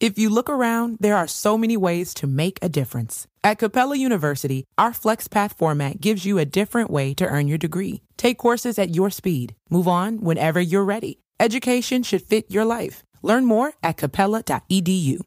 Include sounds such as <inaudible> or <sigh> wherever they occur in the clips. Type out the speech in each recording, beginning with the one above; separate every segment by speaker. Speaker 1: If you look around, there are so many ways to make a difference. At Capella University, our FlexPath format gives you a different way to earn your degree. Take courses at your speed. Move on whenever you're ready. Education should fit your life. Learn more at E capella.edu.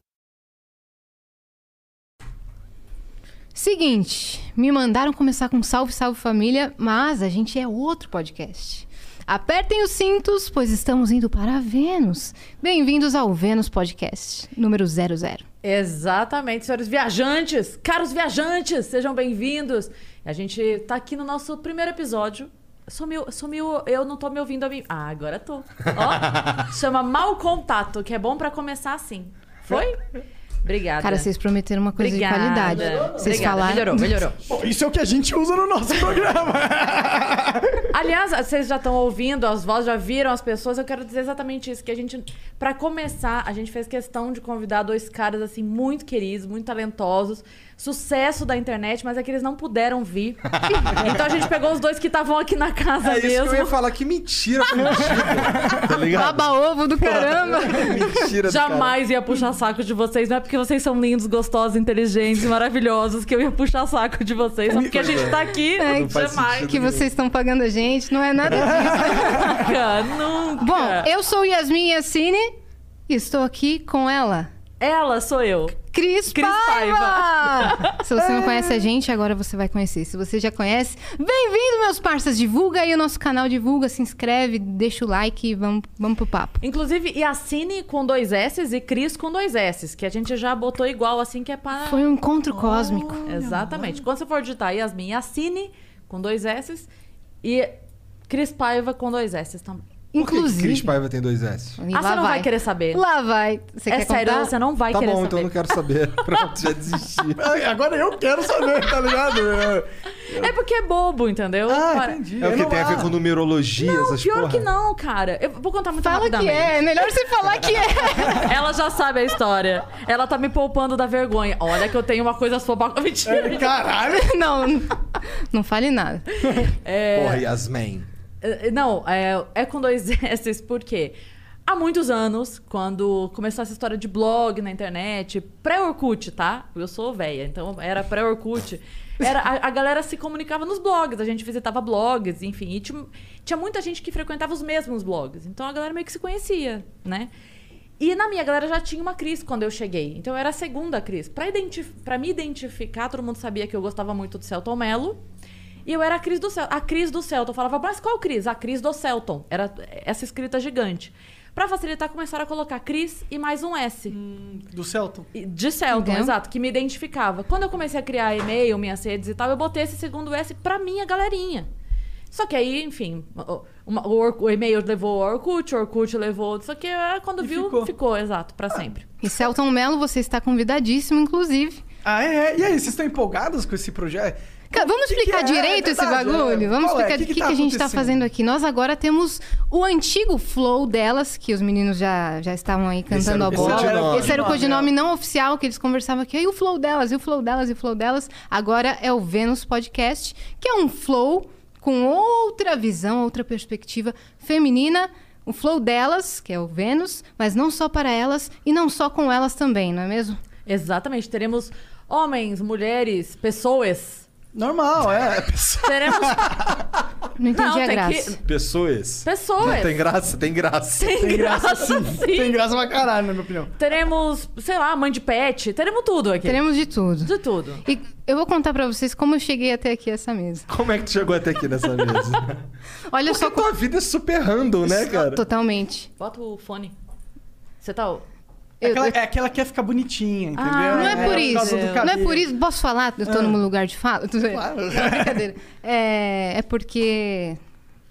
Speaker 2: Seguinte, me mandaram começar com salve, salve família, mas a gente é outro podcast. Apertem os cintos, pois estamos indo para Vênus. Bem-vindos ao Vênus Podcast, número 00.
Speaker 3: Exatamente, senhores viajantes, caros viajantes, sejam bem-vindos. A gente tá aqui no nosso primeiro episódio. Sumiu, sumiu, eu não tô me ouvindo a mim. Ah, agora tô.
Speaker 2: <laughs>
Speaker 3: Ó, chama Mal Contato, que é bom pra começar assim. Foi? Obrigada.
Speaker 2: Cara, vocês prometeram uma coisa
Speaker 3: Obrigada.
Speaker 2: de qualidade. Vocês
Speaker 3: Obrigada.
Speaker 2: falaram.
Speaker 3: Melhorou, melhorou.
Speaker 4: Pô, isso é o que a gente usa no nosso programa.
Speaker 3: Aliás, vocês já estão ouvindo as vozes, já viram as pessoas. Eu quero dizer exatamente isso: que a gente, pra começar, a gente fez questão de convidar dois caras, assim, muito queridos, muito talentosos, sucesso da internet, mas é que eles não puderam
Speaker 5: <laughs>
Speaker 3: vir. então a gente pegou os dois que estavam aqui na casa
Speaker 5: É isso
Speaker 3: mesmo.
Speaker 5: que eu ia falar, que
Speaker 3: <laughs>
Speaker 5: mentira fugida, tá ligado?
Speaker 2: <laughs> Baba ovo do caramba!
Speaker 5: Mentira do
Speaker 3: Jamais ia puxar saco de vocês. Não é porque vocês são lindos, gostosos, inteligentes e maravilhosos que eu ia puxar saco de vocês. Só porque a gente tá aqui.
Speaker 2: Ai,
Speaker 5: é. Não faz
Speaker 3: jamais.
Speaker 5: sentido.
Speaker 2: que vocês estão pagando a gente, não é nada disso.
Speaker 3: <laughs> Nunca, nunca.
Speaker 2: Bom, eu sou Yasmin Yassine e estou aqui com ela.
Speaker 3: Ela sou eu.
Speaker 2: Cris,
Speaker 3: Cris
Speaker 2: Paiva!
Speaker 3: Paiva.
Speaker 2: <laughs>
Speaker 3: É.
Speaker 2: Se você não conhece a gente, agora você vai conhecer. Se você já conhece, bem-vindo, meus parças. Divulga aí o nosso canal, divulga, se inscreve, deixa o like e vamos, vamos pro papo.
Speaker 3: Inclusive, Yacine com dois S's e Cris com dois S's, que a gente já botou igual, assim, que é para...
Speaker 2: Foi um encontro cósmico.
Speaker 3: Exatamente. Quando você for digitar Yasmin, Yacine com dois S's e Cris Paiva com dois S's também.
Speaker 5: Inclusive. Cris
Speaker 2: Inclusive.
Speaker 5: Paiva tem dois S.
Speaker 2: E
Speaker 3: ah, você
Speaker 2: lá
Speaker 3: não vai querer saber.
Speaker 2: Lá vai. Você
Speaker 3: é
Speaker 2: quer
Speaker 3: sério,
Speaker 2: contar?
Speaker 3: você não vai
Speaker 5: tá
Speaker 3: querer
Speaker 5: bom, então
Speaker 3: saber.
Speaker 5: eu não quero saber. <laughs> Pronto, já desisti.
Speaker 4: Ai, Agora eu quero saber, tá ligado?
Speaker 3: É porque é bobo, entendeu?
Speaker 4: Ah,
Speaker 3: Para-
Speaker 4: entendi.
Speaker 5: É o que
Speaker 4: Não,
Speaker 5: tem a ver
Speaker 4: ah,
Speaker 5: com numerologia,
Speaker 3: Não,
Speaker 5: essas
Speaker 3: pior
Speaker 5: porra.
Speaker 3: que não, cara. Eu vou contar muito
Speaker 2: Fala que
Speaker 3: rapidamente.
Speaker 2: é, é melhor você falar que é.
Speaker 3: <laughs> Ela já sabe a história. Ela tá me poupando da vergonha. Olha que eu tenho uma coisa sua pra <laughs> mentira.
Speaker 4: Caralho.
Speaker 2: não, não fale nada.
Speaker 3: É.
Speaker 5: Porra, Yasmin.
Speaker 3: Eh, Não, é, é com dois <laughs> S's, por quê? Há muitos anos, quando começou essa história de blog na internet, pré-Orkut, tá? Eu sou velha, então era pré-Orkut. Era, a, a galera se comunicava nos blogs, a gente visitava blogs, enfim. E tinha, tinha muita gente que frequentava os mesmos blogs. Então a galera meio que se conhecia, né? E na minha galera já tinha uma Cris quando eu cheguei. Então eu era a segunda Cris. Pra, identif- pra me identificar, todo mundo sabia que eu gostava muito do Celton Mello. E eu era a Cris do Celton. A Cris do Celton. Eu falava, mas qual Cris? A Cris do Celton. Era essa escrita gigante. Pra facilitar, começaram a colocar Cris e mais um S.
Speaker 4: Do Celton.
Speaker 3: E- De Celton,
Speaker 2: Entendeu?
Speaker 3: exato, que me identificava. Quando eu comecei a criar e-mail, minhas redes e tal, eu botei esse segundo S pra minha galerinha. Só que aí, enfim, o- uma- o, Ork- o e-mail levou o Orkut, o Orkut levou. Só que ah, quando viu, ficou,
Speaker 4: ficou.
Speaker 3: exato, pra sempre.
Speaker 2: E Celton Mello, você está convidadíssimo, inclusive.
Speaker 4: Ah, é? E aí, vocês estão empolgados com esse projeto?
Speaker 2: Cara, vamos
Speaker 4: Que que
Speaker 2: explicar
Speaker 4: é?
Speaker 2: direito
Speaker 4: É
Speaker 2: esse
Speaker 4: verdade,
Speaker 2: bagulho?
Speaker 4: é.
Speaker 2: Vamos
Speaker 4: Qual é?
Speaker 2: explicar
Speaker 4: Que
Speaker 2: o que,
Speaker 4: que
Speaker 2: que
Speaker 4: tá
Speaker 2: a gente está
Speaker 4: acontecendo?
Speaker 2: fazendo aqui. Nós agora temos o antigo flow delas, que os meninos já, já estavam aí cantando
Speaker 5: era
Speaker 2: a
Speaker 5: o
Speaker 2: bola.
Speaker 5: codinome.
Speaker 2: Esse era o codinome não oficial que eles conversavam aqui. E o flow delas, e o flow delas, e o flow delas. Agora é o Vênus Podcast, que é um flow com outra visão, outra perspectiva feminina. O flow delas, que é o Vênus, mas não só para elas e não só com elas também, não é mesmo?
Speaker 3: Exatamente. Teremos homens, mulheres, pessoas. <laughs>
Speaker 4: Normal, é.
Speaker 3: Teremos
Speaker 2: Não entendi
Speaker 3: Não,
Speaker 2: a
Speaker 3: tem
Speaker 2: graça.
Speaker 3: que-
Speaker 5: Pessoas.
Speaker 3: Pessoas.
Speaker 5: Não tem graça? Tem graça.
Speaker 3: Tem, graça, sim.
Speaker 4: Tem graça pra caralho, na minha opinião.
Speaker 3: Teremos, sei lá, mãe de pet. Teremos tudo aqui.
Speaker 2: Teremos de tudo.
Speaker 3: De tudo.
Speaker 2: E eu vou contar pra vocês como eu cheguei até aqui essa mesa.
Speaker 5: <laughs> Como é que tu chegou até aqui nessa mesa?
Speaker 2: <laughs> Olha
Speaker 5: Porque
Speaker 2: só como
Speaker 5: tua vida é super random, né, cara?
Speaker 2: totalmente.
Speaker 3: Bota o fone. Você tá.
Speaker 2: Eu-
Speaker 4: Aquela-
Speaker 2: eu-
Speaker 4: é que ela quer ficar bonitinha, entendeu?
Speaker 3: Ah,
Speaker 2: Não
Speaker 3: É,
Speaker 2: é por isso. Não é por isso. Posso falar? Eu tô num lugar de fala? Tô zoando.
Speaker 4: Claro.
Speaker 2: Não, brincadeira. É, é porque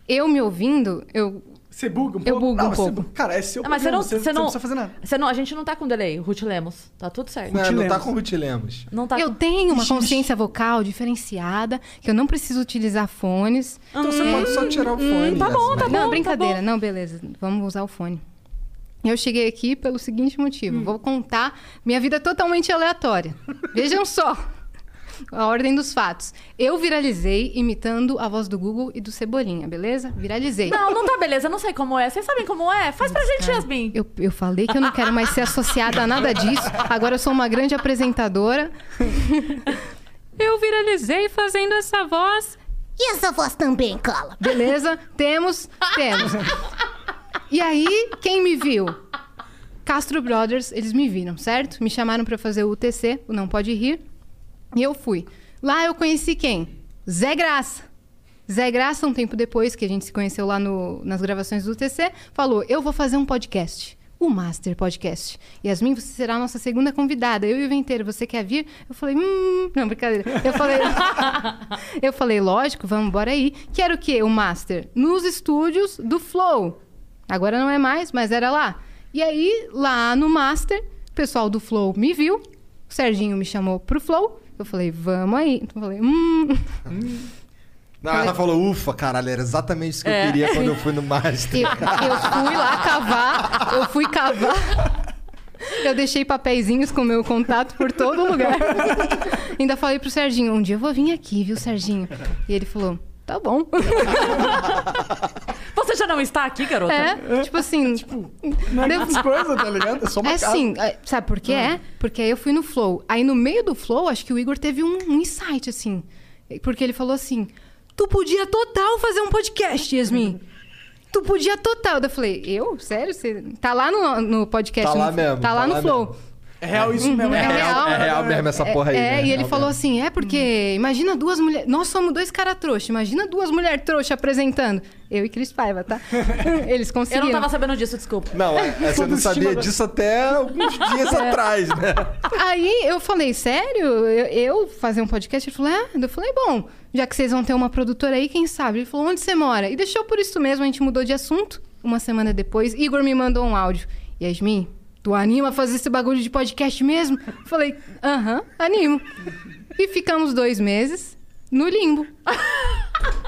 Speaker 2: eu me ouvindo, eu.
Speaker 4: Você buga um pouco?
Speaker 2: Eu bugo
Speaker 4: Não,
Speaker 2: um
Speaker 4: você
Speaker 2: pouco.
Speaker 4: buga. Cara, é seu
Speaker 3: Ah, mas você
Speaker 4: problema,
Speaker 3: não.
Speaker 4: Você, você não precisa fazer nada.
Speaker 3: Você não, a gente não tá com delay, Ruth Lemos. Tá tudo certo.
Speaker 5: Não, não tá
Speaker 4: Lemos.
Speaker 5: com o Ruth Lemos.
Speaker 3: Não tá
Speaker 2: Eu
Speaker 3: com.
Speaker 2: tenho uma consciência vocal diferenciada, que eu não preciso utilizar fones.
Speaker 5: Então você pode só tirar
Speaker 2: Hum,
Speaker 5: o fone.
Speaker 3: tá bom,
Speaker 5: Yasmin.
Speaker 3: tá bom.
Speaker 2: não, brincadeira. não, beleza. Vamos usar o fone. Eu cheguei aqui pelo seguinte motivo. Vou contar minha vida totalmente aleatória. Vejam só. A ordem dos fatos. Eu viralizei imitando a voz do Google e do Cebolinha, beleza? Viralizei.
Speaker 3: Não, não tá beleza, não sei como é. Vocês sabem como é? Faz pra gente, Yasmin.
Speaker 2: Eu, eu falei que eu não quero mais ser associada a nada disso. Agora eu sou uma grande apresentadora. eu viralizei fazendo essa voz.
Speaker 6: E essa voz também, cala.
Speaker 2: Beleza? Temos, temos. E aí, quem me viu? Castro Brothers, eles me viram, certo? Me chamaram pra fazer o UTC, o Não Pode Rir. E eu fui. Lá eu conheci quem? Zé Graça. Zé Graça, um tempo depois que a gente se conheceu lá no- nas gravações do UTC, falou: Eu vou fazer um podcast. O Master Podcast. Yasmin, você será a nossa segunda convidada. Eu e o Venteiro, você quer vir? Eu falei, hum. Não, brincadeira. Eu falei, <laughs> eu falei lógico, vamos embora aí. Que era o quê? O Master? Nos estúdios do Flow. Agora não é mais, mas era lá. E aí, lá no Master, o pessoal do Flow me viu. O Serginho me chamou pro Flow. Eu falei, vamos aí. Eu falei, hum. <laughs>
Speaker 5: Não, Ah, ela falou, ufa, caralho, era exatamente isso que eu queria quando eu fui no Master.
Speaker 2: É. Eu, eu fui lá cavar, eu fui cavar. <laughs> Eu deixei papeizinhos com meu contato por todo lugar. <laughs> Ainda falei pro Serginho, um dia eu vou vir aqui, viu, Serginho? E ele falou, tá bom. <laughs>
Speaker 3: Você já não está aqui, garota?
Speaker 2: É, tipo assim...
Speaker 4: Não é
Speaker 2: Deu-
Speaker 4: <laughs> grandes coisas, tá ligado? É só uma
Speaker 2: É
Speaker 4: casa.
Speaker 2: assim, é, sabe por quê? É? Porque aí eu fui no Flow. Aí no meio do Flow, acho que o Igor teve um, um insight, assim. Porque ele falou assim: Tu podia total fazer um podcast, Yasmin. Tu podia total. Daí Eu falei, eu? Sério? Você tá lá no, no podcast.
Speaker 5: Tá
Speaker 2: no-
Speaker 5: lá mesmo,
Speaker 2: Tá lá
Speaker 5: tá
Speaker 2: no
Speaker 5: lá
Speaker 2: Flow.
Speaker 5: mesmo.
Speaker 4: É real isso mesmo.
Speaker 2: É real.
Speaker 5: <laughs> É real mesmo essa
Speaker 2: É,
Speaker 5: porra aí.
Speaker 2: é,
Speaker 5: né?
Speaker 2: e ele
Speaker 5: Real Hum.
Speaker 2: falou
Speaker 5: mesmo.
Speaker 2: assim: é porque imagina duas mulheres. Nós somos dois caras trouxa, imagina duas mulheres trouxa apresentando. Eu e Cris Paiva,
Speaker 5: <laughs>
Speaker 2: tá? Eles
Speaker 3: Eu
Speaker 2: conseguiram.
Speaker 3: não tava sabendo disso, desculpa.
Speaker 2: assim-
Speaker 5: Não, é, é, você não sabia
Speaker 4: estimulado.
Speaker 5: disso até
Speaker 2: <laughs>
Speaker 5: alguns dias
Speaker 2: É.
Speaker 5: atrás, né?
Speaker 2: Aí eu falei, sério? Eu, eu fazer um podcast? Ele falou, ah, eu falei, bom, já que vocês vão ter uma produtora aí, quem sabe? Ele falou, onde você mora? E deixou por isso mesmo, a gente mudou de assunto. Uma semana depois, Igor me mandou um áudio. Yasmin, tu anima a fazer esse bagulho de podcast mesmo? Eu falei, aham, animo. E ficamos dois meses no limbo.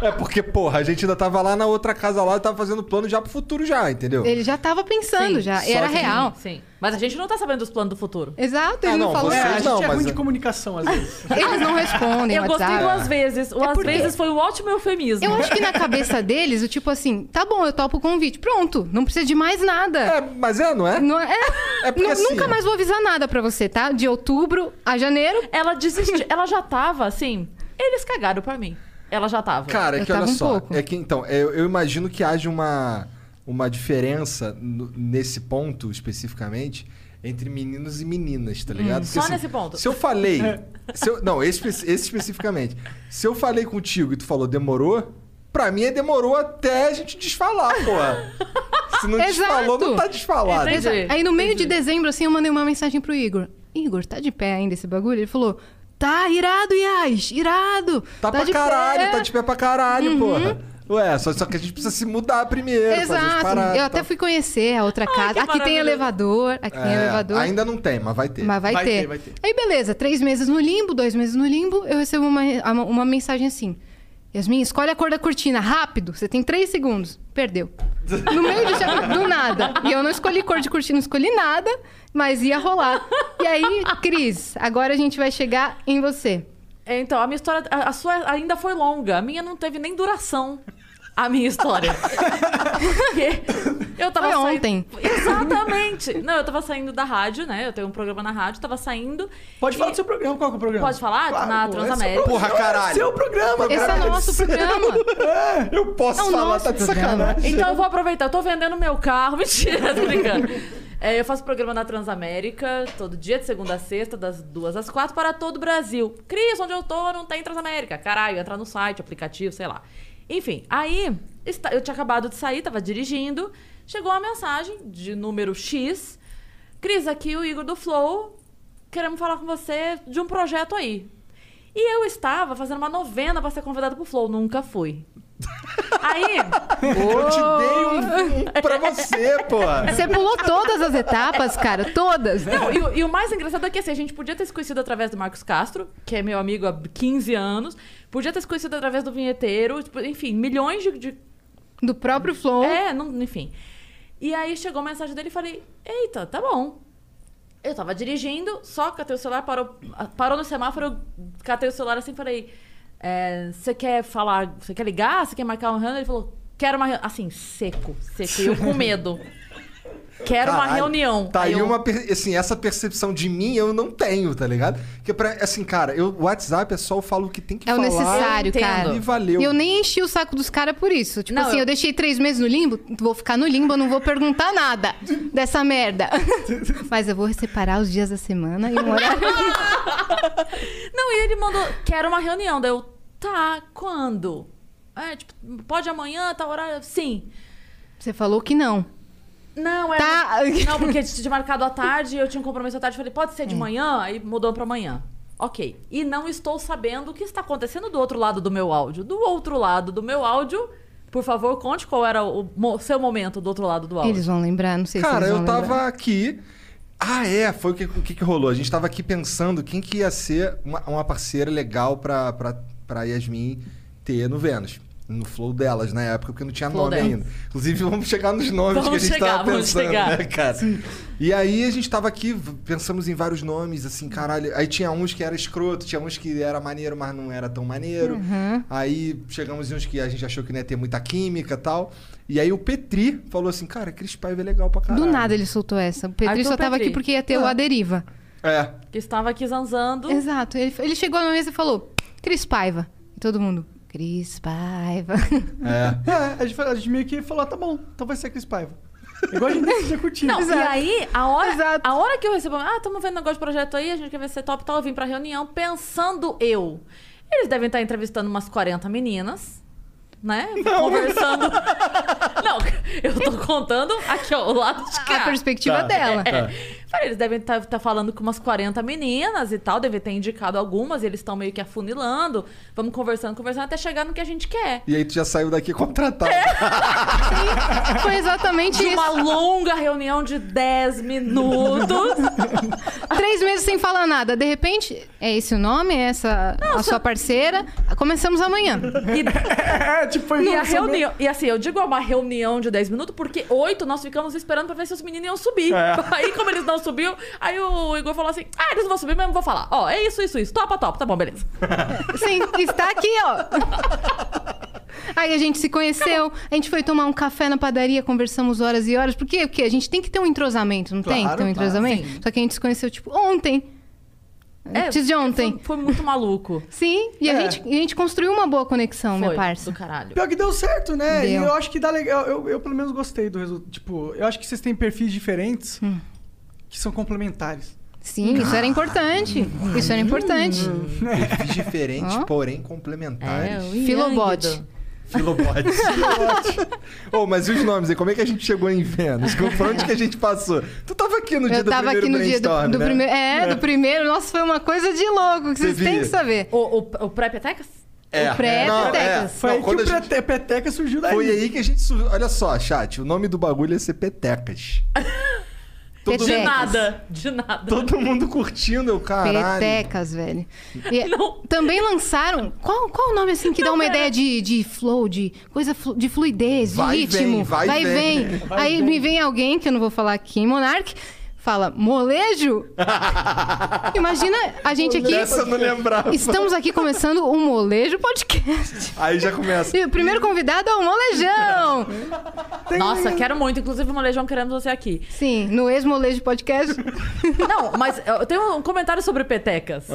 Speaker 5: É porque, porra, a gente ainda tava lá na outra casa lá e tava fazendo plano já pro futuro já, entendeu?
Speaker 2: Ele já tava pensando,
Speaker 3: Sim,
Speaker 2: já,
Speaker 5: só
Speaker 2: era
Speaker 5: que-
Speaker 2: real.
Speaker 3: Sim. Mas a gente não tá sabendo dos planos do futuro.
Speaker 2: Exato, ele
Speaker 5: Ah,
Speaker 2: não,
Speaker 5: não,
Speaker 2: falou.
Speaker 4: É, a
Speaker 5: vocês
Speaker 4: gente
Speaker 5: não,
Speaker 4: é
Speaker 5: mas
Speaker 4: ruim
Speaker 5: é-
Speaker 4: de comunicação, às vezes.
Speaker 2: Eles não respondem
Speaker 3: eu
Speaker 2: É, WhatsApp.
Speaker 3: gostei duas vezes. O
Speaker 2: É
Speaker 3: às
Speaker 2: porque-
Speaker 3: vezes foi um ótimo eufemismo.
Speaker 5: <laughs>
Speaker 2: Eu acho que na cabeça deles, o tipo assim, tá bom, eu topo o convite. Pronto, não precisa de mais nada.
Speaker 5: É, mas é, não é?
Speaker 2: Não é,
Speaker 5: É porque
Speaker 2: Nu-
Speaker 5: assim-
Speaker 2: Nunca mais vou avisar nada pra você, tá? De outubro a janeiro.
Speaker 3: Ela desistiu. Ela já tava assim. Eles cagaram pra mim. Ela já tava.
Speaker 5: Cara, é
Speaker 2: Eu
Speaker 5: que olha
Speaker 2: tava um
Speaker 5: só.
Speaker 2: pouco.
Speaker 5: É que então, é, eu, eu imagino que haja uma, uma diferença no- nesse ponto especificamente entre meninos e meninas,
Speaker 2: Hum,
Speaker 5: tá ligado? Porque,
Speaker 3: só nesse ponto.
Speaker 5: Se eu
Speaker 2: <laughs>
Speaker 5: falei. se eu- não, esse, espe- esse especificamente. Se eu falei contigo e tu falou demorou, pra mim é demorou até a gente desfalar, porra. Se não desfalou,
Speaker 2: <laughs> Exato.
Speaker 5: não tá desfalado.
Speaker 3: Entendi.
Speaker 2: Exato. Aí no meio de dezembro, assim, eu mandei uma mensagem pro Igor. Igor, tá de pé ainda esse bagulho? Ele falou, tá irado, Yas, irado.
Speaker 5: Tá, pra
Speaker 2: de
Speaker 5: caralho,
Speaker 2: pé. Uhum.
Speaker 5: tá de pé pra caralho, porra. Ué, só, só que a gente precisa se mudar primeiro. fazer as
Speaker 2: Exato.
Speaker 5: paradas, tá?
Speaker 2: eu
Speaker 5: e
Speaker 2: até né,
Speaker 5: tal.
Speaker 2: fui conhecer a outra
Speaker 3: Ai, que
Speaker 2: casa. Aqui tem
Speaker 3: maravilhoso.
Speaker 2: elevador, aqui tem
Speaker 5: É,
Speaker 2: elevador.
Speaker 5: Ainda não tem, mas vai ter.
Speaker 2: Mas vai,
Speaker 4: Vai
Speaker 2: ter.
Speaker 4: ter, vai ter.
Speaker 2: Aí beleza, três meses no limbo, dois meses no limbo, eu recebo uma, uma- uma mensagem assim. Yasmin, escolhe a cor da cortina, rápido, você tem três segundos. Perdeu. No meio do, dia- do nada. E eu não escolhi cor de cortina, não escolhi nada, mas ia rolar. E aí, Cris, agora a gente vai chegar em você.
Speaker 3: É, Então, a minha história. A, a sua ainda foi longa. A minha não teve nem duração. A minha
Speaker 4: <laughs>
Speaker 3: história. Porque eu tava
Speaker 2: Foi
Speaker 3: saindo-
Speaker 2: ontem.
Speaker 3: Exatamente. Não, eu tava saindo da rádio, né? Eu tenho um programa na rádio, tava saindo.
Speaker 4: Pode
Speaker 3: e-
Speaker 4: falar do seu programa, qual que é o programa?
Speaker 3: Pode falar? Na
Speaker 4: pô,
Speaker 3: Transamérica.
Speaker 4: é seu
Speaker 5: Porra,
Speaker 4: programa,
Speaker 5: caralho.
Speaker 4: É seu programa,
Speaker 2: Esse é
Speaker 4: cara.
Speaker 2: nosso
Speaker 4: <laughs>
Speaker 2: programa.
Speaker 5: Eu posso
Speaker 2: É o
Speaker 5: falar,
Speaker 2: nosso
Speaker 5: tá de
Speaker 2: programa.
Speaker 5: sacanagem.
Speaker 3: Então eu vou aproveitar. Eu tô vendendo meu carro. <laughs> Mentira, tô brincando. É, eu faço programa na Transamérica, todo dia, de segunda a sexta, das duas às quatro, para todo o Brasil. Cris, onde eu tô, não tem Transamérica. Caralho, entra no site, aplicativo, sei lá. Enfim, aí está- eu tinha acabado de sair, tava dirigindo, chegou uma mensagem de número X. Cris, aqui o Igor do Flow, queremos falar com você de um projeto aí. E eu estava fazendo uma novena para ser convidada pro Flow, nunca fui. Aí,
Speaker 5: Eu te
Speaker 3: <laughs>
Speaker 5: dei um, um pra você, porra.
Speaker 2: Você pulou todas as etapas, cara, todas.
Speaker 3: Não, e, o- e o mais engraçado é que assim, a gente podia ter se conhecido através do Marcos Castro, que é meu amigo há 15 anos, podia ter se conhecido através do vinheteiro, tipo, enfim, milhões de. de-
Speaker 2: Do próprio
Speaker 5: Oh.
Speaker 2: Flow.
Speaker 3: É, não- enfim. E aí chegou a mensagem dele e falei: Eita, tá bom. Eu tava dirigindo, só catei o celular, parou, parou no semáforo, eu catei o celular assim e falei: é, Você quer falar, você quer ligar? Você quer marcar uma reunião? Ele falou: Quero uma reunião. Assim, seco, seco. E eu com
Speaker 5: <laughs>
Speaker 3: medo. Quero uma
Speaker 5: Caralho.
Speaker 3: reunião.
Speaker 5: Tá aí,
Speaker 3: eu,
Speaker 5: uma. per- Assim, essa percepção de mim eu não tenho, tá ligado? Porque, pra, assim, cara, eu, o WhatsApp é só eu falo o que tem que
Speaker 2: É o
Speaker 5: falar.
Speaker 2: necessário,
Speaker 3: entendo.
Speaker 2: cara.
Speaker 5: E valeu.
Speaker 2: E eu nem enchi o saco dos caras por isso. Tipo
Speaker 3: Não,
Speaker 2: assim, eu...
Speaker 3: eu
Speaker 2: deixei três meses no limbo, vou ficar no limbo, eu não vou perguntar nada dessa
Speaker 3: <laughs>
Speaker 2: merda. Mas eu vou separar os dias da semana e um horário.
Speaker 3: <laughs> Não, e ele mandou, quero uma reunião. Daí eu, tá, quando? É, tipo, pode amanhã, tal horário? Sim.
Speaker 2: Você falou que não.
Speaker 3: Não, é.
Speaker 2: Tá.
Speaker 3: Não, porque tinha marcado à tarde, eu tinha um compromisso à tarde. Falei, pode ser
Speaker 2: É.
Speaker 3: de manhã? Aí mudou pra amanhã. Ok. E não estou sabendo o que está acontecendo do outro lado do meu áudio. Do outro lado do meu áudio, por favor, conte qual era o mo- seu momento do outro lado do áudio.
Speaker 2: Eles vão lembrar, não sei se
Speaker 5: Cara,
Speaker 2: eles
Speaker 5: eu
Speaker 2: vão
Speaker 5: tava
Speaker 2: lembrar.
Speaker 5: aqui. Ah, é, foi o que, o que, que rolou. A gente tava aqui pensando quem que ia ser uma, uma parceira legal pra, pra, pra Yasmin ter no Vênus. No flow delas, na época, porque não tinha
Speaker 3: Flow
Speaker 5: nome
Speaker 3: delas.
Speaker 5: ainda. Inclusive, vamos chegar nos nomes que a
Speaker 3: Vamos
Speaker 5: gente
Speaker 3: chegar,
Speaker 5: tava
Speaker 3: vamos
Speaker 5: pensando,
Speaker 3: chegar.
Speaker 5: né, cara? E aí a gente tava aqui, v- pensamos em vários nomes, assim, caralho. Aí tinha uns que era escroto, tinha uns que era maneiro, mas não era tão maneiro.
Speaker 2: Uhum.
Speaker 5: Aí chegamos em uns que a gente achou que não ia ter muita química e tal. E aí o Petri falou assim, cara, Cris Paiva é legal pra caralho.
Speaker 2: Do nada ele soltou essa. O Pedro
Speaker 3: Arthur
Speaker 2: só tava
Speaker 3: Petri. Ah.
Speaker 2: aqui porque ia ter o A Deriva.
Speaker 5: É.
Speaker 3: Que estava aqui zanzando.
Speaker 2: Exato. Ele, ele chegou na mesa e falou, Cris Paiva. E todo mundo, Cris Paiva.
Speaker 5: É.
Speaker 4: É, <laughs> a gente, a gente meio que falou, ah, tá bom, então vai ser a Cris Paiva. Igual a gente <laughs> decidiu curtir.
Speaker 3: Não, e aí, a hora,
Speaker 2: Exato.
Speaker 3: a hora que eu recebo, ah, estamos vendo negócio de projeto aí, a gente quer ver se é top e tal, eu vim pra reunião pensando eu. Eles devem estar entrevistando umas 40 meninas, né? Conversando.
Speaker 2: <laughs>
Speaker 3: Não, eu tô contando aqui, ó, o lado de cá.
Speaker 2: é A perspectiva
Speaker 5: Tá.
Speaker 2: dela.
Speaker 3: Ah, É. Falei, Eles devem estar falando com umas 40 meninas e tal, devem ter indicado algumas, eles estão meio que afunilando. Vamos conversando, conversando até chegar no que a gente quer.
Speaker 5: E aí tu já saiu daqui contratado.
Speaker 2: É. Foi exatamente
Speaker 3: De
Speaker 2: isso.
Speaker 3: uma longa reunião de 10
Speaker 2: <laughs>
Speaker 3: minutos.
Speaker 2: Três meses sem falar nada. De repente, é esse o nome? É essa a sua parceira? Começamos amanhã.
Speaker 3: E
Speaker 4: É, tipo, foi
Speaker 3: E a
Speaker 4: nossa,
Speaker 3: reunião. E assim, eu digo uma reunião de 10 minutos, porque 8 nós ficamos esperando pra ver se os meninos iam subir.
Speaker 2: É.
Speaker 3: <laughs> Aí, como eles não subiu, aí o Igor falou assim: Ah, eles não vão subir, mas eu vou falar. Ó, é isso, isso, isso. Topa, topa. Tá bom, beleza.
Speaker 2: Sim, está aqui, ó. Aí a gente se conheceu, a gente foi tomar um café na padaria, conversamos horas e horas. Porque o quê? A gente tem que ter um entrosamento, não tem?
Speaker 4: Claro,
Speaker 2: Tem um
Speaker 4: claro,
Speaker 2: entrosamento? Só que a gente se conheceu, tipo, ontem. É, Antes de ontem.
Speaker 3: É, Foi, foi muito maluco.
Speaker 2: Sim, e a,
Speaker 4: É.
Speaker 2: gente, e a gente construiu uma boa conexão,
Speaker 3: Foi,
Speaker 2: meu parça.
Speaker 3: do caralho.
Speaker 4: Pior que deu certo, né?
Speaker 2: Deu.
Speaker 4: E eu acho que dá legal. Eu, eu, pelo menos gostei do resultado. Tipo, eu acho que vocês têm perfis diferentes
Speaker 3: Hum.
Speaker 4: que são complementares.
Speaker 2: Sim, isso era importante. Isso era importante.
Speaker 5: <laughs> Uhum. Perfis diferentes,
Speaker 2: Ó. É,
Speaker 5: porém complementares.
Speaker 3: o Yang
Speaker 2: Filobot.
Speaker 3: do-
Speaker 2: <laughs>
Speaker 5: Filobotes. Filobotes. Ô, mas e os nomes aí? Como é que a gente chegou em Vênus? Por onde que a gente passou? Tu tava aqui no dia
Speaker 2: Eu
Speaker 5: do
Speaker 2: tava
Speaker 5: primeiro
Speaker 2: aqui no dia do,
Speaker 5: brainstorm,
Speaker 2: do
Speaker 5: né?
Speaker 2: primeiro. É, do primeiro. Nossa, foi uma coisa de louco que vocês
Speaker 5: Você
Speaker 2: têm
Speaker 5: via.
Speaker 2: que saber.
Speaker 3: O, o, o pré-petecas?
Speaker 5: É.
Speaker 2: o pré-
Speaker 5: Não,
Speaker 2: Petecas.
Speaker 5: é.
Speaker 4: Foi
Speaker 5: Não,
Speaker 4: aí que
Speaker 5: quando
Speaker 4: o
Speaker 5: a gente-
Speaker 4: prete- peteca surgiu daí.
Speaker 5: Foi aí que a gente subiu. Olha só, chat, o nome do bagulho ia ser
Speaker 2: <laughs>
Speaker 5: Petecas.
Speaker 2: Petecas.
Speaker 3: De nada. De nada.
Speaker 5: Todo mundo curtindo, eu, caralho.
Speaker 2: Petecas, velho. E
Speaker 3: Não.
Speaker 2: Também lançaram. Qual, qual o nome assim que dá uma ideia de, de flow, de coisa flu- de fluidez, de
Speaker 5: Vai e
Speaker 2: ritmo?
Speaker 5: vem, vai e
Speaker 2: e
Speaker 5: vem.
Speaker 2: Aí me vem alguém, que eu não vou falar aqui, Monark, fala: molejo?
Speaker 5: <laughs>
Speaker 2: Imagina a gente aqui.
Speaker 5: Essa eu não é lembrava.
Speaker 2: Estamos aqui começando o Molejo Podcast.
Speaker 5: Aí
Speaker 2: <laughs>
Speaker 5: já começa.
Speaker 2: E o primeiro convidado é o Molejão.
Speaker 3: Nossa, quero muito. Inclusive, Molejão, queremos você aqui.
Speaker 2: Sim, no ex-Molejo Podcast. <laughs>
Speaker 3: Não, mas eu tenho um comentário sobre petecas.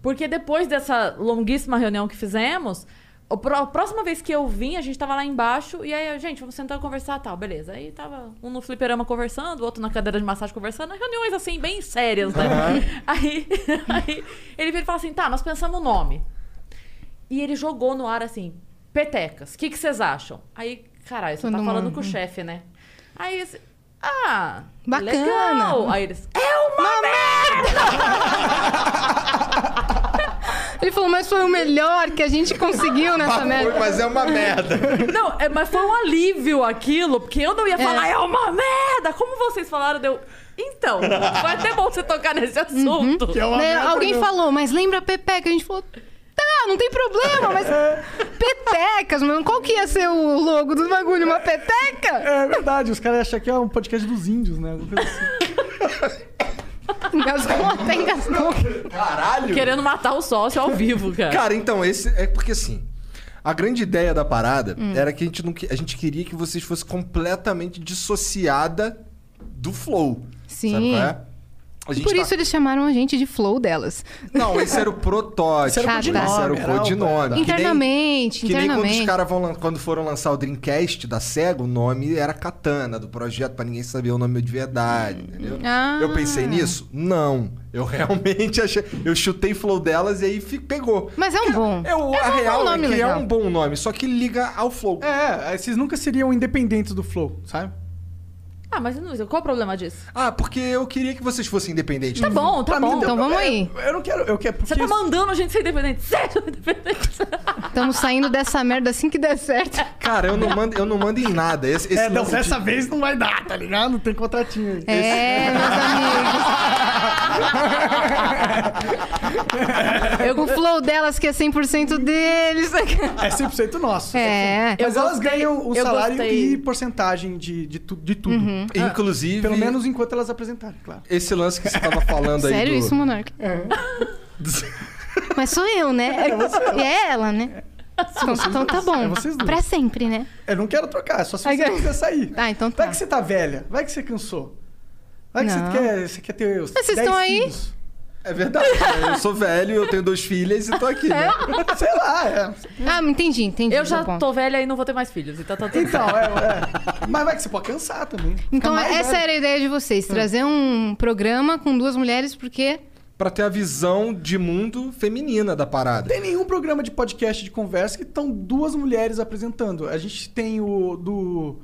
Speaker 3: Porque depois dessa longuíssima reunião que fizemos, o pró- a próxima vez que eu vim, a gente tava lá embaixo e aí, eu, gente, vamos sentar e conversar tal, beleza. Aí tava um no fliperama conversando, outro na cadeira de massagem conversando, reuniões assim, bem sérias, né? <laughs> Aí, aí ele veio e falou assim: tá, nós pensamos o nome. E ele jogou no ar assim: petecas, o que que vocês acham? Aí, caralho, você
Speaker 2: Todo
Speaker 3: tá
Speaker 2: mundo.
Speaker 3: falando com o chefe, né? Aí, assim, ah,
Speaker 2: Bacana.
Speaker 3: legal. Aí eles, é uma
Speaker 2: Ele falou, mas foi o melhor que a gente conseguiu nessa merda.
Speaker 5: Mas é uma merda.
Speaker 3: Não, é, mas foi um alívio aquilo, porque eu não ia falar, é, uma merda! Como vocês falaram, deu. Então, foi até bom você tocar nesse assunto.
Speaker 4: Que é uma
Speaker 2: Né,
Speaker 4: merda
Speaker 2: Alguém
Speaker 4: mesmo.
Speaker 2: falou, mas lembra a Pepeca? A gente falou, tá, não tem problema, mas Petecas, mano, qual que ia ser o logo do bagulho? Uma peteca?
Speaker 5: <laughs>
Speaker 4: É verdade, os caras acham que é um podcast dos índios, né? Alguma coisa assim.
Speaker 2: Engasgou até engasgou.
Speaker 5: Caralho!
Speaker 3: Querendo matar o sócio ao vivo, cara.
Speaker 5: Cara, então, esse é porque assim. A grande ideia da parada
Speaker 2: Hum.
Speaker 5: era que a gente, não, que- a gente queria que vocês fossem completamente dissociada do flow.
Speaker 2: Sim.
Speaker 5: Sabe qual é? A gente
Speaker 2: Por
Speaker 5: tá-
Speaker 2: isso eles chamaram a gente de flow delas.
Speaker 5: Não, esse era o protótipo.
Speaker 2: Esse era o codinome,
Speaker 5: Esse era o
Speaker 4: era o-
Speaker 5: codinome. Que nem-
Speaker 2: internamente,
Speaker 5: Que nem quando
Speaker 2: internamente.
Speaker 5: os caras vão lan- quando foram lançar o Dreamcast da SEGA, o nome era Katana, do projeto, pra ninguém saber o nome de verdade, entendeu?
Speaker 2: Ah.
Speaker 5: Eu pensei nisso? Não. Eu realmente <laughs> achei. Eu chutei flow delas e aí fi- pegou.
Speaker 2: Mas é um bom.
Speaker 5: É o,
Speaker 2: É
Speaker 5: a
Speaker 2: um bom
Speaker 5: real é que
Speaker 2: nome
Speaker 5: é
Speaker 2: legal.
Speaker 5: um bom nome, só que liga ao flow.
Speaker 4: É, é, vocês nunca seriam independentes do Flow, sabe?
Speaker 3: Tá Ah, mas não, qual o problema disso?
Speaker 5: Ah, porque eu queria que vocês fossem independentes.
Speaker 3: Tá bom, tá
Speaker 4: Uhum. Pra mim,
Speaker 3: bom.
Speaker 2: Então vamos
Speaker 4: É,
Speaker 2: aí.
Speaker 4: Eu não quero, eu quero. Porque
Speaker 3: Você tá mandando a gente ser independente. Sério, <laughs> independente.
Speaker 2: Estamos saindo dessa merda assim que der certo.
Speaker 5: Cara, eu não mando, eu não mando em nada. Esse, esse
Speaker 4: É, não,
Speaker 5: lance de-
Speaker 4: dessa vez não vai dar, tá ligado? Não tem contratinho aí.
Speaker 2: É, meus amigos.
Speaker 5: <laughs>
Speaker 2: O flow delas que é 100% deles.
Speaker 4: É 100% nosso.
Speaker 2: É.
Speaker 3: Eu
Speaker 4: Mas elas
Speaker 3: gostei,
Speaker 4: ganham o
Speaker 3: eu
Speaker 4: salário
Speaker 3: gostei. Uhum.
Speaker 4: e porcentagem de, de, tu- de tudo.
Speaker 5: Inclusive,
Speaker 4: é Pelo menos enquanto elas apresentarem, claro.
Speaker 5: esse lance que você tava falando aí.
Speaker 2: Sério
Speaker 5: do-
Speaker 2: isso, Monarca?
Speaker 4: É.
Speaker 2: <laughs> Mas sou eu, né? E é ela, né? Então, então tá bom.
Speaker 4: É vocês duas.
Speaker 2: pra sempre, né?
Speaker 4: Eu não quero trocar, só se
Speaker 2: Ai,
Speaker 4: você
Speaker 2: cara.
Speaker 4: quiser sair.
Speaker 2: Ah, então
Speaker 4: Vai
Speaker 2: tá.
Speaker 4: que você tá velha, vai que você cansou. Vai que
Speaker 2: Não.
Speaker 4: você quer, você quer ter os
Speaker 2: Mas vocês
Speaker 4: 10
Speaker 2: estão aí?
Speaker 4: filhos. <laughs>
Speaker 5: É verdade. né? Eu sou velho, eu tenho duas filhas e tô aqui. né?
Speaker 4: Sei lá, é.
Speaker 2: Ah, entendi, entendi.
Speaker 3: Eu
Speaker 2: seu
Speaker 3: já
Speaker 2: ponto.
Speaker 3: tô velha e não vou ter mais filhos. Então tá tudo
Speaker 4: Então,
Speaker 3: certo.
Speaker 4: é, é. Mas vai que você pode cansar também.
Speaker 2: Então,
Speaker 4: Fica Tá mais É.
Speaker 2: essa
Speaker 4: velho.
Speaker 2: era a ideia de vocês: trazer um programa com duas mulheres, porque.
Speaker 5: Pra ter a visão de mundo feminina da parada.
Speaker 4: Tem nenhum programa de podcast de conversa que estão duas mulheres apresentando. A gente tem o do.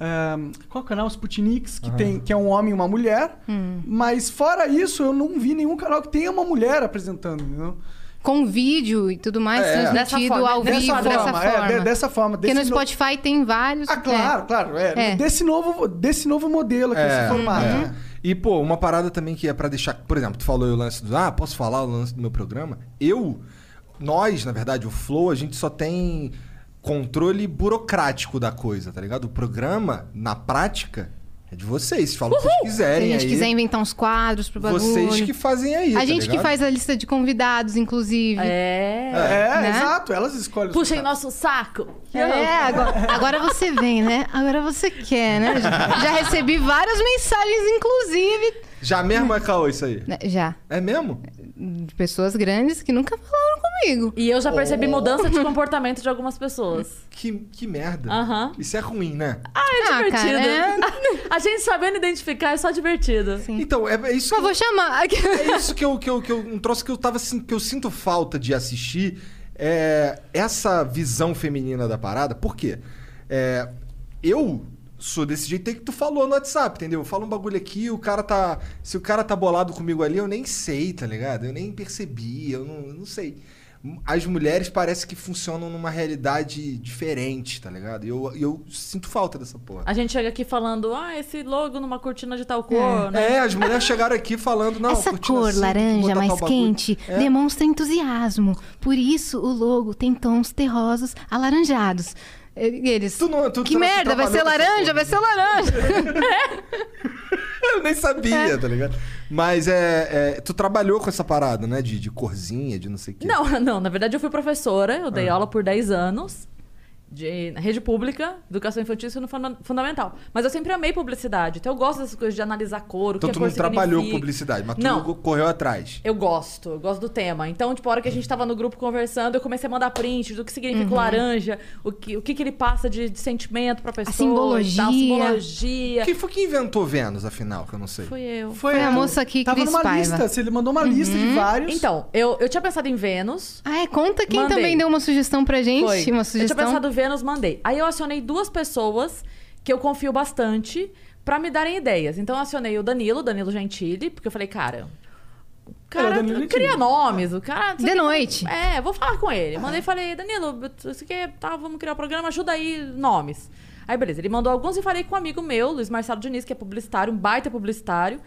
Speaker 4: ehm, qual é o canal? Sputniks, que, tem, que é um homem e uma mulher.
Speaker 2: Hum.
Speaker 4: Mas fora isso, eu não vi nenhum canal que tenha uma mulher apresentando. entendeu?
Speaker 2: Com vídeo e tudo mais,
Speaker 5: É,
Speaker 2: transmitido
Speaker 3: dessa forma, né?
Speaker 2: ao
Speaker 3: dessa
Speaker 2: vivo,
Speaker 3: forma,
Speaker 2: dessa
Speaker 4: é,
Speaker 2: forma.
Speaker 4: de- dessa forma.
Speaker 2: Porque
Speaker 4: desse
Speaker 2: no
Speaker 4: no-
Speaker 2: Spotify tem vários.
Speaker 4: Ah, claro, claro. é.
Speaker 2: É.
Speaker 4: Desse, novo, desse novo modelo aqui,
Speaker 5: É,
Speaker 4: desse formato.
Speaker 5: é.
Speaker 4: né?
Speaker 5: E, pô, uma parada também que é pra deixar. Por exemplo, tu falou aí o lance do. Ah, posso falar o lance do meu programa? Eu, nós, na verdade, o Flow, a gente só tem controle burocrático da coisa, tá ligado? O programa, na prática, é de vocês. Fala o que vocês
Speaker 2: É. Se
Speaker 5: quiserem.
Speaker 2: a gente
Speaker 5: aí,
Speaker 2: quiser inventar uns quadros pro bagulho.
Speaker 5: vocês que fazem aí.
Speaker 2: A
Speaker 5: tá
Speaker 2: gente que
Speaker 5: ligado?
Speaker 2: faz a lista de convidados, inclusive.
Speaker 3: É.
Speaker 4: É,
Speaker 2: Né?
Speaker 4: exato. Elas escolhem os
Speaker 3: Puxem
Speaker 4: contatos.
Speaker 3: nosso saco.
Speaker 2: É, agora, agora você vem, né? Agora você quer, né? Já, já recebi várias mensagens, inclusive.
Speaker 5: Já mesmo é caô isso aí.
Speaker 2: né, Já.
Speaker 5: É mesmo?
Speaker 2: De pessoas grandes que nunca falaram comigo.
Speaker 3: E eu já
Speaker 4: Oh.
Speaker 3: percebi mudança de comportamento de algumas pessoas.
Speaker 5: Que, que merda.
Speaker 3: Aham.
Speaker 5: Isso é ruim, né?
Speaker 3: Ah, é
Speaker 2: Ah,
Speaker 3: divertido.
Speaker 2: cara,
Speaker 3: <laughs> A gente sabendo identificar é só divertido.
Speaker 5: Então, é, é isso
Speaker 2: Só
Speaker 5: que
Speaker 2: vou chamar.
Speaker 5: É isso que eu, que eu, que eu um troço que eu tava assim, que eu sinto falta de assistir é essa visão feminina da parada. Por quê? É, eu sou desse jeito aí que tu falou no WhatsApp, entendeu? Eu falo um bagulho aqui, o cara tá, se o cara tá bolado comigo ali, eu nem sei, tá ligado? Eu nem percebi, eu não, eu não sei. As mulheres parece que funcionam numa realidade diferente, tá ligado? E eu, eu sinto falta dessa porra.
Speaker 3: A gente chega aqui falando, ah, esse logo numa cortina de tal cor, né?
Speaker 5: É, as mulheres chegaram aqui falando, não,
Speaker 6: Essa
Speaker 5: curtindo
Speaker 6: cor
Speaker 5: assim, vou
Speaker 6: laranja
Speaker 5: botar
Speaker 6: mais
Speaker 5: tal bagulho. É.
Speaker 6: quente demonstra entusiasmo. Por isso, o logo tem tons terrosos alaranjados.
Speaker 2: E Eles.
Speaker 5: Tu não- tu-
Speaker 2: que
Speaker 5: tu não- tu
Speaker 2: merda, vai ser
Speaker 5: trabalhou com
Speaker 2: laranja,
Speaker 5: essa porra.
Speaker 2: vai ser laranja.
Speaker 5: <laughs> Eu nem sabia, tá ligado? Mas é, é, Tu trabalhou com essa parada, né? De, de corzinha, de não sei o quê.
Speaker 3: Não, <laughs> não, na verdade eu fui professora, eu
Speaker 5: Ah.
Speaker 3: dei aula por 10 anos. De, na rede pública, educação infantil e no funda- fundamental. Mas eu sempre amei publicidade, então eu gosto dessas coisas de analisar cor, o
Speaker 5: Então
Speaker 3: que a
Speaker 5: tu
Speaker 3: cor
Speaker 5: não trabalhou com
Speaker 3: significa.
Speaker 5: publicidade, mas tu
Speaker 3: Não.
Speaker 5: go- correu atrás.
Speaker 3: Eu gosto, eu gosto do tema. Então, tipo, a hora que a gente tava no grupo conversando, eu comecei a mandar print do que significa o laranja, o que, o que, que ele passa de, de sentimento pra pessoa. e tal,
Speaker 2: simbologia.
Speaker 3: simbologia.
Speaker 5: Quem foi que inventou Vênus, afinal? Que eu não sei.
Speaker 3: Fui eu.
Speaker 2: Foi a moça aqui,
Speaker 4: Tava
Speaker 2: Cris
Speaker 4: numa
Speaker 2: Paiva. Uhum.
Speaker 4: lista, se ele mandou uma lista de vários.
Speaker 3: Então, eu, eu tinha pensado em Vênus.
Speaker 2: Ah, é? Conta quem
Speaker 3: Mandei.
Speaker 2: também deu uma sugestão pra gente.
Speaker 3: Foi.
Speaker 2: Uma
Speaker 3: Eu tinha
Speaker 2: sugestão.
Speaker 3: pensado Vênus, mandei. Aí eu acionei duas pessoas que eu confio bastante pra me darem ideias. Então eu acionei o Danilo, Danilo Gentili, porque eu falei, cara. o
Speaker 4: É, o
Speaker 3: Cara,
Speaker 4: Danilo Gentili.
Speaker 3: cria nomes, o cara.
Speaker 2: De noite.
Speaker 3: É, vou falar com ele. Mandei e falei, Danilo, você quer. Tá, vamos criar o programa, ajuda aí nomes. Aí, beleza, ele mandou alguns e falei com um amigo meu, Luiz Marcelo Diniz, que é publicitário, um baita publicitário.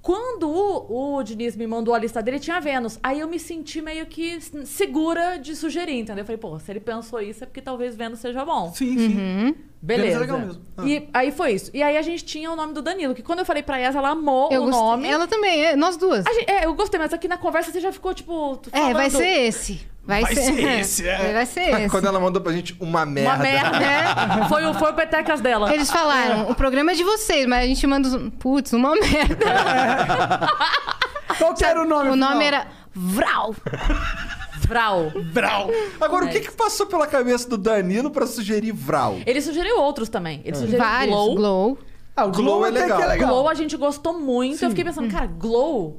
Speaker 3: Quando o, o Diniz me mandou a lista dele, tinha Vênus. Aí eu me senti meio que segura de sugerir, entendeu? Eu falei, pô, se ele pensou isso é porque talvez Vênus seja bom.
Speaker 2: Uhum.
Speaker 4: Sim, sim.
Speaker 3: Beleza.
Speaker 4: Deles é legal mesmo. Ah.
Speaker 3: E aí foi isso. E aí a gente tinha o nome do Danilo, que quando eu falei pra Yas, ela amou
Speaker 2: Eu
Speaker 3: o
Speaker 2: gost-
Speaker 3: nome.
Speaker 2: Ela também, é, nós duas.
Speaker 3: A gente- é, eu gostei, mas aqui na conversa você já ficou, tipo, tu
Speaker 2: É, vai
Speaker 3: falando
Speaker 2: ser esse. Vai,
Speaker 4: Vai
Speaker 2: ser... <laughs>
Speaker 4: ser esse, é.
Speaker 2: Vai ser esse.
Speaker 5: <laughs> Quando ela mandou pra gente uma merda.
Speaker 3: Uma merda. né?
Speaker 2: merda.
Speaker 3: Foi, o- foi o petecas dela.
Speaker 2: Eles falaram, o programa é de vocês, mas a gente manda os... Putz, uma <laughs> merda.
Speaker 4: Qual que era o nome?
Speaker 2: O
Speaker 4: afinal?
Speaker 2: nome era Vral.
Speaker 3: Vral.
Speaker 4: Brau.
Speaker 5: Agora, o que que passou pela cabeça do Danilo pra sugerir Vral?
Speaker 3: Ele sugeriu outros também. Ele sugeriu
Speaker 2: Vários.
Speaker 3: Glow.
Speaker 2: Glow.
Speaker 4: Ah, o Glow,
Speaker 5: Glow é
Speaker 4: até
Speaker 5: legal.
Speaker 4: que é legal.
Speaker 3: Glow a gente gostou muito. Eu fiquei pensando, cara, Glow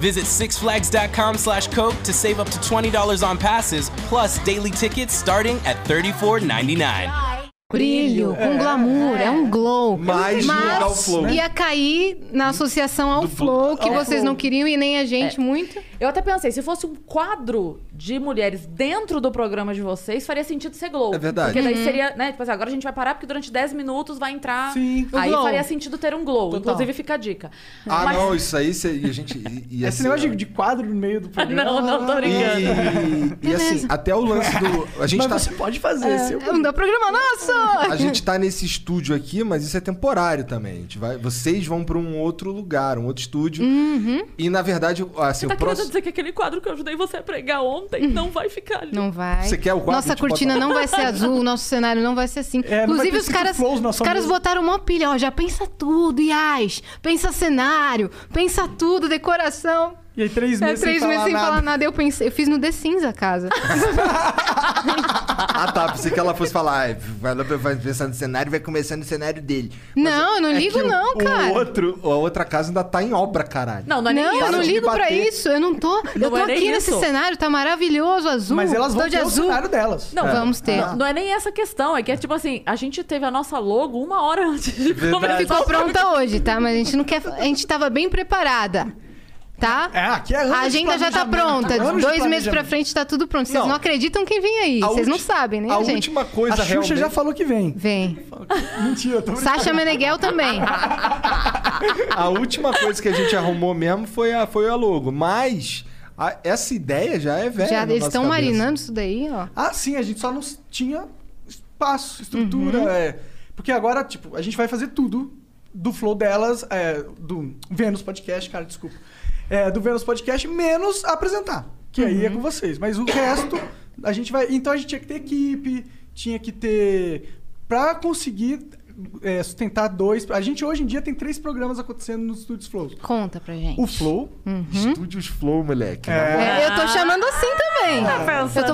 Speaker 7: Visit sixflags.com slash Coke to save up to $20 on passes, plus daily tickets starting at $34.99.
Speaker 2: brilho, com glamour, é, um glow.
Speaker 5: Mais ligar o flow.
Speaker 2: ia cair na associação ao flow, que
Speaker 4: ao
Speaker 2: vocês
Speaker 4: flow. É.
Speaker 2: não queriam e nem a gente muito.
Speaker 3: Eu até pensei, se fosse um quadro de mulheres dentro do programa de vocês, faria sentido ser Glow.
Speaker 5: É verdade.
Speaker 3: Porque daí seria, né? Tipo assim, agora a gente vai parar porque durante 10 minutos vai entrar...
Speaker 4: Sim.
Speaker 2: O
Speaker 3: Aí
Speaker 2: Glow.
Speaker 3: faria sentido ter um Glow. Inclusive fica a dica.
Speaker 5: Ah,
Speaker 3: Mas-
Speaker 5: não, isso aí cê- e a gente. e- e
Speaker 4: Esse
Speaker 5: assim,
Speaker 4: negócio
Speaker 5: ó,
Speaker 4: de, de quadro no meio do programa.
Speaker 3: Não, não tô brincando.
Speaker 5: E, e assim, até o lance do. A gente,
Speaker 4: Mas
Speaker 5: tá,
Speaker 4: você pode fazer. seu-
Speaker 2: É um do programa nosso!
Speaker 5: <laughs> a gente tá nesse estúdio aqui, mas isso é temporário também. A gente vai, vocês vão pra um outro lugar, um outro estúdio.
Speaker 2: Uhum.
Speaker 5: E na verdade, assim,
Speaker 3: Você tá
Speaker 5: o
Speaker 3: querendo
Speaker 5: próximo.
Speaker 3: dizer que aquele quadro que eu ajudei você a pregar ontem não vai ficar ali?
Speaker 2: Não vai.
Speaker 5: Você quer o quadro?
Speaker 2: Nossa
Speaker 5: A gente
Speaker 2: cortina
Speaker 5: bota-
Speaker 2: não vai ser azul,
Speaker 4: <laughs>
Speaker 2: o nosso cenário não vai ser assim.
Speaker 4: É, não vai
Speaker 2: Inclusive,
Speaker 4: ter
Speaker 2: os
Speaker 4: escrito
Speaker 2: caras,
Speaker 4: flows na
Speaker 2: os
Speaker 4: sua
Speaker 2: caras
Speaker 4: mesa.
Speaker 2: botaram uma pilha, ó, já pensa tudo, Yas. Pensa cenário, pensa tudo, decoração.
Speaker 4: E aí, três
Speaker 2: É,
Speaker 4: meses
Speaker 2: três
Speaker 4: sem
Speaker 2: meses
Speaker 4: falar
Speaker 2: sem
Speaker 4: nada.
Speaker 2: falar nada. Eu, pensei, eu fiz no The Sims a casa.
Speaker 5: <laughs>
Speaker 4: <laughs>
Speaker 5: Ah, tá. Pensei que ela fosse falar, ah, vai, lá, vai pensar no cenário vai começar no cenário dele.
Speaker 2: não, eu não
Speaker 5: É
Speaker 2: ligo,
Speaker 5: que o-
Speaker 2: não, cara.
Speaker 5: O outro, a outra casa ainda tá em obra, caralho.
Speaker 3: Não, não é
Speaker 2: Não,
Speaker 3: nem
Speaker 2: eu
Speaker 3: isso.
Speaker 2: não
Speaker 5: Para de
Speaker 2: ligo pra
Speaker 5: bater.
Speaker 2: isso. Eu não tô. eu
Speaker 3: Não
Speaker 2: tô
Speaker 3: é nem
Speaker 2: aqui nesse
Speaker 3: isso.
Speaker 2: cenário, tá maravilhoso, azul.
Speaker 4: Mas elas vão
Speaker 2: tô de
Speaker 4: ter o
Speaker 2: azul.
Speaker 4: cenário delas.
Speaker 3: Não,
Speaker 2: Vamos ter.
Speaker 3: Não, não é nem essa questão, é que é tipo assim, a gente teve a nossa logo uma hora <laughs> antes de começar.
Speaker 2: Ficou pronta hoje, tá? Mas a gente não quer. A gente tava bem preparada. Tá?
Speaker 4: É, aqui é anos
Speaker 2: a
Speaker 4: de
Speaker 2: agenda já tá
Speaker 4: planejamento,
Speaker 2: pronta.
Speaker 4: anos de
Speaker 2: Dois meses pra
Speaker 4: planejamento.
Speaker 2: frente tá tudo pronto. Vocês não,
Speaker 5: Não.
Speaker 2: acreditam quem vem aí.
Speaker 5: A
Speaker 2: Vocês não
Speaker 5: ulti-
Speaker 2: sabem, né,
Speaker 5: A
Speaker 2: gente?
Speaker 5: última coisa,
Speaker 4: A Xuxa
Speaker 5: realmente...
Speaker 4: já falou que vem.
Speaker 2: Vem.
Speaker 4: Mentira, tô brincando.
Speaker 2: Sasha Meneghel também.
Speaker 5: A última coisa que a gente arrumou mesmo foi a, foi a logo. Mas a- essa ideia já é velha.
Speaker 2: Já,
Speaker 5: na
Speaker 2: eles
Speaker 5: nossa
Speaker 2: estão
Speaker 5: cabeça.
Speaker 2: marinando isso daí, ó.
Speaker 4: Ah, sim, a gente só não tinha espaço, estrutura. é. Porque agora, tipo, a gente vai fazer tudo do flow delas, é, do Vênus Podcast, cara, desculpa. É, do Vênus Podcast, menos apresentar. Que aí é com vocês. Mas o resto, a gente vai. Então a gente tinha que ter equipe, tinha que ter. Pra conseguir é, sustentar dois. A gente hoje em dia tem três programas acontecendo nos estúdios Flows.
Speaker 2: Conta pra gente.
Speaker 4: O Flow,
Speaker 2: Uhum.
Speaker 5: Estúdios Flow, moleque.
Speaker 2: É, eu tô chamando assim também. eu tô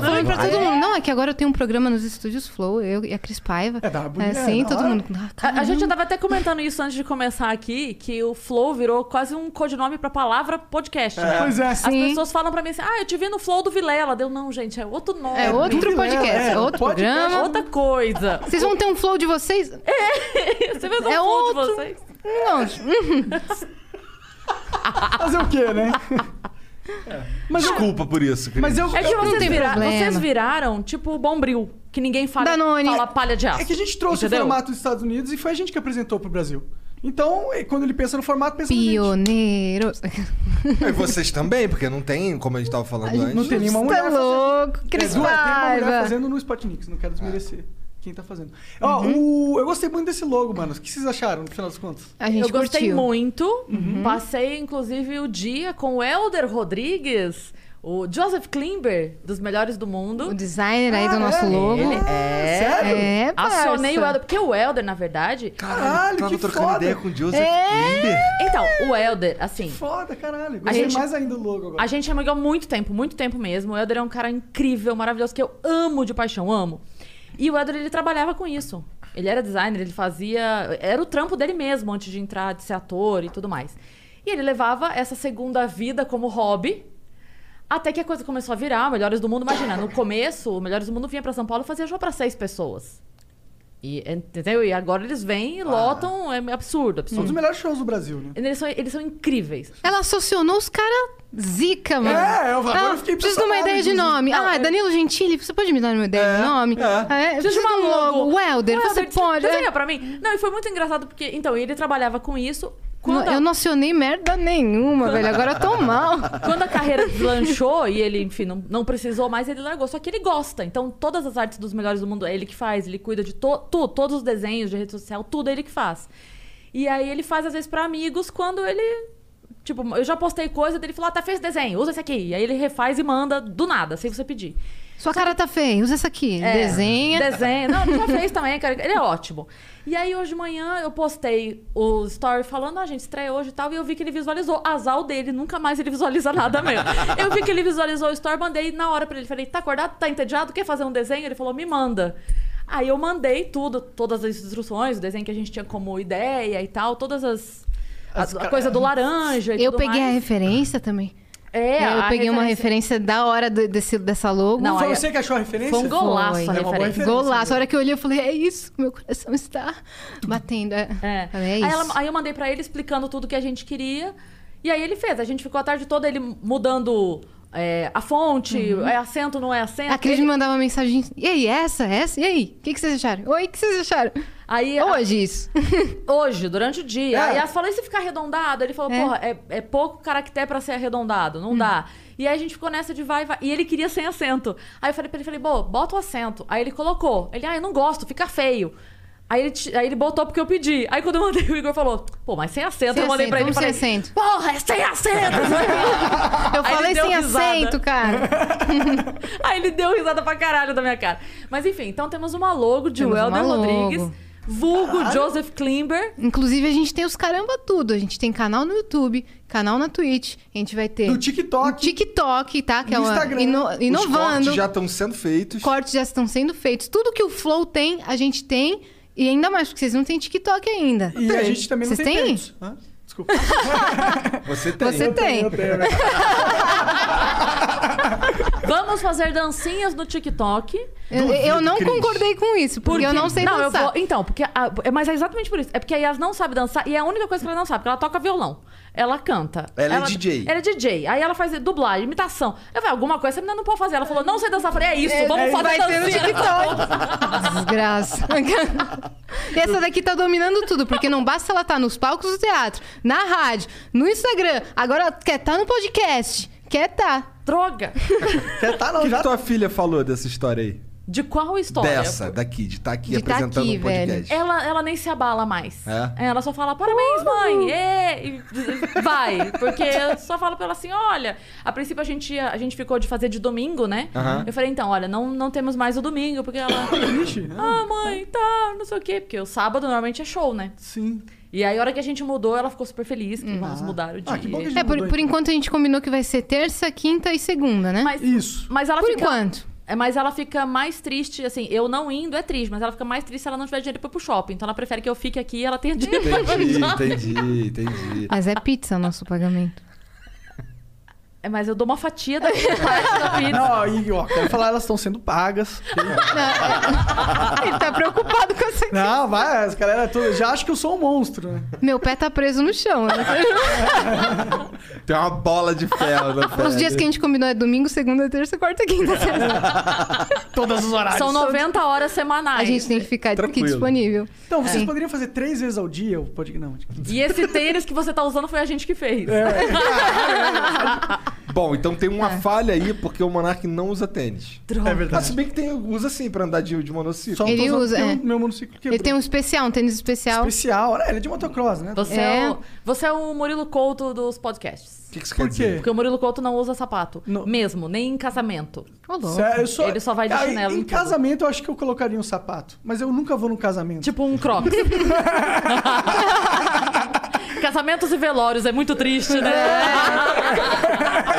Speaker 2: falando pra
Speaker 5: nisso?
Speaker 2: todo mundo. Não, é que agora eu tenho um programa nos estúdios Flow, eu e a Cris Paiva.
Speaker 4: É, dá uma bonita-
Speaker 2: sim,
Speaker 4: é, da
Speaker 2: todo
Speaker 4: hora.
Speaker 2: mundo. Ah,
Speaker 3: A, a gente
Speaker 2: caramba.
Speaker 3: tava até comentando isso antes de começar aqui, que o Flow virou quase um codinome pra palavra podcast. né?
Speaker 4: Pois é.
Speaker 3: As
Speaker 2: Sim.
Speaker 3: pessoas falam pra mim assim, ah, eu te vi no Flow do Vilela. Deu, não, gente, é outro nome.
Speaker 2: É
Speaker 4: do
Speaker 2: outro
Speaker 4: Vilela,
Speaker 2: podcast,
Speaker 4: é,
Speaker 2: é outro
Speaker 4: podcast.
Speaker 2: programa. <laughs>
Speaker 3: Outra coisa.
Speaker 2: Vocês vão ter um flow de vocês?
Speaker 3: Você fez um
Speaker 2: É
Speaker 3: flow de
Speaker 2: outro.
Speaker 3: vocês?
Speaker 2: Não,
Speaker 4: fazer o quê, né? Mas eu-
Speaker 5: Desculpa por isso. Cris.
Speaker 4: Mas eu,
Speaker 3: É que
Speaker 4: eu-
Speaker 3: vocês,
Speaker 2: tem
Speaker 3: vira-
Speaker 2: problema.
Speaker 3: vocês viraram tipo o Bombril, que ninguém fala,
Speaker 2: Danone.
Speaker 3: fala palha de aço.
Speaker 4: É que a gente trouxe
Speaker 3: Entendeu?
Speaker 4: o formato dos Estados Unidos e foi a gente que apresentou pro Brasil. Então, eh, quando ele pensa no formato, pensa no gente.
Speaker 2: pioneiros.
Speaker 5: E vocês também, porque não tem, como a gente tava falando antes.
Speaker 4: Não tem nenhuma mulher
Speaker 2: Tá
Speaker 4: fazendo.
Speaker 2: louco,
Speaker 4: é, Tem
Speaker 2: Cris
Speaker 4: duas- tem uma mulher
Speaker 2: Paiva.
Speaker 4: fazendo no Spotnix, não quero desmerecer quem tá fazendo. Ó, o- eu gostei muito desse logo, mano. O que vocês acharam, no final das contas?
Speaker 2: A gente
Speaker 3: eu gostei
Speaker 2: curtiu. Uhum.
Speaker 3: muito. Passei, inclusive, o dia com o Elder Rodrigues, o Joseph Klimber, dos melhores do
Speaker 2: O
Speaker 3: mundo.
Speaker 2: designer aí do
Speaker 4: Ah,
Speaker 2: nosso
Speaker 4: é?
Speaker 2: logo.
Speaker 4: Ele
Speaker 3: é.
Speaker 4: Sério?
Speaker 2: É, parça.
Speaker 3: Acionei o Elder, porque o Elder, na verdade.
Speaker 4: Caralho,
Speaker 5: tava
Speaker 4: que
Speaker 5: trocando
Speaker 4: foda.
Speaker 5: ideia com o Joseph
Speaker 2: É.
Speaker 5: Klimber.
Speaker 3: Então, o Elder, assim.
Speaker 4: Foda, caralho. Gostei
Speaker 3: gente-
Speaker 4: mais ainda do logo agora.
Speaker 3: A gente é amigo há muito tempo, muito tempo mesmo. O Elder é um cara incrível, maravilhoso, que eu amo de paixão, amo. E o Elder, ele trabalhava com isso. Ele era designer, ele fazia. Era o trampo dele mesmo antes de entrar, de ser ator e tudo mais. E ele levava essa segunda vida como hobby. Até que a coisa começou a virar, o Melhores do Mundo. Imagina, no começo, o Melhores do Mundo vinha pra São Paulo e fazia show pra seis pessoas. E, entendeu? E agora eles vêm e lotam, é absurdo,
Speaker 4: Um dos
Speaker 3: absurdo.
Speaker 4: melhores shows do Brasil, né?
Speaker 3: Eles, são, eles são incríveis.
Speaker 2: Ela associou os caras zica, mano.
Speaker 4: É, eu- agora
Speaker 2: Ah,
Speaker 4: eu fiquei
Speaker 2: Preciso de uma
Speaker 4: impressionado,
Speaker 2: ideia de
Speaker 4: inclusive.
Speaker 2: nome.
Speaker 3: Não,
Speaker 2: ah,
Speaker 3: é-
Speaker 2: Danilo Gentili, você pode me dar uma ideia de nome? É,
Speaker 3: Precisa de um logo.
Speaker 2: Welder, você
Speaker 3: Welder,
Speaker 2: pode.
Speaker 3: Você
Speaker 2: é.
Speaker 3: olha pra mim? Não, e foi muito engraçado porque. Então, ele trabalhava com isso. Quando,
Speaker 2: Não,
Speaker 3: a,
Speaker 2: Eu não acionei merda
Speaker 3: <laughs>
Speaker 2: nenhuma, velho. Agora eu tô mal.
Speaker 3: quando a carreira deslanchou e ele, enfim, não, não precisou mais, ele largou. Só que ele gosta. Então, todas as artes dos melhores do mundo é ele que faz. Ele cuida de to, tudo, todos os desenhos de rede social, tudo é ele que faz. E aí ele faz, às vezes, pra amigos quando ele. Tipo, eu já postei coisa dele falou: ah, tá, fez desenho, usa esse aqui. E aí ele refaz e manda do nada, sem você pedir.
Speaker 2: Sua cara tá feia, usa essa aqui.
Speaker 3: É,
Speaker 2: Desenha.
Speaker 3: Desenha. Não,
Speaker 2: <laughs>
Speaker 3: ele já fez também, cara. Ele é ótimo. E aí, hoje de manhã, eu postei o story falando, ah, gente, estreia hoje e tal, e eu vi que ele visualizou. Azar o dele, nunca mais ele visualiza nada mesmo. eu vi que ele visualizou o story, mandei na hora pra ele. Falei, tá acordado? Tá entediado? Quer fazer um desenho? Ele falou, me manda. Aí eu mandei tudo, todas as instruções, o desenho que a gente tinha como ideia e tal, todas as...
Speaker 4: As
Speaker 3: a, a
Speaker 4: ca- é,
Speaker 3: coisa do laranja e
Speaker 2: Eu
Speaker 3: tudo
Speaker 2: peguei a
Speaker 3: mais.
Speaker 2: referência também.
Speaker 3: É,
Speaker 2: eu
Speaker 3: a
Speaker 2: peguei uma referência da hora do- desse, dessa logo.
Speaker 3: Não,
Speaker 4: Foi
Speaker 3: aí-
Speaker 4: você que achou a referência?
Speaker 3: Foi um golaço
Speaker 2: Foi.
Speaker 3: a
Speaker 4: É uma boa
Speaker 3: referência.
Speaker 4: referência.
Speaker 2: Golaço.
Speaker 4: mesmo.
Speaker 2: A hora que eu olhei, eu falei, é isso. Meu coração está batendo. É,
Speaker 3: É.
Speaker 2: Falei, é
Speaker 3: aí, ela-
Speaker 2: isso.
Speaker 3: aí eu mandei pra ele explicando tudo que a gente queria. E aí ele fez. A gente ficou a tarde toda ele mudando é, a fonte,
Speaker 2: Uhum.
Speaker 3: é acento, não é acento.
Speaker 2: A Cris
Speaker 3: Ele-
Speaker 2: me mandava mensagem. E aí, essa, essa? E aí? O que, que vocês acharam? Oi, o que vocês acharam?
Speaker 3: Aí,
Speaker 2: Hoje isso.
Speaker 3: a- hoje, durante o dia.
Speaker 4: É.
Speaker 3: Aí ela falou, e se ficar arredondado? Ele falou,
Speaker 2: É. Hum.
Speaker 3: porra, é, é pouco caractere pra ser arredondado, não dá. E aí a gente ficou nessa de vai, vai. E ele queria sem acento. Aí eu falei pra ele, falei, "Bô, bota o acento. Aí ele colocou. Ele, ah, eu não gosto, fica feio. Aí ele, ti- aí ele botou porque eu pedi. Aí quando eu mandei, <laughs> o Igor falou, pô, mas sem acento.
Speaker 2: Sem
Speaker 3: <laughs> eu mandei pra ele,
Speaker 2: acento,
Speaker 3: e
Speaker 2: vamos
Speaker 3: falei,
Speaker 2: sem acento.
Speaker 3: porra, é
Speaker 2: <laughs>
Speaker 3: sem acento!
Speaker 2: Eu
Speaker 3: <laughs> Aí ele
Speaker 2: falei
Speaker 3: deu
Speaker 2: sem
Speaker 3: risada.
Speaker 2: acento, cara.
Speaker 3: <laughs> Aí ele deu risada pra caralho da minha cara. Mas enfim, então temos uma logo de
Speaker 2: Temos
Speaker 3: Welder
Speaker 2: uma logo.
Speaker 3: Rodrigues, vulgo Joseph Klimber.
Speaker 2: Inclusive, a gente tem os caramba tudo. A gente tem canal no YouTube, canal na Twitch. A gente vai ter.
Speaker 4: No TikTok.
Speaker 2: No TikTok, tá? Que
Speaker 4: No
Speaker 2: é uma.
Speaker 4: Instagram.
Speaker 2: ino-
Speaker 5: Os
Speaker 2: Inovando.
Speaker 5: cortes já estão sendo feitos.
Speaker 2: cortes já estão sendo feitos. Tudo que o Flow tem, a gente tem. E ainda mais, porque vocês não têm TikTok ainda.
Speaker 4: E a gente também não
Speaker 2: Vocês
Speaker 4: tem
Speaker 2: têm?
Speaker 4: peitos. Hã? Desculpa.
Speaker 5: Você tem.
Speaker 2: Você tem.
Speaker 4: Eu tenho, né?
Speaker 3: Vamos fazer dancinhas no TikTok.
Speaker 2: Eu, eu não
Speaker 5: Cris.
Speaker 2: concordei com isso, porque eu não sei
Speaker 3: não, eu
Speaker 2: dançar.
Speaker 3: vou- <laughs> Então, porque. a- é- Mas é exatamente por isso. É porque a Yas não sabe dançar e é a única coisa que ela não sabe, porque ela toca violão. Ela canta.
Speaker 5: Ela é DJ.
Speaker 3: Ela é DJ. Aí ela faz dublagem, imitação. Eu falei, alguma coisa essa menina não pode fazer. Ela falou, não sei dançar. Eu falei, é isso, vamos fazer
Speaker 2: Vai ter no
Speaker 3: dancinha.
Speaker 2: TikTok. Desgraça. E essa daqui tá dominando tudo, porque não basta ela estar nos palcos do teatro, na rádio, no Instagram, agora ela quer estar no podcast. Quer tá.
Speaker 3: <laughs> Droga!
Speaker 4: Você tá
Speaker 5: O
Speaker 4: não,
Speaker 5: que, que
Speaker 4: já
Speaker 5: tua filha falou dessa história aí?
Speaker 3: De qual história?
Speaker 5: Dessa, daqui, de estar aqui
Speaker 2: De tá
Speaker 5: apresentando
Speaker 2: aqui,
Speaker 5: um podcast.
Speaker 3: Ela, ela nem se abala mais.
Speaker 5: É?
Speaker 3: Ela só fala, parabéns, mãe! é", E vai. Porque eu só falo pra ela assim: olha, a princípio a gente, ia- a gente ficou de fazer de domingo, né?
Speaker 5: Aham.
Speaker 3: Eu falei, então, olha, não, não temos mais o domingo, porque
Speaker 4: <coughs>
Speaker 3: ela.
Speaker 4: Ixi, ah,
Speaker 3: Ah, mãe, tá, não sei o quê. Porque o sábado normalmente é show, né?
Speaker 4: Sim.
Speaker 3: E aí, a hora que a gente mudou, ela ficou super feliz que vamos
Speaker 2: Uhum.
Speaker 3: mudar o dia.
Speaker 4: Ah, que bom que a gente
Speaker 2: É, por,
Speaker 4: mudou,
Speaker 2: por
Speaker 4: então.
Speaker 2: enquanto a gente combinou que vai ser terça, quinta e segunda, né?
Speaker 3: Mas,
Speaker 4: Isso.
Speaker 3: mas ela
Speaker 2: por
Speaker 3: fica-
Speaker 2: enquanto.
Speaker 3: É, mas ela fica mais triste, assim, eu não indo é triste, mas ela fica mais triste se ela não tiver dinheiro pra ir pro shopping. Então ela prefere que eu fique aqui e ela tenha dinheiro
Speaker 2: É
Speaker 3: pra ir pro
Speaker 5: Entendi,
Speaker 3: shopping.
Speaker 5: entendi, entendi.
Speaker 2: Mas é pizza nosso
Speaker 3: <laughs>
Speaker 2: pagamento.
Speaker 3: É, mas eu dou uma fatia
Speaker 2: <laughs>
Speaker 3: da minha parte da pizza.
Speaker 4: Não, e ó, quero falar, elas estão sendo pagas.
Speaker 2: Ele tá preocupado com
Speaker 3: <laughs>
Speaker 2: essa aqui.
Speaker 4: Não, vai, as galera toda já acha que eu sou um monstro, né?
Speaker 2: Meu pé tá preso no chão. né?
Speaker 5: Tem uma bola de ferro
Speaker 2: <laughs>
Speaker 5: na
Speaker 2: Os
Speaker 5: perna.
Speaker 2: dias que a gente combinou é domingo, segunda, terça, quarta,
Speaker 3: <laughs>
Speaker 2: quinta,
Speaker 3: É
Speaker 2: sexta.
Speaker 4: Todas os horários.
Speaker 3: São 90 horas semanais.
Speaker 2: A gente tem que ficar aqui
Speaker 5: Tranquilo.
Speaker 2: disponível.
Speaker 4: Então, vocês
Speaker 2: Sim.
Speaker 3: É.
Speaker 4: poderiam fazer três vezes ao dia o podcast? Não, tipo,
Speaker 3: E esse tênis que você tá usando foi a gente que fez.
Speaker 4: É,
Speaker 5: Bom, então tem uma
Speaker 2: Ah.
Speaker 5: falha aí porque o Monark não usa tênis.
Speaker 4: é
Speaker 2: Tá.
Speaker 5: Ah,
Speaker 4: verdade.
Speaker 5: se bem que tem, usa sim pra andar de, de monociclo.
Speaker 4: tipo, Só
Speaker 2: Ele
Speaker 4: tô usando
Speaker 2: usa,
Speaker 4: porque
Speaker 2: é.
Speaker 4: o Meu monociclo quebrou.
Speaker 2: Ele tem um especial, um tênis especial.
Speaker 4: especial. É, ele é de motocross, né?
Speaker 3: Você é. o, você é o Murilo Couto dos podcasts.
Speaker 5: O que, que você
Speaker 4: Por
Speaker 5: quer
Speaker 4: quê?
Speaker 5: dizer?
Speaker 3: Porque o Murilo Couto não usa sapato.
Speaker 4: Não.
Speaker 3: Mesmo, nem em casamento.
Speaker 2: Ô, louco.
Speaker 4: Sério, eu sou...
Speaker 3: Ele só vai de
Speaker 4: Aí,
Speaker 3: chinelo em
Speaker 4: Em
Speaker 3: tudo.
Speaker 4: casamento, eu acho que eu colocaria um sapato. Mas eu nunca vou num casamento.
Speaker 3: Tipo um crocs. Casamentos e velórios é muito triste,
Speaker 2: É.
Speaker 3: né?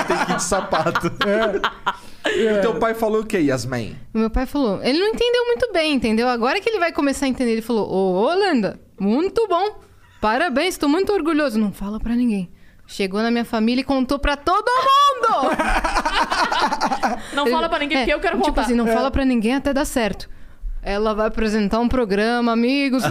Speaker 5: Tem que ir de sapato.
Speaker 3: É.
Speaker 5: E <laughs> teu pai falou o que, Yasmin?
Speaker 2: O meu pai falou. Ele não entendeu muito bem, entendeu? Agora que ele vai começar a entender, ele falou: Ô, Holanda, muito bom. Parabéns, tô muito orgulhoso. Não fala pra ninguém. Chegou na minha família e contou pra todo mundo!
Speaker 3: <laughs> Não fala pra ninguém,
Speaker 2: É,
Speaker 3: porque eu quero É.
Speaker 2: tipo
Speaker 3: contar.
Speaker 2: assim, não fala pra ninguém até dar certo. Ela vai apresentar um programa,
Speaker 3: <laughs>
Speaker 2: amigos.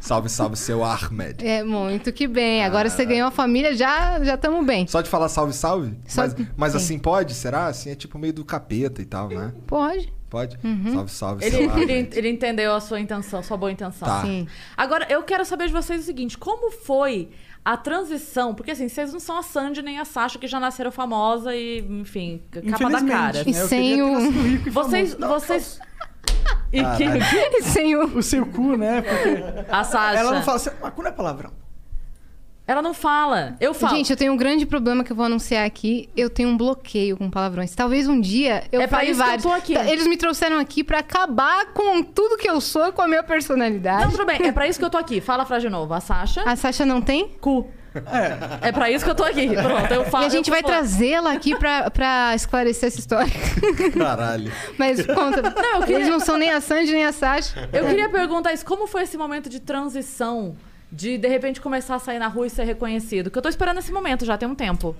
Speaker 5: Salve, salve, seu Ahmed.
Speaker 2: é muito que bem. Agora
Speaker 3: Ah.
Speaker 2: você ganhou a família, já já estamos bem.
Speaker 5: Só de falar salve, salve?
Speaker 2: Só-
Speaker 5: Mas, mas
Speaker 2: Sim.
Speaker 5: assim pode? Será? Assim é tipo meio do capeta e tal, né?
Speaker 2: Pode.
Speaker 5: Pode? Salve, salve,
Speaker 3: Uhum. Ele,
Speaker 5: seu Ahmed.
Speaker 3: ele- ele entendeu a sua intenção, sua boa intenção.
Speaker 5: Tá.
Speaker 2: Sim.
Speaker 3: Agora, eu quero saber de vocês o seguinte: como foi a transição? Porque assim, vocês não são a Sandy nem a Sasha, que já nasceram famosa e, enfim, capa da
Speaker 4: Infelizmente,
Speaker 3: cara.
Speaker 4: né?
Speaker 2: E
Speaker 4: Eu
Speaker 2: sem
Speaker 4: queria ter
Speaker 2: o-
Speaker 4: nascido rico e
Speaker 3: Vocês.
Speaker 4: famoso. Não,
Speaker 3: vocês... E
Speaker 5: Caralho.
Speaker 3: <laughs> que...
Speaker 2: <laughs> Sem o...
Speaker 4: O seu cu, né? Porque
Speaker 3: A Sasha.
Speaker 4: ela não fala assim, mas cu não é palavrão.
Speaker 3: Ela não fala. Eu falo.
Speaker 2: Gente, eu tenho um grande problema que eu vou anunciar aqui. Eu tenho um bloqueio com palavrões. Talvez um dia eu
Speaker 3: É pra
Speaker 2: fale
Speaker 3: isso que eu
Speaker 2: vários.
Speaker 3: tô aqui.
Speaker 2: Tá, Eles me trouxeram aqui pra acabar com tudo que eu sou, com a minha personalidade.
Speaker 3: Não, tudo bem. É pra isso que eu tô aqui. Fala a frase de novo. A Sasha.
Speaker 2: A Sasha não tem?
Speaker 3: Cu. É. pra isso que eu tô aqui. Pronto, eu falo.
Speaker 2: e a gente
Speaker 3: eu
Speaker 2: vai
Speaker 3: falo.
Speaker 2: trazê-la aqui pra, pra esclarecer essa história. <laughs>
Speaker 5: Caralho.
Speaker 2: Mas conta.
Speaker 3: eu queria-
Speaker 2: Eles não são nem a Sandy nem a Sasha.
Speaker 3: Eu queria perguntar isso. Como foi esse momento de transição? De, de repente, começar a sair na rua e ser reconhecido? Que eu tô esperando esse momento já tem um tempo.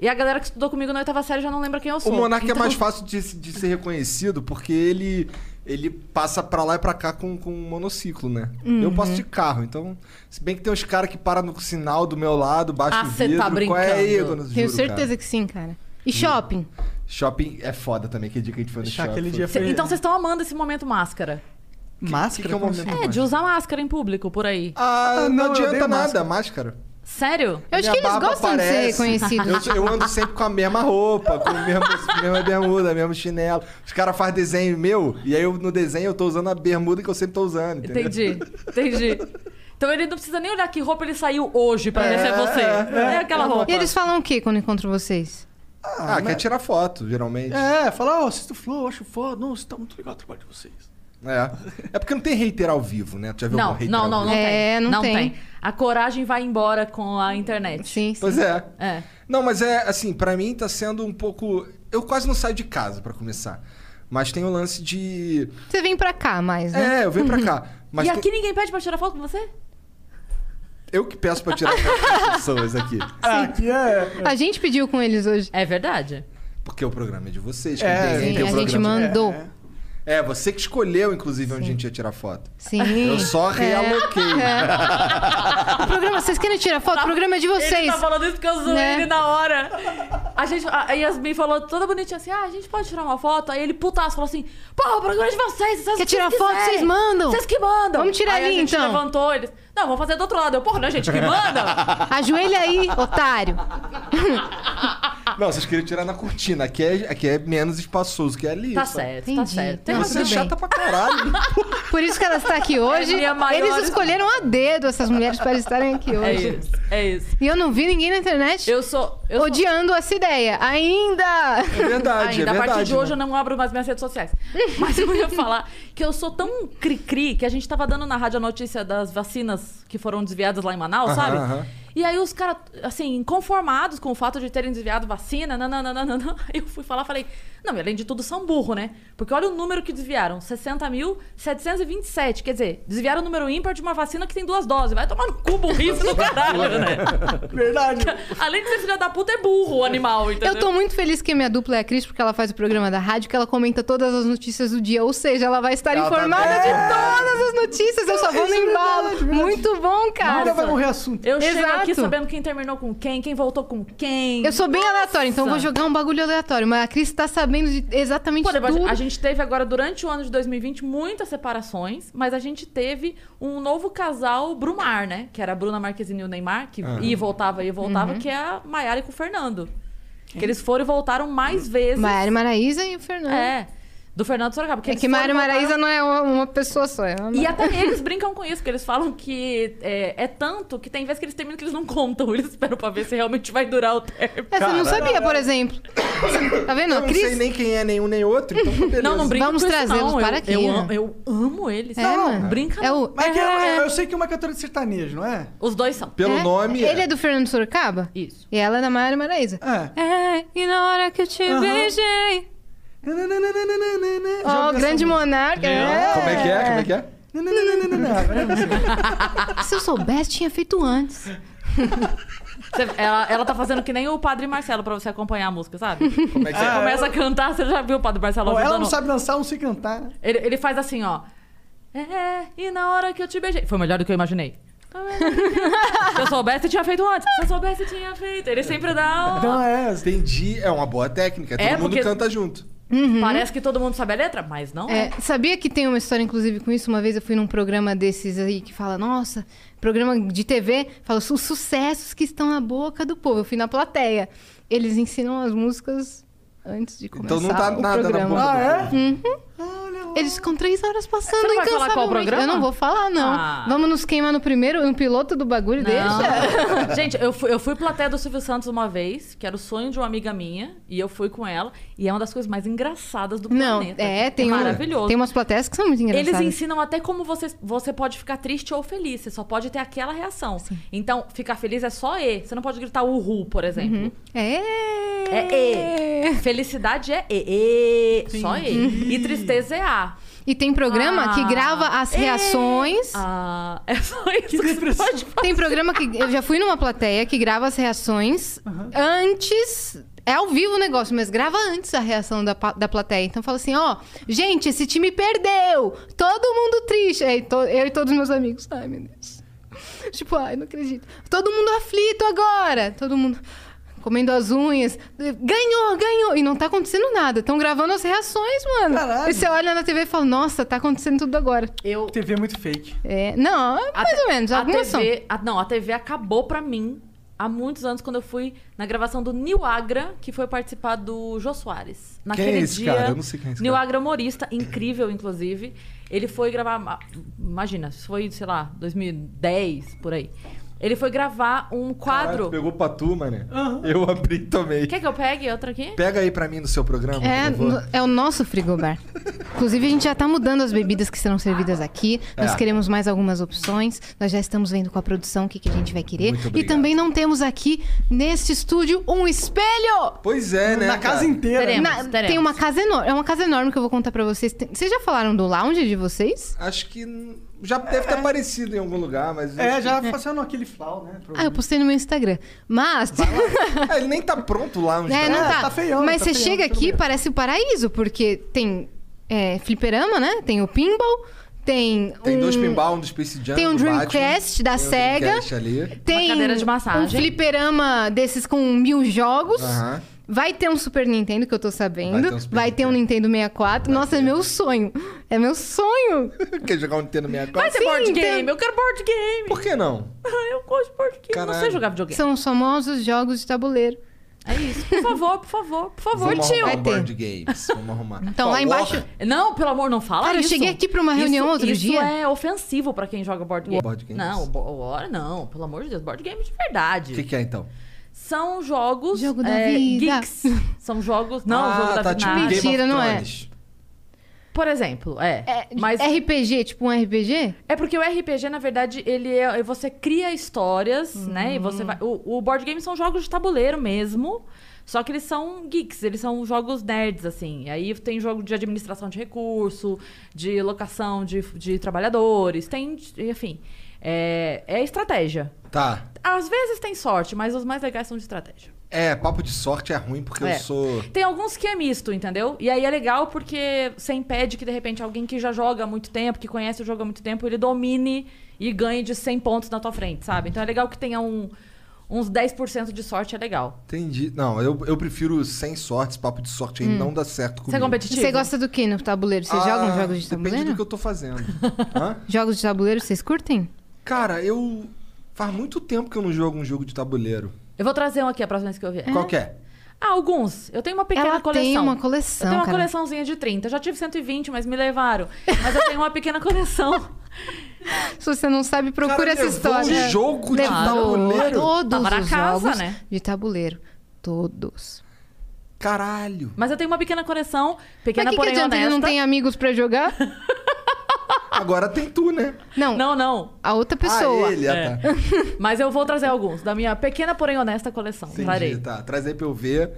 Speaker 3: E a galera que estudou comigo na oitava série já não lembra quem eu
Speaker 5: O
Speaker 3: sou.
Speaker 5: Monark é
Speaker 3: Então-
Speaker 5: mais fácil de, se- de ser reconhecido porque ele ele passa pra lá e pra cá com, com um monociclo, né? Eu passo
Speaker 3: Uhum.
Speaker 5: de carro, então... Se bem que tem uns caras que param no sinal do meu lado, baixo
Speaker 3: Ah,
Speaker 5: o
Speaker 3: cê
Speaker 5: vidro...
Speaker 3: tá
Speaker 5: Qual é aí,
Speaker 3: brincando.
Speaker 5: dona Juro,
Speaker 2: Tenho certeza
Speaker 5: cara? Hum.
Speaker 2: que sim, cara. E shopping?
Speaker 5: Shopping é foda também, que dia que a gente foi no
Speaker 4: Deixar
Speaker 5: shopping.
Speaker 4: aquele
Speaker 5: foi-
Speaker 4: dia
Speaker 3: Cê-
Speaker 4: foi...
Speaker 3: então vocês estão amando esse momento máscara.
Speaker 4: Máscara?
Speaker 5: Que que é o
Speaker 4: Como
Speaker 5: momento?
Speaker 4: assim?
Speaker 3: É, de usar máscara em público, por aí.
Speaker 5: Ah,
Speaker 4: Ah,
Speaker 5: não,
Speaker 4: não, eu
Speaker 5: adianta
Speaker 4: dei
Speaker 5: nada, máscara.
Speaker 3: Sério?
Speaker 2: Eu acho
Speaker 5: Minha
Speaker 2: que eles
Speaker 5: barba
Speaker 2: gostam de ser
Speaker 5: aparece.
Speaker 2: reconhecidos.
Speaker 5: Eu, sou- eu ando sempre com a mesma roupa, com a mesma, mesma bermuda, <laughs> mesmo chinelo. Os caras fazem desenho meu, e aí eu, no desenho eu tô usando a bermuda que eu sempre tô usando, entendeu?
Speaker 3: Entendi, entendi. Então ele não precisa nem olhar que roupa ele saiu hoje pra ver se é você. É, aquela roupa.
Speaker 2: E eles falam o quê quando encontram vocês?
Speaker 5: Ah, quer tirar foto, geralmente. É.
Speaker 4: É, fala, ó, assisto o Flow, acho foda. Não, vocês tá muito legal o trabalho de vocês.
Speaker 5: é. porque não tem hater ao vivo, né? Tu já viu algum
Speaker 3: Não,
Speaker 5: hater
Speaker 3: não,
Speaker 5: ao
Speaker 3: não, não
Speaker 5: vivo?
Speaker 2: É,
Speaker 3: tem.
Speaker 2: não tem.
Speaker 3: A coragem vai embora com a internet.
Speaker 2: Sim, sim.
Speaker 5: Pois é.
Speaker 3: É.
Speaker 5: Não, mas é assim, pra mim tá sendo um pouco... Eu quase não saio de casa, pra começar. Mas tem o lance de...
Speaker 2: Você vem pra cá mais, né?
Speaker 5: É, eu venho pra cá. Mas
Speaker 3: Uhum. e
Speaker 5: tem-
Speaker 3: aqui ninguém pede pra tirar foto com você?
Speaker 5: Eu que peço pra tirar foto das pessoas aqui.
Speaker 4: Ah, aqui é...
Speaker 2: A gente pediu com eles hoje.
Speaker 3: É verdade.
Speaker 5: Porque o programa é de vocês. quem
Speaker 4: É,
Speaker 5: tem-
Speaker 4: sim,
Speaker 5: quem
Speaker 2: Sim,
Speaker 5: tem o
Speaker 2: a gente
Speaker 5: programa-
Speaker 2: mandou.
Speaker 4: É.
Speaker 5: É, você que escolheu, inclusive, onde a gente ia tirar foto.
Speaker 2: Sim.
Speaker 5: Eu só
Speaker 3: É.
Speaker 5: realoquei.
Speaker 3: <laughs>
Speaker 2: O programa, vocês querem tirar foto? O programa é de
Speaker 3: Ele
Speaker 2: vocês.
Speaker 3: tá falando isso porque eu zoei
Speaker 2: Né?
Speaker 3: ele na hora. A, gente, a Yasmin falou toda bonitinha assim: ah, a gente pode tirar uma foto? Aí ele putaço falou assim: pô, o programa é de vocês, vocês
Speaker 2: Quer
Speaker 3: que
Speaker 2: tirar foto?
Speaker 3: quiserem.
Speaker 2: Vocês mandam."
Speaker 3: Vocês que mandam.
Speaker 2: Vamos tirar
Speaker 3: aí
Speaker 2: ali,
Speaker 3: a gente
Speaker 2: então.
Speaker 3: levantou eles. Não, vamos fazer do outro lado. Eu, porra, não é gente
Speaker 2: <laughs>
Speaker 3: que manda?
Speaker 2: Ajoelha aí, otário.
Speaker 5: Não, vocês queriam tirar na cortina. Aqui é, aqui é menos espaçoso que é ali.
Speaker 3: tá
Speaker 5: só.
Speaker 3: certo, tá
Speaker 2: Entendi.
Speaker 3: certo.
Speaker 2: Não,
Speaker 5: Você é
Speaker 2: tudo bem.
Speaker 5: chata pra caralho.
Speaker 2: Por isso que ela está aqui hoje.
Speaker 3: É a minha maior-
Speaker 2: Eles escolheram a dedo essas mulheres para estarem aqui
Speaker 3: É
Speaker 2: hoje.
Speaker 3: isso, é isso.
Speaker 2: e eu não vi ninguém na internet
Speaker 3: Eu sou. Eu sou-
Speaker 2: odiando essa ideia. Ainda!
Speaker 5: É verdade,
Speaker 3: Ainda,
Speaker 5: é
Speaker 3: a
Speaker 5: verdade.
Speaker 3: partir de hoje
Speaker 5: né?
Speaker 3: eu não abro mais minhas redes sociais. <laughs> Mas eu ia falar que eu sou tão cri-cri que a gente tava dando na rádio a notícia das vacinas que foram desviadas lá em Manaus,
Speaker 5: Aham,
Speaker 3: sabe?
Speaker 5: aham.
Speaker 3: E aí os caras, assim, conformados com o fato de terem desviado vacina, nananana, <laughs> eu fui falar, falei, não, e além de tudo são burro, né? Porque olha o número que desviaram, 60.727, quer dizer, desviaram o número ímpar de uma vacina que tem duas doses. Vai tomar no cu burrice do caralho, né?
Speaker 4: Verdade.
Speaker 3: Além de ser filha da puta, é burro o animal, entendeu?
Speaker 2: Eu tô muito feliz que a minha dupla é a Cris, porque ela faz o programa da rádio, que ela comenta todas as notícias do dia. Ou seja, ela vai estar
Speaker 5: Ela tá
Speaker 2: informada
Speaker 5: bem.
Speaker 2: de todas as notícias. Eu só vou no
Speaker 4: Isso é
Speaker 2: embalo.
Speaker 4: verdade, verdade.
Speaker 2: Muito bom,
Speaker 4: Nunca
Speaker 2: cara.
Speaker 4: vai morrer assunto.
Speaker 3: Eu chego
Speaker 2: Exato.
Speaker 3: aqui sabendo quem terminou com quem, quem voltou com quem.
Speaker 2: Eu sou bem aleatória, então eu vou
Speaker 3: Nossa.
Speaker 2: jogar um bagulho aleatório. Mas a Cris tá sabendo de exatamente
Speaker 3: Pô, Debate,
Speaker 2: tudo.
Speaker 3: a gente teve agora, durante o ano de 2020, muitas separações, mas a gente teve um novo casal Brumar, né? Que era a Bruna Marquezine e o Neymar, que ia e voltava, ia e
Speaker 2: Uhum.
Speaker 3: voltava, que é a Maiara com o Fernando. Que eles foram e voltaram mais vezes.
Speaker 2: Maiara Maraíza e o Fernando. É,
Speaker 3: É, do Fernando Sorocaba. Porque eles
Speaker 2: que
Speaker 3: foram e
Speaker 2: Maiara Maraíza
Speaker 3: voltaram-
Speaker 2: não é uma- uma pessoa só. É uma...
Speaker 3: E até eles brincam com isso, porque eles falam que é, é tanto que tem vezes que eles terminam que eles não contam. Eles esperam pra ver se realmente vai durar o tempo.
Speaker 2: É, você não sabia, por exemplo. Você- Tá vendo?
Speaker 5: Eu
Speaker 2: A
Speaker 5: não sei
Speaker 2: Cris.
Speaker 5: nem quem é nenhum nem outro, então tá beleza.
Speaker 3: Não, não brinca
Speaker 2: Vamos
Speaker 3: com isso,
Speaker 2: trazê-los
Speaker 3: não.
Speaker 2: para
Speaker 3: eu,
Speaker 2: aqui,
Speaker 3: Eu,
Speaker 2: né?
Speaker 3: am- eu amo eles.
Speaker 2: É,
Speaker 3: não,
Speaker 2: mano.
Speaker 3: brinca
Speaker 2: É
Speaker 3: não.
Speaker 2: o.
Speaker 4: Mas que eu,
Speaker 2: É.
Speaker 4: eu sei que uma é cantora de sertanejo, não é?
Speaker 3: Os dois são.
Speaker 5: Pelo
Speaker 2: É?
Speaker 5: nome.
Speaker 2: Ele é do Fernando Sorocaba?
Speaker 3: Isso.
Speaker 2: E ela é da Maiara Maraíza.
Speaker 4: É.
Speaker 2: É, e na hora que eu te
Speaker 4: Aham.
Speaker 2: beijei.
Speaker 4: Ó,
Speaker 2: Ó, oh, grande monarca. É.
Speaker 5: Como é que é? Como é que é?
Speaker 4: monarca.
Speaker 2: Se eu soubesse, tinha feito antes.
Speaker 3: Você- ela, ela tá fazendo que nem o Padre Marcelo pra você acompanhar a música, sabe?
Speaker 2: <laughs>
Speaker 5: Como é que
Speaker 3: Você
Speaker 5: é?
Speaker 3: começa a cantar, você já viu o Padre Marcelo
Speaker 4: Ó, ela
Speaker 3: ajudando?
Speaker 4: não sabe dançar, não sei cantar.
Speaker 3: Ele, ele faz assim, ó. É, e na hora que eu te beijei. Foi melhor do que
Speaker 2: <laughs>
Speaker 3: eu imaginei. Se eu soubesse, eu tinha feito antes. Se eu soubesse, eu tinha feito. Ele sempre dá um-
Speaker 4: Então
Speaker 3: uma...
Speaker 4: é.
Speaker 5: Entendi, é uma boa técnica. Todo
Speaker 3: É,
Speaker 5: mundo
Speaker 3: porque-
Speaker 5: canta junto.
Speaker 3: Parece que todo mundo sabe a letra, mas não é.
Speaker 2: Uhum. É, sabia que tem uma história, inclusive, com isso? Uma vez eu fui num programa desses aí que fala, nossa, programa de TV, fala os sucessos que estão na boca do povo. Eu fui na plateia. Eles ensinam as músicas antes de começar
Speaker 5: Então não tá
Speaker 2: o
Speaker 5: nada na
Speaker 2: programa.
Speaker 5: boca.
Speaker 4: Ah, é?
Speaker 2: Eles ficam três horas passando
Speaker 3: Você não vai falar qual
Speaker 2: incansavelmente.
Speaker 3: programa?
Speaker 2: Eu não vou falar, não.
Speaker 3: Ah.
Speaker 2: Vamos nos queimar no primeiro, no piloto do bagulho, deixa.
Speaker 3: Não. Gente, eu fui, eu fui plateia do Silvio Santos uma vez, que era o sonho de uma amiga minha, e eu fui com ela, e é uma das coisas mais engraçadas do
Speaker 2: Não,
Speaker 3: planeta.
Speaker 2: é, tem, um-
Speaker 3: Maravilhoso.
Speaker 2: tem umas plateias que são muito engraçadas.
Speaker 3: Eles ensinam até como você, você pode ficar triste ou feliz. Você só pode ter aquela reação. Então, ficar feliz é só E. Você não pode gritar uhul, por exemplo.
Speaker 2: Uhum. É.
Speaker 3: É E. Felicidade é E. E. Só E. E tristeza é A.
Speaker 2: E tem programa
Speaker 3: Ah.
Speaker 2: que grava as
Speaker 3: É.
Speaker 2: reações.
Speaker 3: Ah, <laughs> é só isso que, você
Speaker 4: depressão.
Speaker 3: pode fazer.
Speaker 2: Tem programa que eu já fui numa plateia que grava as reações antes. É ao vivo o negócio, mas grava antes a reação da, pa- da plateia. Então fala assim: ó, gente, esse time perdeu! Todo mundo triste. Aí, to- eu e todos os meus amigos. Ai, meu Deus. Tipo, ai, não acredito. Todo mundo aflito agora. Todo mundo comendo as unhas. Ganhou, ganhou. E não tá acontecendo nada. Estão gravando as reações, mano.
Speaker 4: Caralho.
Speaker 2: E você olha na TV e fala: nossa, tá acontecendo tudo agora.
Speaker 3: Eu,
Speaker 4: TV é muito fake.
Speaker 2: É, não, é mais ou menos.
Speaker 3: a
Speaker 2: Algumas são.
Speaker 3: TV, a- não, a TV acabou pra mim há muitos anos quando eu fui na gravação do Nil Agra, que foi participar do Jô Soares. Naquele
Speaker 5: esse
Speaker 3: dia,
Speaker 5: cara? Eu não sei quem é esse
Speaker 3: Nil
Speaker 5: cara.
Speaker 3: Agra é humorista, incrível inclusive. Ele foi gravar, ma- imagina, isso foi, sei lá, 2010 por aí. Ele foi gravar um
Speaker 5: Caralho,
Speaker 3: quadro.
Speaker 5: tu pegou pra tu, mané. Eu abri e tomei.
Speaker 3: Quer que eu pegue outra aqui?
Speaker 5: Pega aí pra mim no seu programa,
Speaker 2: É,
Speaker 5: por favor.
Speaker 2: no- é o nosso frigobar. Inclusive, a gente já tá mudando as bebidas que serão servidas aqui. Nós
Speaker 5: É.
Speaker 2: queremos mais algumas opções. Nós já estamos vendo com a produção o que, que a gente vai querer.
Speaker 5: Muito
Speaker 2: E
Speaker 5: obrigado.
Speaker 2: também não temos aqui, neste estúdio, um espelho!
Speaker 5: Pois é, né,
Speaker 4: Na casa
Speaker 5: cara?
Speaker 4: inteira.
Speaker 3: Teremos.
Speaker 2: Na- tem uma casa enorme. É uma casa enorme que eu vou contar pra vocês. Tem- vocês já falaram do lounge de vocês?
Speaker 5: Acho que hum, já deve
Speaker 2: É.
Speaker 5: ter aparecido em algum lugar, mas...
Speaker 4: É, já fazendo aquele flau, né?
Speaker 2: Ah, eu postei no meu Instagram. Mas. <laughs>
Speaker 5: Ah, ele nem tá pronto lá onde
Speaker 2: É, não
Speaker 4: É,
Speaker 2: tá.
Speaker 4: tá feião,
Speaker 2: Mas
Speaker 4: tá
Speaker 2: você
Speaker 4: feião,
Speaker 2: chega
Speaker 4: tudo
Speaker 2: aqui,
Speaker 4: bem.
Speaker 2: parece o paraíso, porque tem é, fliperama, né? Tem o pinball, tem.
Speaker 5: Tem
Speaker 2: um...
Speaker 5: dois pinball, um do Space Jam,
Speaker 2: Tem um
Speaker 5: do Batman,
Speaker 2: Dreamcast da
Speaker 5: tem um
Speaker 2: Sega.
Speaker 5: Dreamcast ali. <laughs>
Speaker 2: Tem
Speaker 3: cadeira de massagem.
Speaker 2: um fliperama desses com mil jogos.
Speaker 5: Aham.
Speaker 2: Vai ter um Super Nintendo, que eu tô sabendo.
Speaker 5: Vai
Speaker 2: Vai
Speaker 5: ter um
Speaker 2: ter um,
Speaker 5: Super
Speaker 2: Nintendo 64. Nossa, é meu sonho. É meu sonho.
Speaker 5: Quer jogar um Nintendo 64?
Speaker 3: Vai ter
Speaker 2: Sim,
Speaker 3: é
Speaker 2: então.
Speaker 3: board
Speaker 2: tem-
Speaker 3: game, eu quero board game.
Speaker 5: Por que não?
Speaker 3: <laughs> Eu gosto de board game. Não sei
Speaker 5: Caralho.
Speaker 3: jogar videogame.
Speaker 2: São os famosos jogos de tabuleiro.
Speaker 3: É isso. Por favor, por favor, por favor,
Speaker 5: Vamos
Speaker 3: tio.
Speaker 5: arrumar
Speaker 2: Vai
Speaker 5: um
Speaker 2: ter.
Speaker 5: board games. Vamos arrumar.
Speaker 2: Então, lá
Speaker 5: Ó,
Speaker 2: embaixo-
Speaker 5: War-
Speaker 3: Não, pelo amor, não fala
Speaker 2: Cara, eu
Speaker 3: isso.
Speaker 2: cheguei aqui pra uma reunião
Speaker 3: isso,
Speaker 2: outro
Speaker 3: isso
Speaker 2: dia.
Speaker 3: é ofensivo pra quem joga board game.
Speaker 5: Board games.
Speaker 3: Não, bo- hora não, pelo amor de Deus, board game de
Speaker 5: O
Speaker 3: verdade.
Speaker 5: que, que é, então?
Speaker 3: São jogos...
Speaker 2: Jogo da
Speaker 3: é,
Speaker 2: vida.
Speaker 3: geeks. São jogos... Não,
Speaker 5: ah,
Speaker 3: jogo da
Speaker 5: tá
Speaker 3: vida.
Speaker 5: tipo
Speaker 3: nada.
Speaker 5: Game
Speaker 2: Mentira,
Speaker 5: of
Speaker 2: não é.
Speaker 5: Thrones.
Speaker 3: Por exemplo, é.
Speaker 2: É,
Speaker 3: mas
Speaker 2: RPG, tipo um RPG?
Speaker 3: é porque o RPG, na verdade, ele é... Você cria histórias, né? E você vai... O, o board game são jogos de tabuleiro mesmo... Só que eles são geeks, eles são jogos nerds, assim. E aí tem jogo de administração de recurso, de locação de, de trabalhadores, tem, enfim. É, é estratégia.
Speaker 5: Tá.
Speaker 3: Às vezes tem sorte, mas os mais legais são de estratégia.
Speaker 5: É, papo de sorte é ruim porque
Speaker 3: É.
Speaker 5: eu sou...
Speaker 3: Tem alguns que é misto, entendeu? E aí é legal porque você impede que, de repente, alguém que já joga há muito tempo, que conhece o jogo há muito tempo, ele domine e ganhe de 100 pontos na tua frente, sabe? Então é legal que tenha um, uns 10% de sorte, é legal.
Speaker 5: Entendi. Não, eu, eu prefiro sem sorte. Esse papo de sorte aí
Speaker 2: Hum.
Speaker 5: não dá certo comigo.
Speaker 3: Você é competitivo?
Speaker 2: Você gosta do que no tabuleiro? Vocês
Speaker 5: Ah,
Speaker 2: jogam jogos de
Speaker 5: Depende do
Speaker 2: tabuleiro?
Speaker 5: que eu tô fazendo. Hã?
Speaker 2: Jogos de tabuleiro, vocês curtem?
Speaker 5: Cara, eu... Faz muito tempo que eu não jogo um jogo de tabuleiro.
Speaker 3: Eu vou trazer um aqui a próxima vez que eu vier.
Speaker 5: Qual que é?
Speaker 3: Ah, alguns. Eu tenho uma pequena
Speaker 2: Ela
Speaker 3: coleção.
Speaker 2: tem uma
Speaker 3: Eu
Speaker 2: coleção,
Speaker 3: tenho uma
Speaker 2: cara.
Speaker 3: coleçãozinha de 30. Eu já tive 120, mas me levaram. Mas eu tenho uma pequena coleção.
Speaker 2: Se você não sabe, procura
Speaker 5: Cara,
Speaker 2: essa
Speaker 5: levou
Speaker 2: história.
Speaker 5: um jogo de
Speaker 2: Levou
Speaker 5: tabuleiro?
Speaker 2: Todos
Speaker 3: Tava na
Speaker 2: os
Speaker 3: casa,
Speaker 2: jogos
Speaker 3: né?
Speaker 2: de tabuleiro. Todos.
Speaker 5: Caralho.
Speaker 3: Mas eu tenho uma pequena coleção,
Speaker 2: Mas
Speaker 3: pequena
Speaker 2: que, que
Speaker 3: porém
Speaker 2: adianta? Ele não
Speaker 3: honesta.
Speaker 2: tem amigos pra
Speaker 3: <laughs>
Speaker 2: jogar?
Speaker 5: Agora tem tu, né?
Speaker 2: Não,
Speaker 3: Não, não.
Speaker 2: a outra pessoa.
Speaker 5: Ah, ele, ah,
Speaker 3: É.
Speaker 5: tá.
Speaker 3: Mas eu vou trazer alguns da minha pequena, porém honesta coleção. Trarei.
Speaker 5: Entendi, tá. Traz aí pra eu ver.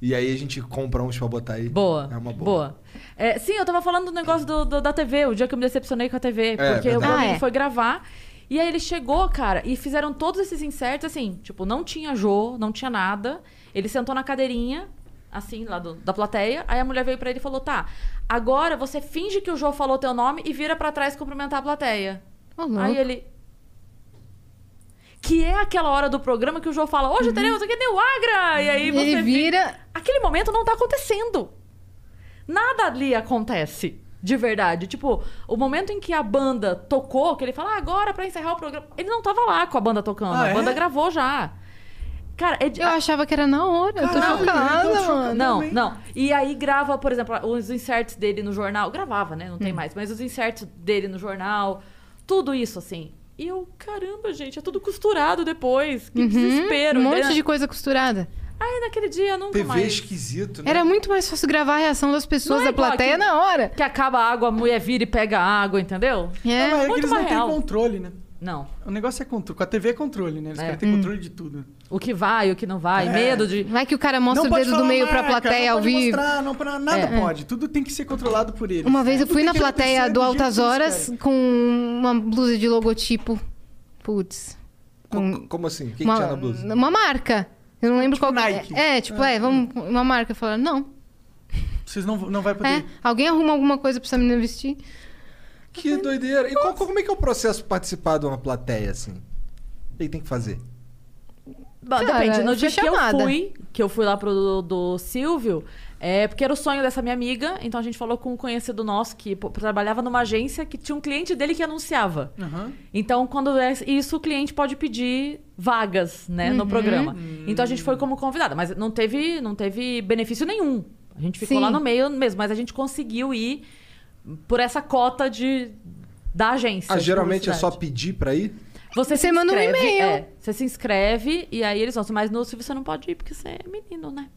Speaker 5: E aí a gente compra uns pra botar aí.
Speaker 3: Boa.
Speaker 5: É uma boa.
Speaker 3: É, sim, eu tava falando do negócio do, do- da TV, o dia que eu me decepcionei com a TV.
Speaker 5: É,
Speaker 3: porque o
Speaker 5: verdade.
Speaker 3: meu
Speaker 2: Ah,
Speaker 3: amigo
Speaker 2: é.
Speaker 3: foi gravar. E aí ele chegou, cara, e fizeram todos esses inserts assim, tipo, não tinha Jô, não tinha nada. Ele sentou na cadeirinha, assim, lá do- da plateia. Aí a mulher veio pra ele e falou: tá, agora você finge que o Jô falou teu nome e vira pra trás cumprimentar a plateia.
Speaker 2: Ô, louco.
Speaker 3: Aí ele. Que é aquela hora do programa que o João fala, hoje teremos aqui New Agra! E aí você
Speaker 2: Ele
Speaker 3: vê-
Speaker 2: vira.
Speaker 3: Aquele momento não tá acontecendo. Nada ali acontece. De verdade. Tipo, o momento em que a banda tocou, que ele fala, ah, agora pra encerrar o programa. Ele não tava lá com a banda tocando.
Speaker 4: Ah,
Speaker 3: a banda
Speaker 4: é?
Speaker 3: gravou já. Cara, é de-
Speaker 2: Eu achava que era na hora. Eu tô
Speaker 4: Caralho, um eu tô
Speaker 2: chocada,
Speaker 4: chocado.
Speaker 2: mano.
Speaker 3: não,
Speaker 4: também.
Speaker 3: não. E aí grava, por exemplo, os inserts dele no jornal. Gravava, né? Não
Speaker 4: Hum.
Speaker 3: tem mais. Mas os inserts dele no jornal. Tudo isso, assim. E eu, caramba, gente, é tudo costurado depois. Que desespero.
Speaker 2: Um
Speaker 3: né?
Speaker 2: monte de coisa costurada.
Speaker 3: Ai, naquele dia nunca
Speaker 5: TV
Speaker 3: mais.
Speaker 5: esquisito, né?
Speaker 2: Era muito mais fácil gravar a reação das pessoas
Speaker 3: Não é
Speaker 2: da plateia
Speaker 3: igual
Speaker 2: na hora.
Speaker 3: Que acaba a água, a mulher vira e pega a água, entendeu?
Speaker 2: É.
Speaker 4: Não, mas é que
Speaker 3: muito
Speaker 4: eles
Speaker 3: mais
Speaker 4: não têm
Speaker 3: real.
Speaker 4: controle, né?
Speaker 3: Não.
Speaker 4: O negócio é controle. Com a TV é controle, né? Eles
Speaker 3: É.
Speaker 4: querem ter controle de tudo.
Speaker 3: O que vai, o que não vai,
Speaker 4: É.
Speaker 3: medo de.
Speaker 2: Vai que o cara mostra o dedo do meio pra plateia
Speaker 4: não
Speaker 2: ao
Speaker 4: pode
Speaker 2: vivo.
Speaker 4: Mostrar, não, pra- nada
Speaker 3: É.
Speaker 4: pode. Tudo tem que ser controlado por eles.
Speaker 2: Uma vez eu
Speaker 4: Tudo
Speaker 2: fui
Speaker 4: tem
Speaker 2: na
Speaker 4: que acontecer
Speaker 2: plateia do
Speaker 4: jeito que
Speaker 2: Altas
Speaker 4: eles
Speaker 2: Horas
Speaker 4: querem.
Speaker 2: com uma blusa de logotipo. Putz.
Speaker 5: Co- Como assim? O que, que
Speaker 2: um- uma,
Speaker 5: tinha na blusa?
Speaker 2: uma marca. Eu não lembro
Speaker 4: Tipo
Speaker 2: qual que
Speaker 4: Nike.
Speaker 2: é. É, tipo, é, vamos. Uma marca. Falaram, não.
Speaker 4: Vocês não, não vai
Speaker 2: É.
Speaker 4: poder.
Speaker 2: Alguém arruma alguma coisa pra essa menina vestir?
Speaker 5: Que doideira. E qual- como é que é o processo de participar de uma plateia, assim? O que que tem que fazer?
Speaker 3: Bom,
Speaker 2: Cara,
Speaker 3: Depende, no
Speaker 2: eu fui
Speaker 3: dia
Speaker 2: chamada.
Speaker 3: que eu fui, que eu fui lá pro do Silvio, é porque era o sonho dessa minha amiga, então a gente falou com um conhecido nosso que pô, trabalhava numa agência que tinha um cliente dele que anunciava.
Speaker 4: Aham.
Speaker 3: Então, quando é isso, o cliente pode pedir vagas, né,
Speaker 2: Uhum.
Speaker 3: no programa. Então a gente foi como convidada, mas não teve, não teve benefício nenhum. A gente ficou
Speaker 2: Sim.
Speaker 3: lá no meio mesmo, mas a gente conseguiu ir por essa cota de da agência.
Speaker 5: Ah,
Speaker 3: de
Speaker 5: geralmente é só
Speaker 3: publicidade.
Speaker 5: pedir pra ir?
Speaker 3: Você,
Speaker 2: Você
Speaker 3: se
Speaker 2: manda um
Speaker 3: inscreve,
Speaker 2: e-mail.
Speaker 3: é. você se inscreve e aí eles vão. Mas no Silvio você não pode ir porque você é
Speaker 2: <laughs>
Speaker 3: menino, né?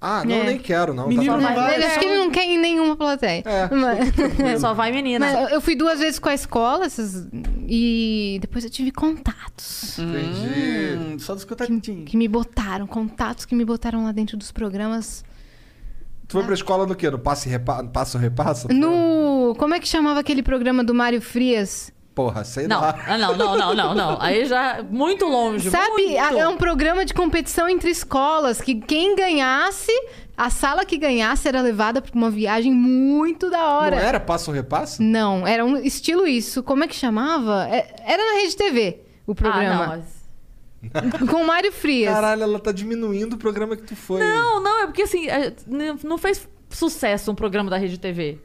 Speaker 5: Ah, não,
Speaker 2: É.
Speaker 5: nem quero, não.
Speaker 4: Menino
Speaker 5: tá
Speaker 4: não
Speaker 5: bom.
Speaker 4: vai.
Speaker 2: Ele, acho que ele não quer em nenhuma plateia.
Speaker 5: É.
Speaker 2: Mas-
Speaker 3: Só vai menina.
Speaker 2: mas eu fui duas vezes com a escola essas- e depois eu tive contatos.
Speaker 5: Entendi.
Speaker 4: Hum, só dos contatinhos.
Speaker 2: que me botaram, contatos que me botaram lá dentro dos programas.
Speaker 5: Tu
Speaker 3: Ah.
Speaker 5: foi pra escola no quê? No passe e repa... passa ou repassa?
Speaker 2: No. Como é que chamava aquele programa do Mário Frias?
Speaker 5: Porra, sei
Speaker 3: Não,
Speaker 5: lá.
Speaker 3: ah, não, não, não, não, não. Aí já muito longe.
Speaker 2: Sabe?
Speaker 3: muito.
Speaker 2: Ah, É um programa de competição entre escolas que quem ganhasse, a sala que ganhasse era levada pra uma viagem muito da
Speaker 5: Não
Speaker 2: hora.
Speaker 5: era passa ou repassa?
Speaker 2: Não, era um estilo isso. Como é que chamava? É- Era na Rede TV o
Speaker 3: Ah, não,
Speaker 2: programa.
Speaker 3: mas-
Speaker 2: <laughs> com o Mário Frias.
Speaker 5: Caralho, ela tá diminuindo o programa que tu foi.
Speaker 3: não, não, é porque assim, é, n- não fez sucesso um programa da Rede TV.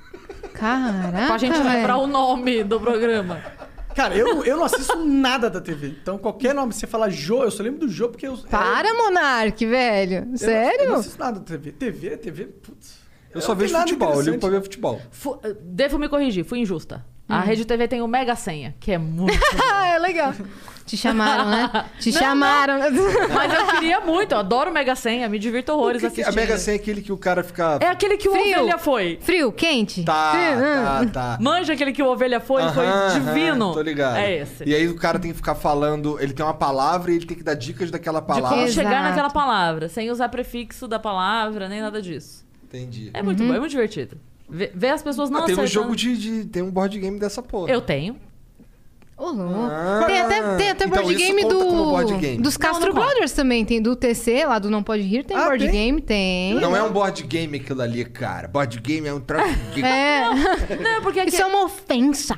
Speaker 2: Caraca.
Speaker 5: Ah,
Speaker 3: pra gente
Speaker 2: velho.
Speaker 5: é.
Speaker 3: lembrar o nome do programa.
Speaker 4: Cara, eu, eu não assisto nada da TV. Então, qualquer nome, você fala Jô, eu só lembro do Jô porque eu.
Speaker 2: Para, Monark, velho.
Speaker 4: eu não- Eu não
Speaker 2: Sério?
Speaker 4: assisto nada da TV. TV, TV, putz.
Speaker 5: Eu só
Speaker 4: não
Speaker 5: vejo
Speaker 4: tenho nada
Speaker 5: futebol, eu ligo pra
Speaker 4: interessante.
Speaker 5: ver futebol.
Speaker 3: Fu- Devo me corrigir, fui injusta.
Speaker 5: Hum.
Speaker 3: A Rede TV tem o Mega Senha, que é muito.
Speaker 5: <laughs>
Speaker 2: Ah, é legal. Te chamaram, né?
Speaker 3: <laughs>
Speaker 2: Te chamaram. <laughs>
Speaker 3: Mas eu queria muito, eu adoro o Mega Senha, me divirto horrores
Speaker 5: O que que-
Speaker 3: assistindo.
Speaker 5: a Mega Senha é aquele que o cara fica.
Speaker 3: É aquele que o
Speaker 2: Frio.
Speaker 3: Ovelha foi.
Speaker 2: Frio, quente?
Speaker 3: <laughs>
Speaker 5: Tá,
Speaker 2: Frio, ah.
Speaker 5: tá, tá.
Speaker 3: Manja aquele que o Ovelha foi, foi
Speaker 5: Aham, aham,
Speaker 3: divino.
Speaker 5: Tô ligado.
Speaker 3: É esse.
Speaker 5: E aí o cara tem que ficar falando, ele tem uma palavra e ele tem que dar dicas daquela
Speaker 3: De como
Speaker 5: palavra.
Speaker 2: Exato.
Speaker 3: chegar naquela palavra, sem usar prefixo da palavra, nem nada disso.
Speaker 5: Entendi.
Speaker 3: É muito bom, é muito divertido. Ver, ver as pessoas não
Speaker 5: Uhum. Ah, tem um
Speaker 3: acertando.
Speaker 5: jogo de, de- Tem um board game dessa porra.
Speaker 3: Eu tenho.
Speaker 2: Ô, louco.
Speaker 5: Ah.
Speaker 2: tem até, tem até
Speaker 5: Então,
Speaker 2: board,
Speaker 5: isso
Speaker 2: game
Speaker 5: conta como
Speaker 2: do,
Speaker 5: board game.
Speaker 2: dos Castro
Speaker 3: Não, não conta.
Speaker 2: Brothers também. Tem do TC, lá do Não Pode Rir, tem
Speaker 4: Ah,
Speaker 2: board
Speaker 4: tem?
Speaker 2: game, tem.
Speaker 5: Não é um board game aquilo ali, cara. Board game é
Speaker 3: <laughs>
Speaker 5: um troço de.
Speaker 2: É.
Speaker 3: Não, porque aqui-
Speaker 2: Isso é uma ofensa.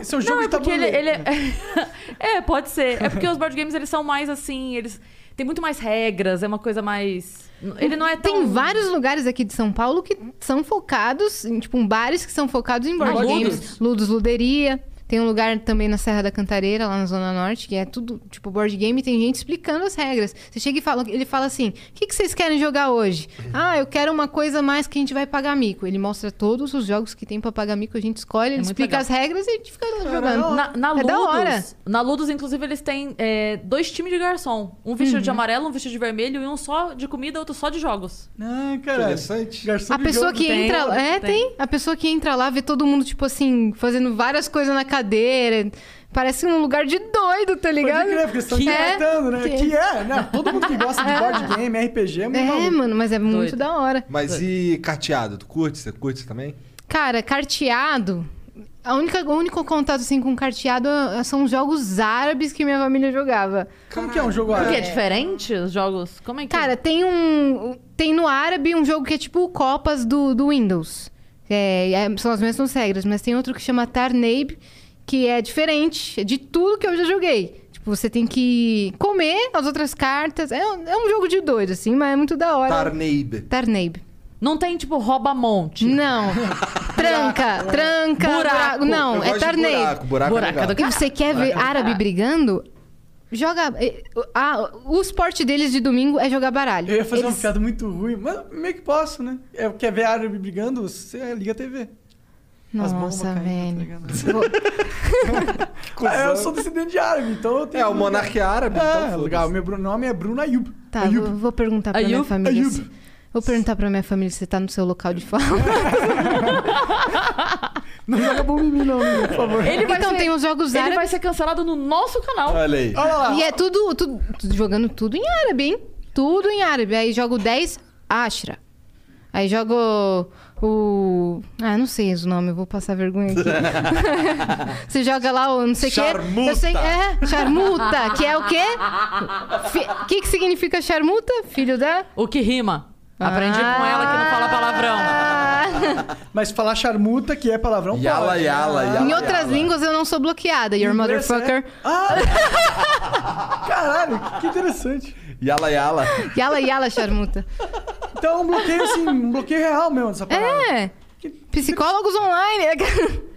Speaker 4: Esse é o jogo
Speaker 3: Não, é
Speaker 4: de
Speaker 3: porque
Speaker 4: tabuleiro.
Speaker 3: ele, ele é... <laughs> é, pode ser. É porque os board games, eles são mais assim, eles... Tem muito mais regras, é uma coisa mais... Ele não é tão...
Speaker 2: Tem vários lugares aqui de São Paulo que são focados, em, tipo, em bares que são focados em board
Speaker 3: Ah, Ludos.
Speaker 2: games. Ludos, Luderia. Tem um lugar também na Serra da Cantareira, lá na Zona Norte, que é tudo, tipo, board game. Tem gente explicando as regras. Você chega e fala, ele fala assim, o que, que vocês querem jogar hoje? Ah, eu quero uma coisa mais que a gente vai pagar mico. Ele mostra todos os jogos que tem pra pagar mico, a gente escolhe, ele
Speaker 3: É muito
Speaker 2: explica
Speaker 3: legal.
Speaker 2: as regras e a gente fica jogando.
Speaker 3: Na, na
Speaker 2: É
Speaker 3: Ludus,
Speaker 2: da hora.
Speaker 3: na Ludus, inclusive, eles têm é, dois times de garçom. Um vestido de amarelo, um vestido de vermelho e um só de comida, outro só de jogos.
Speaker 4: Ah, cara.
Speaker 5: Interessante.
Speaker 4: Garçom
Speaker 2: A
Speaker 4: de
Speaker 2: pessoa
Speaker 4: jogo.
Speaker 2: que
Speaker 3: tem,
Speaker 2: entra. É,
Speaker 3: tem.
Speaker 2: tem. A pessoa que entra lá vê todo mundo, tipo assim, fazendo várias coisas na cadeira. Parece um lugar de doido, tá
Speaker 4: Pode
Speaker 2: ligado?
Speaker 4: crer, porque estão
Speaker 2: Que é-
Speaker 4: tratando, né?
Speaker 2: que-
Speaker 4: Que é, né? Todo mundo que gosta de
Speaker 2: <laughs>
Speaker 4: board game, RPG, é muito
Speaker 2: É,
Speaker 4: maluco.
Speaker 2: mano, mas é muito
Speaker 3: Doido.
Speaker 2: da hora.
Speaker 5: Mas e carteado? Tu curte? Você curte também?
Speaker 2: Cara, carteado. A única, o único contato assim com carteado ah, são os jogos árabes que minha família jogava.
Speaker 4: Como que é um jogo
Speaker 3: Porque é
Speaker 4: árabe?
Speaker 3: diferente os jogos? Como é que.
Speaker 2: Cara, tem um. Tem no árabe um jogo que é tipo o Copas do, do Windows. É, é, são as mesmas regras, mas tem outro que chama Tarnabe, que é diferente de tudo que eu já joguei. Tipo, você tem que comer as outras cartas. É, um- é um jogo de doido, assim, mas é muito da hora.
Speaker 5: Tarneib.
Speaker 2: Tarnabe.
Speaker 3: não tem tipo rouba-monte.
Speaker 5: <laughs>
Speaker 2: Não. tranca, tranca.
Speaker 3: Buraco.
Speaker 2: Não,
Speaker 5: Eu
Speaker 2: é
Speaker 5: gosto de
Speaker 2: Tarnabe.
Speaker 5: Buraco, buraco,
Speaker 3: Buraco
Speaker 5: é
Speaker 3: é
Speaker 5: legal.
Speaker 3: do
Speaker 2: E você quer ver árabe brigando? Joga. eh, ah, o esporte deles de domingo é jogar baralho.
Speaker 4: Eu ia fazer
Speaker 2: Eles-
Speaker 4: uma piada muito ruim, mas meio que posso, né? É, quer ver árabe brigando? Você liga a TV. As bombas
Speaker 2: Nossa,
Speaker 4: caindo, tá
Speaker 2: velho.
Speaker 4: ligado?
Speaker 2: Vou-
Speaker 4: Ah, eu sou descendente de árabe, então eu tenho.
Speaker 5: É, o monarca é árabe, então
Speaker 4: É,
Speaker 5: foda-se.
Speaker 4: legal. Meu Bruno- nome é Bruno Ayub.
Speaker 2: Tá,
Speaker 4: Ayub.
Speaker 2: vou, vou perguntar pra minha
Speaker 3: Ayub?
Speaker 2: família.
Speaker 4: Ayub.
Speaker 2: se- Vou perguntar pra minha família se tá no seu local de fala.
Speaker 4: Não joga bom em mim, não, menino, por favor.
Speaker 3: Ele vai
Speaker 2: então
Speaker 3: ser-
Speaker 2: tem os jogos
Speaker 3: Ele vai
Speaker 2: árabes.
Speaker 3: ser cancelado no nosso canal.
Speaker 5: Olha aí.
Speaker 4: Olha lá.
Speaker 2: E é tudo, tudo- tudo- Jogando tudo em árabe, hein? Tudo em árabe. Aí jogo 10, Ashra. Aí jogo o. Ah, não sei o nome, eu vou passar vergonha aqui. Você joga lá o não sei o quê.
Speaker 5: Charmuta.
Speaker 2: Eu sei, é, charmuta, que é o quê? O que, que significa charmuta? Filho da.
Speaker 3: O que rima? Aprendi com ela que não fala palavrão.
Speaker 4: Mas falar charmuta, que é palavrão,
Speaker 5: Yala,
Speaker 4: pode. Ah,
Speaker 5: yala, yala.
Speaker 2: Em outras
Speaker 5: yala.
Speaker 2: línguas eu não sou bloqueada. Your
Speaker 4: Inglês,
Speaker 2: motherfucker.
Speaker 4: é? Ah! <laughs> Caralho, que interessante.
Speaker 5: Yala, yala.
Speaker 2: Yala, yala, charmuta.
Speaker 4: Então é um bloqueio, assim, um bloqueio real mesmo dessa parada.
Speaker 2: É. Psicólogos online.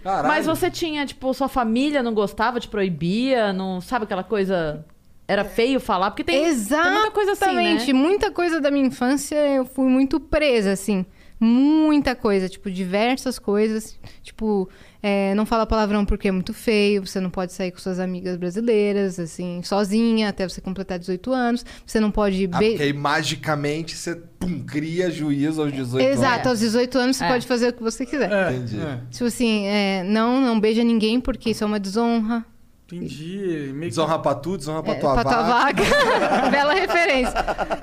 Speaker 2: <laughs>
Speaker 5: Caralho.
Speaker 3: Mas você tinha, tipo, sua família não gostava, te proibia, não sabe aquela coisa. Era feio falar, porque tem,
Speaker 2: É. Exatamente.
Speaker 3: tem muita coisa assim, né?
Speaker 2: Muita coisa da minha infância eu fui muito presa, assim. Muita coisa, tipo, diversas coisas. Tipo, é, não fala palavrão porque é muito feio, você não pode sair com suas amigas brasileiras, assim, sozinha, até você completar 18 anos. Você não pode...
Speaker 5: Ah,
Speaker 2: be-
Speaker 5: porque aí magicamente você pum, cria juízo aos 18
Speaker 2: Exato,
Speaker 5: anos.
Speaker 2: aos 18 anos você
Speaker 3: É.
Speaker 2: pode fazer o que você quiser.
Speaker 4: É,
Speaker 5: Entendi.
Speaker 4: é.
Speaker 2: Tipo assim, é, não, não beija ninguém porque isso é uma desonra.
Speaker 4: Entendi. Meio que...
Speaker 5: Desonra pra tu, desonra pra
Speaker 2: É,
Speaker 5: tua
Speaker 2: pra tua
Speaker 5: vaca.
Speaker 2: vaca. <laughs> Bela referência.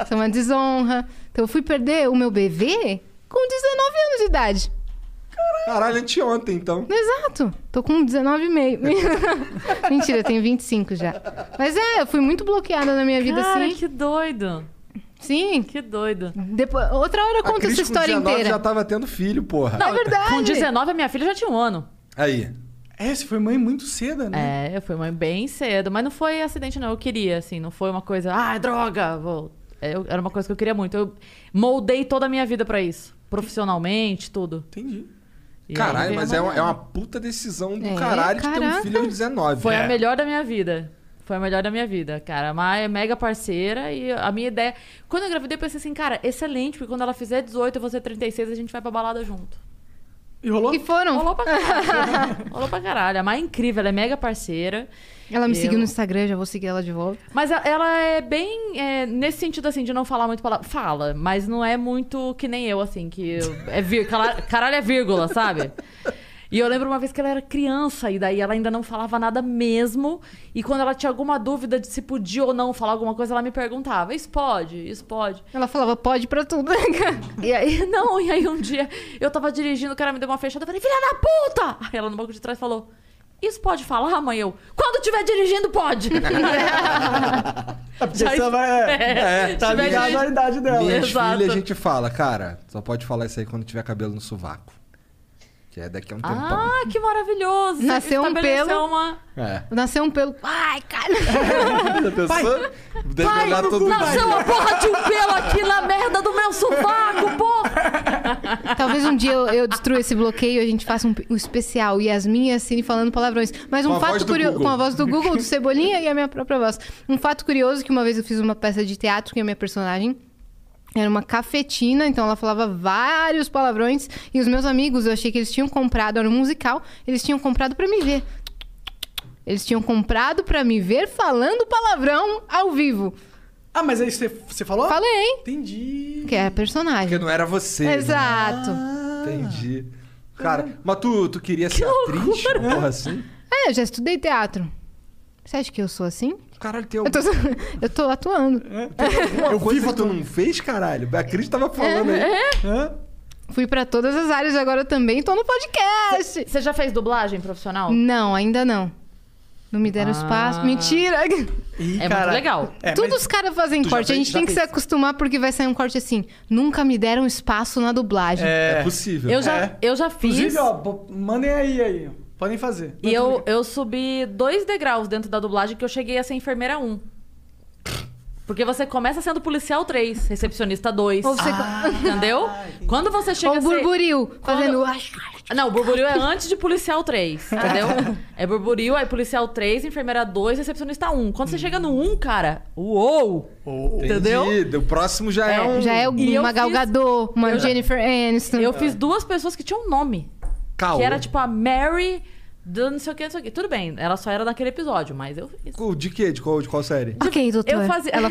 Speaker 2: Isso é uma desonra. Então eu fui perder o meu bebê com 19 anos de idade.
Speaker 5: Caralho, anteontem, então.
Speaker 2: Exato. Tô com 19 e meio. <laughs> Mentira, eu tenho 25 já. Mas é, eu fui muito bloqueada na minha vida,
Speaker 3: Cara,
Speaker 2: assim.
Speaker 3: que doido.
Speaker 2: Sim.
Speaker 3: Que doido.
Speaker 2: Depois, outra hora eu
Speaker 5: A
Speaker 2: conto
Speaker 5: Cris
Speaker 2: essa
Speaker 5: com
Speaker 2: história
Speaker 5: 19
Speaker 2: inteira.
Speaker 5: já tava tendo filho, porra.
Speaker 2: É verdade.
Speaker 3: Com 19, a minha filha já tinha um ano.
Speaker 5: Aí.
Speaker 4: É, você foi mãe muito cedo, né?
Speaker 3: É, eu fui mãe bem cedo, mas não foi acidente, não. Eu queria, assim, não foi uma coisa, ah, droga, vou. Eu- era uma coisa que eu queria muito. Eu moldei toda a minha vida pra isso. Profissionalmente, tudo.
Speaker 4: Entendi.
Speaker 3: E aí
Speaker 5: Caralho,
Speaker 3: veio
Speaker 5: mas
Speaker 3: a
Speaker 5: é uma,
Speaker 3: Mariana.
Speaker 5: é uma puta decisão do
Speaker 2: É,
Speaker 5: caralho de ter um
Speaker 2: caraca.
Speaker 5: filho aos 19.
Speaker 3: Foi
Speaker 5: É.
Speaker 3: a melhor da minha vida. Foi a melhor da minha vida, cara. A Mai é mega parceira e a minha ideia. Quando eu engravidei, eu pensei assim, cara, excelente, porque quando ela fizer 18, eu vou ser 36, a gente vai pra balada junto.
Speaker 4: E rolou?
Speaker 2: E foram.
Speaker 3: Rolou pra caralho. Rolou pra caralho. A Mai é incrível, ela é mega parceira.
Speaker 2: Ela me
Speaker 3: Eu-
Speaker 2: seguiu no Instagram, já vou seguir ela de volta.
Speaker 3: Mas a- ela é bem. é, nesse sentido, assim, de não falar muito palavra. Fala, mas não é muito que nem eu, assim, que. eu- É vir... cala- Caralho, é vírgula, sabe? E eu lembro uma vez que ela era criança e daí ela ainda não falava nada mesmo. E quando ela tinha alguma dúvida de se podia ou não falar alguma coisa, ela me perguntava: Isso pode? Isso pode?
Speaker 2: Ela falava, pode pra tudo. <laughs>
Speaker 3: E aí, <laughs> não, e aí um dia eu tava dirigindo, o cara me deu uma fechada, eu falei, filha da puta! Aí ela no banco de trás falou, isso pode falar, mãe? Eu, quando estiver dirigindo, pode!
Speaker 4: É porque
Speaker 3: Já
Speaker 4: você vai... <laughs>
Speaker 2: <laughs>
Speaker 4: É,
Speaker 5: É,
Speaker 4: tá
Speaker 3: tiver
Speaker 4: ligado
Speaker 3: dirigindo-
Speaker 4: à idade dela.
Speaker 5: Minhas
Speaker 3: Exato.
Speaker 5: filhas a gente fala, cara, só pode falar isso aí quando tiver cabelo no sovaco. Que é daqui a um tempão.
Speaker 3: Ah, que maravilhoso!
Speaker 2: Então. Nasceu um
Speaker 3: Estabeleceu
Speaker 2: pelo.
Speaker 3: Uma...
Speaker 5: É.
Speaker 2: Nasceu um pelo. Ai, cara.
Speaker 5: Já pensou? Deve olhar todo
Speaker 3: Nasceu uma porra de um pelo aqui na merda do meu sovaco, porra!
Speaker 2: Talvez um dia eu, eu destrua esse bloqueio e a gente faça um, um especial Yasmin e Cine falando palavrões. Mas
Speaker 5: Com
Speaker 2: um
Speaker 5: a voz
Speaker 2: fato
Speaker 5: do
Speaker 2: curioso.
Speaker 5: Google.
Speaker 2: Com a voz do Google, do Cebolinha e a minha própria voz. Um fato curioso que uma vez eu fiz uma peça de teatro que é a minha personagem. Era uma cafetina, então ela falava vários palavrões. E os meus amigos, eu achei que eles tinham comprado, era um musical, eles tinham comprado pra me ver. Eles tinham comprado pra me ver falando palavrão ao vivo.
Speaker 4: Ah, mas aí você, você falou?
Speaker 2: Falei,
Speaker 4: Entendi.
Speaker 2: que era personagem.
Speaker 5: Porque não era você. né?
Speaker 2: Exato.
Speaker 5: Entendi. Cara, mas tu, tu queria ser atriz? uma Porra, assim?
Speaker 2: É, eu já estudei teatro. Você acha que eu sou assim?
Speaker 5: Caralho, tem
Speaker 2: Eu tô, <laughs>
Speaker 5: alguma
Speaker 2: eu tô atuando.
Speaker 5: coisa que tu não fez, caralho? A Cris tava falando aí.
Speaker 4: Hã?
Speaker 2: Fui pra todas as áreas agora também. Tô no podcast.
Speaker 3: Você já fez dublagem profissional?
Speaker 2: Não, ainda não. Não me deram
Speaker 5: Ah.
Speaker 2: espaço. Mentira! <laughs>
Speaker 4: Ih,
Speaker 3: É muito legal.
Speaker 4: É,
Speaker 2: Tudo
Speaker 4: mas-
Speaker 2: os caras fazem
Speaker 5: Tu já
Speaker 2: corte. a
Speaker 5: fez-
Speaker 2: gente
Speaker 5: já
Speaker 2: tem que
Speaker 5: fez.
Speaker 2: se acostumar porque vai sair um corte assim. Nunca me deram espaço na dublagem.
Speaker 5: É,
Speaker 4: é,
Speaker 5: possível.
Speaker 3: Eu já,
Speaker 4: É.
Speaker 3: eu já fiz.
Speaker 4: Inclusive, ó, bo- mandem aí, aí. Podem fazer.
Speaker 3: E eu, eu subi dois degraus dentro da dublagem que eu cheguei a ser enfermeira 1. Porque você começa sendo policial 3, recepcionista 2.
Speaker 2: Ou você-
Speaker 5: Ah.
Speaker 3: Entendeu?
Speaker 4: Ah,
Speaker 3: Quando você chega
Speaker 2: Ou
Speaker 3: a ser...
Speaker 2: burburil, fazendo.
Speaker 3: Não, o burburil é antes de policial
Speaker 6: <laughs>
Speaker 3: 3, entendeu? É burburil, aí policial 3, enfermeira 2, recepcionista 1. Quando você chega no 1, cara, uou! Entendeu?
Speaker 5: Entendi. O próximo já é,
Speaker 3: É,
Speaker 5: um.
Speaker 2: Já é
Speaker 3: E eu
Speaker 2: uma
Speaker 3: fiz-
Speaker 2: Gal Gadot, uma
Speaker 3: eu-
Speaker 2: Jennifer Aniston.
Speaker 3: Eu fiz
Speaker 6: Então.
Speaker 3: duas pessoas que tinham um nome.
Speaker 6: Ah,
Speaker 5: Caô.
Speaker 3: Que era tipo a Mary do não sei o que, não sei o que. Tudo bem, ela só era naquele episódio, mas eu fiz.
Speaker 5: De quê? De qual, de qual série?
Speaker 6: Ok, doutor.
Speaker 3: Eu fazia. Ela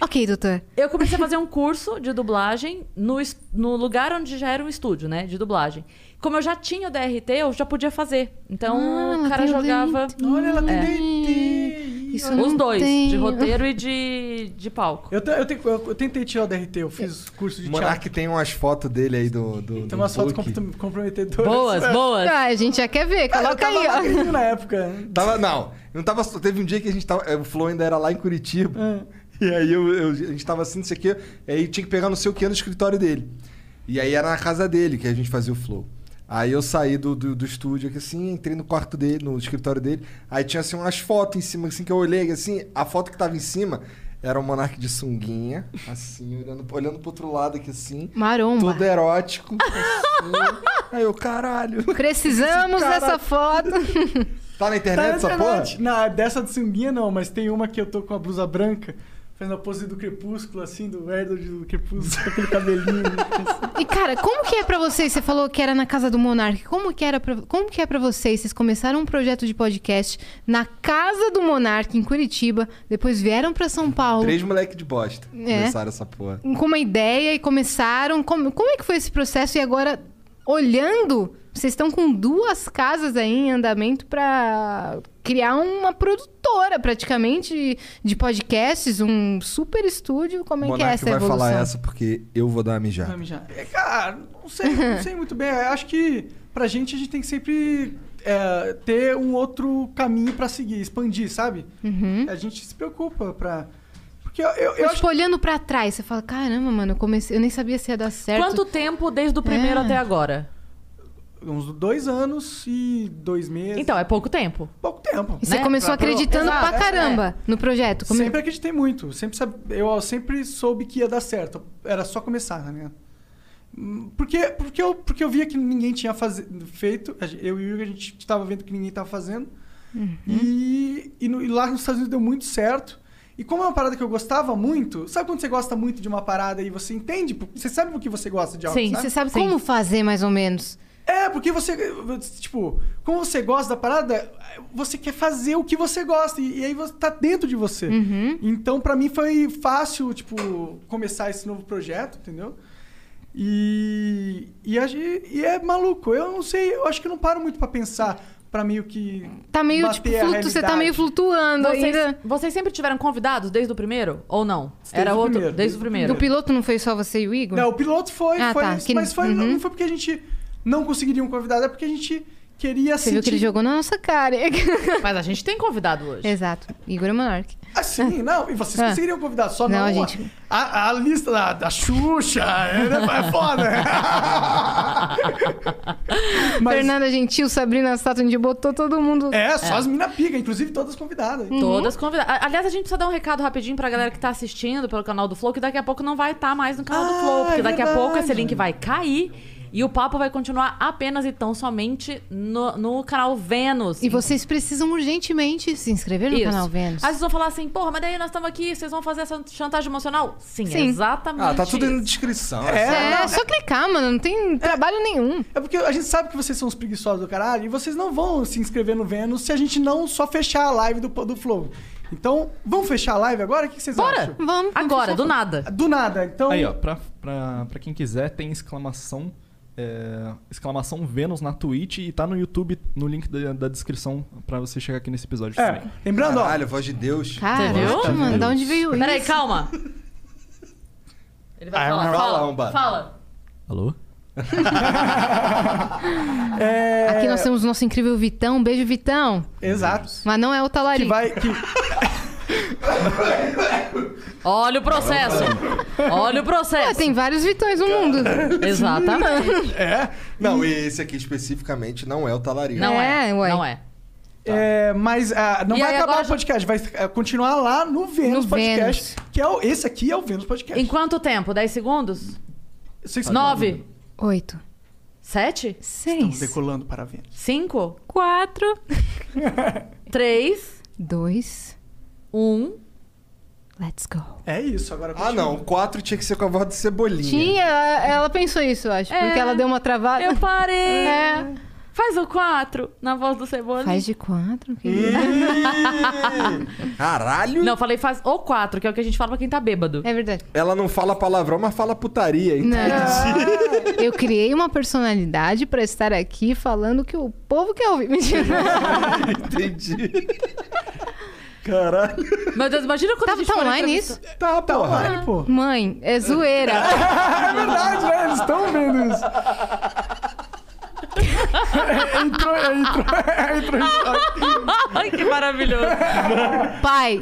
Speaker 6: Ok, doutor.
Speaker 3: <laughs> Eu comecei a fazer um curso de dublagem no, es- no lugar onde já era um estúdio, né? De dublagem. Como eu já tinha o DRT, eu já podia fazer. Então
Speaker 6: Ah,
Speaker 3: o
Speaker 6: ela
Speaker 3: cara
Speaker 2: um
Speaker 6: tem o
Speaker 3: jogava
Speaker 4: Olha, ela tem
Speaker 3: É.
Speaker 4: DT.
Speaker 6: Isso
Speaker 3: os
Speaker 6: não
Speaker 3: dois,
Speaker 6: tem-
Speaker 3: de roteiro e de, de palco.
Speaker 4: Eu, te- eu, te- eu- eu tentei tirar o DRT, eu fiz curso de
Speaker 5: O
Speaker 4: teatro.
Speaker 5: Monark ah, tem umas fotos dele aí do. do do
Speaker 4: Tem umas fotos
Speaker 5: book.
Speaker 4: comprom- comprometedoras. É.
Speaker 3: Boas, boas.
Speaker 2: Ah, a gente já quer ver,
Speaker 4: Eu
Speaker 2: coloca
Speaker 4: tava
Speaker 2: aí, ó.
Speaker 4: magrinho na época.
Speaker 5: Tava, não, não tava. só- Teve um dia que a gente tava. eh, O Flow ainda era lá em Curitiba. E aí eu, eu- a gente tava assim, não sei o quê. Aí tinha que pegar não sei o que no escritório dele. E aí era na casa dele que a gente fazia o Flow. Aí eu saí do, do, do estúdio aqui assim, entrei no quarto dele, no escritório dele. Aí tinha assim umas fotos em cima, assim, que eu olhei assim, a foto que tava em cima era o Monark de sunguinha, assim, olhando, olhando pro outro lado aqui assim.
Speaker 2: Maromba.
Speaker 5: Todo erótico. assim. Aí eu, caralho.
Speaker 2: Precisamos
Speaker 5: Esse cara-
Speaker 2: dessa foto.
Speaker 5: Tá na
Speaker 4: Tá
Speaker 5: internet
Speaker 4: na
Speaker 5: essa
Speaker 4: internet.
Speaker 5: porra?
Speaker 4: Na, dessa de sunguinha não, mas tem uma que eu tô com a blusa branca, fazendo a pose do crepúsculo, assim, do Edward do crepúsculo, com aquele
Speaker 3: <laughs>
Speaker 4: cabelinho. assim.
Speaker 2: E cara, como que é pra vocês? Você falou que era na casa do Monark. Como que era pra, como que é para vocês? Vocês começaram um projeto de podcast na casa do Monark em Curitiba, depois vieram pra São Paulo
Speaker 5: Três moleque de bosta
Speaker 2: É.
Speaker 5: começaram essa porra.
Speaker 2: com uma ideia e começaram. Como, como é que foi esse processo e agora olhando, vocês estão com duas casas aí em andamento pra criar uma produtora praticamente de, de podcasts, um super estúdio. Como é
Speaker 5: Monark
Speaker 2: que é essa
Speaker 5: vai
Speaker 2: evolução?
Speaker 5: falar essa porque eu vou dar uma mijada.
Speaker 4: Vai mijar. É, cara, não sei, não sei muito bem. Eu acho que pra gente a gente tem que sempre é, ter um outro caminho pra seguir, expandir, sabe? A gente se preocupa pra. Porque eu, eu, eu
Speaker 2: Uhum. Mas,
Speaker 4: acho
Speaker 2: tipo, olhando pra trás, você fala, caramba, mano, eu, comecei, eu nem sabia se ia dar certo.
Speaker 3: Quanto tempo desde o primeiro
Speaker 2: É.
Speaker 3: até agora?
Speaker 4: uns dois anos e dois meses.
Speaker 3: Então, é pouco tempo.
Speaker 4: pouco tempo.
Speaker 2: E você
Speaker 3: né?
Speaker 2: começou
Speaker 3: Pra- pra-
Speaker 2: acreditando
Speaker 3: Exato,
Speaker 2: pra caramba no projeto. é Come-
Speaker 4: é, Sempre acreditei muito. Sempre sab- Eu sempre soube que ia dar certo. Era só começar, né? Hum, Porque, porque, eu, porque eu via que ninguém tinha faze- feito. A gen- Eu e o Igor, a gente estava vendo que ninguém estava fazendo.
Speaker 2: Uhum.
Speaker 4: E, e, no- e lá nos Estados Unidos deu muito certo. E como é uma parada que eu gostava muito... Sabe quando você gosta muito de uma parada e você entende? por- Você sabe por que você gosta de algo,
Speaker 3: Sim,
Speaker 2: E
Speaker 4: sabe?
Speaker 2: você sabe
Speaker 3: Sim.
Speaker 2: como fazer, mais ou menos.
Speaker 4: É, porque você... Tipo, como você gosta da parada, você quer fazer o que você gosta. E, e aí você tá dentro de você.
Speaker 2: Uhum.
Speaker 4: Então, pra mim foi fácil, tipo, começar esse novo projeto, entendeu? E, e, a gen- e é maluco. Eu não sei, eu acho que eu não paro muito pra pensar pra meio que.
Speaker 2: Tá meio,
Speaker 4: bater
Speaker 2: tipo,
Speaker 4: a
Speaker 2: flutu... você tá
Speaker 4: realidade.
Speaker 2: meio flutuando assim,
Speaker 3: Vocês,
Speaker 2: ainda.
Speaker 3: vocês sempre tiveram convidados desde o primeiro? Ou não?
Speaker 4: Desde
Speaker 3: Era
Speaker 4: o
Speaker 3: outro.
Speaker 4: primeiro,
Speaker 3: desde o primeiro.
Speaker 2: né? Do piloto não foi só você e o Igor?
Speaker 4: Não, o piloto foi,
Speaker 2: Ah,
Speaker 4: foi
Speaker 2: tá, que-
Speaker 4: mas foi,
Speaker 2: uhum.
Speaker 4: não foi porque a gente não conseguiria um convidado, é porque a gente queria
Speaker 2: Você viu que ele jogou na nossa cara.
Speaker 3: <laughs> Mas a gente tem convidado hoje.
Speaker 2: Exato. Igor é Monark.
Speaker 4: Assim, não, e vocês
Speaker 2: Ah.
Speaker 4: conseguiriam convidar, só
Speaker 2: Não,
Speaker 4: não, a-
Speaker 2: gente.
Speaker 4: A, a lista da, da Xuxa é,
Speaker 2: <laughs>
Speaker 4: é foda. Mas-
Speaker 2: Fernanda Gentil, Sabrina Saturn de botou todo mundo.
Speaker 4: É, só as mina pica, inclusive todas convidadas.
Speaker 2: Uhum. Hum.
Speaker 3: Todas convidadas. A- Aliás, a gente precisa dar um recado rapidinho pra galera que tá assistindo pelo canal do Flow, que daqui a pouco não vai estar mais no canal do
Speaker 4: Ah,
Speaker 3: Flow, porque
Speaker 4: é
Speaker 3: daqui a pouco esse
Speaker 4: verdade.
Speaker 3: link vai cair e o papo vai continuar apenas e tão somente no, no canal Vênus.
Speaker 2: E vocês precisam urgentemente se inscrever no
Speaker 3: Isso.
Speaker 2: canal Vênus.
Speaker 3: Aí vocês vão falar assim, porra, mas daí nós estamos aqui, vocês vão fazer essa chantagem emocional? Sim,
Speaker 2: Sim.
Speaker 3: exatamente.
Speaker 5: Ah, tá tudo aí na
Speaker 3: isso.
Speaker 5: descrição. né?
Speaker 4: É,
Speaker 2: É,
Speaker 4: não,
Speaker 2: é só clicar, mano. Não tem trabalho nenhum.
Speaker 4: É porque a gente sabe que vocês são os preguiçosos do caralho e vocês não vão se inscrever no Vênus se a gente não só fechar a live do, do Flow. Então, vamos fechar a live agora? O que vocês
Speaker 3: Bora!
Speaker 4: acham?
Speaker 2: Vamos.
Speaker 3: Agora, do nada.
Speaker 4: Do nada, então.
Speaker 8: Aí, ó, pra, pra, pra quem quiser, tem exclamação. é, exclamação Vênus na Twitch e tá no YouTube no link da, da descrição pra você chegar aqui nesse episódio
Speaker 4: É,
Speaker 8: também.
Speaker 4: lembrando, ó,
Speaker 5: Caralho, voz de Deus.
Speaker 3: Entendeu?
Speaker 2: Caraca, mano, da onde veio isso?
Speaker 3: Peraí, calma. Ele vai
Speaker 5: Ah,
Speaker 3: falar.
Speaker 5: fala,
Speaker 3: Fala,
Speaker 5: Lomba.
Speaker 3: fala.
Speaker 8: Alô?
Speaker 4: É,
Speaker 2: Aqui nós temos o nosso incrível Vitão. Um beijo, Vitão.
Speaker 4: Exato.
Speaker 2: Mas não é o
Speaker 4: Que
Speaker 2: talarico. <laughs>
Speaker 4: vai. Que...
Speaker 3: Olha o processo. Olha o
Speaker 2: Ah,
Speaker 3: processo.
Speaker 2: tem vários Vitões no mundo. <laughs>
Speaker 3: Exatamente.
Speaker 4: é,
Speaker 5: Não, esse aqui especificamente não é o talarico.
Speaker 3: Não é,
Speaker 2: É, ué.
Speaker 3: não é.
Speaker 4: É, mas ah, não
Speaker 3: E
Speaker 4: vai
Speaker 3: aí,
Speaker 4: acabar
Speaker 3: agora
Speaker 4: o
Speaker 3: já-
Speaker 4: podcast, vai ah, continuar lá no Vênus
Speaker 2: No
Speaker 4: Podcast. Que é o, esse aqui é o Vênus Podcast.
Speaker 3: Em quanto tempo? 10 segundos?
Speaker 4: Vocês
Speaker 3: Nove?
Speaker 2: Oito.
Speaker 3: Sete?
Speaker 4: Estamos
Speaker 2: Seis.
Speaker 4: decolando para Vênus.
Speaker 3: Cinco?
Speaker 2: Quatro.
Speaker 3: <laughs> Três?
Speaker 2: Dois.
Speaker 3: Um?
Speaker 2: Let's go.
Speaker 4: É isso, agora
Speaker 5: Ah, não. Quatro tinha que ser com a voz de cebolinha.
Speaker 2: Tinha, ela pensou isso, eu acho.
Speaker 3: É.
Speaker 2: Porque ela deu uma travada.
Speaker 3: Eu parei.
Speaker 2: É.
Speaker 3: Faz o quatro na voz do Cebolinha.
Speaker 2: Faz de quatro, querido.
Speaker 5: Caralho!
Speaker 3: Não, falei faz o quatro, que é o que a gente fala pra quem tá bêbado.
Speaker 2: É verdade.
Speaker 5: Ela não fala palavrão, mas fala putaria. Então.
Speaker 2: Não. Eu criei uma personalidade pra estar aqui falando o que o povo quer ouvir. Mentira.
Speaker 5: <laughs> Entendi. Caralho.
Speaker 3: Meu Deus, imagina quando a
Speaker 2: Tava
Speaker 3: gente
Speaker 2: tá
Speaker 3: for
Speaker 2: online
Speaker 3: entrevista-
Speaker 2: isso?
Speaker 5: Tá,
Speaker 4: Tá
Speaker 5: porra.
Speaker 4: online, pô.
Speaker 2: Mãe, é zoeira.
Speaker 4: É verdade, né? Eles estão vendo isso. entrou, entrou, entrou. em choque.
Speaker 3: Ai, que maravilhoso.
Speaker 2: Pai.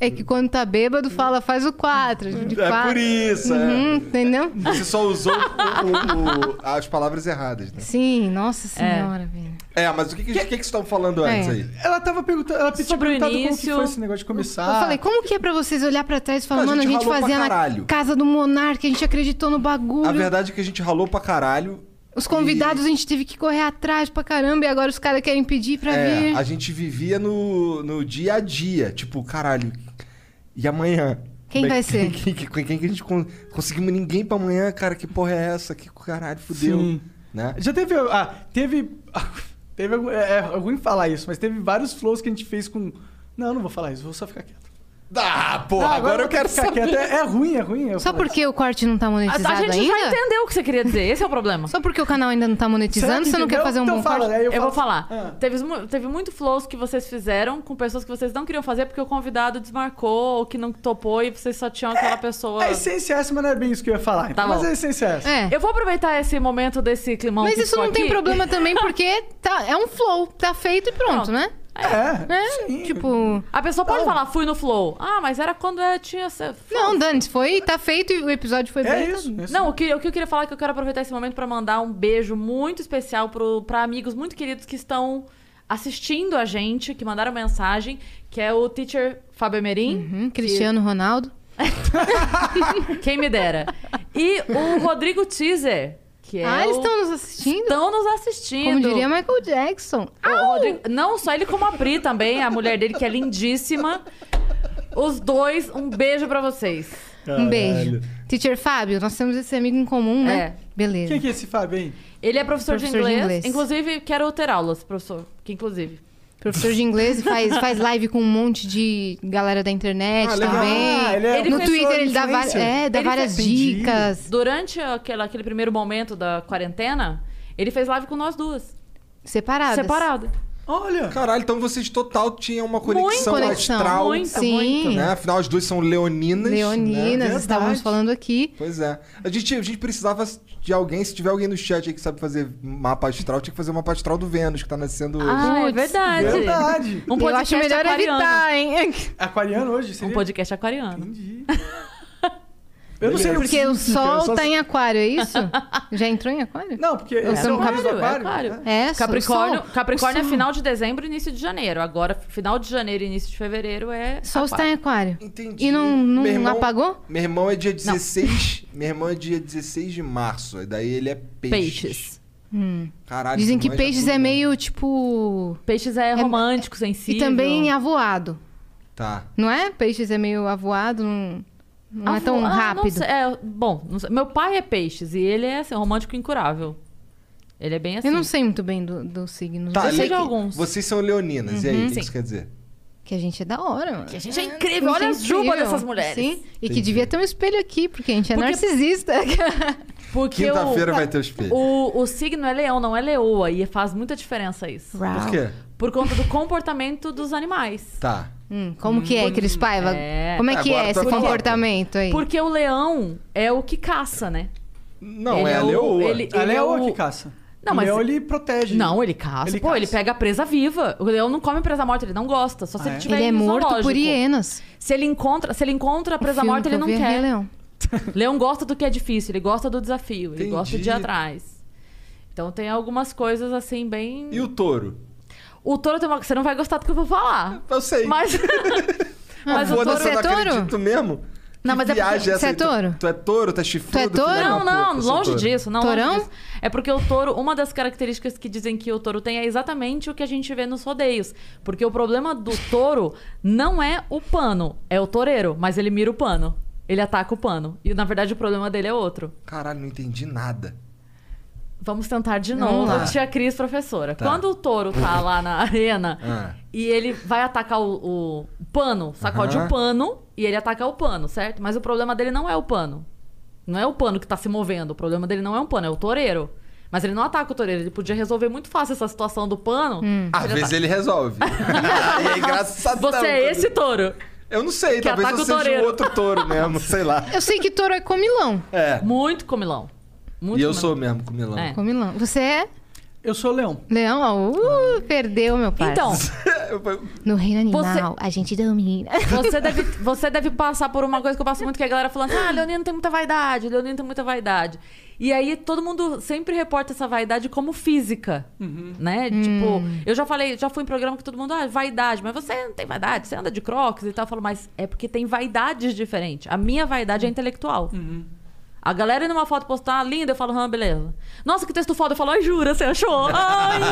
Speaker 2: É que quando tá bêbado, fala, faz o quatro. De
Speaker 5: É
Speaker 2: quatro.
Speaker 5: por isso, é.
Speaker 2: Hum, entendeu?
Speaker 5: Você só usou o- o- o- as palavras erradas, né?
Speaker 2: Sim, nossa senhora, velho.
Speaker 5: É, mas o que, que, que, que vocês estavam falando antes
Speaker 2: É.
Speaker 5: aí?
Speaker 4: Ela tava perguntando, ela tinha
Speaker 3: Sobre o
Speaker 4: perguntado como que
Speaker 3: início.
Speaker 4: foi esse negócio de começar.
Speaker 3: Ah.
Speaker 2: Eu falei, como que é pra vocês olhar pra trás e falar,
Speaker 5: A
Speaker 2: mano, a
Speaker 5: gente
Speaker 2: gente
Speaker 5: ralou pra
Speaker 2: fazia na
Speaker 5: caralho."
Speaker 2: casa do Monarca, a gente acreditou no
Speaker 5: A
Speaker 2: bagulho.
Speaker 5: verdade é que a gente ralou pra caralho.
Speaker 2: Os convidados a gente teve que correr atrás pra caramba e agora os caras querem pedir pra
Speaker 5: É,
Speaker 2: vir.
Speaker 5: a gente vivia no, no dia a dia. Tipo, caralho. E amanhã?
Speaker 2: Quem
Speaker 5: Como é
Speaker 2: vai ser?
Speaker 5: que- <laughs> Quem, quem, quem, quem que a gente con- conseguimos ninguém pra amanhã, cara? Que porra é essa? Que caralho, fudeu.
Speaker 4: Sim.
Speaker 5: Né?
Speaker 4: Já teve. Ah, teve. <laughs> Teve algum. É, é ruim falar isso, mas teve vários flows que a gente fez com. Não, não vou falar isso, vou só ficar quieto.
Speaker 5: Ah, porra,
Speaker 4: Ah,
Speaker 5: agora, eu
Speaker 4: vou ter
Speaker 5: quero
Speaker 4: que ficar
Speaker 5: saber.
Speaker 4: quieto. É, é ruim, é ruim. eu
Speaker 2: Só
Speaker 4: falar
Speaker 2: porque o corte não tá
Speaker 3: A,
Speaker 2: monetizado
Speaker 3: a gente
Speaker 2: ainda?
Speaker 3: já entendeu o que você queria dizer. Esse é o problema.
Speaker 2: Só porque o canal ainda não tá
Speaker 4: isso.
Speaker 2: monetizando,
Speaker 4: Será
Speaker 2: você não quer
Speaker 4: entendeu?
Speaker 2: fazer um
Speaker 4: Então
Speaker 2: bom
Speaker 4: fala,
Speaker 2: corte?
Speaker 4: aí
Speaker 3: Eu, vou
Speaker 4: falo-
Speaker 2: assim,
Speaker 3: falar.
Speaker 4: Ah.
Speaker 3: Teve, mu- teve muito flows que vocês fizeram com pessoas que vocês não queriam fazer porque o convidado desmarcou ou que não topou e vocês só tinham aquela pessoa.
Speaker 4: A essência é essa, mas não é bem isso que eu ia falar. então.
Speaker 3: Tá
Speaker 4: mas
Speaker 3: bom.
Speaker 4: a essência é essa.
Speaker 2: É.
Speaker 3: Eu vou aproveitar esse momento desse climão.
Speaker 2: Mas
Speaker 3: que
Speaker 2: isso
Speaker 3: ficou
Speaker 2: não tem
Speaker 3: aqui. <laughs>
Speaker 2: problema também, porque tá, é um flow, tá feito e pronto,
Speaker 3: Pronto.
Speaker 2: né?
Speaker 4: É.
Speaker 2: É,
Speaker 4: Sim.
Speaker 2: tipo.
Speaker 3: A pessoa pode falar, fui no flow. Ah, mas era quando é, tinha. essa-
Speaker 2: Não, Dante, foi, tá feito e o episódio foi
Speaker 4: É
Speaker 2: bem. tá-
Speaker 4: isso. é isso.
Speaker 3: Não, o que, o que eu queria falar é que eu quero aproveitar esse momento pra mandar um beijo muito especial pro, pra amigos muito queridos que estão assistindo a gente, que mandaram mensagem, que é o teacher Fábio Emerim.
Speaker 2: Hum, Cristiano Ronaldo.
Speaker 3: Quem
Speaker 2: <laughs>
Speaker 3: me dera. E o Rodrigo Teaser, que é.
Speaker 2: ah, eles
Speaker 3: o-
Speaker 2: estão nos assistindo?
Speaker 3: Estão nos assistindo.
Speaker 2: Como diria Michael Jackson.
Speaker 3: O Rodrigo- Não só ele, como a Pri também, a mulher dele, que é lindíssima. Os dois, um beijo pra vocês.
Speaker 2: Um beijo. Teacher Fábio, nós temos esse amigo em comum, né? Beleza.
Speaker 4: Quem que é esse Fábio, hein?
Speaker 3: Ele é professor, de,
Speaker 2: Professor de
Speaker 3: inglês,
Speaker 2: inglês.
Speaker 3: Inclusive, quero ter aulas, professor. Que inclusive.
Speaker 2: Professor de inglês e
Speaker 4: <laughs>
Speaker 2: faz, faz live com um monte de galera da internet
Speaker 5: Ah, legal.
Speaker 2: também.
Speaker 4: Ah, ele é
Speaker 2: no
Speaker 4: professor,
Speaker 2: Twitter ele dá,
Speaker 4: influencer.
Speaker 2: va- é, dá
Speaker 3: Ele
Speaker 2: várias
Speaker 4: faz- Entendi.
Speaker 2: dicas.
Speaker 3: Durante aquela- aquele primeiro momento da quarentena, ele fez live com nós duas.
Speaker 2: Separadas.
Speaker 3: Separado.
Speaker 4: Olha.
Speaker 5: Caralho, então vocês total tinham uma conexão
Speaker 2: conexão,
Speaker 5: astral.
Speaker 3: muito.
Speaker 2: Sim.
Speaker 5: Né? Afinal, as duas são leoninas.
Speaker 2: Leoninas,
Speaker 5: né?
Speaker 2: estávamos falando aqui.
Speaker 5: Pois é. A gente, a gente precisava de alguém, se tiver alguém no chat aí que sabe fazer mapa astral, tinha que fazer o mapa astral do Vênus, que tá nascendo hoje.
Speaker 3: Ah, é
Speaker 2: Putz,
Speaker 3: verdade.
Speaker 4: Verdade.
Speaker 3: Um
Speaker 2: Eu
Speaker 3: podcast
Speaker 2: acho melhor
Speaker 3: aquariano.
Speaker 2: evitar, hein?
Speaker 4: Aquariano hoje? Seria...
Speaker 3: Um podcast aquariano.
Speaker 4: Entendi. Eu não sei o que
Speaker 2: <laughs> Porque o
Speaker 4: significa, eu
Speaker 2: sol
Speaker 4: só-
Speaker 2: tá em aquário, é isso? Já entrou em aquário?
Speaker 4: Não, porque
Speaker 2: Eu sou um
Speaker 4: é o
Speaker 2: Capricórnio,
Speaker 4: aquário,
Speaker 3: é aquário.
Speaker 4: né?
Speaker 2: É, só o
Speaker 3: Capricórnio,
Speaker 2: sol.
Speaker 3: Capricórnio
Speaker 2: O
Speaker 3: é
Speaker 2: sol.
Speaker 3: final de dezembro e início de janeiro. Agora, final de janeiro e início de fevereiro é.
Speaker 2: Sol está em aquário.
Speaker 5: Entendi.
Speaker 2: E não- não
Speaker 5: Meu
Speaker 2: apagou?
Speaker 5: Meu irmão é dia 16. Meu irmão é dia 16 de março. aí Daí ele é peixes.
Speaker 3: Peixes.
Speaker 5: Caralho.
Speaker 2: Dizem
Speaker 5: tu
Speaker 2: que
Speaker 5: manja
Speaker 2: peixes
Speaker 5: tudo,
Speaker 2: é
Speaker 5: né?
Speaker 2: meio tipo.
Speaker 3: Peixes é romântico,
Speaker 2: E
Speaker 3: sensível.
Speaker 2: também ah, avoado.
Speaker 5: Tá.
Speaker 2: Não é? Peixes é meio avoado, não, não é
Speaker 3: Ah,
Speaker 2: tão
Speaker 3: ah, não
Speaker 2: rápido.
Speaker 3: sei. É, bom, não sei. meu pai é peixes e ele é assim, romântico incurável. Ele é bem assim.
Speaker 2: Eu não sei muito bem do, do signo.
Speaker 5: Tá,
Speaker 2: eu sei
Speaker 5: le-
Speaker 3: sei
Speaker 2: que,
Speaker 3: de alguns.
Speaker 5: Vocês são leoninas. E aí,
Speaker 2: Uhum,
Speaker 5: o que isso quer dizer?
Speaker 2: que a gente é da hora, mano.
Speaker 3: Que a gente é incrível, olha
Speaker 2: a
Speaker 3: as juba dessas mulheres.
Speaker 2: Sim, e que
Speaker 5: Entendi.
Speaker 2: devia ter um espelho aqui, porque a gente é
Speaker 3: Porque-
Speaker 6: <laughs>
Speaker 2: narcisista.
Speaker 3: Porque o-
Speaker 5: Quinta-feira
Speaker 2: tá
Speaker 5: vai ter o espelho.
Speaker 3: o, o signo é leão, não é leoa, e faz muita diferença isso.
Speaker 5: Por quê?
Speaker 3: Por conta do comportamento dos animais.
Speaker 5: Tá.
Speaker 2: Hum, como que é, Cris Paiva?
Speaker 3: É.
Speaker 2: Como é que
Speaker 5: Agora tá
Speaker 2: é
Speaker 5: tu
Speaker 2: esse
Speaker 5: vai falar.
Speaker 2: comportamento aí?
Speaker 3: Porque o leão é o que caça, né?
Speaker 5: Não,
Speaker 3: Ele
Speaker 5: é,
Speaker 3: é
Speaker 5: a
Speaker 3: o-
Speaker 5: leoa.
Speaker 3: ele-
Speaker 4: A leoa
Speaker 3: o-
Speaker 4: que caça.
Speaker 3: Não,
Speaker 4: o
Speaker 3: mas-
Speaker 4: leão, ele protege.
Speaker 3: Não, é- ele caça.
Speaker 4: Ele
Speaker 3: Pô, ele
Speaker 4: caça.
Speaker 3: pega a presa viva. O leão não come presa morta, ele não gosta. Só se
Speaker 4: Ah,
Speaker 3: ele
Speaker 4: é?
Speaker 3: tiver
Speaker 6: Ele é
Speaker 3: em
Speaker 6: morto por
Speaker 3: zoológico.
Speaker 6: hienas.
Speaker 3: Se ele encontra, se ele encontra a presa
Speaker 6: O filme
Speaker 3: morta,
Speaker 6: que
Speaker 3: ele
Speaker 6: eu
Speaker 3: não
Speaker 6: vi é Rei
Speaker 3: quer.
Speaker 6: Leão.
Speaker 3: Leão gosta do que é difícil, ele gosta do desafio, ele
Speaker 5: Entendi.
Speaker 3: gosta de ir atrás. Então tem algumas coisas assim bem.
Speaker 5: E o touro?
Speaker 3: O touro tem uma. Você não vai gostar do que eu vou falar.
Speaker 5: Eu sei. <laughs>
Speaker 3: Mas. mas o touro.
Speaker 5: Foda-se,
Speaker 6: Você é
Speaker 5: eu não
Speaker 6: touro?
Speaker 5: acredito mesmo.
Speaker 3: Não,
Speaker 5: Que
Speaker 3: mas é porque-
Speaker 5: viagem
Speaker 6: você é
Speaker 5: aí? Tu-
Speaker 6: touro?
Speaker 5: Tu, é touro? Tu é chifrudo?
Speaker 6: Tu é touro?
Speaker 5: filho da
Speaker 3: Não,
Speaker 5: puta?
Speaker 3: não,
Speaker 5: Eu sou
Speaker 3: longe
Speaker 5: touro.
Speaker 3: disso, não.
Speaker 6: Torão?
Speaker 3: longe disso. É porque o touro, uma das características que dizem que o touro tem é exatamente o que a gente vê nos rodeios. Porque o problema do touro não é o pano, é o toureiro, mas ele mira o pano. Ele ataca o pano. E na verdade o problema dele é outro.
Speaker 5: Caralho, não entendi nada.
Speaker 3: Vamos tentar de
Speaker 6: Vamos
Speaker 3: novo.
Speaker 6: lá.
Speaker 3: Tia Cris, professora. Quando o touro tá lá na arena
Speaker 5: Ah.
Speaker 3: e ele vai atacar o, o pano, sacode
Speaker 5: Aham.
Speaker 3: o pano e ele ataca o pano, certo? Mas o problema dele não é o pano. Não é o pano que tá se movendo. O problema dele não é um pano, é o toureiro. Mas ele não ataca o toureiro. Ele podia resolver muito fácil essa situação do pano.
Speaker 5: Às vezes ele
Speaker 3: <laughs>
Speaker 5: resolve. é engraçado.
Speaker 3: Hum, tá. Você é esse touro.
Speaker 5: Eu não sei,
Speaker 3: que
Speaker 5: talvez
Speaker 3: ataca
Speaker 5: eu
Speaker 3: o
Speaker 5: seja
Speaker 3: toureiro.
Speaker 5: o outro
Speaker 3: <laughs>
Speaker 5: touro mesmo, sei lá.
Speaker 6: Eu sei que touro é comilão.
Speaker 5: É.
Speaker 3: Muito comilão. Muito
Speaker 5: e eu
Speaker 3: comilão.
Speaker 5: sou mesmo com Milão.
Speaker 3: É.
Speaker 6: Comilão. Você é
Speaker 4: Eu sou leão.
Speaker 6: leão? ó. Uh, perdeu, meu pai.
Speaker 3: Então,
Speaker 6: No reino animal, a gente domina.
Speaker 3: Você deve, você deve passar por uma coisa que eu passo muito, que a galera falando assim, ah, Leonino tem muita vaidade, Leonino tem muita vaidade. E aí todo mundo sempre reporta essa vaidade como física, né?
Speaker 6: Hum.
Speaker 3: Tipo, eu já falei, já fui em programa que todo mundo, ah, vaidade, mas você não tem vaidade, você anda de crocs e tal. Eu falo, mas é porque tem vaidades diferentes. A minha vaidade é intelectual. A galera numa foto postar, ah, linda, eu falo, ah, beleza. Nossa, que texto foda. Eu falo, ai, jura, você achou?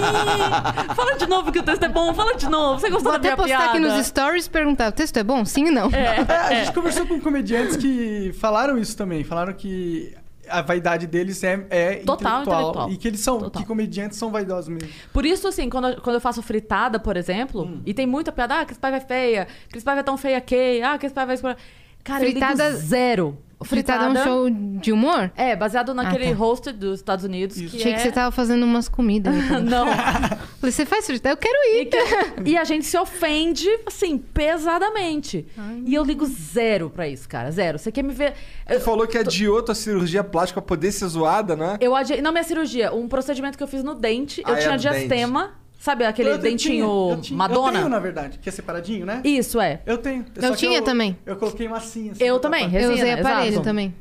Speaker 3: Ai! Fala de novo que o texto é bom, fala de novo. Você gostou
Speaker 6: Vou
Speaker 3: da minha
Speaker 6: até postar
Speaker 3: piada?
Speaker 6: aqui nos stories e perguntar: o texto é bom? Sim ou não? <laughs>
Speaker 4: É, a gente conversou com comediantes que falaram isso também. Falaram que a vaidade deles é, é
Speaker 3: Total intelectual.
Speaker 4: E que eles são,
Speaker 3: Total.
Speaker 4: que comediantes são vaidosos mesmo.
Speaker 3: Por isso, assim, quando eu, quando eu faço fritada, por exemplo,
Speaker 4: Hum.
Speaker 3: e tem muita piada, ah, Cris Paiva é feia, Cris Paiva é tão feia que, ah, Cris Paiva é... escura." Cara, fritada...
Speaker 6: Fritada-
Speaker 3: eu ligo zero.
Speaker 6: Fritada é um show de humor?
Speaker 3: É, baseado naquele
Speaker 6: tá.
Speaker 3: host dos Estados Unidos, que
Speaker 6: Achei
Speaker 3: é...
Speaker 6: que você tava fazendo umas
Speaker 3: <laughs>
Speaker 6: comidas. aí pra mim. <laughs>
Speaker 3: Não.
Speaker 6: Falei, você faz fritada? Eu quero
Speaker 3: E,
Speaker 6: ir.
Speaker 3: que- e a gente se ofende, assim, pesadamente. E eu ligo zero pra isso, cara, zero. Você quer me ver...
Speaker 5: Ele falou que adiou tua cirurgia plástica pra poder ser zoada, né?
Speaker 3: Eu adi... Não, minha cirurgia, um procedimento que eu fiz no dente, eu
Speaker 5: Ah, é,
Speaker 3: tinha
Speaker 5: do dente.
Speaker 3: diastema, sabe aquele
Speaker 4: Eu- eu
Speaker 3: dentinho
Speaker 4: tinha- eu tinha-
Speaker 3: Madonna?
Speaker 4: Eu tenho, na verdade, que é separadinho, né?
Speaker 3: Isso, é.
Speaker 4: Eu tenho.
Speaker 6: Eu
Speaker 4: Só que
Speaker 6: tinha também.
Speaker 4: Eu coloquei massinha. assim,
Speaker 3: Eu
Speaker 4: pra
Speaker 3: também,
Speaker 4: tapar.
Speaker 3: é resina,
Speaker 6: eu usei aparelho
Speaker 3: exato.
Speaker 6: também.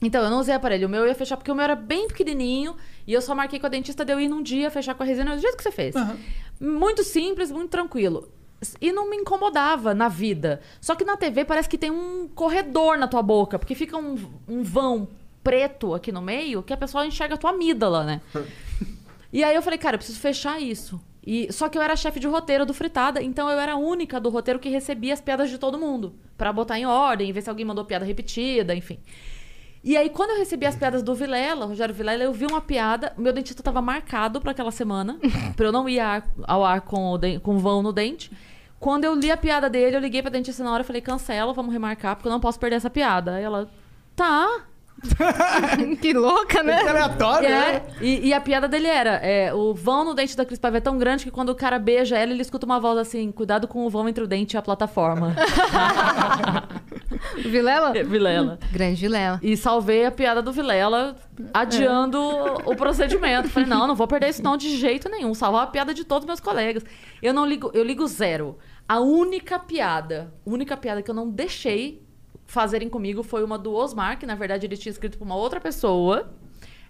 Speaker 3: Então, eu não usei aparelho. O meu eu ia fechar porque o meu era bem pequenininho e eu só marquei com a dentista de eu ir num dia fechar com a resina do jeito que você fez.
Speaker 4: Aham.
Speaker 3: Muito simples, muito tranquilo. E não me incomodava na vida. Só que na TV parece que tem um corredor na tua boca, porque fica um, um vão preto aqui no meio que a pessoa enxerga a tua amígdala, né? E aí eu falei, cara, eu preciso fechar isso. E só que eu era chefe de roteiro do Fritada, então eu era a única do roteiro que recebia as piadas de todo mundo Pra botar em ordem, ver se alguém mandou piada repetida, enfim. E aí quando eu recebi as piadas do Vilela, Rogério Vilela, eu vi uma piada, meu dentista tava marcado pra aquela semana, pra eu não ir ar- ao ar com o den- com vão no dente. Quando eu li a piada dele, eu liguei pra dentista na hora e falei: "Cancela, vamos remarcar, porque eu não posso perder essa piada". Aí ela: "Tá".
Speaker 2: <laughs>
Speaker 6: que louca, né?
Speaker 4: Que aleatório,
Speaker 3: É,
Speaker 4: né?
Speaker 3: e, e a piada dele era: é, o vão no dente da Cris Paiva é tão grande que quando o cara beija ela, ele escuta uma voz assim: cuidado com o vão entre o dente e a plataforma. <laughs>
Speaker 6: Vilela?
Speaker 3: É, Vilela.
Speaker 6: Grande Vilela.
Speaker 3: E salvei a piada do Vilela, adiando o procedimento. Falei, não, não vou perder isso não de jeito nenhum. Salvar a piada de todos meus colegas. Eu não ligo, eu ligo zero. A única piada, única piada que eu não deixei fazerem comigo foi uma do Osmar, que na verdade ele tinha escrito pra uma outra pessoa.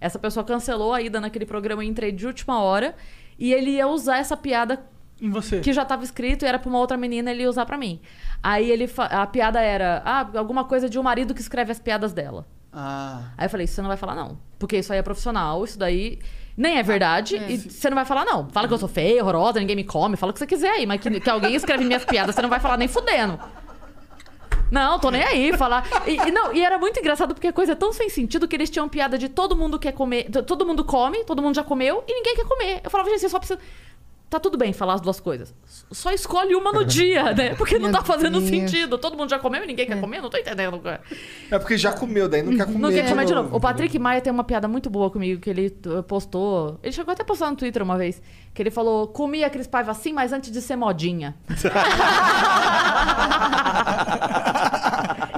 Speaker 3: Essa pessoa cancelou a ida naquele programa e entrei de última hora. E ele ia usar essa piada
Speaker 4: Em você.
Speaker 3: que já tava escrito e era pra uma outra menina ele ia usar pra mim. Aí ele fa- a piada era, ah, alguma coisa de um marido que escreve as piadas dela.
Speaker 4: Ah.
Speaker 3: Aí eu falei, isso você não vai falar não, porque isso aí é profissional, isso daí nem é verdade e você não vai falar não. Fala que eu sou feia, horrorosa, ninguém me come, fala o que você quiser aí, mas que, que alguém escreve minhas piadas, você não vai falar nem fudendo. Não, tô nem aí falar. E, e não, e era muito engraçado porque a coisa é tão sem sentido que eles tinham piada de todo mundo quer comer, to- todo mundo come, todo mundo já comeu e ninguém quer comer. Eu falava, gente, você só precisa Tá tudo bem falar as duas coisas. S- Só escolhe uma no dia, né? Porque não
Speaker 6: Meu
Speaker 3: tá fazendo
Speaker 6: Deus. É.
Speaker 3: sentido. Todo mundo já comeu e ninguém quer comer? Não tô entendendo. cara.
Speaker 5: É porque já comeu, daí não quer comer.
Speaker 3: Não quer comer de novo. O Patrick Maia tem uma piada muito boa comigo que ele uh, postou. Ele chegou até a postar no Twitter uma vez. Que ele falou: comia Cris Paiva assim, mas antes de ser modinha.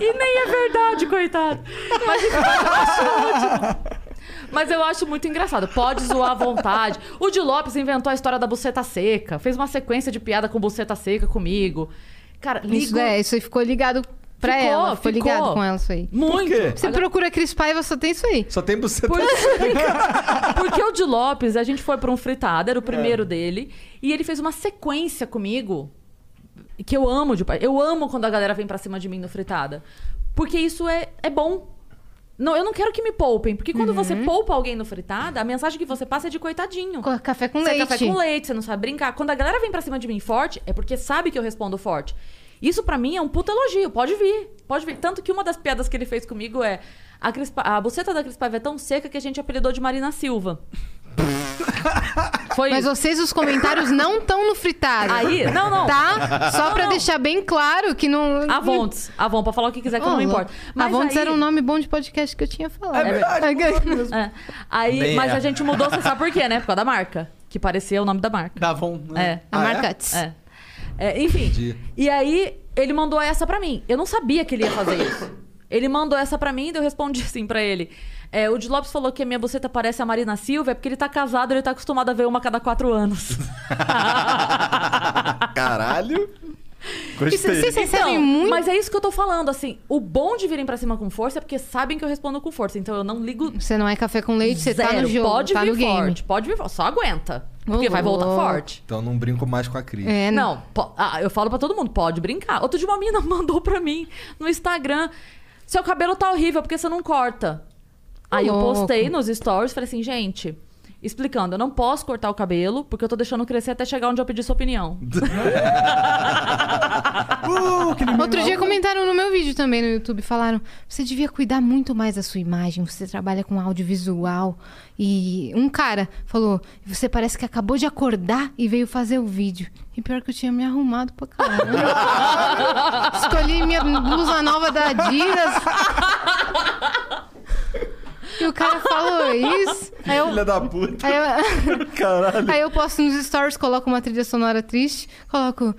Speaker 3: e nem é verdade, coitado. Mas enfim, eu acho ótimo. Mas eu acho muito engraçado. Pode zoar à vontade. O Di Lopes inventou a história da buceta seca. Fez uma sequência de piada com buceta seca comigo. Cara,
Speaker 2: Isso,
Speaker 3: ligo...
Speaker 2: é, isso aí ficou ligado pra
Speaker 3: Ficou,
Speaker 2: ela. Ficou,
Speaker 3: ficou.
Speaker 2: ligado com ela isso aí.
Speaker 3: Muito.
Speaker 5: quê?
Speaker 2: Você procura Cris Paiva, só tem isso aí.
Speaker 5: Só tem buceta.
Speaker 3: <laughs> Porque o de Lopes, a gente foi pra um fritada, era o primeiro dele, e ele fez uma sequência comigo que eu amo de pai. Eu amo quando a galera vem pra cima de mim no fritada. Porque isso é, é bom. Não, eu não quero que me poupem, porque quando você poupa alguém no fritada, a mensagem que você passa é de coitadinho.
Speaker 2: Co- Café com
Speaker 3: você
Speaker 2: leite.
Speaker 3: é café com leite, você não sabe brincar. Quando a galera vem pra cima de mim forte, é porque sabe que eu respondo forte. Isso pra mim é um puta elogio. Pode vir, pode vir. Tanto que uma das piadas que ele fez comigo é... A, crispa, a buceta da Crispa é tão seca que a gente apelidou de
Speaker 2: <laughs>
Speaker 3: Marina Silva. Foi
Speaker 2: Mas
Speaker 3: isso.
Speaker 2: vocês, os comentários não estão no fritado.
Speaker 3: Aí, não, não.
Speaker 2: Tá? Só
Speaker 3: Não,
Speaker 2: pra
Speaker 3: não.
Speaker 2: deixar bem claro que não.
Speaker 3: Avontes. Avon, pra falar o que quiser é que eu
Speaker 2: Ô,
Speaker 3: não
Speaker 2: louco.
Speaker 3: importa. Mas
Speaker 2: Avontes
Speaker 3: aí-
Speaker 2: era um nome bom de podcast que eu tinha falado.
Speaker 4: É verdade.
Speaker 3: É. Aí,
Speaker 9: Bem,
Speaker 3: mas
Speaker 9: é.
Speaker 3: a gente mudou, você sabe por quê, né? Por causa da marca. Que parecia o nome da marca.
Speaker 4: Davon.
Speaker 9: né?
Speaker 3: É.
Speaker 2: <laughs> A
Speaker 5: Ah, é?
Speaker 2: marca Tss.
Speaker 3: É. É, enfim. E aí, ele mandou essa pra mim. Eu não sabia que ele ia fazer isso. Ele mandou essa pra mim e eu respondi assim pra ele. É, o de Lopes falou que a minha buceta parece a Marina Silva, é porque ele tá casado, ele tá acostumado a ver uma a cada quatro anos.
Speaker 9: Caralho.
Speaker 2: E
Speaker 9: Gostei.
Speaker 2: vocês recebem
Speaker 3: Então,
Speaker 2: muito.
Speaker 3: Mas é isso que eu tô falando, assim. O bom de virem pra cima com força é porque sabem que eu respondo com força. Então eu não ligo
Speaker 2: Você não é café com leite, você tá
Speaker 3: zero.
Speaker 2: no jogo,
Speaker 3: pode
Speaker 2: tá
Speaker 3: vir
Speaker 2: no game.
Speaker 3: forte, pode vir forte. Só aguenta.
Speaker 2: Ô,
Speaker 3: Porque vai voltar
Speaker 2: louco.
Speaker 3: forte.
Speaker 5: <laughs> Então não brinco mais com a Cris.
Speaker 2: É, não.
Speaker 3: Não, po- ah, eu falo pra todo mundo, pode brincar. Outro dia uma <laughs> mina mandou pra mim no Instagram: seu cabelo tá horrível, porque você não corta. Aí eu
Speaker 2: Louco.
Speaker 3: postei nos stories, falei assim, gente, explicando, eu não posso cortar o cabelo, porque eu tô deixando crescer até chegar onde eu pedi sua opinião.
Speaker 4: Uh,
Speaker 2: Outro dia comentaram no meu vídeo também no YouTube, falaram: você devia cuidar muito mais da sua imagem, você trabalha com audiovisual. E um cara falou: você parece que acabou de acordar e veio fazer o vídeo. E pior que eu tinha me arrumado pra caramba. Escolhi minha blusa nova da Adidas. E o cara falou isso. Aí eu,
Speaker 5: Filha da puta.
Speaker 2: Aí eu...
Speaker 3: <laughs>
Speaker 2: Aí eu posto nos stories, coloco uma trilha sonora triste, coloco.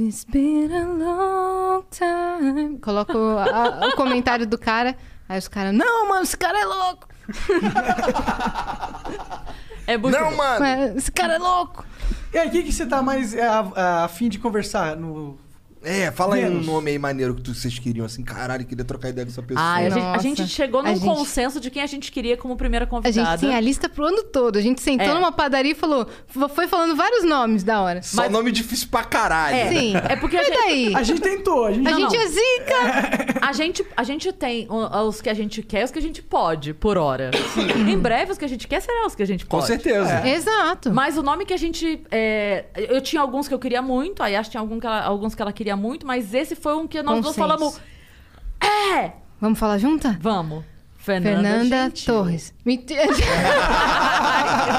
Speaker 2: It's been a long time. Coloco a- a- o comentário do cara. Aí os caras, não, mano, esse cara é louco!
Speaker 3: É muito
Speaker 5: Não, mano.
Speaker 2: Mas Esse cara é louco!
Speaker 4: E aí, o que, que você tá mais é, a- a- afim de conversar? No...
Speaker 5: É, fala aí um
Speaker 4: Menos.
Speaker 5: nome aí maneiro que tu- vocês queriam, assim, caralho, queria trocar ideia com essa pessoa.
Speaker 3: Ah, a gente, a
Speaker 2: Nossa.
Speaker 3: gente chegou num
Speaker 2: A gente-
Speaker 3: consenso de quem a gente queria como primeira
Speaker 2: A gente
Speaker 3: convidada.
Speaker 2: tem a lista pro ano todo. A gente sentou
Speaker 3: É.
Speaker 2: numa padaria e falou. Foi falando vários nomes da hora.
Speaker 5: Só nome difícil pra caralho.
Speaker 3: É,
Speaker 2: Sim.
Speaker 3: é porque a
Speaker 2: E
Speaker 3: gente,
Speaker 2: daí?
Speaker 4: A gente tentou, a gente
Speaker 2: A
Speaker 3: Não,
Speaker 2: gente
Speaker 3: não.
Speaker 2: é zica!
Speaker 3: a, gente, a gente tem o- os que a gente quer e os que a gente pode, por hora. em breve, os que a gente quer serão os que a gente
Speaker 5: Com
Speaker 3: pode.
Speaker 5: certeza.
Speaker 2: Exato.
Speaker 3: É. Mas o nome que a gente. é, eu tinha alguns que eu queria muito, a Yas tinha algum que ela- alguns que ela queria muito, mas esse foi um que nós duas
Speaker 2: Consenso.
Speaker 3: falamos. É!
Speaker 2: Vamos falar junta?
Speaker 3: Vamos. Fernanda,
Speaker 2: Fernanda
Speaker 3: Gentil.
Speaker 2: Torres. Mentira. <laughs> <laughs>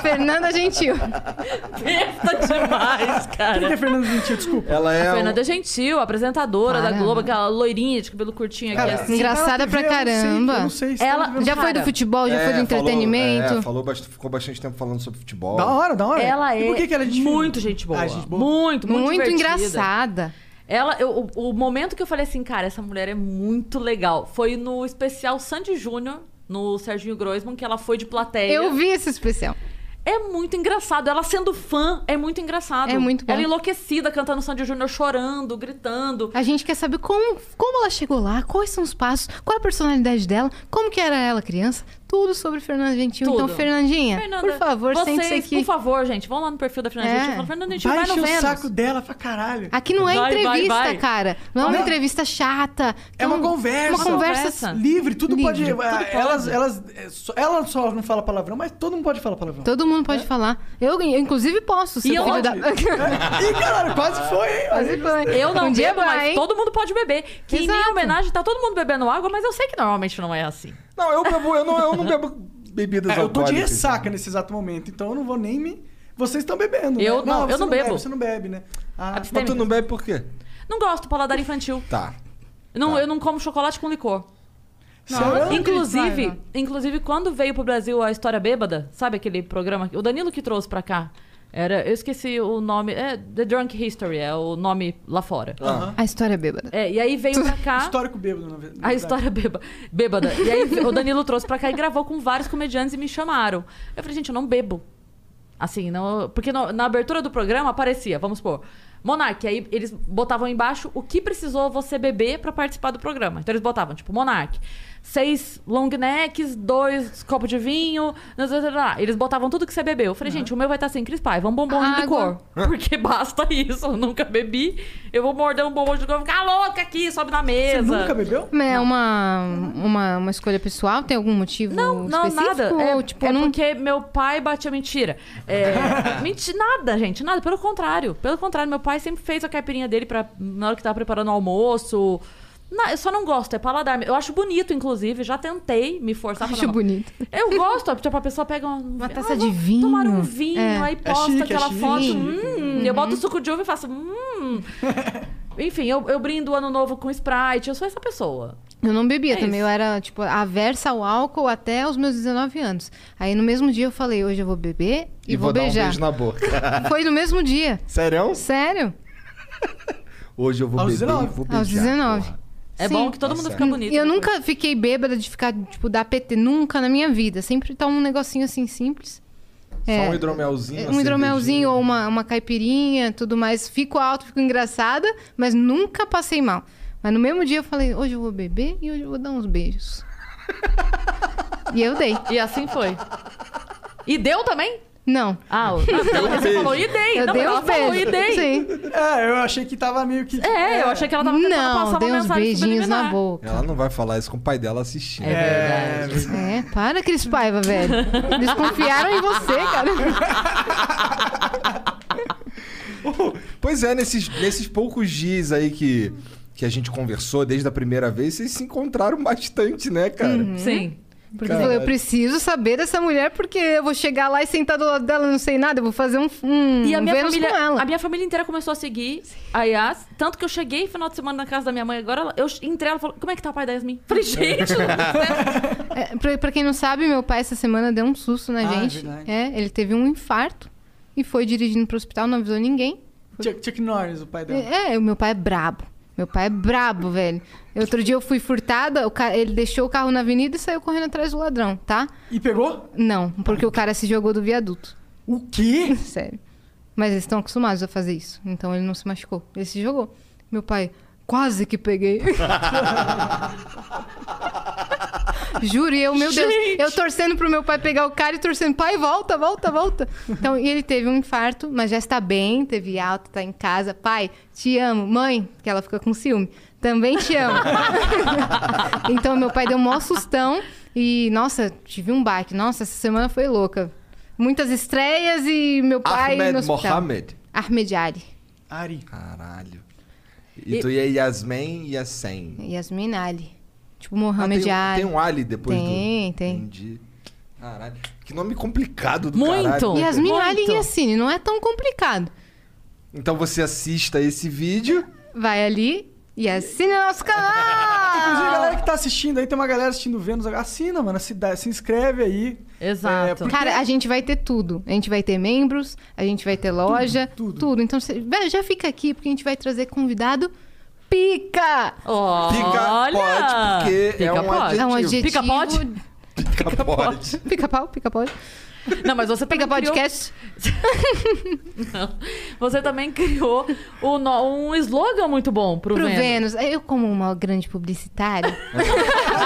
Speaker 2: Fernanda Gentil.
Speaker 3: Besta demais,
Speaker 4: Quem que é
Speaker 3: cara.
Speaker 4: Fernando Gentil? Desculpa.
Speaker 5: Ela é. um-
Speaker 3: Fernanda Gentil, apresentadora da
Speaker 2: Para,
Speaker 3: Globo,
Speaker 2: mano.
Speaker 3: aquela loirinha de cabelo curtinho aqui.
Speaker 4: Cara,
Speaker 3: assim.
Speaker 2: Engraçada
Speaker 4: tá na
Speaker 2: pra
Speaker 4: TV, eu não sei,
Speaker 2: caramba.
Speaker 4: eu não sei, se
Speaker 3: Ela
Speaker 4: tá na TV.
Speaker 2: Já foi
Speaker 3: Cara,
Speaker 2: do futebol, já
Speaker 5: é,
Speaker 2: foi do
Speaker 5: falou-
Speaker 2: entretenimento.
Speaker 5: é, falou bast- ficou bastante tempo falando sobre futebol.
Speaker 4: Da hora, da hora.
Speaker 3: Ela
Speaker 4: E
Speaker 3: é
Speaker 4: por que que ela é gente
Speaker 3: muito
Speaker 4: fina?
Speaker 3: gente boa.
Speaker 4: Ah, gente boa.
Speaker 3: Muito, muito,
Speaker 2: muito
Speaker 3: divertida.
Speaker 2: engraçada.
Speaker 3: Ela, eu- o, o momento que eu falei assim, cara, essa mulher é muito legal, foi no especial Sandy Júnior, no Serginho Groisman, que ela foi de plateia.
Speaker 2: Eu vi esse especial.
Speaker 3: É muito engraçado. Ela sendo fã, é muito engraçado.
Speaker 2: É muito bom.
Speaker 3: Ela enlouquecida, cantando Sandy Júnior, chorando, gritando.
Speaker 2: A gente quer saber como, como ela chegou lá, quais são os passos, qual é a personalidade dela, como que era ela criança, tudo sobre Fernanda Gentil.
Speaker 3: Tudo.
Speaker 2: Então, Fernandinha, por favor,
Speaker 3: vocês,
Speaker 2: sente-se aqui.
Speaker 3: por favor, gente, vão lá no perfil da Fernanda
Speaker 2: É.
Speaker 3: Gentil. Fala, Fernanda Gentil,
Speaker 4: Vai
Speaker 3: vai,
Speaker 4: encher
Speaker 3: no
Speaker 4: o
Speaker 3: Vênus.
Speaker 4: saco dela pra caralho.
Speaker 2: Aqui não é
Speaker 3: Vai, vai,
Speaker 2: entrevista,
Speaker 3: vai.
Speaker 2: cara. Não é uma
Speaker 4: Não.
Speaker 2: entrevista chata.
Speaker 4: É uma
Speaker 2: um-
Speaker 4: conversa.
Speaker 2: Uma conversa.
Speaker 3: Conversa.
Speaker 4: Livre, tudo
Speaker 2: Livre,
Speaker 4: pode.
Speaker 2: tudo
Speaker 4: ah,
Speaker 2: pode.
Speaker 4: Elas, elas, é, só- ela só não fala palavrão, mas todo mundo pode falar palavrão.
Speaker 2: Todo mundo
Speaker 4: É.
Speaker 2: pode falar. Eu, eu, inclusive, posso. ser
Speaker 3: E eu
Speaker 2: filho
Speaker 3: pode.
Speaker 2: da-
Speaker 4: <laughs> Ih, caralho, quase foi, hein?
Speaker 2: <laughs> Quase foi.
Speaker 3: Eu não
Speaker 2: um dia
Speaker 3: bebo,
Speaker 2: vai,
Speaker 3: mas
Speaker 2: hein?
Speaker 3: todo mundo pode beber. Que em minha
Speaker 2: Exato.
Speaker 3: homenagem tá todo mundo bebendo água, mas eu sei que normalmente não é assim.
Speaker 5: Não, eu bebo, eu não, eu não bebo bebidas
Speaker 4: É, eu tô de
Speaker 5: alcoólicas.
Speaker 4: ressaca nesse exato momento, então eu não vou nem me. Vocês estão bebendo.
Speaker 3: Eu
Speaker 4: né?
Speaker 3: não, eu
Speaker 4: você
Speaker 3: não bebo.
Speaker 4: Bebe, você não bebe, né? Ah,
Speaker 5: Mas tu não bebe por quê?
Speaker 3: Não gosto, paladar infantil.
Speaker 5: Tá.
Speaker 3: Não, eu não como chocolate com licor.
Speaker 4: sério?
Speaker 3: Inclusive, inclusive, quando veio pro Brasil a História Bêbada, sabe aquele programa? que- O Danilo que trouxe pra cá. Era, eu esqueci o nome. É The Drunk History, é o nome lá fora.
Speaker 5: Aham.
Speaker 2: A história bêbada.
Speaker 3: É, e Ah, aí veio pra
Speaker 4: <laughs>
Speaker 3: cá.
Speaker 4: Histórico bêbado, na verdade.
Speaker 3: A história bêba, bêbada. E aí o Danilo trouxe pra cá e gravou com vários comediantes e me chamaram. Eu falei, gente, eu não bebo. Assim, não. Porque no- na abertura do programa aparecia, vamos supor, Monark. Aí eles botavam embaixo o que precisou você beber pra participar do programa. Então eles botavam, tipo, Monark. Seis long necks, dois copos de vinho. não sei o que lá. Eles botavam tudo que você bebeu. Eu falei, gente, o meu vai estar sem crispar. Vamos bombom de licor.
Speaker 2: Água.
Speaker 3: Porque basta isso. Eu nunca bebi. Eu vou morder um bombom de licor. eu vou Ficar louca aqui, sobe na
Speaker 4: Você
Speaker 3: mesa.
Speaker 4: nunca bebeu?
Speaker 2: Mas É uma, uma, uma escolha pessoal? Tem algum motivo
Speaker 3: Não, não,
Speaker 2: Tipo, específico?
Speaker 3: nada. É,
Speaker 2: Ou, tipo,
Speaker 3: é
Speaker 2: não...
Speaker 3: porque meu pai batia mentira. É,
Speaker 2: <laughs>
Speaker 3: menti- nada, gente, nada. Pelo contrário. Pelo contrário, meu pai sempre fez a caipirinha dele pra, na hora que tava preparando o almoço. Na- eu só não gosto, é paladar. Eu acho bonito, inclusive. Já tentei me forçar. pra
Speaker 2: Acho
Speaker 3: não-
Speaker 2: bonito.
Speaker 3: Eu gosto, tipo, a pessoa pega uma, uma
Speaker 2: taça de vinho.
Speaker 3: Tomar um vinho,
Speaker 2: É. Uhum.
Speaker 3: aí posta
Speaker 4: chique, é
Speaker 3: aquela
Speaker 4: chique.
Speaker 3: foto.
Speaker 4: Sim.
Speaker 3: Hum, Eu boto suco de uva e faço. Hum.
Speaker 2: <laughs>
Speaker 3: Enfim, eu, eu brindo o ano novo com Sprite. Eu sou essa pessoa.
Speaker 2: Eu não bebia
Speaker 3: É
Speaker 2: também, eu
Speaker 3: isso.
Speaker 2: era, tipo, aversa ao álcool até os meus 19 anos. Aí no mesmo dia eu falei, hoje eu vou beber e,
Speaker 5: E
Speaker 2: vou,
Speaker 5: vou dar um
Speaker 2: beijar.
Speaker 5: beijo na boca. <laughs>
Speaker 2: Foi no mesmo dia.
Speaker 5: Sério?
Speaker 2: Sério?
Speaker 5: Hoje eu vou
Speaker 4: Aos
Speaker 5: beber
Speaker 4: 19.
Speaker 5: e vou beijar.
Speaker 2: Aos 19.
Speaker 5: porra.
Speaker 3: É
Speaker 2: Sim.
Speaker 3: bom que todo mundo
Speaker 5: Nossa.
Speaker 3: fica bonito. né?
Speaker 2: Eu
Speaker 3: depois.
Speaker 2: nunca fiquei bêbada de ficar, tipo, dar PT, nunca na minha vida. Sempre tá um negocinho assim simples.
Speaker 5: Só um
Speaker 2: É,
Speaker 5: hidromelzinho. uma
Speaker 2: um hidromelzinho
Speaker 5: cervejinha.
Speaker 2: ou uma, uma caipirinha, tudo mais. Fico alto, fico engraçada, mas nunca passei mal. Mas no mesmo dia eu falei, hoje eu vou beber e hoje eu vou dar uns beijos. e eu dei.
Speaker 3: E assim foi. E deu também?
Speaker 2: Não.
Speaker 3: Ah, o- você
Speaker 5: beijo.
Speaker 3: falou e dei.
Speaker 2: Eu
Speaker 3: não,
Speaker 2: dei
Speaker 3: ela
Speaker 2: uns
Speaker 3: falou
Speaker 2: beijos.
Speaker 3: e dei.
Speaker 2: Sim.
Speaker 4: É, eu achei que tava meio que.
Speaker 3: É, eu achei que ela tava tentando passar
Speaker 2: Não,
Speaker 3: uma
Speaker 2: dei uns
Speaker 3: mensagem né?
Speaker 2: beijinhos na
Speaker 3: subliminar.
Speaker 2: boca.
Speaker 5: Ela não vai falar isso com o pai dela assistindo.
Speaker 3: É verdade.
Speaker 2: É, para, Cris Paiva, velho. Eles confiaram em você, cara.
Speaker 5: Pois é, nesses, nesses poucos dias aí que, que a gente conversou desde a primeira vez, vocês se encontraram bastante, né, cara?
Speaker 2: Uhum.
Speaker 3: Sim.
Speaker 2: Porque eu falei, eu preciso saber dessa mulher, porque eu vou chegar lá e sentar do lado dela, eu não sei nada, eu vou fazer um, um
Speaker 3: E a minha,
Speaker 2: Vênus com
Speaker 3: família,
Speaker 2: ela.
Speaker 3: a minha família inteira começou a seguir a Yas. Tanto que eu cheguei final de semana na casa da minha mãe agora. ela- Eu entrei ela falou: Como é que tá o pai da Yasmin? Falei, gente,
Speaker 5: <laughs>
Speaker 2: É, pra, pra quem não sabe, meu pai essa semana deu um susto na
Speaker 4: Ah, é
Speaker 2: gente.
Speaker 4: verdade.
Speaker 2: É, ele teve um infarto e foi dirigindo pro hospital, não avisou ninguém.
Speaker 4: Chuck, Chuck Norris, o pai dela.
Speaker 2: É, o meu pai é brabo. Meu pai é brabo, velho. Outro dia eu fui furtada, o ca- ele deixou o carro na avenida e saiu correndo atrás do ladrão, tá?
Speaker 4: E pegou?
Speaker 2: Não, porque o cara se jogou do viaduto.
Speaker 4: O quê?
Speaker 2: Sério. Mas eles estão acostumados a fazer isso. Então ele não se machucou. Ele se jogou. Meu pai, quase que peguei. <laughs> Juro, e eu, meu Deus, eu torcendo pro meu pai pegar o cara e torcendo, pai, volta, volta, volta. Então, e ele teve um infarto, mas já está bem, teve alta, tá em casa. Pai, te amo. Mãe, que ela fica com ciúme, também te amo. então, meu pai deu um maior sustão e, nossa, tive um baque. Nossa, essa semana foi louca. Muitas estreias e meu pai no
Speaker 5: Ahmed
Speaker 2: hospital.
Speaker 5: Mohamed.
Speaker 2: Ahmed Ali.
Speaker 4: Ari.
Speaker 5: Caralho. E, tu ia Yasmin e Yassem.
Speaker 2: Yasmin Ali. Tipo,
Speaker 5: Ah, tem,
Speaker 2: Mohamed
Speaker 5: um-
Speaker 2: Ali.
Speaker 5: tem um Ali depois
Speaker 2: Tem,
Speaker 5: do...
Speaker 2: tem.
Speaker 5: Entendi. Caralho. Que nome complicado do
Speaker 3: Muito.
Speaker 5: caralho.
Speaker 2: Yasmin
Speaker 3: Muito.
Speaker 2: Ali e Yassine, não é tão complicado.
Speaker 5: Então você assista esse
Speaker 2: <laughs>
Speaker 5: vídeo.
Speaker 2: Vai ali e assina nosso
Speaker 4: Inclusive,
Speaker 3: Ah.
Speaker 4: a
Speaker 2: canal!
Speaker 4: galera que tá assistindo aí, tem uma galera assistindo Vênus. Assina, mano. Se, dá- se inscreve aí. É,
Speaker 3: Exato.
Speaker 4: porque-
Speaker 2: Cara, a gente vai ter tudo. A gente vai ter membros, a gente vai ter loja, tudo.
Speaker 4: tudo.
Speaker 2: Então, cê- velho, já fica aqui porque a gente vai trazer convidado pica!
Speaker 3: Olha!
Speaker 5: Pica-pote, porque é um
Speaker 3: Pica-pote.
Speaker 2: É um
Speaker 5: adjetivo.
Speaker 2: adjetivo.
Speaker 3: Pica-pote?
Speaker 5: Pica-pote.
Speaker 2: Pica-pau, pica-pode.
Speaker 3: Não, mas você também criou-
Speaker 2: Pica-podcast.
Speaker 3: Não. Você também <laughs> criou o no- um slogan muito bom pro,
Speaker 2: Pro
Speaker 3: Vênus.
Speaker 2: Vênus. Eu, como uma grande publicitária,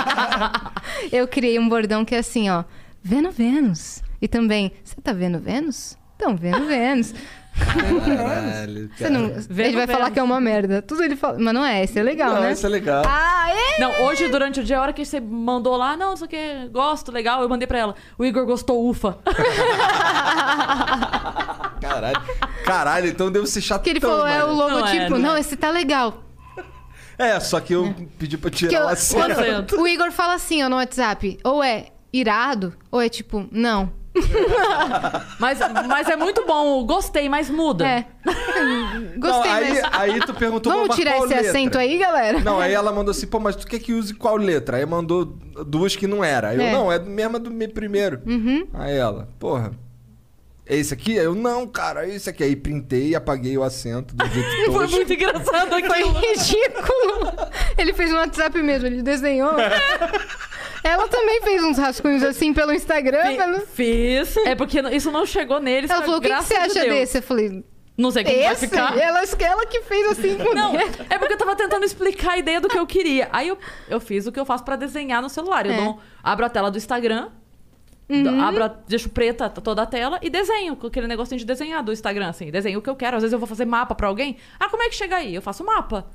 Speaker 2: <laughs> eu criei um bordão que é assim, ó. Vendo Vênus. E também, você tá vendo Vênus? Então, vendo Vênus.
Speaker 5: Caralho,
Speaker 2: Você não-
Speaker 5: cara.
Speaker 3: Vendo
Speaker 2: ele vai falar
Speaker 3: Vênus.
Speaker 2: que é uma merda. Tudo ele fala. Mas não é, esse é legal,
Speaker 5: Não,
Speaker 2: né?
Speaker 5: isso é legal.
Speaker 2: Ah, é?
Speaker 3: Não, hoje durante o dia, a hora que você mandou lá, não, isso aqui é- gosto, legal, eu mandei pra ela. O Igor gostou, ufa. <laughs>
Speaker 5: Caralho. Caralho, então devo ser chato
Speaker 2: Que Ah. ele falou, é o
Speaker 3: Não é,
Speaker 2: logotipo.
Speaker 3: não
Speaker 2: Não,
Speaker 3: é.
Speaker 2: esse tá legal.
Speaker 5: É, só que eu pedi pra
Speaker 2: Que
Speaker 5: tirar assim.
Speaker 2: eu-
Speaker 5: o acento.
Speaker 2: quando- o Igor fala assim, ó, no WhatsApp. Ou é irado, ou é tipo, não.
Speaker 3: Mas, mas é muito bom, o gostei, mas muda.
Speaker 5: <laughs>
Speaker 2: É.
Speaker 5: Não,
Speaker 2: Gostei,
Speaker 5: aí,
Speaker 2: mas...
Speaker 5: aí tu perguntou pô,
Speaker 2: Vamos
Speaker 5: mas
Speaker 2: tirar
Speaker 5: qual
Speaker 2: esse
Speaker 5: letra?
Speaker 2: acento aí, galera? <laughs>
Speaker 5: Não, aí ela mandou assim, pô, mas tu quer que use qual letra? Aí mandou duas que não era. Aí eu,
Speaker 2: É. Uhum.
Speaker 5: não, é do mesmo do meu primeiro. Aí ela, porra, É esse aqui? Eu, não, cara, é esse aqui. Aí printei, apaguei o acento do
Speaker 2: <laughs>
Speaker 5: jeito
Speaker 3: Foi
Speaker 5: tosco.
Speaker 3: muito engraçado
Speaker 2: Foi
Speaker 3: aquilo.
Speaker 2: ridículo. Ele fez um WhatsApp mesmo, ele desenhou.
Speaker 5: <laughs>
Speaker 2: Ela também fez uns rascunhos assim pelo Instagram. pelo-
Speaker 3: Fiz. É porque isso não chegou neles.
Speaker 2: Ela falou: o que, que você acha desse? Eu falei:
Speaker 3: Não sei como vai
Speaker 2: esse? É.
Speaker 3: ficar.
Speaker 2: Ela, ela que fez assim com o
Speaker 3: Não,
Speaker 2: dedo.
Speaker 3: é porque eu tava tentando explicar a ideia do que eu queria. Aí eu, eu fiz o que eu faço pra desenhar no celular. Eu
Speaker 2: É. Uhum.
Speaker 3: dou- abro a tela do Instagram, abro a- deixo preta t- toda a tela e desenho com aquele negocinho de desenhar do Instagram, assim. Desenho o que eu quero. Às vezes eu vou fazer mapa pra alguém. Ah, como é que chega aí? Eu faço mapa.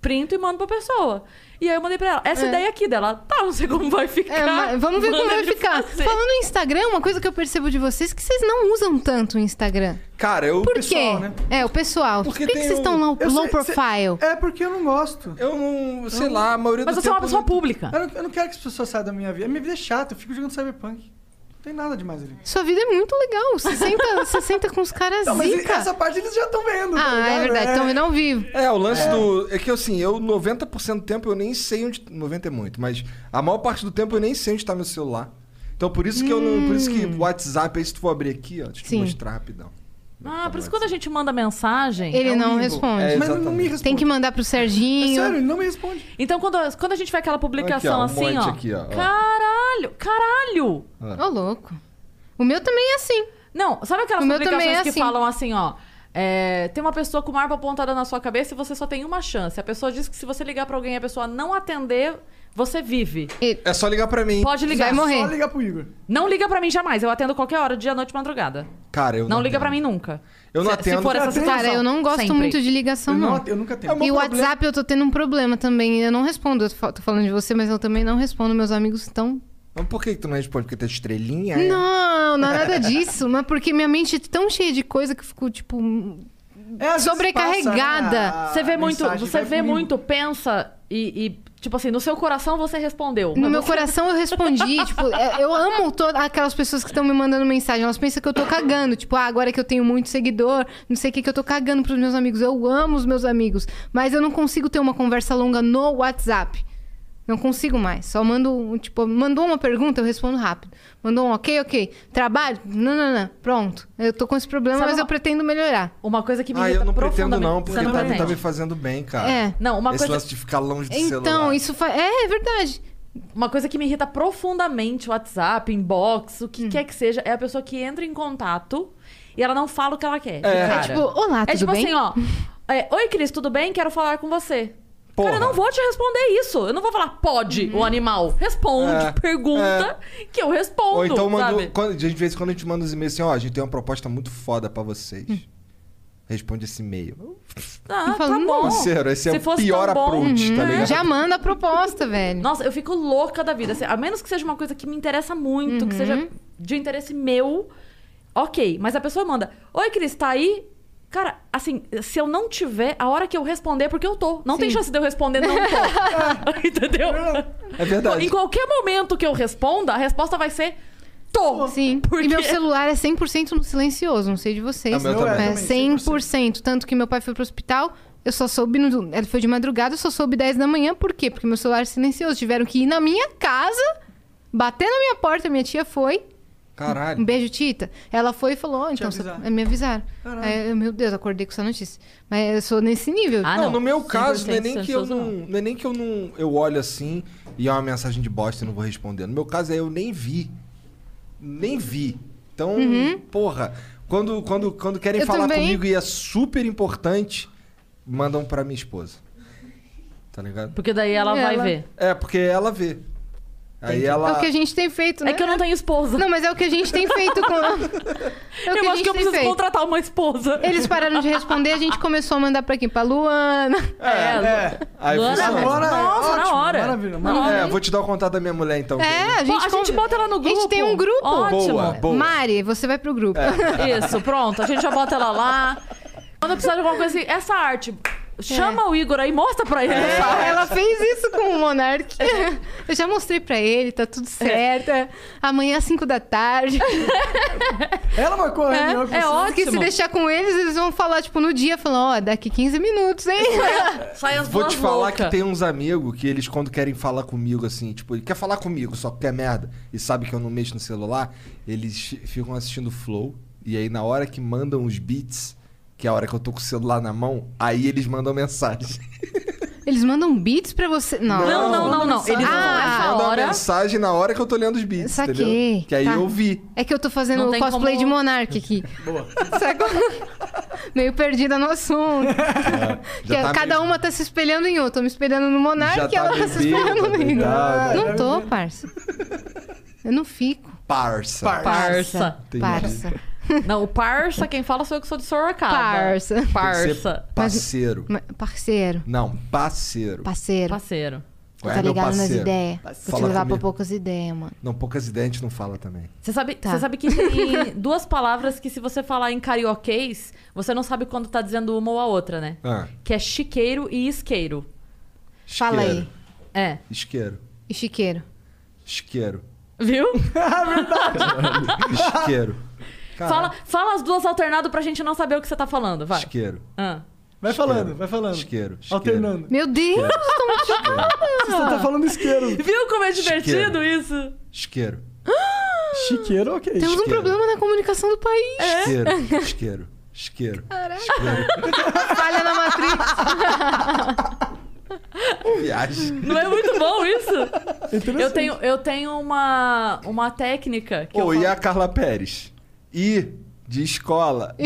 Speaker 3: Printo e mando pra pessoa. E aí eu mandei pra ela. Essa ideia aqui dela. Tá, não sei como vai ficar.
Speaker 2: É, mas vamos ver como
Speaker 3: Manda
Speaker 2: vai
Speaker 3: ele
Speaker 2: ficar.
Speaker 3: fazer.
Speaker 2: Falando em Instagram, uma coisa que eu percebo de vocês é que vocês não usam tanto o Instagram.
Speaker 5: Cara, eu.
Speaker 2: Por
Speaker 4: pessoal,
Speaker 2: quê?
Speaker 4: né? um-
Speaker 2: É, o pessoal.
Speaker 5: Porque
Speaker 2: Por que, que
Speaker 5: tem
Speaker 2: vocês
Speaker 5: o-
Speaker 2: estão
Speaker 3: é um
Speaker 2: low,
Speaker 4: Eu
Speaker 2: low
Speaker 4: sei- sei-
Speaker 2: profile?
Speaker 4: É porque eu não gosto.
Speaker 5: Eu não. Sei lá, a maioria
Speaker 3: Mas
Speaker 5: do
Speaker 3: você é uma
Speaker 5: tempo-
Speaker 3: pessoa pública.
Speaker 4: Eu não, eu não quero que as pessoas saiam da minha vida. A minha vida é chata, eu fico jogando Cyberpunk. Não tem nada demais ali.
Speaker 2: Sua vida é muito legal. Você
Speaker 4: <laughs>
Speaker 2: senta, você senta com os caras
Speaker 4: Não, mas
Speaker 2: zica.
Speaker 4: essa parte eles já estão vendo. tá
Speaker 2: Ah, é
Speaker 4: ligado?
Speaker 2: verdade. Então eu não vivo.
Speaker 5: É, o lance do. É que assim, eu 90% do tempo eu nem sei onde. 90% é muito, mas a maior parte do tempo eu nem sei onde tá meu celular. Então por isso que eu não. Por isso que
Speaker 3: Hum.
Speaker 5: o WhatsApp, aí se tu for abrir aqui, ó, deixa eu te
Speaker 2: Sim.
Speaker 5: mostrar rapidão.
Speaker 3: Ah, por isso que quando a gente manda mensagem.
Speaker 2: Ele
Speaker 5: É
Speaker 2: não
Speaker 5: horrível.
Speaker 2: responde.
Speaker 5: É,
Speaker 4: Mas não me
Speaker 5: exatamente.
Speaker 4: responde.
Speaker 2: Tem que mandar pro
Speaker 4: É
Speaker 2: Serginho.
Speaker 4: sério, ele não me responde.
Speaker 3: Então, quando, quando a gente vê aquela publicação
Speaker 5: Aqui, ó, um
Speaker 3: assim,
Speaker 5: monte
Speaker 3: ó,
Speaker 5: aqui, ó, ó.
Speaker 3: Caralho! Caralho!
Speaker 2: Ô, louco. O meu também é assim.
Speaker 3: Não, sabe aquelas
Speaker 2: O meu
Speaker 3: publicações
Speaker 2: também é
Speaker 3: que
Speaker 2: assim.
Speaker 3: falam assim, ó. é, tem uma pessoa com uma arma apontada na sua cabeça e você só tem uma chance. A pessoa diz que se você ligar pra alguém e a pessoa não atender, você vive.
Speaker 5: É só ligar pra mim.
Speaker 3: Pode ligar.
Speaker 2: Vai morrer. Ah,
Speaker 4: Só ligar pro Igor.
Speaker 3: Não liga pra mim jamais. Eu atendo qualquer hora, dia, noite, madrugada.
Speaker 5: Cara, eu
Speaker 3: Não, liga
Speaker 5: atendo.
Speaker 3: pra mim nunca.
Speaker 5: Eu não
Speaker 3: se, se
Speaker 5: atendo.
Speaker 3: for essa
Speaker 4: Atendo.
Speaker 3: situação.
Speaker 2: Cara, eu não gosto
Speaker 3: Sempre.
Speaker 2: muito de ligação,
Speaker 4: Eu,
Speaker 2: não.
Speaker 4: não, eu nunca tenho.
Speaker 5: É
Speaker 2: E o
Speaker 5: Bom problema.
Speaker 2: WhatsApp eu tô tendo um problema também. Eu não respondo. Eu fa- tô falando de você, mas eu também não respondo. Meus amigos estão.
Speaker 5: Mas por que que tu não responde? Porque tem estrelinha? é?
Speaker 2: Não, não é nada disso. Mas porque minha mente é tão cheia de coisa que eu fico, tipo.
Speaker 4: É, às vezes
Speaker 2: Sobrecarregada.
Speaker 4: passa, né, a
Speaker 3: Você vê muito,
Speaker 4: mensagem
Speaker 3: você
Speaker 4: vai
Speaker 3: vê
Speaker 4: pro limbo.
Speaker 3: muito, pensa e, e, tipo assim, no seu coração você respondeu.
Speaker 2: No
Speaker 3: Mas
Speaker 2: meu
Speaker 3: você-
Speaker 2: coração eu respondi, tipo, é, eu amo todas aquelas pessoas que estão me mandando mensagem. Elas pensam que eu tô cagando, tipo, ah, agora que eu tenho muito seguidor, não sei o que, que eu tô cagando pros meus amigos. Eu amo os meus amigos, mas eu não consigo ter uma conversa longa no WhatsApp. Não consigo mais. Só mando, um, tipo, mandou uma pergunta, eu respondo rápido. Mandou um ok, ok. Trabalho? Não, não, não. Pronto. Eu tô com esse problema,
Speaker 3: Sabe
Speaker 2: mas
Speaker 3: uma-
Speaker 2: eu pretendo melhorar.
Speaker 3: Uma coisa que me
Speaker 5: Ah,
Speaker 3: irrita
Speaker 5: eu não pretendo não,
Speaker 3: profundamente-
Speaker 5: porque
Speaker 3: Você
Speaker 5: tá, me- tá
Speaker 3: pretende.
Speaker 5: me fazendo bem, cara.
Speaker 2: É.
Speaker 3: Não, uma
Speaker 5: Esse
Speaker 3: coisa,
Speaker 5: lance de ficar longe do
Speaker 2: Então,
Speaker 5: celular.
Speaker 2: isso faz. É, é verdade.
Speaker 3: uma coisa que me irrita profundamente, WhatsApp, inbox, o que
Speaker 2: Hum.
Speaker 3: quer que seja, é a pessoa que entra em contato e ela não fala o que ela quer. de
Speaker 5: É. É
Speaker 3: cara.
Speaker 2: tipo, olá,
Speaker 3: É
Speaker 2: tudo
Speaker 3: tipo
Speaker 2: bem?
Speaker 3: assim,
Speaker 2: <laughs>
Speaker 3: ó. é, Oi, Cris, tudo bem? Quero falar com você.
Speaker 5: Porra.
Speaker 3: Cara, eu não vou te responder isso. Eu não vou falar pode,
Speaker 2: Uhum.
Speaker 3: o animal. Responde,
Speaker 5: É,
Speaker 3: pergunta, que eu respondo.
Speaker 5: Ou então manda.
Speaker 3: sabe?
Speaker 5: Quando, de vez em quando a gente manda os e-mails assim, ó, a gente tem uma proposta muito foda pra vocês.
Speaker 3: Hum.
Speaker 5: Responde esse e-mail.
Speaker 3: Ah,
Speaker 2: falo,
Speaker 3: tá bom.
Speaker 5: Sincero, esse é
Speaker 3: Se
Speaker 5: o
Speaker 3: fosse
Speaker 5: pior
Speaker 3: tão bom-
Speaker 5: approach, tá ligado?
Speaker 2: Uhum. Já manda a proposta, velho.
Speaker 3: Nossa, eu fico louca da vida. Assim, A menos que seja uma coisa que me interessa muito, que seja de interesse meu, ok. Mas a pessoa manda: Oi, Cris, tá aí? Cara, assim, se eu não tiver, a hora que eu responder é porque eu tô. Não tem chance de eu responder, não tô. <laughs> Entendeu?
Speaker 5: É verdade.
Speaker 3: Em qualquer momento que eu responda, a resposta vai ser tô.
Speaker 2: Sim.
Speaker 3: Porque...
Speaker 2: E meu celular é 100% no silencioso, não sei de vocês.
Speaker 5: É o meu
Speaker 4: Não é,
Speaker 5: também.
Speaker 2: É
Speaker 4: também,
Speaker 2: 100%. Tanto que meu pai foi pro hospital, eu só soube. No, ele foi de madrugada, eu só soube 10 da manhã. Por quê? Porque meu celular é silencioso. Tiveram que ir na minha casa, bater na minha porta. Minha tia foi. Um
Speaker 5: Caralho.
Speaker 2: beijo, Tita. Ela foi e falou: "Ó, então, você-
Speaker 4: avisaram.
Speaker 2: é, me avisaram.
Speaker 4: Caralho.
Speaker 2: Aí eu, meu Deus, acordei com essa notícia. Mas eu sou nesse nível.
Speaker 3: Ah,
Speaker 5: não,
Speaker 3: não.
Speaker 5: no meu
Speaker 3: 100%
Speaker 5: caso, não é nem que eu
Speaker 3: ansioso,
Speaker 5: não,
Speaker 3: não.
Speaker 5: não é nem que eu não. Eu olho assim e é uma mensagem de bosta e não vou responder. No meu caso é eu nem vi. Nem vi. Então, porra, quando, quando, quando querem
Speaker 2: Uhum. Eu
Speaker 5: falar
Speaker 2: também.
Speaker 5: comigo e é super importante, mandam pra minha esposa. Tá ligado?
Speaker 3: Porque daí ela, vai
Speaker 2: Ela-
Speaker 3: ver.
Speaker 5: É, porque ela vê. Aí ela.
Speaker 2: É o que a gente tem feito, né?
Speaker 3: É que eu não tenho esposa.
Speaker 2: Não, mas é o que a gente tem feito
Speaker 3: <laughs>
Speaker 2: com. É o que
Speaker 3: eu
Speaker 2: a
Speaker 3: acho
Speaker 2: gente
Speaker 3: que
Speaker 2: tem
Speaker 3: eu preciso
Speaker 2: feito.
Speaker 3: contratar uma esposa.
Speaker 2: Eles pararam de responder, a gente começou a mandar pra quem? Pra Luana.
Speaker 3: É.
Speaker 4: É.
Speaker 5: Aí eu fiz,
Speaker 3: Luana,
Speaker 5: "Ah,
Speaker 2: né?
Speaker 4: Agora é
Speaker 3: Nossa, na
Speaker 4: ótimo,
Speaker 3: hora.
Speaker 4: maravilha,
Speaker 3: Na
Speaker 5: É,
Speaker 3: hora.
Speaker 5: vou te dar o contato da minha mulher então.
Speaker 2: Uhum. É,
Speaker 5: Pedro."
Speaker 2: a gente,
Speaker 3: a gente
Speaker 2: con-
Speaker 3: bota ela no
Speaker 2: A
Speaker 3: grupo.
Speaker 2: gente tem um grupo.
Speaker 3: Ótimo.
Speaker 5: Boa, boa. É.
Speaker 2: Mari, você vai pro grupo.
Speaker 3: Isso, pronto. A gente já bota ela lá. Quando precisar de alguma coisa assim, essa arte, chama o Igor aí, mostra pra ele.
Speaker 2: É,
Speaker 3: sabe?
Speaker 2: <laughs> ela fez isso com o
Speaker 3: <laughs>
Speaker 2: Monark. Eu já mostrei pra ele, tá tudo certo. Amanhã às 5 da tarde.
Speaker 4: Ela marcou a reunião com
Speaker 3: é
Speaker 4: você.
Speaker 3: ótimo.
Speaker 2: Porque se deixar com eles, eles vão falar, tipo, no dia, falando, ó, daqui 15 minutos,
Speaker 3: <laughs>
Speaker 2: hein?
Speaker 3: Sai as
Speaker 5: Vou te
Speaker 3: duas
Speaker 5: falar
Speaker 3: louca.
Speaker 5: que tem uns amigos que eles, quando querem falar comigo, assim, tipo, ele quer falar comigo, só que quer merda, e sabe que eu não mexo no celular, eles fi- ficam assistindo Flow. E aí, na hora que mandam os beats, que é a hora que eu tô com o celular na mão, aí eles mandam mensagem.
Speaker 2: Eles mandam beats pra você. Não.
Speaker 3: Não, não, não, não. Eles vão nessa
Speaker 5: mandam
Speaker 3: hora.
Speaker 5: mensagem na hora que eu tô lendo os beats,
Speaker 2: Ah, Saquei.
Speaker 5: entendeu? Que aí
Speaker 2: Tá.
Speaker 5: eu vi.
Speaker 2: É que eu tô
Speaker 3: Não
Speaker 2: fazendo
Speaker 3: tem
Speaker 2: cosplay
Speaker 3: como-
Speaker 2: de Monark
Speaker 5: <laughs>
Speaker 2: aqui. Sabe como- Meio perdida no assunto. Que
Speaker 5: tá
Speaker 2: cada
Speaker 5: meio-
Speaker 2: uma tá se espelhando em outra. Eu me espelhando no
Speaker 3: é
Speaker 2: Monark
Speaker 5: Já
Speaker 2: e ela
Speaker 5: tá
Speaker 2: tá se
Speaker 3: <laughs>
Speaker 2: espelhando
Speaker 5: bebida,
Speaker 2: no mim.
Speaker 5: tá
Speaker 2: Não tô, parça. Eu não fico.
Speaker 5: Parça.
Speaker 3: um Parça.
Speaker 5: Entendi.
Speaker 2: Parça.
Speaker 3: Não, o parça, quem fala sou eu que sou de Sorocaba.
Speaker 2: Parça.
Speaker 5: Tem que ser
Speaker 3: Parça.
Speaker 5: Parceiro.
Speaker 2: Ma- Parceiro.
Speaker 5: Não, parceiro.
Speaker 2: Parceiro.
Speaker 3: Parceiro.
Speaker 5: Qual é
Speaker 2: tá
Speaker 5: meu
Speaker 2: ligado nas
Speaker 5: parceiro?
Speaker 2: ideias. Vou te
Speaker 5: Fala
Speaker 2: levar pra
Speaker 5: comigo.
Speaker 2: poucas ideias, mano.
Speaker 5: Não, poucas ideias a gente não fala também.
Speaker 3: Você sabe,
Speaker 2: Tá.
Speaker 3: você sabe que tem duas palavras que se você falar em carioquês, você não sabe quando tá dizendo uma ou a outra, né?
Speaker 5: Ah,
Speaker 3: Que é chiqueiro e isqueiro.
Speaker 5: isqueiro.
Speaker 2: Fala aí.
Speaker 3: É.
Speaker 5: Isqueiro.
Speaker 2: E chiqueiro.
Speaker 5: Isqueiro.
Speaker 3: Viu?
Speaker 2: <laughs>
Speaker 5: Isqueiro.
Speaker 3: Fala, fala as duas alternado pra gente não saber o que você tá falando, vai.
Speaker 5: Isqueiro.
Speaker 3: Ah.
Speaker 4: Vai falando, vai falando.
Speaker 5: Isqueiro. isqueiro.
Speaker 4: Alternando.
Speaker 2: Meu Deus, como
Speaker 4: Você tá
Speaker 2: <laughs>
Speaker 4: falando isqueiro.
Speaker 3: Viu como é divertido
Speaker 5: Isqueiro.
Speaker 3: isso?
Speaker 5: Isqueiro.
Speaker 4: Chiqueiro, ok.
Speaker 2: temos um
Speaker 5: Isqueiro.
Speaker 2: problema na comunicação do país.
Speaker 3: É,
Speaker 5: Isqueiro. Isqueiro. Isqueiro. Isqueiro.
Speaker 2: Falha na matriz.
Speaker 5: Viagem.
Speaker 3: Não é muito bom isso?
Speaker 4: Interessante.
Speaker 3: Eu tenho, eu tenho uma, uma técnica que
Speaker 5: Ou
Speaker 3: eu
Speaker 5: e
Speaker 3: falo-
Speaker 5: a Carla Pérez? I de escola.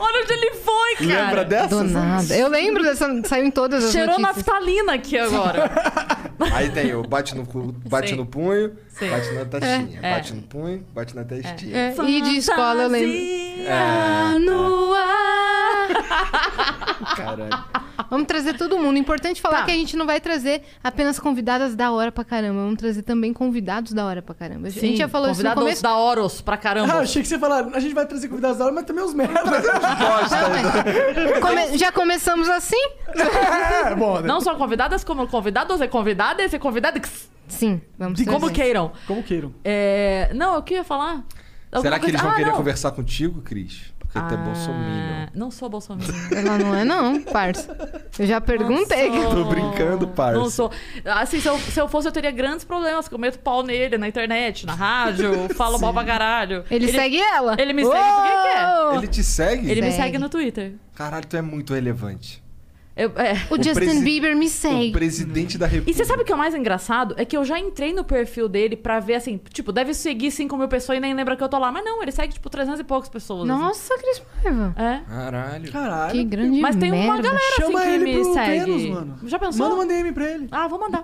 Speaker 3: Olha onde ele foi, cara.
Speaker 5: Lembra dessa?
Speaker 2: Do nada. Eu lembro dessa. Saiu em todas as
Speaker 3: Cheirou
Speaker 2: notícias.
Speaker 3: naftalina aqui
Speaker 5: <laughs>
Speaker 3: agora.
Speaker 5: Aí tem o bate no, cu- bate
Speaker 3: Sim.
Speaker 5: no punho,
Speaker 3: Sim.
Speaker 5: bate na testinha.
Speaker 3: É.
Speaker 5: Bate no punho, bate na testinha.
Speaker 2: É, E de escola eu lembro.
Speaker 5: É,
Speaker 3: Fantasia no ar.
Speaker 5: Caralho.
Speaker 2: Vamos trazer todo mundo. Importante falar
Speaker 3: Tá.
Speaker 2: que a gente não vai trazer apenas convidadas da hora pra caramba. Vamos trazer também convidados da hora pra caramba. a gente já falou isso no
Speaker 3: convidados
Speaker 2: começo.
Speaker 3: da Horus pra
Speaker 4: Ah,
Speaker 3: caramba.
Speaker 4: achei que você ia falar, a gente vai trazer convidados da hora, mas também os merdas.
Speaker 2: Come- Já começamos assim?
Speaker 4: É, bom, né?
Speaker 3: Não só convidadas, como convidados é e convidadas e convidadas
Speaker 2: Sim, vamos
Speaker 3: de
Speaker 2: trazer.
Speaker 3: como queiram.
Speaker 2: um-
Speaker 4: Como queiram.
Speaker 3: É, Não, eu queria falar.
Speaker 5: Será
Speaker 3: alguma
Speaker 5: que eles
Speaker 3: coisa-
Speaker 5: vão
Speaker 3: Ah,
Speaker 5: querer
Speaker 3: não.
Speaker 5: conversar contigo, Cris? Porque tu é bolsominion.
Speaker 3: Ah, Não sou bolsominion.
Speaker 2: Ela não é não, parça. Eu já perguntei.
Speaker 5: Tô brincando, parça.
Speaker 3: Não sou. Assim, se eu, se eu fosse, eu teria grandes problemas. Que eu meto pau nele na internet, na rádio,
Speaker 4: <laughs>
Speaker 3: falo mal pra caralho.
Speaker 2: Ele, segue ela.
Speaker 3: Ele me segue porque quer.
Speaker 5: Ele te segue?
Speaker 3: é? Ele me
Speaker 2: Segue.
Speaker 3: segue no Twitter.
Speaker 5: Caralho, tu é muito relevante.
Speaker 3: Eu- é.
Speaker 2: O, Justin
Speaker 5: presi-
Speaker 2: Bieber me
Speaker 5: O
Speaker 2: segue.
Speaker 5: presidente da
Speaker 3: E
Speaker 5: república.
Speaker 3: você sabe o que é o mais engraçado? É que eu já entrei no perfil dele pra ver, assim, tipo, deve seguir 5 mil pessoas e nem lembra que eu tô lá. Mas não, ele segue, tipo, 300 e poucas pessoas. assim.
Speaker 2: Nossa, Cris Paiva.
Speaker 3: É.
Speaker 5: Caralho.
Speaker 4: Caralho.
Speaker 2: Que grande
Speaker 3: Mas tem uma
Speaker 2: merda.
Speaker 3: galera
Speaker 4: Chama
Speaker 3: assim que
Speaker 4: ele
Speaker 3: me
Speaker 4: pro
Speaker 3: segue.
Speaker 4: Vênus, mano.
Speaker 3: Já pensou?
Speaker 4: Manda uma DM pra ele.
Speaker 3: Ah, vou mandar.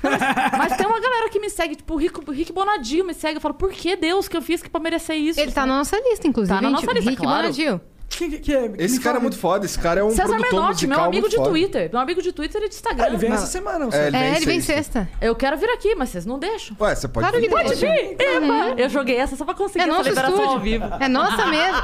Speaker 3: Mas, mas tem uma galera que me segue, tipo, o Rico, o Rick Bonadinho me segue. Eu falo, por que Deus que eu fiz que pra merecer isso?
Speaker 2: Ele tá
Speaker 3: sabe?
Speaker 2: na nossa lista, inclusive.
Speaker 3: Tá na
Speaker 2: hein,
Speaker 3: nossa
Speaker 2: tipo,
Speaker 3: lista,
Speaker 2: Rick
Speaker 3: claro.
Speaker 2: Bonadio.
Speaker 4: Quem que, que é?
Speaker 5: Esse
Speaker 4: Me
Speaker 5: cara
Speaker 4: fala.
Speaker 5: é muito foda. Esse cara é um
Speaker 3: César
Speaker 5: produtor
Speaker 3: Menotti,
Speaker 5: musical
Speaker 3: meu amigo
Speaker 5: muito
Speaker 3: de
Speaker 5: foda.
Speaker 3: Twitter. Meu amigo de Twitter e de Instagram.
Speaker 4: Ah, ele vem
Speaker 3: Mas-
Speaker 4: essa semana, não
Speaker 5: É,
Speaker 4: sei.
Speaker 5: ele vem
Speaker 2: É, ele vem
Speaker 5: sexta.
Speaker 2: sexta.
Speaker 3: Eu quero vir aqui, mas vocês não deixam.
Speaker 5: Ué, você pode
Speaker 2: Claro
Speaker 5: <laughs>
Speaker 2: que
Speaker 5: vir.
Speaker 2: pode vir.
Speaker 3: Eba! Eu joguei essa só pra conseguir
Speaker 2: Uhum. É nosso
Speaker 3: essa liberação
Speaker 2: estúdio.
Speaker 3: ao vivo.
Speaker 2: É nossa
Speaker 3: <laughs>
Speaker 2: mesmo.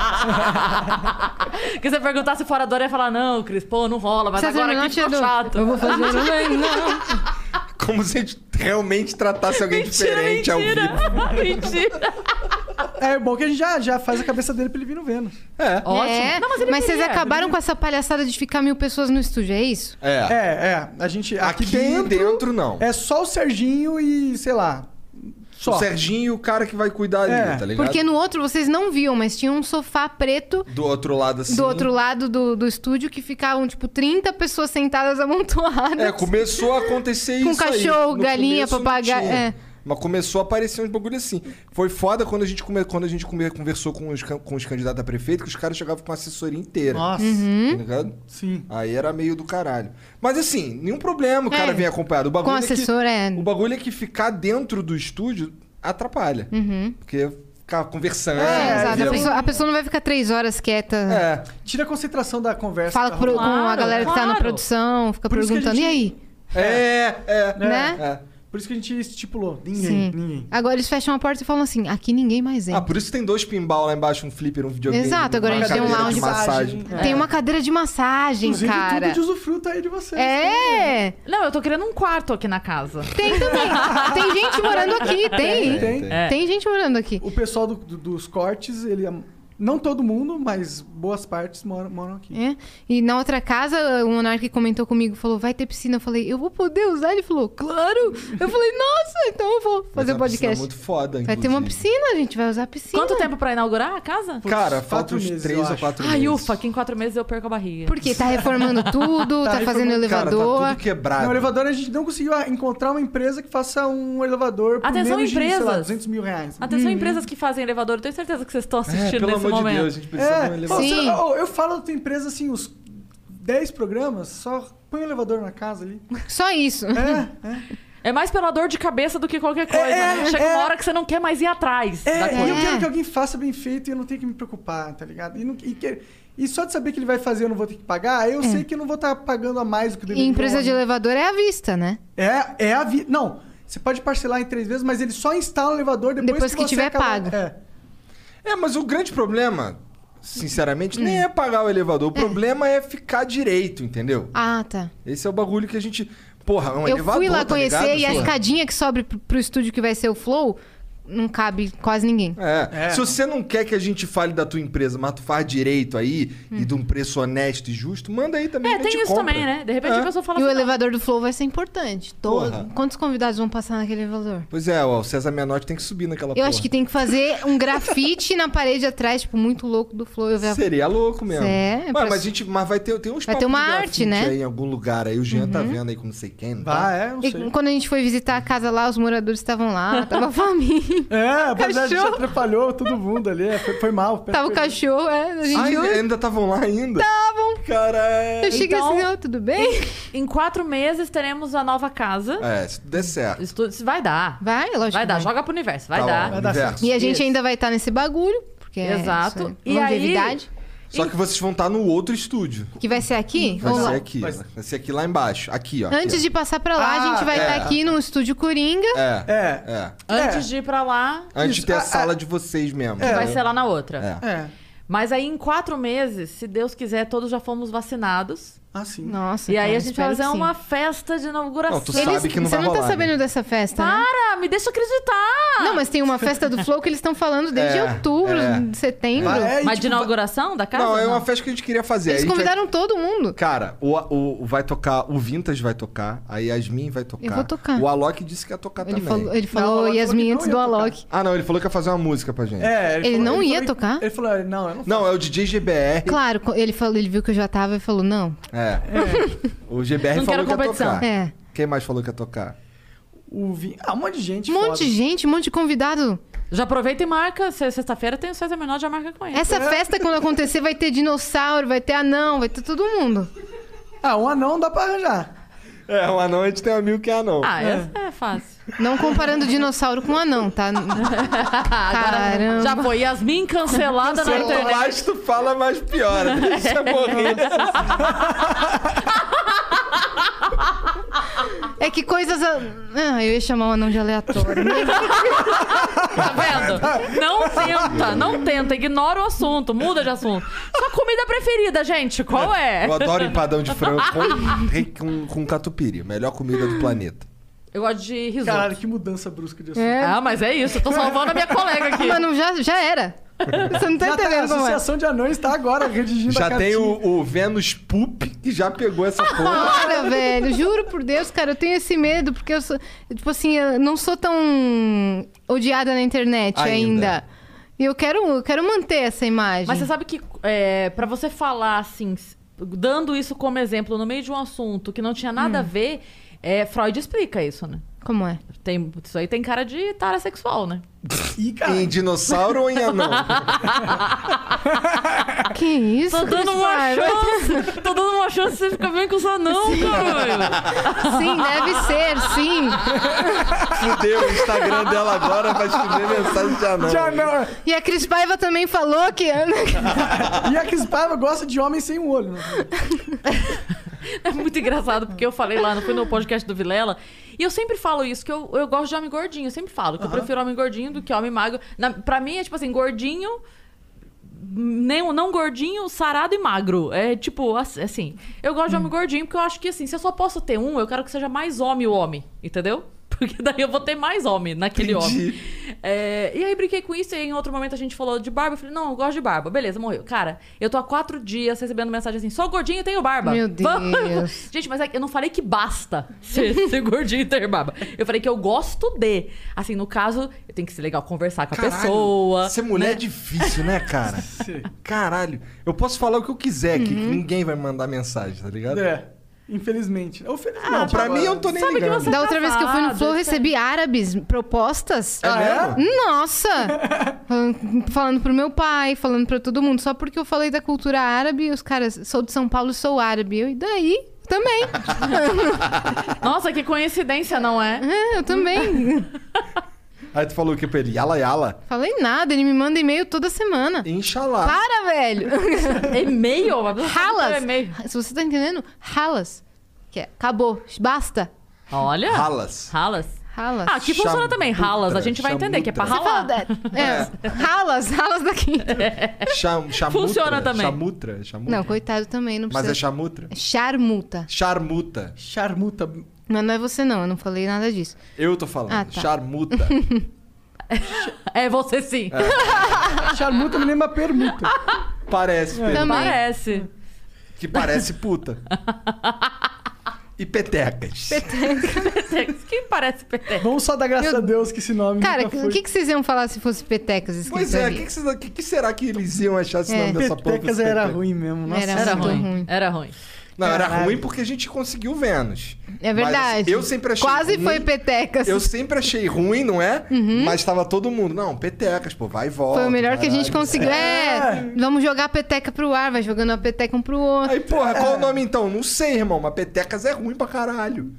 Speaker 3: Porque se eu perguntasse fora da hora, eu ia falar, não, Cris, pô, não rola, mas
Speaker 2: César
Speaker 3: agora aqui
Speaker 2: Menotti
Speaker 3: ficou
Speaker 2: é do-
Speaker 3: chato.
Speaker 2: Eu vou fazer
Speaker 3: <laughs>
Speaker 2: também, não.
Speaker 5: Como se a gente realmente tratasse alguém
Speaker 3: Mentira,
Speaker 5: diferente ao
Speaker 3: mentira.
Speaker 5: vivo.
Speaker 3: <laughs> mentira.
Speaker 4: É bom que a gente já, já faz a cabeça dele pra ele vir no Vênus.
Speaker 5: É.
Speaker 3: Ótimo.
Speaker 2: É,
Speaker 3: Não, mas
Speaker 2: mas,
Speaker 3: ele
Speaker 2: vocês
Speaker 3: queria.
Speaker 2: acabaram com essa palhaçada de ficar mil pessoas no estúdio, é isso?
Speaker 5: É.
Speaker 4: É, é. A gente. Aqui,
Speaker 5: Aqui dentro,
Speaker 4: dentro
Speaker 5: não.
Speaker 4: é só o Serginho e, sei lá. Só.
Speaker 5: O Serginho e o cara que vai cuidar
Speaker 4: É.
Speaker 5: ali, tá ligado?
Speaker 2: Porque no outro vocês não viam, mas tinha um sofá preto
Speaker 5: Do outro lado, assim...
Speaker 2: do outro lado do, do estúdio que ficavam, tipo, 30 pessoas sentadas <laughs> amontoadas.
Speaker 5: É, começou a acontecer
Speaker 2: Com
Speaker 5: isso aí.
Speaker 2: cachorro,
Speaker 5: No
Speaker 2: galinha,
Speaker 5: começo não
Speaker 2: papagaio,
Speaker 5: tinha.
Speaker 2: é.
Speaker 5: Mas começou a aparecer uns bagulho assim. Foi foda quando a gente, come- quando a gente come- conversou com os, can- com os candidatos a prefeito, que os caras chegavam com a assessoria inteira.
Speaker 4: Nossa.
Speaker 2: Hum?
Speaker 5: Tá ligado?
Speaker 4: Sim.
Speaker 5: Aí era meio do caralho. Mas assim, nenhum problema o cara
Speaker 2: É.
Speaker 5: vem acompanhado. O bagulho
Speaker 2: Com
Speaker 5: é que-
Speaker 2: assessor, é.
Speaker 5: O bagulho é que ficar dentro do estúdio atrapalha. Porque ficar conversando.
Speaker 2: Uhum. É,
Speaker 5: vira
Speaker 2: exato. A
Speaker 5: um-
Speaker 2: pessoa, a pessoa não vai ficar três horas quieta.
Speaker 5: É.
Speaker 4: Tira a concentração da conversa.
Speaker 2: Fala
Speaker 4: que tá
Speaker 2: pro- com
Speaker 4: rolando.
Speaker 2: a
Speaker 3: Claro,
Speaker 2: galera que tá na
Speaker 3: claro.
Speaker 2: produção, fica
Speaker 4: Por isso que a
Speaker 2: perguntando, e
Speaker 4: gente-
Speaker 2: aí?
Speaker 5: É, é.
Speaker 2: Né?
Speaker 5: é.
Speaker 4: Por isso que a gente estipulou. é, Ninguém,
Speaker 2: Sim.
Speaker 4: ninguém.
Speaker 2: Agora eles fecham a porta e falam assim: aqui ninguém mais entra.
Speaker 5: Ah, por isso tem dois pinball lá embaixo, um flipper, um videogame.
Speaker 2: Exato, agora
Speaker 5: uma
Speaker 2: a gente tem um
Speaker 5: cadeira de
Speaker 2: lounge.
Speaker 5: massagem.
Speaker 2: Tem uma cadeira de massagem,
Speaker 4: é. Inclusive,
Speaker 2: cara.
Speaker 4: tudo de né? usufruto aí de vocês. tá?
Speaker 2: É!
Speaker 3: Não, eu tô querendo um quarto aqui na casa.
Speaker 2: Tem também. Tem gente morando aqui, tem.
Speaker 5: Tem,
Speaker 2: Tem,
Speaker 5: tem.
Speaker 3: É.
Speaker 2: gente morando aqui.
Speaker 4: O pessoal do- do- dos cortes, ele am- Não todo mundo, mas boas partes moram, moram aqui.
Speaker 2: É. E na outra casa, o Monark comentou comigo, falou, vai ter piscina. Eu falei, eu vou poder usar? Ele falou, claro! Eu falei, nossa, então eu vou fazer
Speaker 5: Mas é
Speaker 2: o
Speaker 5: uma piscina
Speaker 2: podcast.
Speaker 5: muito foda,
Speaker 2: Vai ter uma
Speaker 5: inclusive.
Speaker 2: piscina, a gente vai usar a piscina.
Speaker 3: Quanto tempo pra inaugurar a casa?
Speaker 5: Cara, falta
Speaker 4: Quatro
Speaker 5: uns
Speaker 4: meses, eu
Speaker 5: três ou
Speaker 4: acho.
Speaker 5: quatro
Speaker 3: Ai,
Speaker 5: meses.
Speaker 3: ufa, que em quatro meses eu perco a barriga.
Speaker 2: Porque tá reformando tudo, tá,
Speaker 4: Tá
Speaker 2: fazendo
Speaker 4: reformando-
Speaker 5: Cara, tá
Speaker 2: elevador.
Speaker 5: tudo quebrado.
Speaker 4: No elevador a gente não conseguiu ah, encontrar uma empresa que faça um elevador por
Speaker 3: Atenção,
Speaker 4: menos de, sei lá,
Speaker 3: empresas.
Speaker 4: 200 mil reais. né?
Speaker 3: Atenção, empresas que fazem elevador, eu tenho certeza que vocês estão
Speaker 5: Uhum. É,
Speaker 4: tá
Speaker 3: assistindo
Speaker 5: pelo
Speaker 3: nesse
Speaker 5: amor
Speaker 3: momento.
Speaker 5: de Deus, a gente precisa de um
Speaker 4: É, pô,
Speaker 5: elevador.
Speaker 2: Sim.
Speaker 4: você- oh, eu falo da tua empresa assim, uns 10 programas, só põe o elevador na casa ali.
Speaker 2: Só isso.
Speaker 4: É,
Speaker 3: É mais pela dor de cabeça do que qualquer coisa,
Speaker 4: É,
Speaker 3: né? Chega
Speaker 4: é.
Speaker 3: uma hora que você não quer mais ir atrás
Speaker 4: é,
Speaker 3: da
Speaker 4: é,
Speaker 3: coisa.
Speaker 4: eu quero que alguém faça bem feito e eu não tenho que me preocupar, tá ligado? E, não- e que- e só de saber que ele vai fazer e eu não vou ter que pagar, aí eu sei que eu não vou estar pagando a mais do que
Speaker 2: É. E
Speaker 4: deveria.
Speaker 2: empresa de elevador é à vista, né?
Speaker 4: É, é a vida. Não, você pode parcelar em três vezes, mas ele só instala o elevador depois,
Speaker 2: Depois que
Speaker 4: você
Speaker 2: tiver
Speaker 4: acaba-
Speaker 2: pago.
Speaker 4: É.
Speaker 5: É, mas o grande problema, sinceramente,
Speaker 2: Hum.
Speaker 5: nem é pagar o elevador. O problema é ficar direito, entendeu?
Speaker 2: Ah, tá.
Speaker 5: Esse é o bagulho que a gente. Porra, é um
Speaker 2: eu
Speaker 5: elevador.
Speaker 2: fui lá
Speaker 5: tá
Speaker 2: conhecer
Speaker 5: ligado,
Speaker 2: e a
Speaker 5: porra?
Speaker 2: escadinha que sobe pro, pro estúdio que vai ser o Flow não cabe quase ninguém.
Speaker 5: É.
Speaker 4: É.
Speaker 5: Se você não quer que a gente fale da tua empresa, mas tu faz direito aí e de um preço honesto e justo, manda aí também.
Speaker 3: É,
Speaker 5: que a
Speaker 3: tem
Speaker 5: gente
Speaker 3: isso
Speaker 5: compra.
Speaker 3: também, né? De repente
Speaker 5: É.
Speaker 3: a pessoa fala
Speaker 2: E o
Speaker 3: assim,
Speaker 2: elevador do Flow vai ser importante. Todo...
Speaker 5: Porra.
Speaker 2: Quantos convidados vão passar naquele elevador?
Speaker 5: Pois é, ó, o César Menotti tem que subir naquela
Speaker 2: Eu acho que tem que fazer um grafite na parede atrás, tipo, muito louco do Flow. Eu vi a-
Speaker 5: Seria louco mesmo.
Speaker 2: É,
Speaker 5: Ué,
Speaker 2: pra-
Speaker 5: mas, a gente, mas vai ter, tem uns
Speaker 2: Vai ter
Speaker 5: papos
Speaker 2: uma
Speaker 5: de
Speaker 2: arte,
Speaker 5: grafite
Speaker 2: né? Uhum.
Speaker 5: aí em algum lugar. Aí o Jean tá vendo aí com não sei quem. não tá?
Speaker 4: Ah, é, não
Speaker 2: E
Speaker 4: sei.
Speaker 2: quando a gente foi visitar a casa lá, os moradores estavam lá, tava a família, <laughs>
Speaker 4: É, pois é, a gente
Speaker 2: Cachorro.
Speaker 4: atrapalhou todo mundo ali. é, Foi, foi mal.
Speaker 2: tava o cachorro, é, a gente
Speaker 5: Ah,
Speaker 2: olhou,
Speaker 5: ainda- ainda estavam lá ainda? é.
Speaker 2: estavam.
Speaker 5: Caralho.
Speaker 2: Eu cheguei
Speaker 3: então-
Speaker 2: assim, ó, tudo bem?
Speaker 3: em quatro meses teremos a nova casa.
Speaker 5: É, se der certo.
Speaker 3: Isso tudo- isso vai dar.
Speaker 2: Vai, lógico.
Speaker 3: Vai
Speaker 2: que
Speaker 3: dar, joga pro universo, vai
Speaker 5: Tá
Speaker 3: dar.
Speaker 5: bom,
Speaker 4: Vai dar
Speaker 5: universo.
Speaker 2: E a gente
Speaker 4: Isso.
Speaker 2: ainda vai estar nesse bagulho, porque é
Speaker 3: Exato.
Speaker 2: isso aí,
Speaker 3: E aí-
Speaker 2: longevidade,
Speaker 5: Só que vocês vão estar no outro estúdio.
Speaker 2: que vai ser aqui.
Speaker 5: Vai
Speaker 2: Ou lá.
Speaker 5: ser aqui.
Speaker 4: Vai
Speaker 5: Vai
Speaker 4: ser-
Speaker 5: ser, aqui lá embaixo. Aqui, ó.
Speaker 2: Antes de passar pra lá, a gente vai
Speaker 5: Ah,
Speaker 2: estar
Speaker 5: é.
Speaker 2: aqui no estúdio Coringa.
Speaker 5: É.
Speaker 4: É,
Speaker 5: É.
Speaker 3: Antes de ir pra lá,
Speaker 5: Antes
Speaker 4: Isso,
Speaker 5: de ter a,
Speaker 4: a-
Speaker 5: sala de vocês mesmo.
Speaker 3: vai
Speaker 5: né?
Speaker 3: ser lá na outra.
Speaker 5: É.
Speaker 4: é.
Speaker 3: Mas aí em quatro meses, se Deus quiser, todos já fomos vacinados.
Speaker 4: Assim.
Speaker 2: Nossa,
Speaker 3: e aí
Speaker 2: cara,
Speaker 3: a gente vai
Speaker 2: espero
Speaker 3: fazer
Speaker 2: que tá sim.
Speaker 3: uma festa de inauguração.
Speaker 5: Não, tu
Speaker 2: Eles,
Speaker 5: Sabe que não
Speaker 2: você
Speaker 5: vai
Speaker 2: não tá
Speaker 5: rolar,
Speaker 2: sabendo
Speaker 5: né?
Speaker 2: dessa festa,
Speaker 4: Tá.
Speaker 2: né?
Speaker 3: Para, me deixa acreditar!
Speaker 2: Não, mas tem uma festa do Flow que eles estão falando desde
Speaker 5: É,
Speaker 2: outubro,
Speaker 5: é.
Speaker 2: setembro.
Speaker 4: Vai- é, e,
Speaker 3: Mas de
Speaker 4: tipo,
Speaker 3: inauguração da casa?
Speaker 5: Não, é uma festa que a gente queria fazer.
Speaker 2: Eles
Speaker 5: Aí a gente vai-
Speaker 2: convidaram todo mundo.
Speaker 5: Cara, o, o, o vai tocar, o Vintage vai tocar, a Yasmin vai tocar.
Speaker 2: Eu vou tocar.
Speaker 5: O Alok disse que ia tocar
Speaker 2: Ele
Speaker 5: também.
Speaker 2: falou, ele
Speaker 4: Não,
Speaker 2: falou
Speaker 4: ela falou que
Speaker 2: Yasmin
Speaker 4: não
Speaker 2: antes
Speaker 4: ia
Speaker 2: do
Speaker 4: tocar.
Speaker 2: Alok.
Speaker 5: Ah, não, ele falou que ia fazer uma música pra gente.
Speaker 4: É,
Speaker 2: Ele
Speaker 4: falou-
Speaker 2: não ia
Speaker 4: falou-
Speaker 2: tocar?
Speaker 4: Ele falou, não, eu não
Speaker 5: Não, é o DJ GBR.
Speaker 2: Claro, co- ele, falou, ele viu que eu já tava e falou, não.
Speaker 5: É. O GBR
Speaker 3: Não
Speaker 5: falou
Speaker 3: quero
Speaker 5: que ia
Speaker 3: competição.
Speaker 5: tocar.
Speaker 2: É.
Speaker 5: Quem mais falou que ia tocar?
Speaker 4: O vi... Ah, um monte de gente.
Speaker 2: Um monte
Speaker 4: foda.
Speaker 2: de gente, um monte de convidado.
Speaker 3: Já aproveita e marca. Se- Sexta-feira tem o César Menor, já marca com ele.
Speaker 2: Essa
Speaker 5: É.
Speaker 2: festa, quando acontecer, vai ter dinossauro, vai ter anão, vai ter todo mundo.
Speaker 4: Ah, um anão dá pra arranjar.
Speaker 5: É, o anão a gente tem um amigo que é anão.
Speaker 3: Ah, essa é fácil.
Speaker 2: Não comparando dinossauro com anão,
Speaker 4: <laughs>
Speaker 2: tá? Caramba.
Speaker 3: Já foi Yasmin cancelada na
Speaker 5: Quanto
Speaker 3: internet.
Speaker 5: mais tu fala, mais piora. Deixa eu morrer.
Speaker 2: É que coisas. a- Ah, eu ia chamar o anão de aleatório.
Speaker 4: <laughs>
Speaker 3: Tá vendo? Não tenta, não tenta. Ignora o assunto, muda de assunto. Sua comida preferida, gente, qual é?
Speaker 5: Eu adoro empadão de frango com, com, com catupiry. Melhor comida do planeta.
Speaker 3: Eu gosto de risoto.
Speaker 4: Caralho, que mudança brusca de assunto.
Speaker 2: É.
Speaker 3: Ah, mas é isso. Eu tô salvando a minha colega aqui.
Speaker 2: Mano, já, já era. Você não tá
Speaker 4: Já tá, a
Speaker 2: entendendo como é.
Speaker 4: Associação de Anões tá agora redigindo a
Speaker 5: Já tem
Speaker 4: cartinha.
Speaker 5: o, o Vênus Poop, que já pegou essa porra.
Speaker 2: Para, velho. Juro por Deus, cara, eu tenho esse medo, porque eu sou. Tipo assim, eu não sou tão odiada na internet
Speaker 5: Ainda.
Speaker 2: ainda. E eu quero, eu quero manter essa imagem.
Speaker 3: Mas você sabe que é, para você falar assim, s- dando isso como exemplo no meio de um assunto que não tinha
Speaker 2: Hum.
Speaker 3: nada a ver, é, Freud explica isso, né?
Speaker 2: Como é?
Speaker 3: Tem, isso aí tem cara de tara sexual, né?
Speaker 4: Ih, cara.
Speaker 5: Em dinossauro ou em anão?
Speaker 2: Que isso?
Speaker 3: Ah, Tô dando uma
Speaker 2: Vai, vai-
Speaker 3: chance! Tô dando uma chance, você fica bem com isso não, cara!
Speaker 2: Sim, deve ser, sim.
Speaker 5: Fudeu, o Instagram dela agora vai escrever mensagem de anão.
Speaker 4: De anão.
Speaker 2: E a Cris Paiva também falou que.
Speaker 4: E a Cris Paiva gosta de homem sem um olho. né?
Speaker 3: É muito engraçado, porque eu falei lá, não foi no podcast do Vilela. E eu sempre falo isso, que eu, eu gosto de homem gordinho. Eu sempre falo que eu prefiro homem gordinho do que homem magro. Na, pra mim é tipo assim, gordinho, nem, não gordinho, sarado e magro. É tipo, ass- assim. Eu gosto de homem gordinho porque eu acho que assim, se eu só posso ter um, eu quero que seja mais homem o homem, entendeu? <laughs> Porque daí eu vou ter mais homem naquele
Speaker 5: Entendi.
Speaker 3: homem. É, e aí brinquei com isso, e aí em outro momento a gente falou de barba. Eu falei, não, eu gosto de barba. Beleza, morreu. Cara, eu tô há quatro dias recebendo mensagem assim, sou gordinho e tenho barba. <laughs>
Speaker 2: Meu Deus.
Speaker 3: gente, mas é que eu não falei que basta <laughs> ser, ser gordinho e ter barba. Eu falei que eu gosto de. Assim, no caso, eu tenho que ser legal conversar com a pessoa.
Speaker 5: Ser mulher é difícil, né, cara? Caralho. Eu posso falar o que eu quiser aqui, que ninguém vai me mandar mensagem, tá ligado?
Speaker 4: É. Ah, tá Infelizmente. Ou felizmente.
Speaker 2: Ah, tá
Speaker 5: Não, pra
Speaker 4: agora.
Speaker 5: mim eu não tô nem
Speaker 3: Sabe que
Speaker 5: ligando.
Speaker 3: você- é
Speaker 2: Da outra vez que eu fui no
Speaker 3: Casado,
Speaker 2: Flow, eu
Speaker 3: isso
Speaker 2: recebi árabes propostas.
Speaker 5: É mesmo?
Speaker 2: Nossa! Falando- falando pro meu pai, falando pra todo mundo. Só porque eu falei da cultura árabe, e os caras, sou de São Paulo, sou árabe. Eu, e daí? Também. <laughs>
Speaker 3: Nossa, que coincidência, não é?
Speaker 2: É, eu também.
Speaker 5: Aí tu falou o que pra ele? Yala, yala.
Speaker 2: Falei nada, ele me manda e-mail toda semana.
Speaker 5: Inxalá.
Speaker 2: Para,
Speaker 3: <laughs>
Speaker 2: velho!
Speaker 3: É E-mail? Uma pessoa mandou
Speaker 2: Ralas!
Speaker 3: E-mail.
Speaker 2: Se você tá entendendo, ralas. Que é, acabou, basta.
Speaker 3: Olha.
Speaker 5: Ralas.
Speaker 3: Ralas.
Speaker 2: Ralas.
Speaker 3: Ah, que
Speaker 5: Chamutra,
Speaker 3: funciona também. Ralas. A gente vai entender que é pra
Speaker 5: chamutra.
Speaker 2: Você fala
Speaker 3: ralar.
Speaker 2: da- é, ralas, ralas
Speaker 3: <laughs>
Speaker 2: daqui.
Speaker 5: Cham, chamutra.
Speaker 3: Funciona também.
Speaker 5: Chamutra, chamutra.
Speaker 2: Não, coitado também, não
Speaker 5: Mas
Speaker 2: precisa.
Speaker 5: é chamutra?
Speaker 2: Charmuta.
Speaker 5: Charmuta.
Speaker 4: Charmuta.
Speaker 2: Mas não é você não, eu não falei nada disso.
Speaker 5: Eu tô falando.
Speaker 2: Ah, tá.
Speaker 5: Charmuta.
Speaker 3: É você sim.
Speaker 4: Charmuta me lembra permuta.
Speaker 5: Parece, Pedro.
Speaker 2: É. Também.
Speaker 3: Parece.
Speaker 5: Que parece
Speaker 2: <laughs>
Speaker 5: puta. E petecas.
Speaker 3: Quem parece PT?
Speaker 4: Vamos só dar graças
Speaker 2: Meu-
Speaker 4: a Deus que esse nome
Speaker 2: Cara,
Speaker 4: nunca
Speaker 2: o
Speaker 4: foi.
Speaker 2: que, que vocês iam falar se fosse petecas escrito
Speaker 5: Pois é, o
Speaker 2: ali?
Speaker 5: que, que vocês- que- que será que eles iam achar esse nome
Speaker 2: É.
Speaker 5: dessa porra?
Speaker 4: Petecas era ruim mesmo. Nossa,
Speaker 2: Era
Speaker 3: Era
Speaker 2: muito
Speaker 3: ruim.
Speaker 2: ruim.
Speaker 3: Era ruim.
Speaker 5: Não, era
Speaker 4: Caralho.
Speaker 5: ruim porque a gente conseguiu Vênus.
Speaker 2: É
Speaker 5: Mas,
Speaker 2: verdade.
Speaker 5: assim, eu sempre achei
Speaker 2: Quase
Speaker 5: ruim.
Speaker 2: foi petecas.
Speaker 5: Eu sempre achei ruim, não é? Mas tava todo mundo. Não, petecas, pô, vai e volta.
Speaker 2: Foi o melhor que a gente
Speaker 5: caralho.
Speaker 2: conseguiu. É, vamos jogar a peteca pro ar, vai jogando a peteca um pro outro.
Speaker 5: Aí, porra, qual o nome então? Não sei, irmão, mas petecas é ruim pra caralho.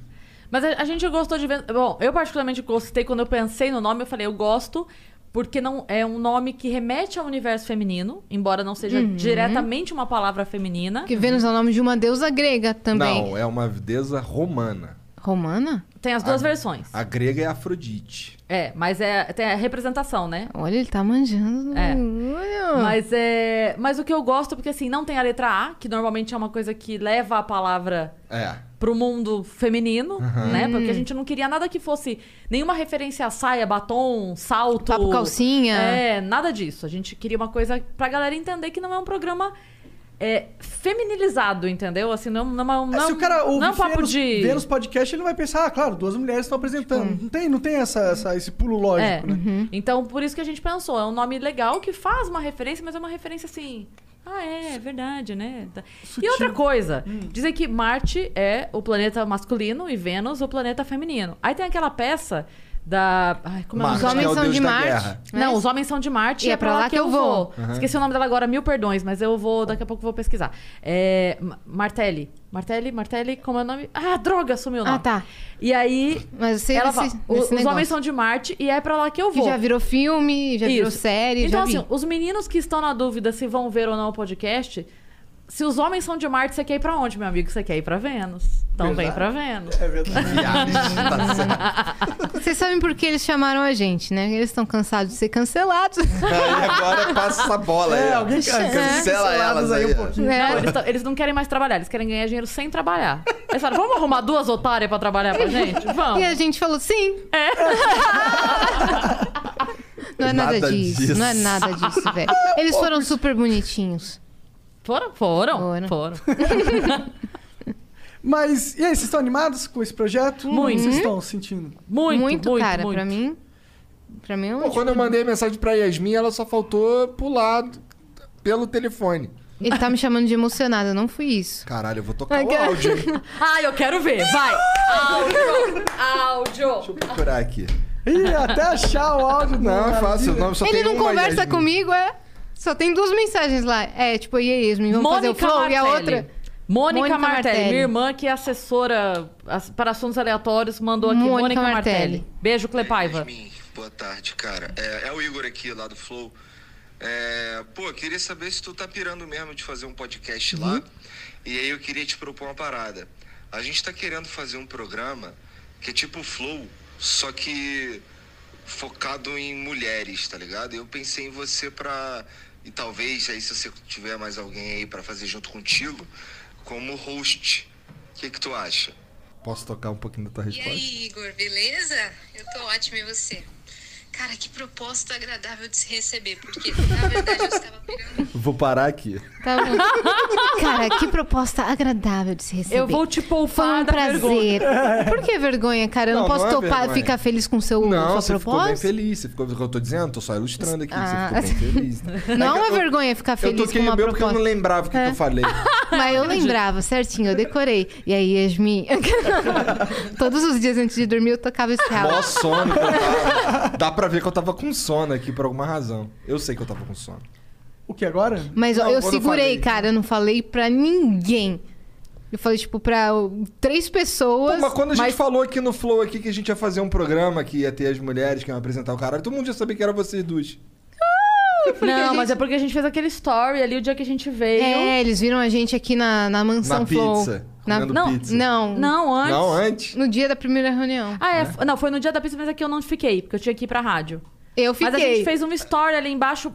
Speaker 3: Mas a, a gente gostou de ver. Bom, eu particularmente gostei quando eu pensei no nome, eu falei, eu gosto. Porque não é um nome que remete ao universo feminino, embora não seja
Speaker 2: Uhum.
Speaker 3: diretamente uma palavra feminina.
Speaker 2: Porque Vênus é o nome de uma deusa grega também.
Speaker 5: Não, é uma deusa romana.
Speaker 2: Romana?
Speaker 3: Tem as duas versões.
Speaker 5: A grega é Afrodite.
Speaker 3: É, mas é, tem a representação, né?
Speaker 2: Olha, ele tá manjando.
Speaker 3: É.
Speaker 2: Olha.
Speaker 4: Ah.
Speaker 3: Mas é. Mas o que eu gosto, porque assim, não tem a letra A, que normalmente é uma coisa que leva a palavra
Speaker 5: É.
Speaker 3: pro mundo feminino, né?
Speaker 2: Uhum.
Speaker 3: Porque a gente não queria nada que fosse nenhuma referência a saia, batom, salto.
Speaker 2: Papo calcinha.
Speaker 3: É, nada disso. A gente queria uma coisa pra galera entender que não é um programa. É, feminilizado, entendeu? Assim, não, não, não,
Speaker 4: É,
Speaker 3: não,
Speaker 4: se o cara ouvir
Speaker 3: não é um papo
Speaker 4: Vênus,
Speaker 3: de. Tipo,
Speaker 4: Vênus podcast, ele vai pensar, ah, claro, duas mulheres estão apresentando. Não tem, não tem essa, essa- esse pulo lógico,
Speaker 3: É.
Speaker 4: né?
Speaker 3: Então, por isso que a gente pensou, é um nome legal que faz uma referência, mas é uma referência assim. Ah, é, é verdade, né? Tá. E outra coisa, dizem que Marte é o planeta masculino e Vênus o planeta feminino. Aí tem aquela peça da. Ai, como
Speaker 5: Marte,
Speaker 3: é o
Speaker 2: homens
Speaker 5: que é o
Speaker 2: são
Speaker 5: deus
Speaker 2: de
Speaker 5: da
Speaker 2: Marte. É
Speaker 5: guerra.
Speaker 3: nome? Não, os homens são de Marte e é pra lá que eu vou. Esqueci o nome dela agora, mil perdões, mas eu vou, daqui a pouco eu vou pesquisar. É, Ma- Martelli. Martelli, Martelli, como é o nome? Ah, droga, sumiu o nome.
Speaker 2: Ah, tá.
Speaker 3: E aí,
Speaker 2: Mas você
Speaker 3: ela
Speaker 2: nesse-
Speaker 3: fala,
Speaker 2: nesse
Speaker 3: os
Speaker 2: negócio.
Speaker 3: homens são de Marte e é pra lá que eu
Speaker 2: Que
Speaker 3: vou.
Speaker 2: já virou filme, já virou
Speaker 3: Isso.
Speaker 2: série,
Speaker 3: Então,
Speaker 2: já vi.
Speaker 3: assim, os meninos que estão na dúvida se vão ver ou não o podcast, se os homens são de Marte, você quer ir pra onde, meu amigo? Você quer ir pra Vênus. Então vem pra Vênus.
Speaker 4: É verdade.
Speaker 5: Viagem, tá certo.
Speaker 2: Vocês sabem por que eles chamaram a gente, né? Eles estão cansados de ser cancelados.
Speaker 5: Aí agora passa essa bola aí.
Speaker 4: É,
Speaker 5: ó.
Speaker 4: alguém can-
Speaker 5: cancela é elas aí.
Speaker 4: um
Speaker 5: ó.
Speaker 4: pouquinho.
Speaker 3: Não,
Speaker 2: né?
Speaker 3: eles, tão- eles não querem mais trabalhar, eles querem ganhar dinheiro sem trabalhar. Eles falam, vamos arrumar duas otárias pra trabalhar
Speaker 2: <laughs>
Speaker 3: pra gente?
Speaker 2: E
Speaker 3: Vamos.
Speaker 2: a gente falou, sim.
Speaker 3: É.
Speaker 2: <laughs> não é nada,
Speaker 5: Nada
Speaker 2: disso,
Speaker 5: disso.
Speaker 2: Não é nada disso, velho. Eles foram super bonitinhos.
Speaker 3: Foram? Foram.
Speaker 2: Foram. <laughs>
Speaker 3: Foram.
Speaker 4: Mas, e aí, vocês estão animados com esse projeto?
Speaker 3: Muito.
Speaker 4: Vocês estão sentindo?
Speaker 3: Muito, muito, muito.
Speaker 2: cara. Pra mim, pra mim é um...
Speaker 5: Pô, quando eu mandei a mensagem pra Yasmin, ela só faltou pular do- pelo telefone.
Speaker 2: Ele tá me chamando de emocionada, não fui isso.
Speaker 5: Caralho, eu vou tocar o áudio. hein? Deixa
Speaker 3: Ah, eu quero ver.
Speaker 2: <laughs>
Speaker 3: Vai. Áudio. Áudio.
Speaker 5: eu procurar aqui.
Speaker 3: <laughs>
Speaker 4: Ih, até achar o áudio. do
Speaker 5: Não, é
Speaker 4: cara.
Speaker 5: fácil. O nome só
Speaker 2: Ele
Speaker 5: tem
Speaker 2: não
Speaker 5: uma,
Speaker 2: conversa
Speaker 5: Yasmin.
Speaker 2: comigo, é? Só tem duas mensagens lá. É, tipo, e aí, Yasmin, vamos fazer o
Speaker 3: Mônica
Speaker 2: flow? E a
Speaker 3: Martelli.
Speaker 2: outra?
Speaker 3: Mônica,
Speaker 2: Mônica
Speaker 3: Martelli,
Speaker 2: Martelli.
Speaker 3: minha irmã que é assessora as- para assuntos aleatórios, mandou aqui Mônica,
Speaker 2: Mônica
Speaker 3: Martelli.
Speaker 2: Martelli.
Speaker 3: Beijo, Clepaiva.
Speaker 9: Yasmin, boa tarde, cara. É, é o Igor aqui, lá do Flow. É, pô, queria saber se tu tá pirando mesmo de fazer um podcast
Speaker 5: Uhum.
Speaker 9: lá. E aí eu queria te propor uma parada. A gente tá querendo fazer um programa que é tipo Flow, só que focado em mulheres, tá ligado? Eu pensei em você pra. E talvez aí se você tiver mais alguém aí pra fazer junto contigo, como host. O que, que tu acha?
Speaker 5: Posso tocar um pouquinho da tua
Speaker 10: E
Speaker 5: resposta?
Speaker 10: aí, Igor, beleza? Eu tô ótima e você? Cara, que proposta agradável de se receber, porque na verdade eu estava pegando.
Speaker 5: Vou parar aqui.
Speaker 2: Tá bom.
Speaker 3: <laughs>
Speaker 6: Cara, que proposta agradável de se receber.
Speaker 3: Eu vou te
Speaker 6: Foi
Speaker 3: poupar
Speaker 6: um
Speaker 3: da
Speaker 6: prazer.
Speaker 3: vergonha.
Speaker 2: Por que vergonha, cara? Eu não,
Speaker 5: Não,
Speaker 2: posso
Speaker 5: não é
Speaker 2: topar,
Speaker 5: vergonha.
Speaker 2: ficar feliz com seu,
Speaker 5: Não, você
Speaker 2: sua
Speaker 5: ficou bem
Speaker 2: proposta?
Speaker 5: feliz. Você ficou, eu tô dizendo, tô só ilustrando aqui.
Speaker 2: Ah.
Speaker 5: Você ficou
Speaker 2: <laughs>
Speaker 5: bem feliz. né?
Speaker 2: Não
Speaker 5: É
Speaker 2: é
Speaker 5: que eu-
Speaker 2: vergonha ficar
Speaker 5: Eu
Speaker 2: feliz
Speaker 5: toquei
Speaker 2: com
Speaker 5: o
Speaker 2: uma
Speaker 5: meu porque eu
Speaker 2: proposta. É.
Speaker 5: não lembrava o que, que
Speaker 2: <laughs>
Speaker 5: eu falei.
Speaker 2: Mas eu lembrava certinho, eu decorei. E aí,
Speaker 5: <laughs>
Speaker 2: Yasmin. Todos os dias antes de dormir eu tocava esse
Speaker 5: Mó
Speaker 2: álbum.
Speaker 5: sono. que eu tava. Dá pra ver que eu tava com sono aqui por alguma razão. Eu sei que eu tava com sono.
Speaker 4: O que agora?
Speaker 2: Mas ó,
Speaker 5: Não,
Speaker 2: eu
Speaker 5: quando eu
Speaker 2: segurei,
Speaker 5: falei.
Speaker 2: cara, eu não falei pra ninguém. Eu falei, tipo, pra ó, três
Speaker 5: Pô,
Speaker 2: pessoas.
Speaker 5: mas quando a gente
Speaker 2: mas-
Speaker 5: falou aqui no Flow aqui que a gente ia fazer um programa que ia ter as mulheres que iam apresentar o caralho, todo mundo já sabia que era vocês duas.
Speaker 3: Não,
Speaker 2: gente-
Speaker 3: mas é porque a gente fez aquele story ali o dia que a gente veio.
Speaker 2: É, eles viram a gente aqui na, na mansão
Speaker 5: Na
Speaker 2: Flow.
Speaker 5: pizza, comendo
Speaker 2: não,
Speaker 5: pizza.
Speaker 2: Não,
Speaker 3: Não, antes.
Speaker 2: <laughs>
Speaker 5: Não, antes.
Speaker 2: No dia da primeira reunião.
Speaker 3: Ah, é. f- Não, foi no dia da pizza, mas aqui eu não fiquei, porque eu tinha que ir pra rádio.
Speaker 2: Eu fiquei.
Speaker 3: Mas a gente fez uma história ali embaixo.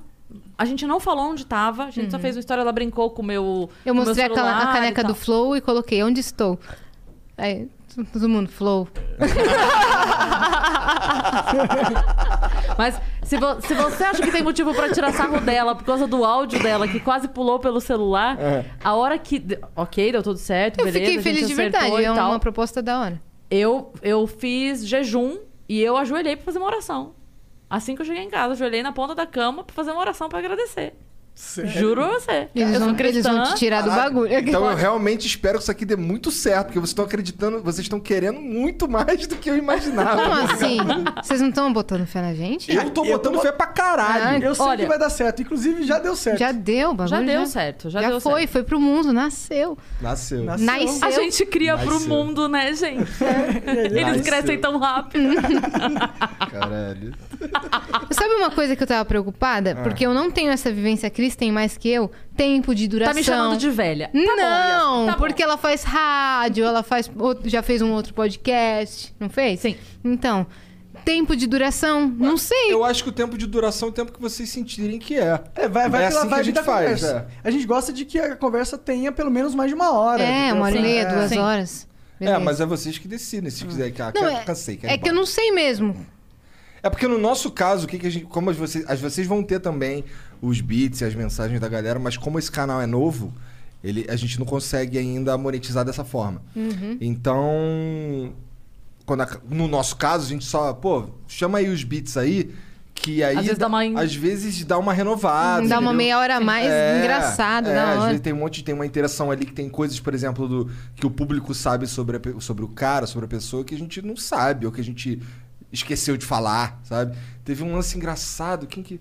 Speaker 3: A gente não falou onde tava, a gente só fez uma história, ela brincou com o meu.
Speaker 2: Eu
Speaker 3: com o meu
Speaker 2: mostrei a, cana-
Speaker 3: celular
Speaker 2: a caneca
Speaker 3: e tal.
Speaker 2: do Flow e coloquei onde estou. Aí, todo mundo, Flow.
Speaker 3: Mas se, vo- se você acha que tem motivo pra tirar sarro dela por causa do áudio dela, que quase pulou pelo celular,
Speaker 5: É.
Speaker 3: a hora que. de- Ok, deu tudo certo,
Speaker 2: Eu
Speaker 3: beleza.
Speaker 2: fiquei
Speaker 3: a
Speaker 2: feliz
Speaker 3: gente
Speaker 2: de
Speaker 3: acertou
Speaker 2: verdade,
Speaker 3: e
Speaker 2: é uma,
Speaker 3: tal.
Speaker 2: proposta da hora.
Speaker 3: Eu, eu fiz jejum e eu ajoelhei pra fazer uma oração. Assim que eu cheguei em casa, ajoelhei na ponta da cama pra fazer uma oração pra agradecer. Juro a você.
Speaker 2: Eles
Speaker 3: eu
Speaker 2: vão,
Speaker 3: sou
Speaker 2: eles
Speaker 3: cristã.
Speaker 2: vão te tirar do
Speaker 5: Caralho.
Speaker 2: bagulho.
Speaker 5: Então eu realmente espero que isso aqui dê muito certo, porque vocês estão acreditando, vocês estão querendo muito mais do que eu
Speaker 2: Como
Speaker 5: imaginava.
Speaker 2: assim? Vocês não estão botando fé na gente?
Speaker 5: Eu tô
Speaker 4: Eu tô
Speaker 5: botando
Speaker 4: bo-
Speaker 5: fé pra
Speaker 2: Ah,
Speaker 5: caralho.
Speaker 4: Eu sei
Speaker 3: Olha-
Speaker 4: que vai dar certo. Inclusive, já deu certo.
Speaker 2: Já deu, o bagulho.
Speaker 3: Já deu certo, já,
Speaker 2: né? Já,
Speaker 3: deu
Speaker 2: foi,
Speaker 3: certo.
Speaker 2: foi pro mundo, nasceu.
Speaker 5: Nasceu.
Speaker 4: Nasceu.
Speaker 2: Nasceu.
Speaker 3: A gente cria
Speaker 5: Vai
Speaker 3: pro
Speaker 5: ser.
Speaker 3: mundo, né, gente? Eles
Speaker 5: Vai
Speaker 3: crescem
Speaker 5: ser.
Speaker 3: tão rápido.
Speaker 2: Hum,
Speaker 5: Caralho.
Speaker 2: Sabe uma coisa que eu tava preocupada? Porque eu não tenho essa vivência Cris tem mais que eu. Tempo de duração.
Speaker 3: Tá me chamando de velha. Tá bom,
Speaker 2: não,
Speaker 3: Yas, tá bom.
Speaker 2: porque ela faz rádio, ela faz, outro- já fez um outro podcast, não fez?
Speaker 3: Sim.
Speaker 2: Então, tempo de duração, não sei.
Speaker 5: Eu acho que o tempo de duração é o tempo que vocês sentirem que é.
Speaker 4: É, vai, vai
Speaker 5: É
Speaker 4: pela
Speaker 5: assim que a
Speaker 4: vibe
Speaker 5: gente
Speaker 4: da
Speaker 5: faz,
Speaker 4: conversa. A gente gosta de que a conversa tenha pelo menos mais de uma hora.
Speaker 2: é,
Speaker 4: entendeu?
Speaker 2: uma hora e
Speaker 4: Assim,
Speaker 2: meia,
Speaker 4: é.
Speaker 2: duas
Speaker 3: Sim.
Speaker 2: horas.
Speaker 5: É,
Speaker 2: Beleza.
Speaker 5: mas é vocês que decidem, se quiser. Que,
Speaker 2: Não,
Speaker 5: que-
Speaker 2: é,
Speaker 5: cansei, quero
Speaker 2: é
Speaker 5: ir
Speaker 2: que eu não
Speaker 5: embora.
Speaker 2: sei mesmo.
Speaker 5: É porque no nosso caso, o que que a gente, como as vocês, as vocês vão ter também os beats e as mensagens da galera, mas como esse canal é novo, ele, a gente não consegue ainda monetizar dessa forma.
Speaker 2: Uhum.
Speaker 5: Então, quando a- no nosso caso, a gente só, pô, chama aí os beats aí, que aí
Speaker 3: Às vezes dá uma en-
Speaker 5: às vezes dá uma renovada.
Speaker 2: Dá uma
Speaker 5: entendeu?
Speaker 2: meia hora a mais
Speaker 5: É,
Speaker 2: engraçado
Speaker 5: é,
Speaker 2: na
Speaker 5: às
Speaker 2: hora.
Speaker 5: vezes tem um monte, tem uma interação ali que tem coisas, por exemplo, do que o público sabe sobre, a pe- sobre o cara, sobre a pessoa, que a gente não sabe, ou que a gente esqueceu de falar, sabe? Teve um lance engraçado, quem que.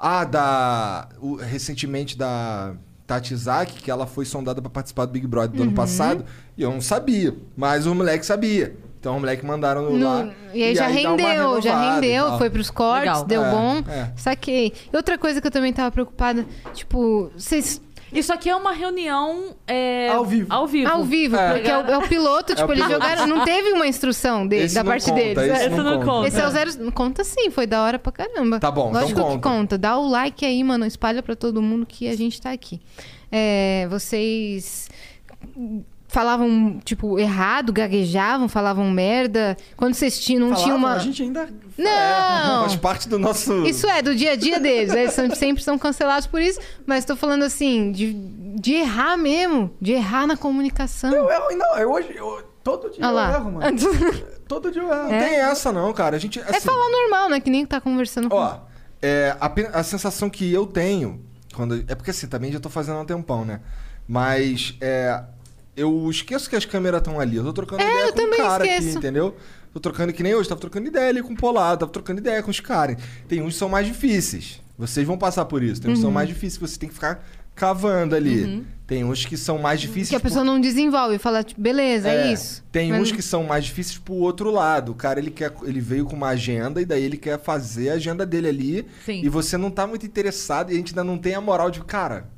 Speaker 5: Ah, da. o- recentemente da. Tati Isaac, que ela foi sondada pra participar do Big Brother do
Speaker 2: Uhum.
Speaker 5: ano passado, e eu não sabia, mas o moleque sabia. Então o moleque mandaram
Speaker 2: No-
Speaker 5: lá.
Speaker 2: e aí já
Speaker 5: dá uma
Speaker 2: rendeu, já
Speaker 5: renovada e
Speaker 2: rendeu,
Speaker 5: tal.
Speaker 2: foi pros cortes,
Speaker 3: Legal.
Speaker 2: deu
Speaker 5: É,
Speaker 2: bom.
Speaker 5: é.
Speaker 2: Saquei. E outra coisa que eu também tava preocupada, tipo, vocês.
Speaker 3: Isso aqui é uma reunião. é,
Speaker 4: Ao vivo.
Speaker 3: Ao vivo.
Speaker 2: Ao vivo, porque é o, é o piloto, tipo,
Speaker 5: o
Speaker 2: eles
Speaker 5: piloto.
Speaker 2: jogaram. Não teve uma instrução dele,
Speaker 5: Esse
Speaker 2: da
Speaker 5: não
Speaker 2: parte
Speaker 5: conta,
Speaker 2: deles.
Speaker 5: esse
Speaker 3: Essa
Speaker 5: não
Speaker 3: não
Speaker 5: conta.
Speaker 3: conta.
Speaker 2: Esse é o zero. Conta sim, foi da hora pra caramba.
Speaker 5: Tá bom, então
Speaker 2: Lógico que
Speaker 5: conta.
Speaker 2: conta. Dá o like aí, mano. Espalha pra todo mundo que a gente tá aqui. É, vocês falavam, tipo, errado, gaguejavam, falavam merda. Quando vocês tinham, não
Speaker 4: Falavam,
Speaker 2: tinha uma.
Speaker 4: A gente ainda. É, <laughs>
Speaker 2: Não!
Speaker 5: Faz parte do nosso.
Speaker 2: Isso é do dia a dia deles. Eles são- sempre são cancelados por isso. Mas tô falando assim, de, de errar mesmo. De errar na comunicação.
Speaker 4: Eu erro, não, eu hoje. eu- todo dia
Speaker 2: Olha
Speaker 4: eu
Speaker 2: lá. <laughs>
Speaker 4: erro, mano. Todo dia eu erro.
Speaker 5: Não tem essa, não, cara. A gente.
Speaker 2: É
Speaker 5: assim,
Speaker 2: falar normal, né? Que nem tá conversando com.
Speaker 5: Ó, é, a, pe- a sensação que eu tenho. quando É porque assim, também já tô fazendo há um tempão, né? Mas é, eu esqueço que as câmeras estão ali. Eu tô trocando ideia
Speaker 2: É, eu
Speaker 5: com o
Speaker 2: também
Speaker 5: cara
Speaker 2: esqueço.
Speaker 5: aqui, entendeu? Tô trocando que nem hoje, tava trocando ideia ali com o Polar, tava trocando ideia com os caras. Tem uns que são mais difíceis. Vocês vão passar por isso. Tem uns que são
Speaker 2: Uhum.
Speaker 5: mais difíceis, que você tem que ficar cavando ali. Tem uns que são mais difíceis.
Speaker 2: Que a
Speaker 5: por-
Speaker 2: pessoa não desenvolve, fala, tipo, beleza, é,
Speaker 5: é,
Speaker 2: isso.
Speaker 5: Tem
Speaker 2: Mas-
Speaker 5: uns que são mais difíceis pro outro lado. O cara ele quer, ele veio com uma agenda e daí ele quer fazer a agenda dele ali.
Speaker 3: Sim.
Speaker 5: E você não tá muito interessado e a gente ainda não tem a moral de, cara,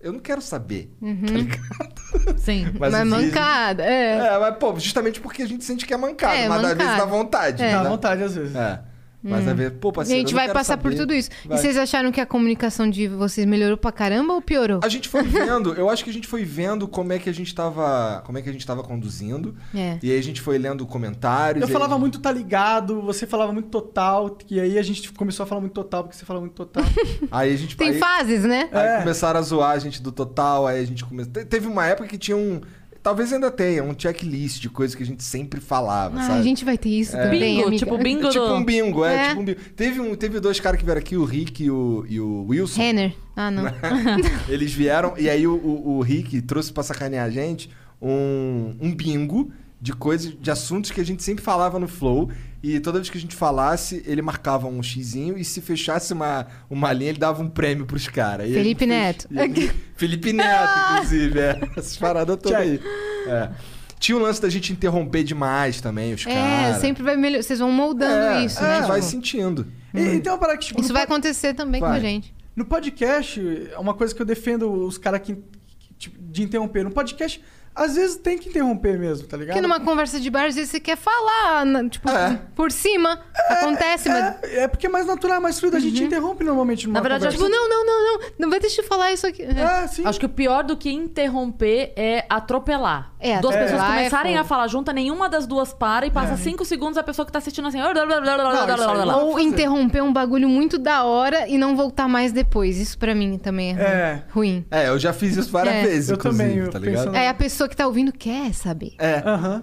Speaker 5: eu não quero saber. <laughs>
Speaker 3: Sim.
Speaker 2: Mas
Speaker 5: às vezes-
Speaker 2: mancada, é.
Speaker 5: É, mas pô, justamente porque a gente sente que é mancado,
Speaker 2: É,
Speaker 5: mas às vezes
Speaker 2: mancada.
Speaker 5: dá vontade.
Speaker 2: É. Hum.
Speaker 4: Dá
Speaker 5: né?
Speaker 4: vontade às vezes.
Speaker 5: É. Mas vai ver, pô, parceiro,
Speaker 2: a gente
Speaker 5: eu não
Speaker 2: vai
Speaker 5: quero
Speaker 2: passar por
Speaker 5: saber.
Speaker 2: tudo isso.
Speaker 5: Vai.
Speaker 2: E vocês acharam que a comunicação de vocês melhorou pra caramba ou piorou?
Speaker 5: A gente foi vendo, eu acho que a gente foi vendo como é que a gente tava, como é que a gente tava conduzindo.
Speaker 2: É.
Speaker 5: E aí a gente foi lendo comentários.
Speaker 4: Eu
Speaker 5: e aí-
Speaker 4: falava muito tá ligado, você falava muito total, e aí a gente começou a falar muito total porque você fala muito
Speaker 2: <laughs>
Speaker 4: total.
Speaker 5: Aí a gente
Speaker 2: Tem
Speaker 5: aí-
Speaker 2: fases, né?
Speaker 5: Aí começaram a zoar a gente do total, aí a gente começou. Te- Teve uma época que tinha um. Talvez ainda tenha, um checklist de coisas que a gente sempre falava,
Speaker 2: Ah,
Speaker 5: É, sabe?
Speaker 2: a gente vai ter isso
Speaker 5: É.
Speaker 2: também,
Speaker 3: Bingo,
Speaker 2: amiga.
Speaker 3: tipo bingo
Speaker 5: É tipo
Speaker 3: do...
Speaker 5: um bingo, é,
Speaker 2: É.
Speaker 5: tipo um bingo. Teve, um, teve dois caras que vieram aqui, o Rick e o, e o Wilson.
Speaker 2: Renner. Ah, não.
Speaker 5: <laughs> Eles vieram e aí o, o, o Rick trouxe pra sacanear a gente um, um bingo de coisas, de assuntos que a gente sempre falava no Flow. E toda vez que a gente falasse, ele marcava um xizinho e se fechasse uma, uma linha, ele dava um prêmio pros caras. E a
Speaker 2: Felipe
Speaker 5: gente fez-
Speaker 2: Neto.
Speaker 5: e a gente- Felipe Neto, inclusive, é. Essas paradas todas aí. É. Tinha o lance da gente interromper demais também os
Speaker 2: <laughs> É,
Speaker 5: caras.
Speaker 2: sempre vai melhor. Vocês vão moldando
Speaker 5: É,
Speaker 2: isso,
Speaker 5: a
Speaker 2: né?
Speaker 5: gente vai
Speaker 2: Tipo,
Speaker 5: sentindo.
Speaker 4: E, e tem uma parada que, tipo,
Speaker 2: Isso
Speaker 4: no,
Speaker 2: vai
Speaker 4: po-
Speaker 2: acontecer também com
Speaker 5: Vai.
Speaker 2: a gente.
Speaker 4: no podcast, é uma coisa que eu defendo os caras que, que, tipo, de interromper. No podcast, às vezes tem que interromper mesmo, tá ligado?
Speaker 2: Porque numa conversa de bar, às vezes você quer falar, na- tipo,
Speaker 5: É.
Speaker 2: por cima. acontece, mas.
Speaker 4: É, é porque é mais natural, é mais fluido. A gente interrompe normalmente numa
Speaker 3: Na verdade,
Speaker 4: conversa.
Speaker 2: Tipo, não, não, não, não. Não vai deixar eu falar isso aqui. É.
Speaker 4: É, sim.
Speaker 3: Acho que o pior do que interromper é atropelar.
Speaker 2: É,
Speaker 3: duas
Speaker 2: atropelar
Speaker 3: pessoas
Speaker 2: é
Speaker 3: começarem a
Speaker 2: fogo.
Speaker 3: falar junto, nenhuma das duas para e
Speaker 4: É.
Speaker 3: passa cinco segundos a pessoa que tá assistindo assim.
Speaker 2: Ou interromper um bagulho muito da hora e não voltar mais depois. Isso pra mim também é,
Speaker 4: É.
Speaker 2: ruim.
Speaker 5: É, eu já fiz isso várias
Speaker 2: É.
Speaker 5: vezes,
Speaker 4: Eu
Speaker 5: inclusive,
Speaker 4: também, eu
Speaker 5: tá ligado?
Speaker 4: pensando-
Speaker 2: Aí a pessoa que tá ouvindo quer saber.
Speaker 5: É.
Speaker 4: Aham.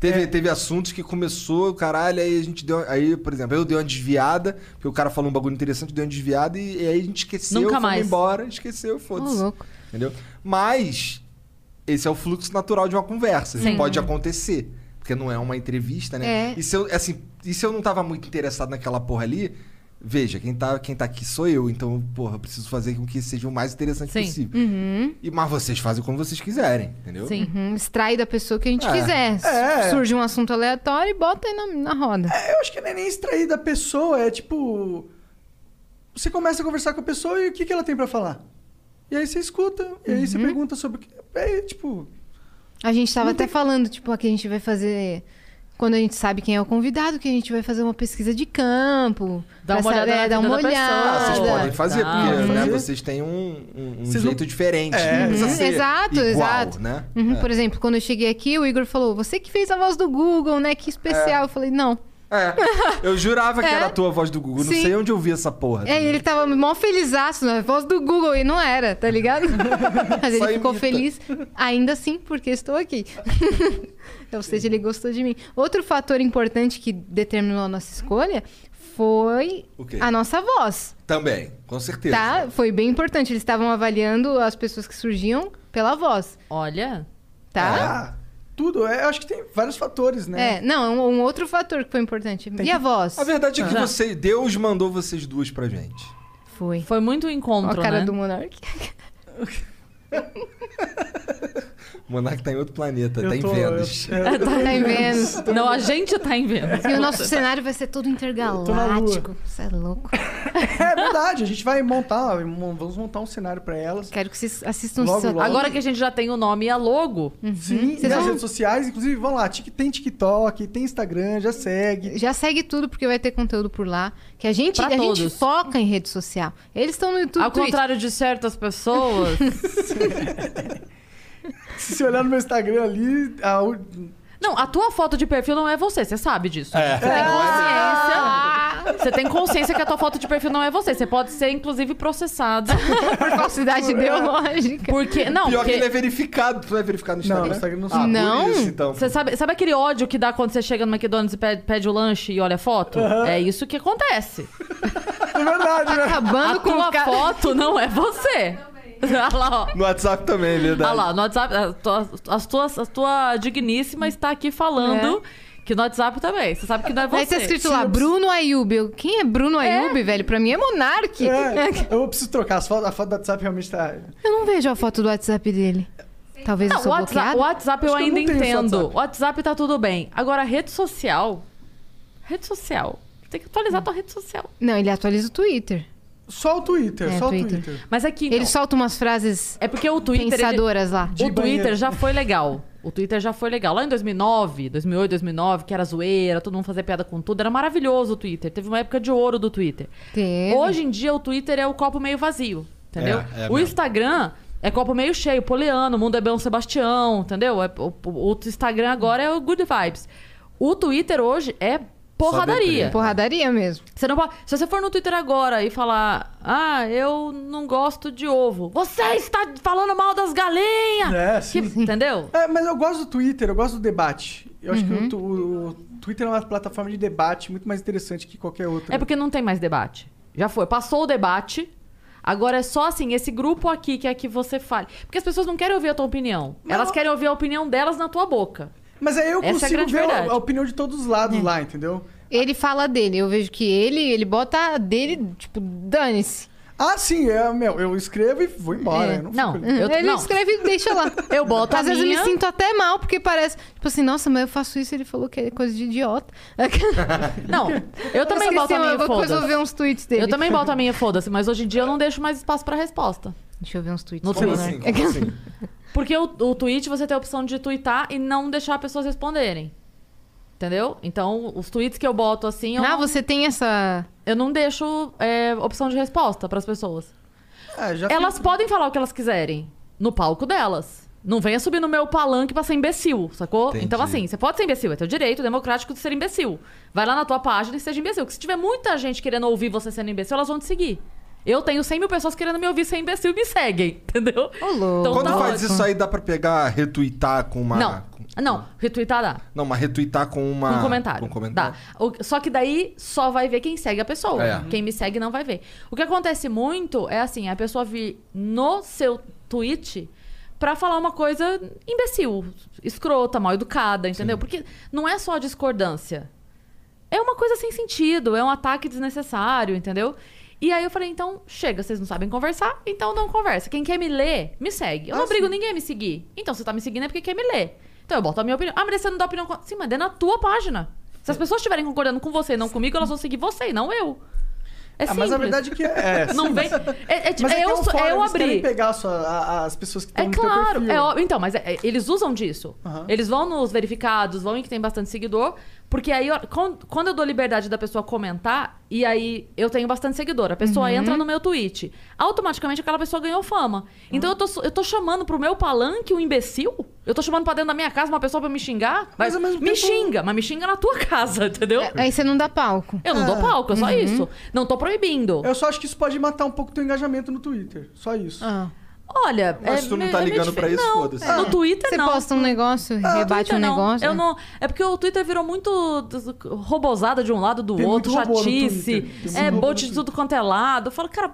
Speaker 5: Teve,
Speaker 3: É.
Speaker 5: teve assuntos que começou, caralho, aí a gente deu. Aí, por exemplo, eu dei uma desviada, porque o cara falou um bagulho interessante, deu uma desviada, e, e aí a gente esqueceu,
Speaker 3: Nunca
Speaker 5: foi
Speaker 3: mais.
Speaker 5: embora, esqueceu,
Speaker 2: Ô,
Speaker 5: foda-se.
Speaker 2: louco.
Speaker 5: entendeu? Mas esse é o fluxo natural de uma conversa. Isso
Speaker 3: Sim.
Speaker 5: pode acontecer. Porque não é uma entrevista, né?
Speaker 2: É.
Speaker 5: E, se eu, assim, e se eu não tava muito interessado naquela porra ali, veja, quem tá, quem tá aqui sou eu, então, porra, eu preciso fazer com que seja o mais interessante
Speaker 3: Sim.
Speaker 5: possível. E, mas vocês fazem como vocês quiserem, entendeu?
Speaker 3: Sim.
Speaker 2: Uhum, extrai da pessoa que a gente
Speaker 5: É.
Speaker 2: quiser.
Speaker 4: É.
Speaker 2: Surge um assunto aleatório e bota aí na, na roda.
Speaker 4: Eu acho que não é nem extrair da pessoa, é tipo. Você começa a conversar com a pessoa e o que, que ela tem pra falar? E aí você escuta, e aí você pergunta sobre o que. É, tipo.
Speaker 2: A gente tava até falando, tipo, aqui a gente vai fazer. Quando a gente sabe quem é o convidado, que a gente vai fazer uma pesquisa de campo.
Speaker 3: Dá
Speaker 2: pra
Speaker 3: uma olhada
Speaker 2: saber-
Speaker 3: na
Speaker 2: dá
Speaker 3: vida
Speaker 2: uma
Speaker 3: da pessoa.
Speaker 5: Ah, vocês
Speaker 2: olhada.
Speaker 5: podem fazer,
Speaker 3: Dá.
Speaker 5: porque
Speaker 4: Uhum.
Speaker 5: né,
Speaker 4: Fazer.
Speaker 5: vocês têm um, um- um
Speaker 4: Vocês não-
Speaker 5: jeito diferente.
Speaker 4: É.
Speaker 5: Não precisa
Speaker 2: Uhum,
Speaker 5: ser
Speaker 2: exato,
Speaker 5: igual,
Speaker 2: exato.
Speaker 5: né?
Speaker 2: Uhum,
Speaker 5: É.
Speaker 2: Por exemplo, quando eu cheguei aqui, o Igor falou: Você que fez a voz do Google, né? Que especial. Eu falei: Não.
Speaker 5: É. Eu jurava que
Speaker 2: É.
Speaker 5: era a tua voz do Google. Não
Speaker 2: Sim.
Speaker 5: sei onde eu vi essa porra.
Speaker 2: É, e ele tava mó felizaço, né? Voz do Google, e não era, tá
Speaker 5: <laughs>
Speaker 2: ligado? Mas ele
Speaker 5: Só
Speaker 2: ficou
Speaker 5: imita.
Speaker 2: feliz, ainda assim, porque estou aqui. <laughs> Ou seja, ele gostou de mim. Outro fator importante que determinou a nossa escolha foi
Speaker 5: O quê?
Speaker 2: a nossa voz,
Speaker 5: Também, com certeza.
Speaker 2: tá? Foi bem importante. Eles estavam avaliando as pessoas que surgiam pela voz,
Speaker 3: Olha.
Speaker 5: É.
Speaker 2: tá?
Speaker 4: Ah, tudo. É, eu acho que tem vários fatores,
Speaker 2: É,
Speaker 4: né?
Speaker 2: não, um, um outro fator que foi importante. e a voz?
Speaker 5: A verdade é que
Speaker 3: Já.
Speaker 5: você, Deus mandou vocês duas pra gente.
Speaker 2: Foi.
Speaker 3: Foi muito
Speaker 2: Ó
Speaker 3: encontro,
Speaker 2: a cara
Speaker 3: né?
Speaker 2: do
Speaker 3: <laughs>
Speaker 2: Monark.
Speaker 5: O Monark tá em outro planeta,
Speaker 4: Eu
Speaker 5: tá em
Speaker 4: tô-
Speaker 5: Vênus.
Speaker 4: eu- eu-
Speaker 2: Tá em Vênus.
Speaker 3: Não, a gente tá em Vênus.
Speaker 2: E o nosso cenário vai ser todo intergaláctico. Você é louco.
Speaker 4: é verdade, a gente vai montar, mon- vamos montar um cenário pra elas.
Speaker 2: Quero que vocês assistam
Speaker 4: Logo,
Speaker 2: isso.
Speaker 4: <laughs> logo.
Speaker 3: Agora que a gente já tem o nome e a logo,
Speaker 2: Hum.
Speaker 4: Sim,
Speaker 2: Vocês
Speaker 4: nas
Speaker 2: vão-
Speaker 4: redes sociais, inclusive, vão lá. tic- Tem TikTok, tem Instagram, já segue.
Speaker 2: Já segue tudo, porque vai ter conteúdo por lá. Que a gente,
Speaker 3: Pra
Speaker 2: a gente
Speaker 3: todos.
Speaker 2: foca em rede social. Eles estão no YouTube.
Speaker 3: ao
Speaker 2: Twitch.
Speaker 3: contrário de
Speaker 2: <laughs>
Speaker 3: certas pessoas.
Speaker 4: Se você olhar no meu Instagram ali, a u- é
Speaker 3: não, a tua foto de perfil não é você, você sabe disso. Você tem
Speaker 2: Ah!
Speaker 3: consciência. Você tem consciência que a tua foto de perfil não é você. Você pode ser, inclusive, processado.
Speaker 2: por
Speaker 4: <laughs>
Speaker 2: falsidade ideológica.
Speaker 3: Porque. Não,
Speaker 5: Pior
Speaker 3: porque...
Speaker 5: que ele é verificado. Tu não é verificado no
Speaker 4: Não,
Speaker 5: Instagram?
Speaker 4: no Instagram não
Speaker 5: ah, por
Speaker 2: Não.
Speaker 5: isso, então.
Speaker 3: Você sabe, sabe aquele ódio que dá quando você chega no McDonald's e pede, pede o lanche e olha a foto? É isso que acontece.
Speaker 4: É
Speaker 3: <laughs>
Speaker 4: verdade, né?
Speaker 2: Acabando
Speaker 3: a
Speaker 2: com
Speaker 3: tua
Speaker 2: o cara.
Speaker 3: foto não é você. <laughs> Olha lá, ó.
Speaker 5: No WhatsApp também, é verdade.
Speaker 3: Olha lá, no WhatsApp, a tua, as tuas, a tua digníssima está aqui falando que no WhatsApp também. Você sabe que não é você.
Speaker 2: Aí tá escrito lá, Bruno Ayub. Eu, Quem é Bruno Ayub, velho? Pra mim é Monark. <laughs>
Speaker 4: É, eu preciso trocar as fotos. A foto do WhatsApp realmente tá.
Speaker 2: Eu não vejo a foto do WhatsApp dele. Talvez eu
Speaker 3: Não,
Speaker 2: sou
Speaker 3: WhatsApp,
Speaker 2: bloqueado.
Speaker 3: WhatsApp eu
Speaker 4: Acho que eu
Speaker 3: ainda
Speaker 4: não tenho esse
Speaker 3: entendo.
Speaker 4: WhatsApp.
Speaker 3: WhatsApp tá tudo bem. Agora, rede social. Rede social. Tem que atualizar a tua rede social.
Speaker 2: Não, ele atualiza o Twitter.
Speaker 3: Então.
Speaker 4: Só o Twitter,
Speaker 2: É,
Speaker 4: só
Speaker 2: Twitter.
Speaker 4: o Twitter.
Speaker 3: Mas aqui.
Speaker 2: Ele solta umas frases
Speaker 3: É porque o Twitter. ele-
Speaker 2: pensadoras lá.
Speaker 3: O Twitter
Speaker 4: banheiro.
Speaker 3: já foi legal. O Twitter já foi legal. Lá em 2009, 2008, 2009, que era zoeira, todo mundo fazia piada com tudo. Era maravilhoso o Twitter. Teve uma época de ouro do Twitter.
Speaker 2: Teve.
Speaker 3: Hoje em dia o Twitter é o copo meio vazio, entendeu?
Speaker 11: É, é
Speaker 3: o
Speaker 11: mesmo.
Speaker 3: Instagram é copo meio cheio, Poliano, Mundo é Belo Sebastião, entendeu? É- o, o- o Instagram agora é o Good Vibes. O Twitter hoje é porradaria.
Speaker 2: Porradaria mesmo.
Speaker 3: Você não pode- Se você for no Twitter agora e falar, ah, eu não gosto de ovo, você está falando mal das galinhas!
Speaker 4: É,
Speaker 3: Que- <laughs>
Speaker 4: sim.
Speaker 3: entendeu?
Speaker 4: É, mas eu gosto do Twitter, eu gosto do debate. Eu acho
Speaker 3: Uhum.
Speaker 4: que o, tu- o Twitter é uma plataforma de debate muito mais interessante que qualquer outra.
Speaker 3: É porque não tem mais debate. Já foi. Passou o debate. Agora é só assim, esse grupo aqui que é que você fale. Porque as pessoas não querem ouvir a tua opinião. Elas querem ouvir a opinião delas na tua boca.
Speaker 4: Mas aí eu
Speaker 3: Essa é a
Speaker 4: consigo
Speaker 3: grande
Speaker 4: ver a-
Speaker 3: verdade. É.
Speaker 4: a, opinião de todos os lados lá, entendeu?
Speaker 2: Ele fala dele, eu vejo que ele, ele bota a dele, tipo, dane-se.
Speaker 4: Ah, sim, é, meu, eu escrevo e vou embora.
Speaker 2: É.
Speaker 4: eu não,
Speaker 3: Não,
Speaker 4: fico ali.
Speaker 3: eu
Speaker 2: ele
Speaker 3: não.
Speaker 2: escreve e deixa
Speaker 3: <laughs>
Speaker 2: lá.
Speaker 3: Eu boto a
Speaker 2: Às vezes
Speaker 3: minha.
Speaker 2: eu me sinto até mal, porque parece, tipo assim, nossa, mas eu faço isso, ele falou que é coisa de idiota. <laughs>
Speaker 3: Não, eu também boto a minha
Speaker 2: eu vou- depois eu vou ver
Speaker 3: foda-se.
Speaker 2: uns tweets dele.
Speaker 3: Eu também boto a minha foda-se, mas hoje em dia eu não deixo mais espaço pra resposta.
Speaker 2: Deixa eu ver uns tweets.
Speaker 3: No
Speaker 2: dele. né?
Speaker 5: Como
Speaker 3: Twitter.
Speaker 5: assim? Como assim?
Speaker 3: Porque o, o tweet você tem a opção de tweetar e não deixar as pessoas responderem. Entendeu? Então, os tweets que eu boto assim, eu,
Speaker 2: <laughs> Ah,
Speaker 3: não,
Speaker 2: você tem essa...
Speaker 3: eu não deixo é, opção de resposta pras pessoas.
Speaker 4: Ah, já
Speaker 3: Elas podem falar o que elas quiserem no palco delas. Não venha subir no meu palanque pra ser imbecil, sacou?
Speaker 5: Entendi.
Speaker 3: Então, assim, você pode ser imbecil, é teu direito democrático de ser imbecil. Vai lá na tua página e seja imbecil. Porque se tiver muita gente querendo ouvir você sendo imbecil, elas vão te seguir. Eu tenho 100 mil pessoas querendo me ouvir ser imbecil e me seguem, <laughs> entendeu?
Speaker 2: Ô, louco.
Speaker 3: Então
Speaker 5: Quando
Speaker 3: tá
Speaker 5: faz
Speaker 3: ótimo.
Speaker 5: isso aí, dá pra pegar, retweetar com uma.
Speaker 3: Não,
Speaker 5: com-
Speaker 3: não, retweetar dá.
Speaker 5: Não, mas retweetar com uma.
Speaker 3: Um comentário.
Speaker 5: Com um comentário.
Speaker 3: Dá. O- só que daí só vai ver quem segue a pessoa.
Speaker 5: É.
Speaker 3: Quem me segue não vai ver. O que acontece muito é assim, a pessoa vir no seu tweet pra falar uma coisa imbecil, escrota, mal educada, entendeu? Porque não é só a discordância. É uma coisa sem sentido, é um ataque desnecessário, entendeu? E aí eu falei, então, chega, vocês não sabem conversar, então não conversa. Quem quer me ler, me segue. Eu
Speaker 4: Ah,
Speaker 3: não obrigo ninguém a me seguir. Então, você tá me seguindo é porque quer me ler. Então eu boto a minha opinião. Ah, mas você não dá opinião... com- Sim, mas é na tua página. Se as pessoas estiverem concordando com você e não comigo, elas vão seguir você e não eu. É
Speaker 4: Ah,
Speaker 3: simples.
Speaker 4: mas a verdade é que
Speaker 3: <laughs>
Speaker 4: é.
Speaker 3: Não vem... É, é,
Speaker 4: Mas é que
Speaker 3: é
Speaker 4: é
Speaker 3: eu,
Speaker 4: um
Speaker 3: sou-
Speaker 4: fora,
Speaker 3: é eu
Speaker 4: eles querem
Speaker 3: abrir.
Speaker 4: pegar a sua- a- as pessoas que estão
Speaker 3: É
Speaker 4: no teu
Speaker 3: claro,
Speaker 4: perfil.
Speaker 3: é óbvio. Então, mas é- é- eles usam disso.
Speaker 4: Aham.
Speaker 3: Eles vão nos verificados, vão em que tem bastante seguidor, porque aí, ó, con- quando eu dou liberdade da pessoa comentar, e aí eu tenho bastante seguidor, a
Speaker 5: Uhum.
Speaker 3: pessoa entra no meu tweet, automaticamente aquela pessoa ganhou fama.
Speaker 5: Ah.
Speaker 3: Então eu, tô, su- eu tô chamando pro meu palanque um imbecil? Eu tô chamando pra dentro da minha casa uma pessoa pra me xingar?
Speaker 4: Mas ao mesmo
Speaker 3: me
Speaker 4: tempo-
Speaker 3: xinga, mas me xinga na tua <laughs> casa, entendeu?
Speaker 5: É.
Speaker 2: Aí você não dá palco.
Speaker 3: Eu não
Speaker 5: Ah.
Speaker 3: dou palco, é
Speaker 5: Uhum.
Speaker 3: só isso. Não tô proibindo.
Speaker 4: Eu só acho que isso pode matar um pouco o teu engajamento no Twitter. Só isso.
Speaker 2: Ah.
Speaker 3: Olha,
Speaker 5: Mas
Speaker 3: é
Speaker 5: tu não
Speaker 3: me-
Speaker 5: tá
Speaker 3: é meio
Speaker 5: ligando pra
Speaker 3: difícil.
Speaker 5: isso?
Speaker 3: Não, é.
Speaker 5: Foda-se.
Speaker 3: No Twitter
Speaker 2: Você
Speaker 3: não.
Speaker 2: posta um negócio,
Speaker 3: Ah,
Speaker 2: rebate
Speaker 3: Twitter
Speaker 2: um
Speaker 3: não.
Speaker 2: negócio.
Speaker 3: Eu não. É porque o Twitter virou muito des- robozada de um lado do
Speaker 4: Tem muito
Speaker 3: outro,
Speaker 4: robô no
Speaker 3: chatice.
Speaker 4: Twitter. Tem
Speaker 3: É,
Speaker 4: muito robô no
Speaker 3: bot de tudo quanto é lado. Eu falo, cara,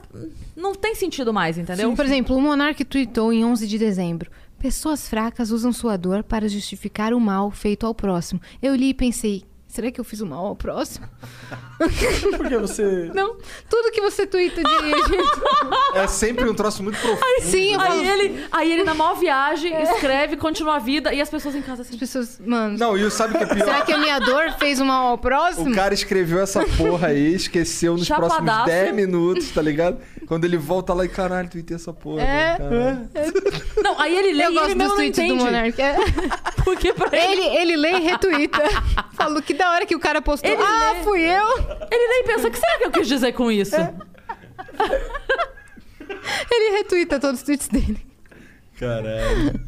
Speaker 3: não tem sentido mais, entendeu?
Speaker 2: Por exemplo, o Monark tweetou em 11 de dezembro. Pessoas fracas usam sua dor para justificar o mal feito ao próximo. Eu li e pensei, será que eu fiz o mal ao próximo?
Speaker 4: <laughs>
Speaker 2: <laughs>
Speaker 4: Porque
Speaker 3: <laughs>
Speaker 4: você.
Speaker 2: Não. Tudo que você tuita de...
Speaker 5: É sempre um troço muito profundo.
Speaker 2: Sim, eu falo, É.
Speaker 3: Aí ele, aí ele na maior
Speaker 2: <laughs>
Speaker 3: viagem, escreve, continua a vida, e as pessoas em casa
Speaker 2: as
Speaker 3: assim.
Speaker 2: pessoas... Mano,
Speaker 5: Não, e sabe o que é
Speaker 3: <laughs>
Speaker 5: pior?
Speaker 2: será que a minha dor fez o mal ao
Speaker 5: O
Speaker 2: próximo?
Speaker 5: cara escreveu essa porra aí, esqueceu nos próximos
Speaker 3: Chapadaço.
Speaker 5: 10 minutos, tá ligado? Quando ele volta lá e caralho, tuitei essa porra.
Speaker 2: É.
Speaker 5: né, caralho.
Speaker 3: Não, aí ele lê
Speaker 2: Eu
Speaker 3: e ele
Speaker 2: gosto
Speaker 3: mesmo
Speaker 2: dos
Speaker 3: não
Speaker 2: tweets do
Speaker 3: entende.
Speaker 2: Monark.
Speaker 3: <laughs>
Speaker 2: É.
Speaker 3: Porque pra ele.
Speaker 2: Ele, ele lê e retuita. <laughs> Falou que da hora que o cara postou.
Speaker 3: Ele
Speaker 2: ah,
Speaker 3: lê.
Speaker 2: fui eu!
Speaker 3: Ele nem pensa, o que será que eu quis dizer com isso?
Speaker 2: É. Ele retuita todos os tweets dele.
Speaker 5: Caralho.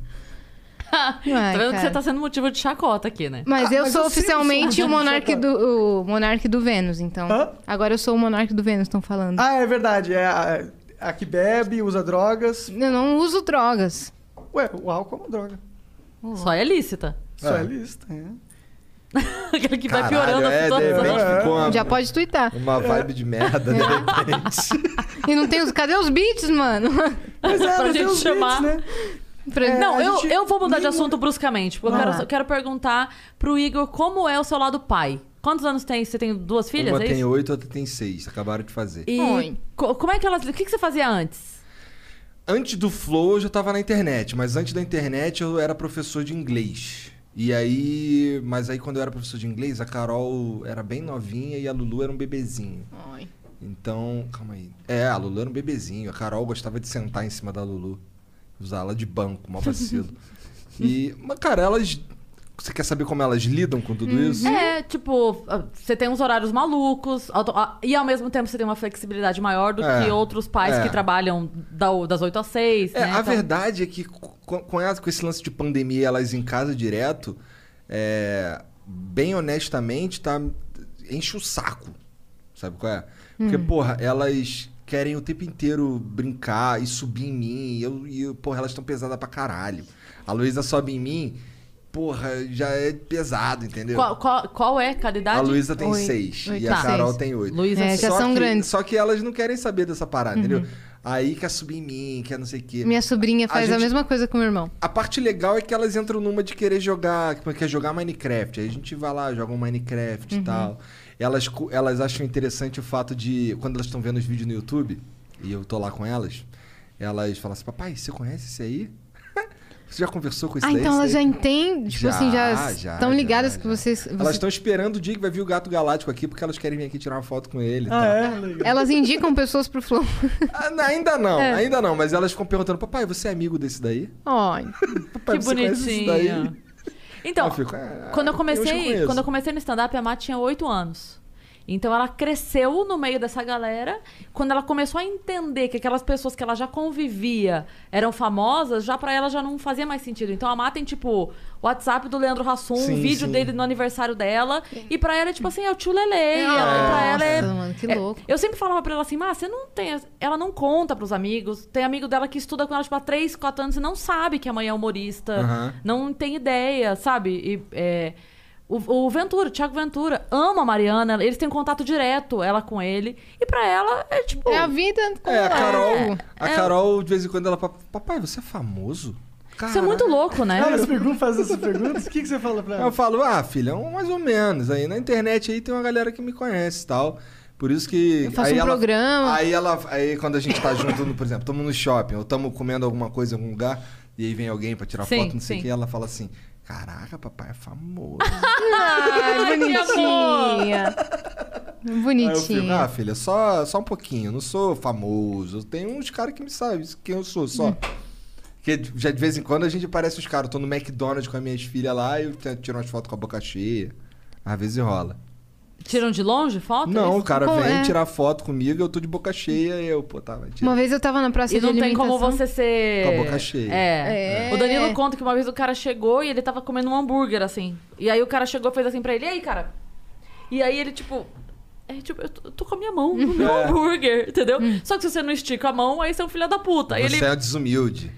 Speaker 3: tá vendo que
Speaker 2: cara.
Speaker 3: você tá sendo motivo de chacota aqui, né?
Speaker 2: Mas eu
Speaker 4: Ah, mas
Speaker 2: sou
Speaker 4: eu sempre
Speaker 2: oficialmente
Speaker 4: sou
Speaker 2: o
Speaker 4: um
Speaker 2: monarca
Speaker 4: idiota.
Speaker 2: do, o monarca do Vênus, então.
Speaker 4: Hã?
Speaker 2: Agora eu sou o monarca do Vênus, estão falando.
Speaker 4: Ah, é verdade. É a, a que bebe, usa drogas.
Speaker 2: Eu não uso drogas.
Speaker 4: Ué, o álcool é uma droga.
Speaker 2: Uhum.
Speaker 3: Só é lícita. <laughs>
Speaker 4: Só é,
Speaker 5: É.
Speaker 4: lista. É.
Speaker 3: Aquele que vai
Speaker 5: Caralho,
Speaker 3: piorando a
Speaker 5: é, de
Speaker 3: situação.
Speaker 5: repente ficou uma,
Speaker 2: Já pode twittar.
Speaker 5: uma vibe de merda,
Speaker 3: É.
Speaker 5: de repente.
Speaker 2: E não tem os. Cadê os beats, mano? <laughs>
Speaker 4: Mas é,
Speaker 3: <laughs> Pra gente
Speaker 4: mas tem os beats,
Speaker 3: chamar.
Speaker 4: né?
Speaker 2: Pra-
Speaker 4: É,
Speaker 3: Não,
Speaker 4: a
Speaker 3: eu,
Speaker 4: gente
Speaker 3: eu vou mudar de
Speaker 4: nem-
Speaker 3: assunto bruscamente. Porque eu
Speaker 4: Vai
Speaker 3: quero,
Speaker 4: lá.
Speaker 3: eu quero perguntar pro Igor como é o seu lado pai. Quantos anos tem? Você tem duas filhas?
Speaker 5: Uma
Speaker 3: é
Speaker 5: tem
Speaker 3: isso?
Speaker 5: oito, outra tem seis. Acabaram de fazer.
Speaker 3: E
Speaker 2: Oi.
Speaker 3: co- como é que elas. O que, que você fazia antes?
Speaker 5: Antes do Flow, eu já tava na internet, mas antes da internet eu era professor de inglês. E aí, mas aí quando eu era professor de inglês, a Carol era bem novinha e a Lulu era um bebezinho.
Speaker 2: Ai.
Speaker 5: Então, calma aí. É, a Lulu era um bebezinho. A Carol gostava de sentar em cima da Lulu. Usar ela de banco, mó vacilo. E, mas, cara, elas. Você quer saber como elas lidam com tudo isso?
Speaker 4: Uhum.
Speaker 3: É, tipo, você tem uns horários malucos auto- a- e ao mesmo tempo você tem uma flexibilidade maior do
Speaker 5: É,
Speaker 3: que outros pais
Speaker 5: é.
Speaker 3: que trabalham da- das 8 às 6.
Speaker 5: É,
Speaker 3: né?
Speaker 5: a
Speaker 3: Então-
Speaker 5: verdade é que com, com essa- com esse lance de pandemia elas em casa direto, é, bem honestamente, tá, enche o saco. Sabe qual é? Porque, porra, elas querem o tempo inteiro brincar e subir em mim. E, eu, e eu- porra, elas estão pesadas pra caralho. A Luísa sobe em mim, porra, já é pesado, entendeu?
Speaker 3: Qual, qual- qual é cada idade?
Speaker 5: A Luísa tem
Speaker 2: Oito.
Speaker 5: seis
Speaker 2: Oito.
Speaker 5: e
Speaker 2: Tá.
Speaker 5: a Carol
Speaker 2: Seis.
Speaker 5: tem oito.
Speaker 3: Luísa,
Speaker 2: É, já
Speaker 5: Só
Speaker 2: são
Speaker 5: que-
Speaker 2: grandes.
Speaker 5: Só que elas não querem saber dessa parada, entendeu? Aí quer subir em mim, quer não sei o quê.
Speaker 2: Minha sobrinha
Speaker 5: A
Speaker 2: faz a,
Speaker 5: gente-
Speaker 2: mesma coisa com o meu irmão.
Speaker 5: A parte legal é que elas entram numa de querer jogar, é que quer jogar Minecraft. Aí a gente vai lá, joga um Minecraft e
Speaker 3: Uhum.
Speaker 5: tal. Elas, cu- elas acham interessante o fato de, quando elas estão vendo os vídeos no YouTube, e eu tô lá com elas, elas falam assim: Papai, você conhece esse aí? <laughs> você já conversou com esse
Speaker 2: Ah,
Speaker 5: daí?
Speaker 2: então
Speaker 5: Esse
Speaker 2: elas já
Speaker 5: daí?"
Speaker 2: entendem, tipo assim, já
Speaker 5: já,
Speaker 2: estão
Speaker 5: já,
Speaker 2: ligadas que
Speaker 5: já.
Speaker 2: vocês. vocês-
Speaker 5: Elas estão esperando o dia que vai vir o gato galáctico aqui, porque elas querem vir aqui tirar uma foto com ele. e
Speaker 4: Ah,
Speaker 5: tal.
Speaker 4: é? Legal.
Speaker 2: Elas indicam pessoas pro
Speaker 5: <laughs>
Speaker 2: Flow.
Speaker 5: Ah, n- Ainda não,
Speaker 3: É.
Speaker 5: ainda não, mas elas ficam perguntando: Papai, você é amigo desse daí?
Speaker 2: Ó,
Speaker 5: Papai,
Speaker 3: que
Speaker 5: você conhece esse daí?"
Speaker 3: bonitinho. Então,
Speaker 5: Eu fico, "Ah,
Speaker 3: quando eu
Speaker 5: eu
Speaker 3: comecei,
Speaker 5: conheço."
Speaker 3: quando eu comecei no stand-up, a Má tinha 8 anos. Então ela cresceu no meio dessa galera. Quando ela começou a entender que aquelas pessoas que ela já convivia eram famosas, já pra ela já não fazia mais sentido. Então a Má tem, tipo, o WhatsApp do Leandro Hassum,
Speaker 5: Sim,
Speaker 3: um vídeo
Speaker 5: sim.
Speaker 3: dele no aniversário dela. E pra ela é tipo assim, é o tio Lele. E ela- e
Speaker 5: tá,
Speaker 3: pra ela é
Speaker 2: nossa, mano, que
Speaker 3: é,
Speaker 2: louco.
Speaker 3: Eu sempre falava pra ela assim, mas você não tem. Ela não conta pros amigos. Tem amigo dela que estuda com ela, tipo, há 3, 4 anos e não sabe que a mãe é humorista.
Speaker 5: Aham.
Speaker 3: Não tem ideia, sabe? E, é, o, o Ventura, o Thiago Ventura, ama a Mariana. Eles têm contato direto, ela com ele. E pra ela é tipo.
Speaker 2: é a vida como
Speaker 5: É, a Carol, a
Speaker 3: É.
Speaker 5: Carol de vez em quando ela fala, papai, você é famoso?
Speaker 3: Isso é muito louco, né?
Speaker 4: Elas perguntam, fazem essas perguntas? O que, que você fala pra
Speaker 5: Eu
Speaker 4: ela?
Speaker 5: falo, ah, filha, um mais ou menos. Aí na internet aí tem uma galera que me conhece e tal. Por isso que.
Speaker 2: Eu faço
Speaker 5: aí
Speaker 2: um
Speaker 5: ela-
Speaker 2: programa.
Speaker 5: Aí ela. Aí quando a gente tá junto, no- por exemplo, estamos no shopping, ou estamos comendo alguma coisa em algum lugar, e aí vem alguém pra tirar
Speaker 3: Sim,
Speaker 5: foto, não sei o
Speaker 3: sim.
Speaker 5: que, e ela fala assim. Caraca, papai é famoso.
Speaker 3: <laughs>
Speaker 5: <laughs>
Speaker 2: Ai, É bonitinha.
Speaker 5: Aí eu Ah, fico, ah,
Speaker 2: Bonitinha.
Speaker 5: filha, só, só um pouquinho. Eu não sou famoso. Tem uns caras que me sabem quem eu sou, só. Porque já de vez em quando a gente parece os caras. Eu tô no McDonald's com as minhas filhas lá e eu te- tiro umas fotos com a boca cheia. Às vezes rola.
Speaker 3: Tiram de longe foto?
Speaker 5: não, o
Speaker 3: Isso?
Speaker 5: cara
Speaker 2: Pô,
Speaker 5: vem
Speaker 2: é.
Speaker 5: tirar foto comigo eu tô de boca cheia e eu, pô, tá, vai tirar.
Speaker 2: Uma vez eu tava na praça
Speaker 3: E
Speaker 2: de
Speaker 3: não tem
Speaker 2: alimentação.
Speaker 3: como você ser.
Speaker 5: Com a boca cheia.
Speaker 3: É.
Speaker 2: É.
Speaker 3: O Danilo conta que uma vez o cara chegou e ele tava comendo um hambúrguer, assim. E aí o cara chegou e fez assim pra ele: E aí, cara? E aí ele, tipo. É, tipo, eu tô, eu tô com a minha mão no meu hambúrguer, entendeu?
Speaker 2: Hum.
Speaker 3: Só que se você não estica a mão, aí você é um filho da puta. Aí
Speaker 5: Você
Speaker 3: ele.
Speaker 5: é desumilde.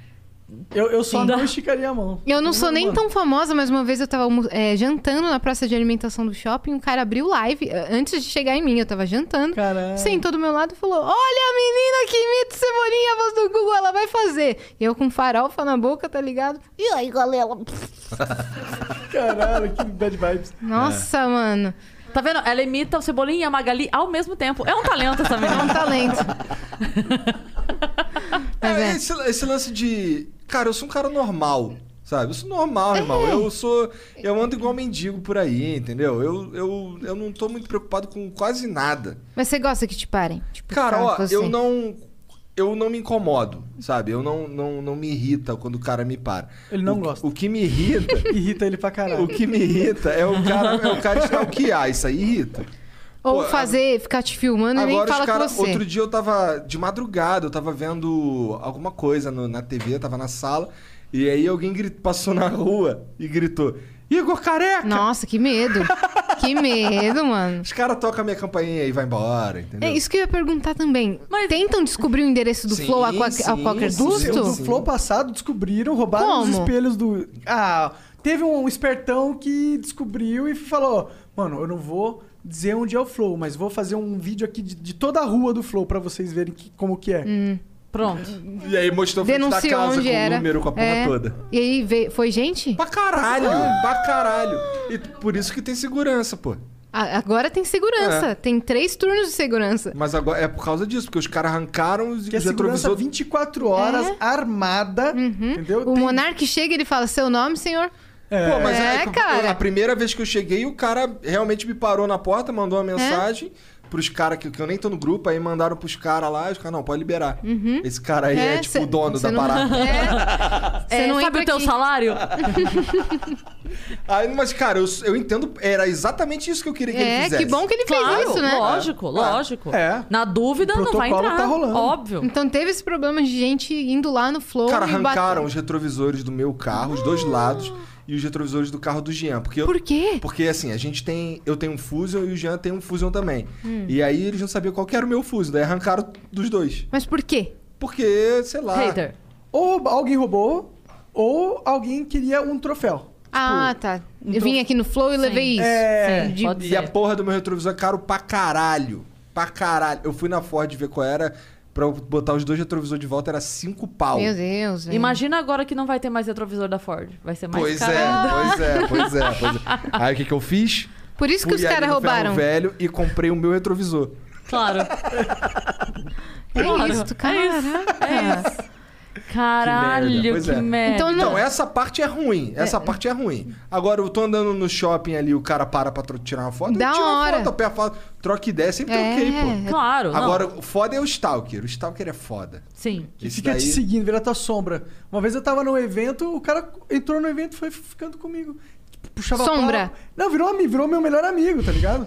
Speaker 4: Eu, eu só não esticaria
Speaker 3: <laughs>
Speaker 4: a mão.
Speaker 2: Eu não
Speaker 4: Todo
Speaker 2: sou
Speaker 4: mundo,
Speaker 2: nem
Speaker 4: mano.
Speaker 2: tão famosa, mas uma vez eu tava almo- é, jantando na praça de alimentação do shopping, um cara abriu live eh, antes de chegar em mim, eu tava jantando.
Speaker 4: Caralho.
Speaker 2: Sentou do meu lado e falou: Olha a menina que imita o cebolinha, a voz do Google, ela vai fazer. E eu com farofa na boca, tá ligado? E aí, galera?
Speaker 4: Caralho, que bad vibes.
Speaker 2: Nossa,
Speaker 5: É.
Speaker 2: mano.
Speaker 3: Tá vendo? Ela imita o Cebolinha e a Magali ao mesmo tempo. É um talento essa
Speaker 2: <laughs> É um
Speaker 3: menina.
Speaker 2: talento. Mas
Speaker 5: É,
Speaker 2: é.
Speaker 5: Esse, esse lance de. Cara, eu sou um cara normal. Sabe? Eu sou normal, irmão. Eu sou. Eu ando igual mendigo por aí, entendeu? Eu, eu, eu não tô muito preocupado com quase nada.
Speaker 2: Mas você gosta que te parem? Tipo,
Speaker 5: Cara,
Speaker 2: falar
Speaker 5: ó,
Speaker 2: com você.
Speaker 5: eu não. Eu não me incomodo, sabe? Eu não, não, não me irrita quando o cara me para.
Speaker 4: Ele não
Speaker 5: O-
Speaker 4: gosta.
Speaker 5: O que
Speaker 2: <laughs>
Speaker 5: me irrita.
Speaker 4: Irrita ele pra
Speaker 5: o
Speaker 4: caralho.
Speaker 5: que me irrita é o cara, é o cara stalkear. Isso aí irrita.
Speaker 2: Ou
Speaker 5: Pô,
Speaker 2: fazer, ficar te filmando e nem
Speaker 5: Agora,
Speaker 2: fala
Speaker 5: os cara,
Speaker 2: com você.
Speaker 5: outro dia eu tava de madrugada, eu tava vendo alguma coisa no- na TV, eu tava na sala, e aí alguém grit- passou na rua e gritou: Igor Careca!
Speaker 2: Nossa, que
Speaker 5: <laughs>
Speaker 2: medo. que medo, mano.
Speaker 5: Os caras tocam a minha campainha e vai embora, entendeu?
Speaker 2: É isso que eu ia perguntar também.
Speaker 3: Mas-
Speaker 2: Tentam descobrir o endereço do
Speaker 5: Sim,
Speaker 2: Flow a, qua-
Speaker 5: sim,
Speaker 2: a qualquer
Speaker 5: sim.
Speaker 4: Os
Speaker 2: custo?
Speaker 4: Do flow passado descobriram, roubaram os
Speaker 2: Como?
Speaker 4: espelhos do. Ah, teve um espertão que descobriu e falou: Mano, eu não vou dizer onde é o flow, mas vou fazer um vídeo aqui de, de toda a rua do flow pra vocês verem que- como que é.
Speaker 2: Hum.
Speaker 3: Pronto.
Speaker 5: E aí mostrou o frente da
Speaker 2: Denunciou
Speaker 5: casa
Speaker 2: onde
Speaker 5: com
Speaker 2: era.
Speaker 5: o número, com a porra
Speaker 2: É.
Speaker 5: toda.
Speaker 2: E aí, veio- foi gente?
Speaker 5: Pra caralho,
Speaker 4: Ah.
Speaker 5: pra caralho. E por isso que tem segurança, pô.
Speaker 2: A- Agora tem segurança.
Speaker 5: É.
Speaker 2: Tem três turnos de segurança.
Speaker 5: Mas agora é por causa disso, porque os caras arrancaram os
Speaker 4: Que é
Speaker 5: os
Speaker 4: segurança
Speaker 5: retrovisores.
Speaker 4: 24 horas,
Speaker 2: É. Uhum.
Speaker 4: armada. Entendeu?
Speaker 2: O monarca chega e ele fala: Seu nome, senhor?
Speaker 4: É.
Speaker 5: Pô, mas
Speaker 2: É,
Speaker 5: é, que
Speaker 2: cara.
Speaker 5: A primeira vez que eu cheguei, o cara realmente me parou na porta, mandou uma
Speaker 2: É.
Speaker 5: mensagem pros caras que, que eu nem tô no grupo, aí mandaram pros caras lá, e os caras, não, pode liberar. Esse cara aí é,
Speaker 2: Uhum. É,
Speaker 5: tipo
Speaker 2: cê-
Speaker 5: o dono
Speaker 2: cê
Speaker 5: da
Speaker 2: não-
Speaker 5: parada.
Speaker 2: <laughs> É. Você
Speaker 3: é,
Speaker 2: não
Speaker 3: sabe
Speaker 2: entra
Speaker 3: o teu
Speaker 2: aqui.
Speaker 3: salário?
Speaker 5: Aí, mas, cara, eu, eu entendo. Era exatamente isso que eu queria que ele
Speaker 2: É,
Speaker 5: fizesse.
Speaker 2: que bom que ele fez
Speaker 3: Claro,
Speaker 2: isso, né?
Speaker 3: lógico, lógico.
Speaker 4: É.
Speaker 3: Na dúvida,
Speaker 4: O
Speaker 3: não vai
Speaker 4: protocolo
Speaker 3: entrar.
Speaker 4: tá rolando.
Speaker 3: Óbvio.
Speaker 2: Então teve esse problema de gente indo lá no flow
Speaker 5: Cara,
Speaker 2: e
Speaker 5: arrancaram os retrovisores do meu carro, os dois lados, e os retrovisores do carro do Jean. Porque eu-
Speaker 6: Por quê?
Speaker 5: Porque assim, a gente tem. Eu tenho um Fusion e o Jean tem um Fusion também.
Speaker 2: Hum.
Speaker 5: E aí eles não sabiam qual que era o meu Fusion, daí arrancaram dos dois.
Speaker 2: Mas por quê?
Speaker 5: Porque, sei lá.
Speaker 3: Hater.
Speaker 4: Ou alguém roubou, ou alguém queria um troféu.
Speaker 2: Ah,
Speaker 3: Tipo,
Speaker 2: tá. Eu vim aqui no flow e levei isso.
Speaker 4: É.
Speaker 3: Sim,
Speaker 2: De-
Speaker 3: pode
Speaker 5: E
Speaker 3: ser.
Speaker 5: a porra do meu retrovisor é caro pra caralho. Pra caralho. Eu fui na Ford ver qual era. Pra eu botar os dois retrovisores de volta era cinco pau.
Speaker 2: Meu Deus, velho.
Speaker 3: Imagina agora que não vai ter mais retrovisor da Ford. Vai ser mais
Speaker 5: Pois
Speaker 3: caro. Ah,
Speaker 5: é,
Speaker 3: ainda.
Speaker 5: pois é, pois é, pois é. Aí o que, que eu fiz?
Speaker 2: Por isso que
Speaker 5: Fui
Speaker 2: os
Speaker 5: ali
Speaker 2: caras
Speaker 5: no Ferro
Speaker 2: roubaram.
Speaker 5: velho e comprei o meu retrovisor.
Speaker 2: <laughs>
Speaker 3: Claro.
Speaker 2: É isso, caraca.
Speaker 3: É Ah. Caralho,
Speaker 5: Que
Speaker 3: que merda.
Speaker 5: merda, pois é.
Speaker 2: É Então não.
Speaker 5: Então, essa parte é ruim. Essa parte é ruim. Agora, eu tô andando no shopping ali, o cara para pra tro- tirar uma foto.
Speaker 2: Da
Speaker 5: eu tiro
Speaker 2: hora.
Speaker 5: uma foto, eu pego a foto, troca ideia, sempre
Speaker 2: É.
Speaker 5: troquei, pô.
Speaker 3: Claro. não.
Speaker 5: Agora, o foda é o Stalker. O Stalker é foda.
Speaker 3: Sim.
Speaker 4: Que
Speaker 5: Esse
Speaker 4: fica
Speaker 5: daí-
Speaker 4: te seguindo, vira tua sombra. Uma vez eu tava num evento, o cara entrou no evento e foi ficando comigo. Tipo, Puxava
Speaker 2: Sombra.
Speaker 4: papo. Não, virou, ami- virou meu melhor amigo, tá ligado?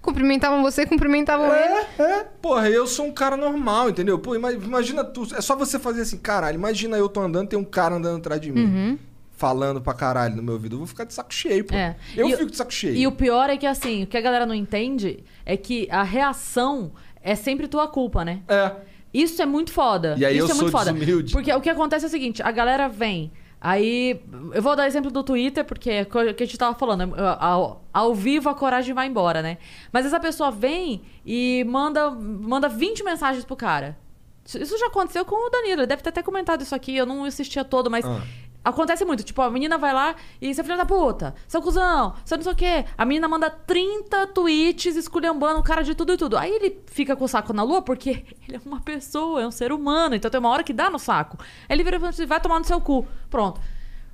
Speaker 2: Cumprimentavam você, cumprimentavam ele.
Speaker 4: É, é.
Speaker 5: Porra, eu sou um cara normal, entendeu? Pô, ima- imagina tu. É só você fazer assim, caralho. Imagina eu tô andando, tem um cara andando atrás de mim. Falando pra caralho no meu ouvido. Eu vou ficar de saco cheio, pô.
Speaker 3: Uhum. É.
Speaker 5: Eu
Speaker 3: E o-
Speaker 5: fico de saco cheio.
Speaker 3: E o pior é que, assim, o que a galera não entende é que a reação é sempre tua culpa, né?
Speaker 5: É.
Speaker 3: Isso é muito foda.
Speaker 5: E aí
Speaker 3: Isso
Speaker 5: eu
Speaker 3: é muito
Speaker 5: sou
Speaker 3: foda.
Speaker 5: desumilde.
Speaker 3: Porque o que acontece é o seguinte, a galera vem. Aí, eu vou dar exemplo do Twitter, porque é o que a gente tava falando, ao, ao vivo a coragem vai embora, né? Mas essa pessoa vem e manda, manda 20 mensagens pro cara. Isso- Isso já aconteceu com o Danilo, ele deve ter até comentado isso aqui, eu não assistia todo, mas
Speaker 5: Ah.
Speaker 3: acontece muito. Tipo, a menina vai lá e você é filha da puta, seu cuzão, você não sei o quê. A menina manda 30 tweets esculhambando o cara de tudo e tudo. Aí ele fica com o saco na lua porque <laughs> ele é uma pessoa, é um ser humano, então tem uma hora que dá no saco. Aí ele vira e fala assim, vai tomar no seu cu. Pronto.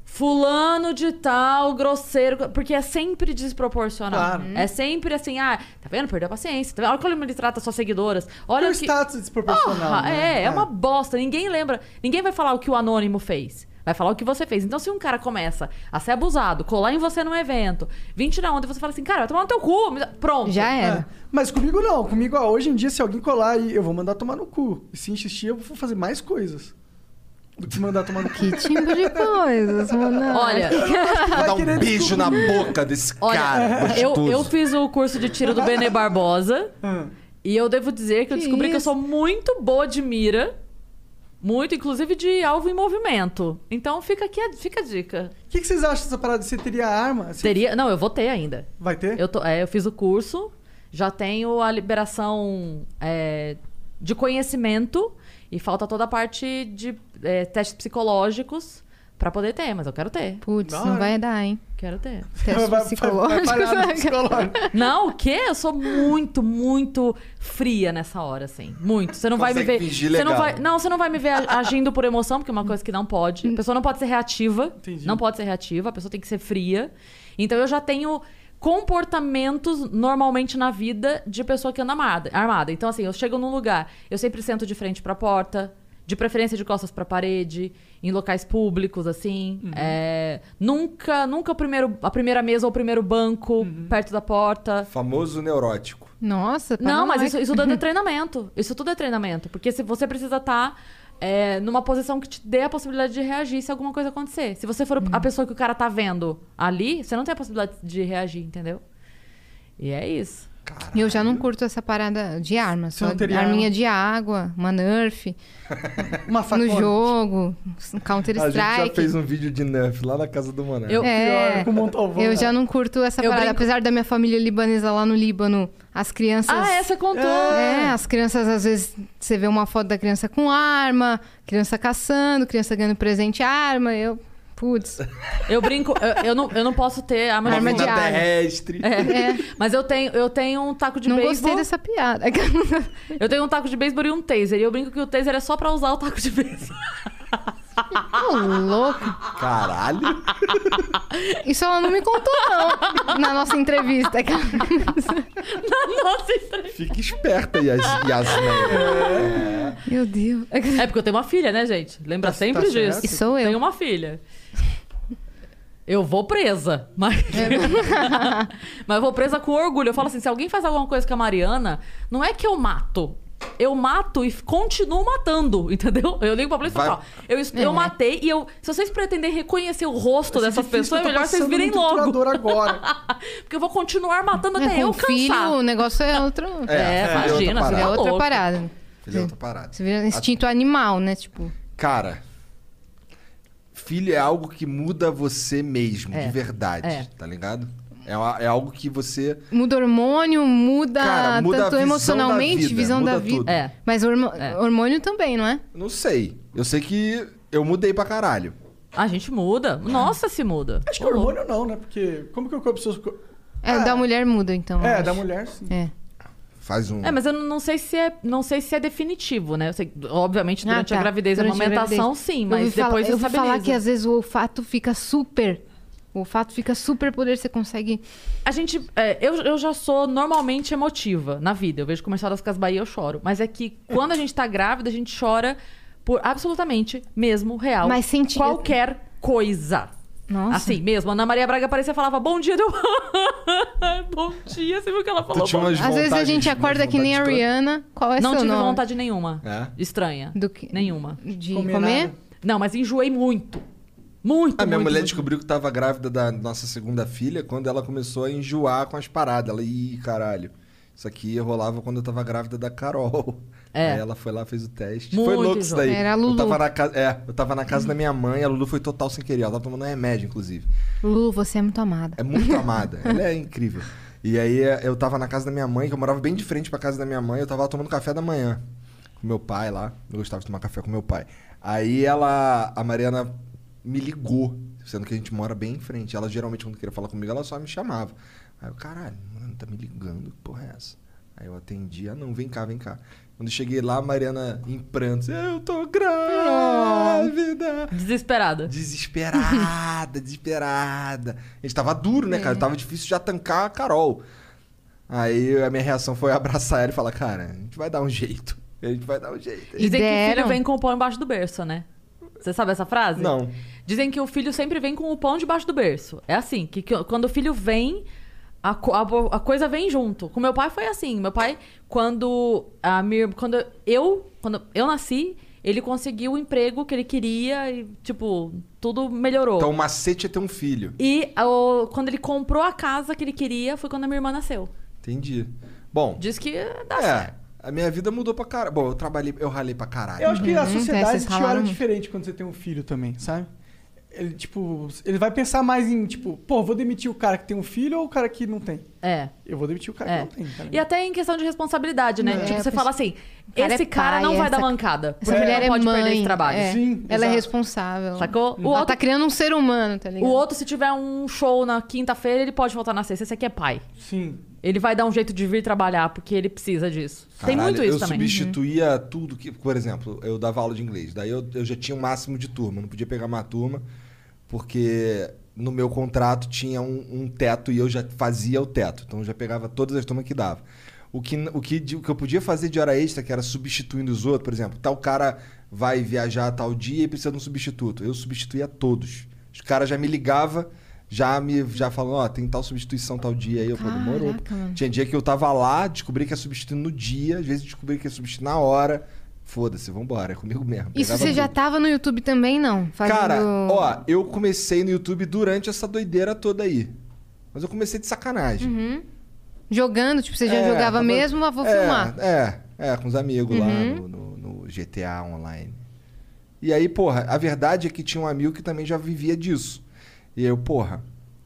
Speaker 3: Fulano de tal, grosseiro, porque é sempre desproporcional.
Speaker 4: Claro.
Speaker 3: É sempre assim, ah, tá vendo? Perdeu a paciência. Tá vendo? Olha como ele trata suas seguidoras. Olha
Speaker 4: Tem um
Speaker 3: o que...
Speaker 4: status desproporcional.
Speaker 3: Porra,
Speaker 4: né?
Speaker 3: é, é uma bosta. Ninguém lembra. Ninguém vai falar o que o anônimo fez. Vai falar o que você fez. Então, se um cara começa a ser abusado, colar em você num evento, vir tirar onda e você fala assim, cara, vai tomar no teu cu. me dá- Pronto.
Speaker 2: Já era.
Speaker 4: É. Mas comigo não. Comigo, ó, hoje em dia, se alguém colar aí, eu vou mandar tomar no cu. E se insistir, eu vou fazer mais coisas do que mandar tomar no
Speaker 3: <laughs>
Speaker 4: cu.
Speaker 6: Que tipo de coisas, mano?
Speaker 3: Olha,
Speaker 5: Vou dar um beijo na boca desse
Speaker 3: olha <laughs>
Speaker 5: cara.
Speaker 3: eu,
Speaker 5: gostoso.
Speaker 3: eu fiz o curso de tiro do Benê Barbosa
Speaker 4: Hum.
Speaker 3: e eu devo dizer que, eu
Speaker 2: Que
Speaker 3: descobri que eu
Speaker 2: isso?
Speaker 3: sou muito boa de mira. Muito, inclusive, de alvo em movimento. Então fica aqui a, fica a dica.
Speaker 4: O que, que vocês acham dessa parada? Você teria arma? Você
Speaker 3: Teria. Não, eu votei ainda.
Speaker 4: Vai ter?
Speaker 3: Eu, tô- é, eu fiz o curso, já tenho a liberação é, de conhecimento e falta toda a parte de é, testes psicológicos pra poder ter, mas eu quero ter.
Speaker 6: Putz,
Speaker 4: Da
Speaker 6: não
Speaker 4: hora.
Speaker 6: vai
Speaker 5: <laughs>
Speaker 6: dar, hein?
Speaker 3: Quero ter.
Speaker 6: Teste psicológico.
Speaker 4: Vai, vai, vai parar no psicológico.
Speaker 3: Não, o quê? Eu sou muito, muito fria nessa hora, assim. Muito. Você não vai me
Speaker 5: Consegue
Speaker 3: ver.
Speaker 5: fingir
Speaker 3: você não
Speaker 5: legal.
Speaker 3: vai. Não, você não vai me ver a- agindo por emoção, porque é uma coisa que não pode. A pessoa não pode ser reativa.
Speaker 4: Entendi.
Speaker 3: Não pode ser reativa, a pessoa tem que ser fria. Então eu já tenho comportamentos normalmente na vida de pessoa que anda armada. armada. Então assim, eu chego num lugar, eu sempre sento de frente pra porta, de preferência de costas pra parede, em locais públicos assim. É, nunca, nunca o primeiro, a primeira mesa ou o primeiro banco perto da porta.
Speaker 5: Famoso neurótico.
Speaker 2: Nossa, tá
Speaker 3: Não, mas
Speaker 2: paranoico.
Speaker 3: isso, isso tudo <laughs> é treinamento. Isso tudo é treinamento. Porque se você precisa estar numa posição que te dê a possibilidade de reagir se alguma coisa acontecer. Se você for a pessoa que o cara tá vendo ali, você não tem a possibilidade de reagir, entendeu? E é isso.
Speaker 2: Eu já não curto essa parada de arma.
Speaker 4: Você
Speaker 2: Só
Speaker 4: não teria
Speaker 2: arminha
Speaker 4: arma?
Speaker 2: de água, uma Nerf,
Speaker 4: Uma facona.
Speaker 2: no jogo, Counter
Speaker 5: A gente já
Speaker 2: Strike.
Speaker 5: fez um vídeo de Nuff lá na casa do Mané.
Speaker 3: Eu-
Speaker 2: É,
Speaker 4: Com um né? Montalvão.
Speaker 2: eu já não curto essa
Speaker 3: Eu
Speaker 2: parada.
Speaker 3: brinco-
Speaker 2: Apesar da minha família libanesa lá no Líbano, as crianças...
Speaker 3: Ah, essa contou.
Speaker 2: É, as crianças, às vezes, você vê uma foto da criança com arma, criança caçando, criança ganhando presente arma, eu...
Speaker 3: <laughs>
Speaker 2: Putz,
Speaker 3: Eu brinco, eu, eu não, eu não posso ter arma,
Speaker 5: Uma
Speaker 2: Arma
Speaker 3: de
Speaker 5: vida
Speaker 2: de
Speaker 3: fogo.
Speaker 2: ar.
Speaker 5: terrestre.
Speaker 3: É. Mas eu tenho, eu tenho um taco de
Speaker 2: não gostei
Speaker 3: beisebol.
Speaker 2: dessa piada. <laughs>
Speaker 3: Eu tenho um taco de beisebol <laughs> e um taser. E eu brinco que o taser é só pra usar o taco de beisebol.
Speaker 2: Ô, louco.
Speaker 5: Caralho.
Speaker 2: Isso ela não me contou, não, na nossa entrevista. <laughs>
Speaker 3: Nossa, estranho.
Speaker 5: Fica esperta, Yas- Yasmin.
Speaker 2: Meu Deus.
Speaker 3: É porque eu tenho uma filha, né, gente? Lembra
Speaker 5: Tá-
Speaker 3: sempre
Speaker 5: tá
Speaker 3: disso.
Speaker 5: certo. E
Speaker 2: sou eu.
Speaker 3: Tenho uma filha. Eu vou presa,
Speaker 2: <laughs>
Speaker 3: mas... mas eu vou presa com orgulho. Eu falo assim, se alguém faz alguma coisa com a Mariana, não é que eu mato. Eu mato e f- continuo matando, entendeu? Eu ligo pra polícia e
Speaker 5: Vai-
Speaker 3: falo, assim, ó, eu,
Speaker 2: É.
Speaker 3: est- eu matei e eu... Se vocês pretenderem reconhecer o rosto dessas pessoas, é melhor vocês virem logo. <laughs>
Speaker 4: agora.
Speaker 3: Porque eu vou continuar matando até
Speaker 2: É com
Speaker 3: eu
Speaker 2: o filho,
Speaker 3: cansar.
Speaker 2: o negócio é outro.
Speaker 5: É,
Speaker 3: É,
Speaker 5: filho é outra
Speaker 3: imagina,
Speaker 5: parada.
Speaker 2: É outra
Speaker 3: louco.
Speaker 2: parada.
Speaker 5: Filho é outra parada.
Speaker 2: Você vira instinto animal, né? Tipo,
Speaker 5: Cara, filho é algo que muda você mesmo,
Speaker 3: É.
Speaker 5: de verdade,
Speaker 3: É.
Speaker 5: tá ligado? É, uma- é algo que você.
Speaker 2: muda hormônio, muda,
Speaker 5: Cara, muda a
Speaker 2: tanto
Speaker 5: visão
Speaker 2: emocionalmente,
Speaker 5: da vida,
Speaker 2: visão
Speaker 5: muda
Speaker 2: da vida.
Speaker 5: tudo.
Speaker 3: É.
Speaker 2: Mas hormo- hormônio também, não é?
Speaker 5: Não sei. Eu sei que eu mudei pra caralho.
Speaker 3: A gente muda. Nossa, se muda.
Speaker 4: Acho que hormônio não, né? Porque como que o corpo... seus co-
Speaker 2: É, da mulher muda, então. eu
Speaker 4: É,
Speaker 2: acho.
Speaker 4: da mulher, sim.
Speaker 2: É.
Speaker 5: Faz um.
Speaker 3: É, mas eu não não sei se é, não sei se é definitivo, né? Eu sei- obviamente, durante
Speaker 2: Ah,
Speaker 3: a
Speaker 2: tá.
Speaker 3: gravidez
Speaker 2: Durante
Speaker 3: a
Speaker 2: a
Speaker 3: amamentação,
Speaker 2: gravidez.
Speaker 3: sim,
Speaker 2: Eu
Speaker 3: mas
Speaker 2: ouvi
Speaker 3: depois
Speaker 2: falar, Eu
Speaker 3: você
Speaker 2: vou falar que
Speaker 3: estabiliza.
Speaker 2: às vezes o olfato fica super. O olfato fica super poder, você consegue.
Speaker 3: A gente. é, eu, eu já sou normalmente emotiva na vida. Eu vejo comercial das Casas Bahia, eu choro. Mas é que quando a gente tá grávida, a gente chora por absolutamente mesmo real.
Speaker 6: Mas senti-
Speaker 3: Qualquer coisa.
Speaker 2: Nossa.
Speaker 3: Assim mesmo, Ana Maria Braga aparecia e falava bom dia, deu. <laughs> bom dia, você viu o que ela falou?
Speaker 5: Tu tinha
Speaker 3: Bom
Speaker 5: umas
Speaker 2: Às vezes a
Speaker 5: vontades-
Speaker 2: gente
Speaker 5: umas
Speaker 2: acorda que nem a
Speaker 5: vontades
Speaker 2: Rihanna. Qual é
Speaker 3: Não
Speaker 2: seu
Speaker 3: tive
Speaker 2: nome?
Speaker 3: vontade nenhuma.
Speaker 5: É?
Speaker 3: Estranha.
Speaker 2: Do que-
Speaker 3: Nenhuma.
Speaker 2: de
Speaker 4: Comer
Speaker 2: comer.
Speaker 4: nada.
Speaker 3: Não, mas enjoei muito. Muito.
Speaker 5: todas. A Ah, minha
Speaker 3: muito,
Speaker 5: mulher
Speaker 3: muito.
Speaker 5: descobriu que tava grávida da nossa segunda filha quando ela começou a enjoar com as paradas. Ela, ih, caralho. Isso aqui rolava quando eu tava grávida da Carol.
Speaker 3: É.
Speaker 5: Aí ela foi lá, fez o teste.
Speaker 3: Muito
Speaker 5: foi louco isso
Speaker 3: enjoo.
Speaker 5: daí.
Speaker 2: Era a
Speaker 5: Eu
Speaker 2: Lulu.
Speaker 5: tava na casa, é, eu tava na casa da minha mãe, a Lulu foi total sem querer. Ela tava tomando remédio, inclusive.
Speaker 2: Lu, você é muito amada.
Speaker 5: É muito amada. Ela é incrível. E aí eh, eu tava na casa da minha mãe, que eu morava bem de frente pra casa da minha mãe, eu tava lá tomando café da manhã com meu pai lá. Eu gostava de tomar café com meu pai. Aí ela, a Mariana me ligou, sendo que a gente mora bem em frente. Ela geralmente quando queria falar comigo, ela só me chamava. Aí eu, caralho, a Mariana tá me ligando, que porra é essa? Aí eu atendi, ah não, vem cá, vem cá. Quando eu cheguei lá, a Mariana em prantos, eu tô grávida.
Speaker 3: Desesperada.
Speaker 5: Desesperada, desesperada. A gente tava duro, né, cara? Tava difícil já tancar a Carol. Aí a minha reação foi abraçar ela e falar, cara, a gente vai dar um jeito. A gente vai dar um jeito.
Speaker 3: Dizem que o filho
Speaker 2: deram?
Speaker 3: vem com o pão embaixo do berço, né? Você sabe essa frase?
Speaker 5: Não.
Speaker 3: Dizem que o filho sempre vem com o pão debaixo do berço. É assim, que, que quando o filho vem, a, co- a bo- a coisa vem junto. Com meu pai foi assim. Meu pai, quando a minha, quando eu, quando eu nasci, ele conseguiu o emprego que ele queria e tipo, tudo melhorou.
Speaker 5: Então o macete é ter um filho.
Speaker 3: E o- quando ele comprou a casa que ele queria, foi quando a minha irmã nasceu.
Speaker 5: Entendi. Bom,
Speaker 3: Diz que dá certo.
Speaker 5: é, a minha vida mudou pra caralho. Bom, eu trabalhei, eu ralei pra caralho.
Speaker 4: Eu acho que a
Speaker 2: Uhum,
Speaker 4: sociedade
Speaker 2: vocês
Speaker 4: te
Speaker 2: ralaram
Speaker 4: olha
Speaker 2: muito.
Speaker 4: diferente quando você tem um filho também, sabe? Ele, tipo, ele vai pensar mais em, tipo, pô, vou demitir o cara que tem um filho ou o cara que não tem?
Speaker 3: É.
Speaker 4: Eu vou demitir o cara
Speaker 3: É.
Speaker 4: que não tem, tá cara.
Speaker 3: E até em questão de responsabilidade, né?
Speaker 2: É,
Speaker 3: tipo, você
Speaker 2: a pessoa-
Speaker 3: fala assim,
Speaker 2: cara
Speaker 3: esse
Speaker 2: é
Speaker 3: cara
Speaker 2: pai,
Speaker 3: não vai
Speaker 2: essa-
Speaker 3: dar mancada.
Speaker 2: Essa
Speaker 3: porque
Speaker 2: mulher
Speaker 3: não
Speaker 2: é
Speaker 3: pode
Speaker 2: mãe.
Speaker 3: perder esse trabalho.
Speaker 2: é.
Speaker 4: Sim,
Speaker 2: Ela
Speaker 4: exato.
Speaker 2: é responsável.
Speaker 3: Sacou? O
Speaker 2: Ela
Speaker 3: outro,
Speaker 2: tá criando um ser humano, tá
Speaker 3: o
Speaker 2: ligado?
Speaker 3: outro, se tiver um show na quinta-feira, ele pode voltar na sexta. Esse aqui é pai.
Speaker 4: Sim.
Speaker 3: Ele vai dar um jeito de vir trabalhar, porque ele precisa disso.
Speaker 5: Caralho,
Speaker 3: Tem muito isso
Speaker 5: eu
Speaker 3: também.
Speaker 5: substituía tudo que, por exemplo, eu dava aula de inglês. Daí eu, eu já tinha o máximo de turma, não podia pegar mais turma, porque no meu contrato tinha um, um teto e eu já fazia o teto. Então eu já pegava todas as turmas que dava. O que, n- o, que, de- o que eu podia fazer de hora extra, que era substituindo os outros, por exemplo, tal cara vai viajar tal dia e precisa de um substituto. Eu substituía todos. Os caras já me ligavam, já me já falavam, ó, tem tal substituição tal dia aí, eu pô, demorou.
Speaker 2: Caraca, mano.
Speaker 5: Tinha dia que eu tava lá, descobri que ia substituir no dia, às vezes descobri que ia substituir na hora. Foda-se, vambora, é comigo mesmo.
Speaker 2: Isso
Speaker 5: Pegava
Speaker 2: você já
Speaker 5: tudo.
Speaker 2: tava no YouTube também, não? Fazendo...
Speaker 5: Cara, ó, eu comecei no YouTube durante essa doideira toda aí. Mas eu comecei de sacanagem.
Speaker 2: Jogando, tipo, você Uhum. já
Speaker 5: É,
Speaker 2: jogava
Speaker 5: tava-
Speaker 2: mesmo, mas vou
Speaker 5: é,
Speaker 2: filmar. Uhum.
Speaker 5: É, é, com os amigos lá no, no- no GTA Online. E aí, porra, a verdade é que tinha um amigo que também já vivia disso. E eu, porra,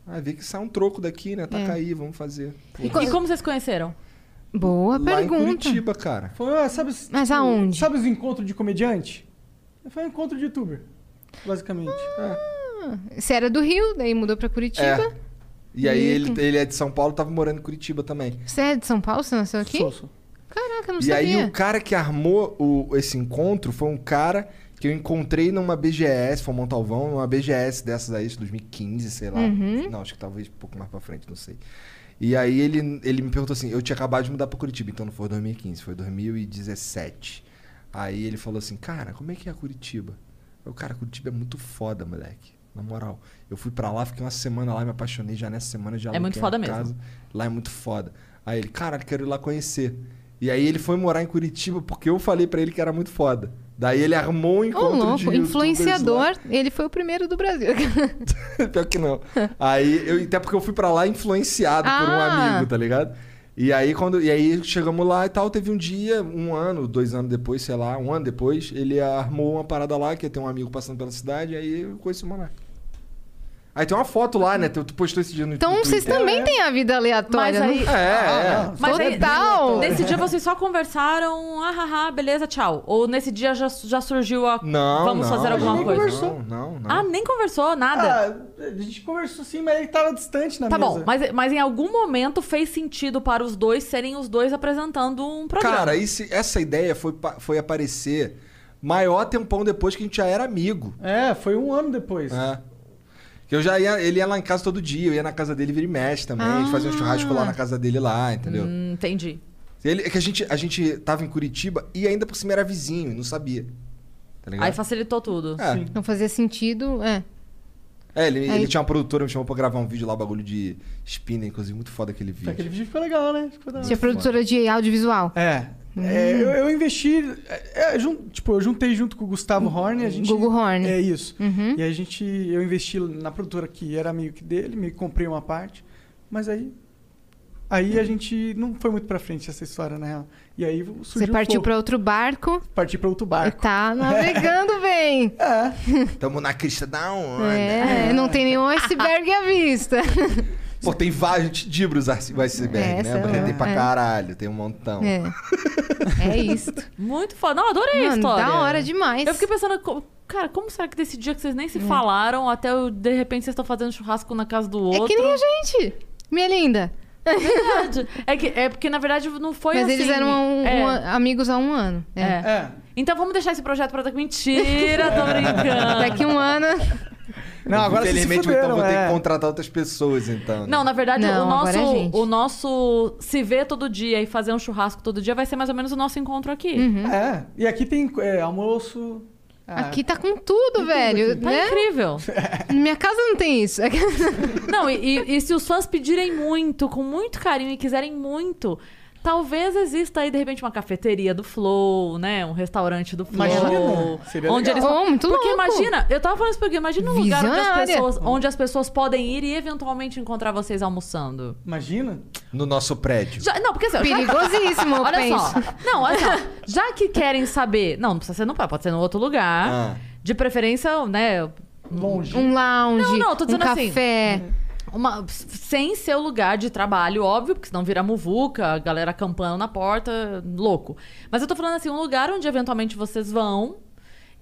Speaker 5: vai ver que sai um troco daqui, né?
Speaker 2: É.
Speaker 5: Taca aí, vamos fazer.
Speaker 3: E, co- e como vocês se conheceram?
Speaker 2: Boa
Speaker 5: lá em
Speaker 2: pergunta.
Speaker 5: Curitiba, cara.
Speaker 4: Foi, ah, sabe, os-
Speaker 2: Mas
Speaker 4: tipo,
Speaker 2: aonde?
Speaker 4: Sabe os encontros de comediante? Foi um encontro de youtuber, basicamente.
Speaker 2: Você era do Rio, daí mudou pra Curitiba.
Speaker 5: É. E aí ele, ele é de São Paulo, tava morando em Curitiba também.
Speaker 2: Você é de São Paulo? Você
Speaker 3: Ah,
Speaker 2: nasceu aqui?
Speaker 4: Sou, sou.
Speaker 2: Caraca, eu não
Speaker 5: e
Speaker 2: sabia.
Speaker 5: aí o cara que armou o- esse encontro foi um cara que eu encontrei numa BGS, foi um Montalvão, numa BGS dessas aí, de 2015, sei lá.
Speaker 2: Uhum.
Speaker 5: Não, acho que talvez um pouco mais pra frente, não sei. E aí ele, ele me perguntou assim, eu tinha acabado de mudar pra Curitiba, então não foi 2015, foi 2017. Aí ele falou assim, cara, como é que é Curitiba? Eu, cara, Curitiba é muito foda, moleque. Na moral, eu fui pra lá, fiquei uma semana lá, me apaixonei já nessa semana,
Speaker 3: É
Speaker 5: já aluguei
Speaker 3: muito
Speaker 5: uma
Speaker 3: foda mesmo.
Speaker 5: casa. Lá é muito foda. Aí ele, caralho, quero ir lá conhecer. E aí ele foi morar em Curitiba porque eu falei pra ele que era muito foda. Daí ele armou um
Speaker 2: Ô,
Speaker 5: encontro de
Speaker 2: louco,
Speaker 5: youtubers
Speaker 2: influenciador. Ele foi o primeiro do Brasil. <laughs>
Speaker 5: lá. <laughs> Pior que não. Aí, eu, até porque eu fui pra lá influenciado por um
Speaker 2: Ah.
Speaker 5: amigo, tá ligado? E aí, quando, e aí chegamos lá e tal, teve um dia, um ano, dois anos depois, sei lá, um ano depois, ele armou uma parada lá, que ia ter um amigo passando pela cidade, aí eu conheci o Monark. Aí tem uma foto lá, né? Tu tu postou esse dia no
Speaker 2: Então
Speaker 5: no
Speaker 2: vocês Ah,
Speaker 5: Twitter.
Speaker 2: também têm a vida
Speaker 3: Mas
Speaker 2: aleatória,
Speaker 3: aí.
Speaker 2: não?
Speaker 5: É,
Speaker 4: Ah,
Speaker 5: é.
Speaker 3: Mas aí,
Speaker 2: Total.
Speaker 3: nesse dia vocês só conversaram, ah, haha, beleza, tchau. Ou nesse dia já, já surgiu a.
Speaker 5: Não,
Speaker 3: Vamos
Speaker 5: não,
Speaker 3: fazer alguma
Speaker 5: não,
Speaker 3: coisa.
Speaker 5: Não, não, não.
Speaker 3: Ah, nem conversou, nada.
Speaker 4: Ah, a gente conversou sim, mas ele tava distante na
Speaker 3: tá
Speaker 4: mesa.
Speaker 3: bom, mas, mas em algum momento fez sentido para os dois serem os dois apresentando um programa.
Speaker 5: Cara, esse- essa ideia foi, pa- foi aparecer maior tempão depois que a gente já era amigo.
Speaker 4: É, foi um ano depois.
Speaker 5: É. Que eu já ia, ele ia lá em casa todo dia, eu ia na casa dele vira e mexe também, a gente fazia um churrasco lá na casa dele lá, entendeu?
Speaker 3: Ah. Hum, entendi.
Speaker 5: Ele, é que a gente, a gente tava em Curitiba e ainda por cima era vizinho, e não sabia. Tá ligado?
Speaker 3: Aí facilitou tudo.
Speaker 5: É.
Speaker 8: Sim.
Speaker 2: Não fazia sentido. É.
Speaker 5: É, ele, ele
Speaker 2: Aí-
Speaker 5: tinha uma produtora, me chamou pra gravar um vídeo lá, bagulho de spinner, inclusive, muito foda aquele vídeo.
Speaker 4: Aquele vídeo ficou legal, né? Ficou da hora.
Speaker 2: Tinha é
Speaker 5: é
Speaker 2: produtora de audiovisual.
Speaker 4: É.
Speaker 2: Hum.
Speaker 4: É, eu, eu investi. é, é, jun- tipo, eu juntei junto com o Gustavo Horn. A gente,
Speaker 2: Gugu Horn. Uhum.
Speaker 4: É isso. E a gente. Eu investi na produtora que era meio que dele, meio que comprei uma parte. Mas aí. Aí a gente não foi muito pra frente essa história, na real. E aí surgiu.
Speaker 2: Você
Speaker 4: o
Speaker 2: partiu
Speaker 4: Flow.
Speaker 2: pra outro barco
Speaker 4: Parti pra outro
Speaker 2: e
Speaker 4: barco.
Speaker 2: tá
Speaker 5: <laughs>
Speaker 2: navegando bem.
Speaker 5: Tamo na crista da onda.
Speaker 2: É, não tem
Speaker 5: <laughs>
Speaker 2: nenhum iceberg à vista.
Speaker 5: Pô, tem vários dibros iceberg,
Speaker 2: Essa,
Speaker 5: né? Porque tem pra
Speaker 2: é.
Speaker 5: caralho, tem um montão.
Speaker 2: É. <laughs> É isso.
Speaker 3: Muito foda. Não, adorei a
Speaker 2: Mano,
Speaker 3: É história.
Speaker 2: da hora demais.
Speaker 3: Eu fiquei pensando, co- cara, como será que desse dia que vocês nem
Speaker 2: É.
Speaker 3: se falaram até eu- de repente vocês estão fazendo churrasco na casa do outro?
Speaker 2: É que
Speaker 3: <laughs>
Speaker 2: nem a gente, minha linda.
Speaker 3: verdade. É, que, é porque, na verdade, não foi
Speaker 2: Mas
Speaker 3: assim.
Speaker 2: eles eram um-
Speaker 3: é.
Speaker 2: um- amigos há um ano. É.
Speaker 3: É.
Speaker 4: É.
Speaker 3: Então vamos deixar esse projeto pra daqui. Mentira, tô brincando.
Speaker 2: Daqui um ano.
Speaker 4: Não, agora vocês se
Speaker 5: Infelizmente, então
Speaker 4: fuderam,
Speaker 5: vou ter
Speaker 4: é.
Speaker 5: que contratar outras pessoas, então. né?
Speaker 3: Não, na verdade,
Speaker 2: Não,
Speaker 3: o,
Speaker 2: agora
Speaker 3: nosso,
Speaker 2: é gente.
Speaker 3: o nosso se ver todo dia e fazer um churrasco todo dia vai ser mais ou menos o nosso encontro aqui.
Speaker 2: Uhum.
Speaker 4: É. E aqui tem é, almoço. ah,
Speaker 2: Aqui tá com tudo, velho.
Speaker 3: Tá
Speaker 2: né?
Speaker 3: incrível.
Speaker 2: Minha casa não tem isso. <laughs>
Speaker 3: <laughs>
Speaker 2: É
Speaker 3: Não, e, e- e se os fãs pedirem muito, com muito carinho e quiserem muito, talvez exista aí, de repente, uma cafeteria do Flow, né? Um restaurante do Flow.
Speaker 4: Imagina, seria
Speaker 3: onde
Speaker 4: legal.
Speaker 3: eles
Speaker 2: Oh, muito
Speaker 3: Porque
Speaker 2: louco.
Speaker 3: imagina, eu tava falando isso porque imagina um lugar onde as,
Speaker 2: Visionária.
Speaker 3: pessoas, onde as pessoas podem ir e eventualmente encontrar vocês almoçando.
Speaker 4: Imagina.
Speaker 5: No nosso prédio.
Speaker 3: Já- não, porque assim, eu já- <laughs>
Speaker 2: Perigosíssimo, eu
Speaker 3: Olha
Speaker 2: penso.
Speaker 3: só. Não, olha só. Já que querem saber. Não, não precisa ser no pá, pode ser num outro lugar.
Speaker 5: Ah.
Speaker 3: De preferência, né?
Speaker 4: Longe.
Speaker 2: Um lounge,
Speaker 3: Não, não, tô
Speaker 2: um
Speaker 3: dizendo assim.
Speaker 2: café.
Speaker 3: Uma, sem ser o lugar de trabalho, óbvio, porque senão vira muvuca, a galera acampando na porta, louco. Mas eu tô falando assim, um lugar onde eventualmente vocês vão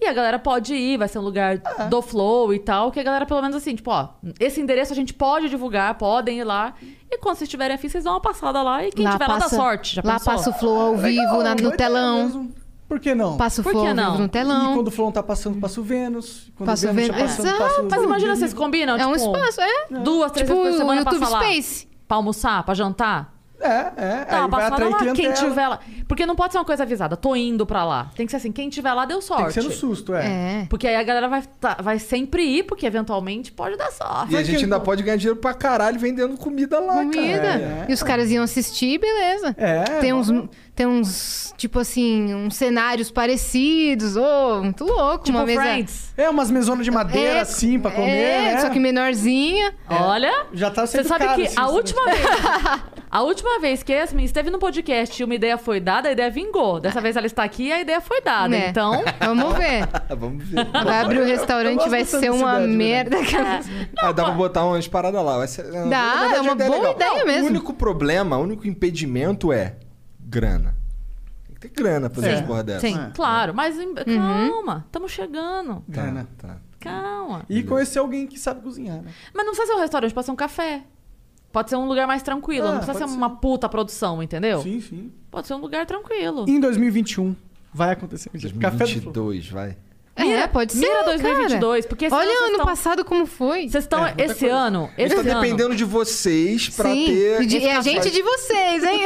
Speaker 3: e a galera pode ir, vai ser um lugar do flow e tal, que a galera pelo menos assim, tipo, ó, esse endereço a gente pode divulgar, podem ir lá. E quando vocês estiverem afim, vocês dão uma passada lá e quem tiver lá dá sorte. Já
Speaker 2: lá
Speaker 3: pensou?
Speaker 2: passa o flow ao Um vivo,
Speaker 4: Legal, um
Speaker 2: na-
Speaker 4: boa
Speaker 2: no
Speaker 4: ideia
Speaker 2: telão.
Speaker 4: mesmo. Por que não?
Speaker 2: Passa o
Speaker 3: Por
Speaker 2: flow
Speaker 3: que
Speaker 2: ao vivo
Speaker 3: não?
Speaker 2: no
Speaker 4: E
Speaker 2: telão.
Speaker 4: quando o Flon tá passando, passa o Vênus. Quando
Speaker 2: Passa
Speaker 4: o
Speaker 2: o
Speaker 4: Vênus, tá
Speaker 2: Vênus.
Speaker 4: passando,
Speaker 2: Exato.
Speaker 4: passa o
Speaker 3: É, Mas imagina, vocês combinam?
Speaker 2: É um
Speaker 3: tipo,
Speaker 2: espaço, é.
Speaker 3: Duas, três
Speaker 2: Tipo,
Speaker 3: vezes por semana
Speaker 2: YouTube
Speaker 3: passa lá.
Speaker 2: Space.
Speaker 3: Pra almoçar, pra jantar?
Speaker 4: É, é.
Speaker 3: Tá,
Speaker 4: aí vai
Speaker 3: passa lá,
Speaker 4: atrair
Speaker 3: lá quem
Speaker 4: clientela.
Speaker 3: tiver lá. Porque não pode ser uma coisa avisada, tô indo pra lá. Tem que ser assim, quem tiver lá deu
Speaker 4: Tem
Speaker 3: sorte.
Speaker 4: que ser no susto, é.
Speaker 2: É.
Speaker 3: Porque aí a galera vai, tá- vai sempre ir, porque eventualmente pode dar sorte.
Speaker 5: E a gente ainda pode ganhar dinheiro pra caralho vendendo comida lá, cara.
Speaker 2: Comida.
Speaker 4: é.
Speaker 2: E os caras iam assistir, beleza.
Speaker 4: É,
Speaker 2: tem, uns,
Speaker 4: mano.
Speaker 2: tem uns, tipo assim, uns cenários parecidos. Ô, muito louco.
Speaker 3: Tipo
Speaker 2: uma mesa...
Speaker 3: Friends.
Speaker 4: É umas mesonas de madeira,
Speaker 2: É,
Speaker 4: assim, pra comer,
Speaker 2: é,
Speaker 4: né?
Speaker 2: só que menorzinha.
Speaker 3: Olha,
Speaker 4: Já tá
Speaker 3: você
Speaker 4: sendo
Speaker 3: sabe
Speaker 4: caro,
Speaker 3: que
Speaker 4: É. assim,
Speaker 3: a
Speaker 4: isso,
Speaker 3: última vez... A última vez que a Yasmin esteve no podcast e uma ideia foi dada, a ideia vingou. Dessa vez ela está aqui e a ideia foi dada.
Speaker 2: É.
Speaker 3: Então,
Speaker 2: <laughs> Vamos
Speaker 4: <laughs>
Speaker 2: ver.
Speaker 5: Ah, Vamos ver.
Speaker 2: Vai abrir o restaurante,
Speaker 4: gosto
Speaker 2: vai
Speaker 4: dessa
Speaker 2: ser uma
Speaker 4: cidade, né? <laughs>
Speaker 2: merda.
Speaker 3: É,
Speaker 5: Ah, dá pra botar umas paradas lá. Vai ser- não,
Speaker 2: Dá,
Speaker 5: na verdade,
Speaker 2: é uma
Speaker 5: a ideia
Speaker 2: boa
Speaker 5: legal.
Speaker 2: ideia mesmo.
Speaker 5: O único problema, o único impedimento é grana. Tem que ter grana pra fazer as porra Tá, dessa.
Speaker 3: sim, claro. Mas
Speaker 2: Uhum.
Speaker 3: em- calma, estamos chegando.
Speaker 5: Tá,
Speaker 4: Grana.
Speaker 5: tá.
Speaker 3: Calma.
Speaker 4: E conhecer alguém que sabe cozinhar, né?
Speaker 3: Mas não precisa ser um restaurante, pode ser um café. Pode ser um lugar mais tranquilo,
Speaker 4: Ah,
Speaker 3: não precisa ser,
Speaker 4: pode ser.
Speaker 3: uma puta produção, entendeu?
Speaker 4: Sim, sim.
Speaker 3: Pode ser um lugar tranquilo.
Speaker 4: Em 2021 vai acontecer isso. Café do Flow.
Speaker 5: 2022, vai.
Speaker 2: É, pode ser.
Speaker 3: Mira
Speaker 2: cara.
Speaker 3: 2022, porque esse ano
Speaker 2: Olha
Speaker 3: vocês
Speaker 2: ano
Speaker 3: tão-
Speaker 2: passado como foi.
Speaker 3: Vocês estão.
Speaker 5: é, muita
Speaker 3: esse
Speaker 5: coisa.
Speaker 3: ano. Esse
Speaker 5: Ele tá
Speaker 3: ano.
Speaker 5: dependendo de vocês pra
Speaker 2: Sim.
Speaker 5: ter.
Speaker 2: E de- e a gente é de vocês,
Speaker 3: <laughs>
Speaker 2: hein?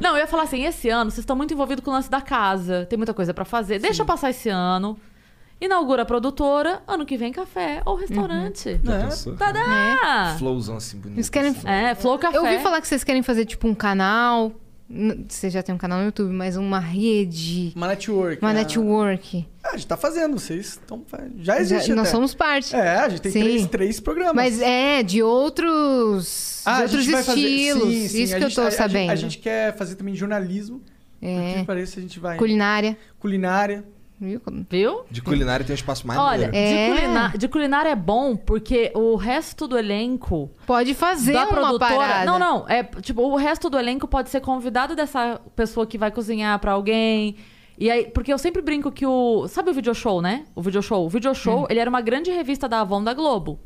Speaker 3: Não, eu ia falar assim, esse ano vocês estão muito envolvidos com o lance da casa, tem muita coisa pra fazer. Deixa passar esse ano. Inaugura a produtora, ano que vem café ou restaurante.
Speaker 5: Já pensou?
Speaker 3: Tadá!
Speaker 5: Flowzão assim bonito.
Speaker 2: Tá Eles querem-
Speaker 5: assim.
Speaker 3: É, Flow Café.
Speaker 2: Eu ouvi falar que vocês querem fazer tipo um canal. N- Você já tem um canal no YouTube, mas uma rede,
Speaker 4: Uma network.
Speaker 2: uma
Speaker 4: né?
Speaker 2: network.
Speaker 4: Ah, a gente tá fazendo, vocês estão. Já
Speaker 2: Já-
Speaker 4: existe.
Speaker 2: nós
Speaker 4: até.
Speaker 2: somos parte.
Speaker 4: É, a gente tem
Speaker 2: Sim.
Speaker 4: três, três programas.
Speaker 2: Mas é de outros, de
Speaker 4: Ah, a
Speaker 2: outros
Speaker 4: gente vai fazer-
Speaker 2: estilos.
Speaker 4: Sim, sim,
Speaker 2: Isso
Speaker 4: a
Speaker 2: que eu
Speaker 4: gente-
Speaker 2: tô
Speaker 4: a- a gente-
Speaker 2: sabendo.
Speaker 4: A gente, quer fazer também jornalismo.
Speaker 2: É.
Speaker 4: Porque parece a gente vai.
Speaker 2: Culinária.
Speaker 4: Culinária.
Speaker 2: Viu?
Speaker 3: Viu?
Speaker 5: De culinária tem um espaço mais
Speaker 3: Olha,
Speaker 5: maneiro.
Speaker 2: É.
Speaker 3: de, culina- de culinária é bom porque o resto do elenco
Speaker 2: Pode fazer
Speaker 3: da
Speaker 2: uma
Speaker 3: produtora.
Speaker 2: parada.
Speaker 3: Não, não. É, tipo, o resto do elenco pode ser convidado dessa pessoa que vai cozinhar pra alguém. E aí, porque eu sempre brinco que o. Sabe o video show, né? O video show. O video
Speaker 2: Hum.
Speaker 3: show, ele era uma grande revista da Avon da Globo.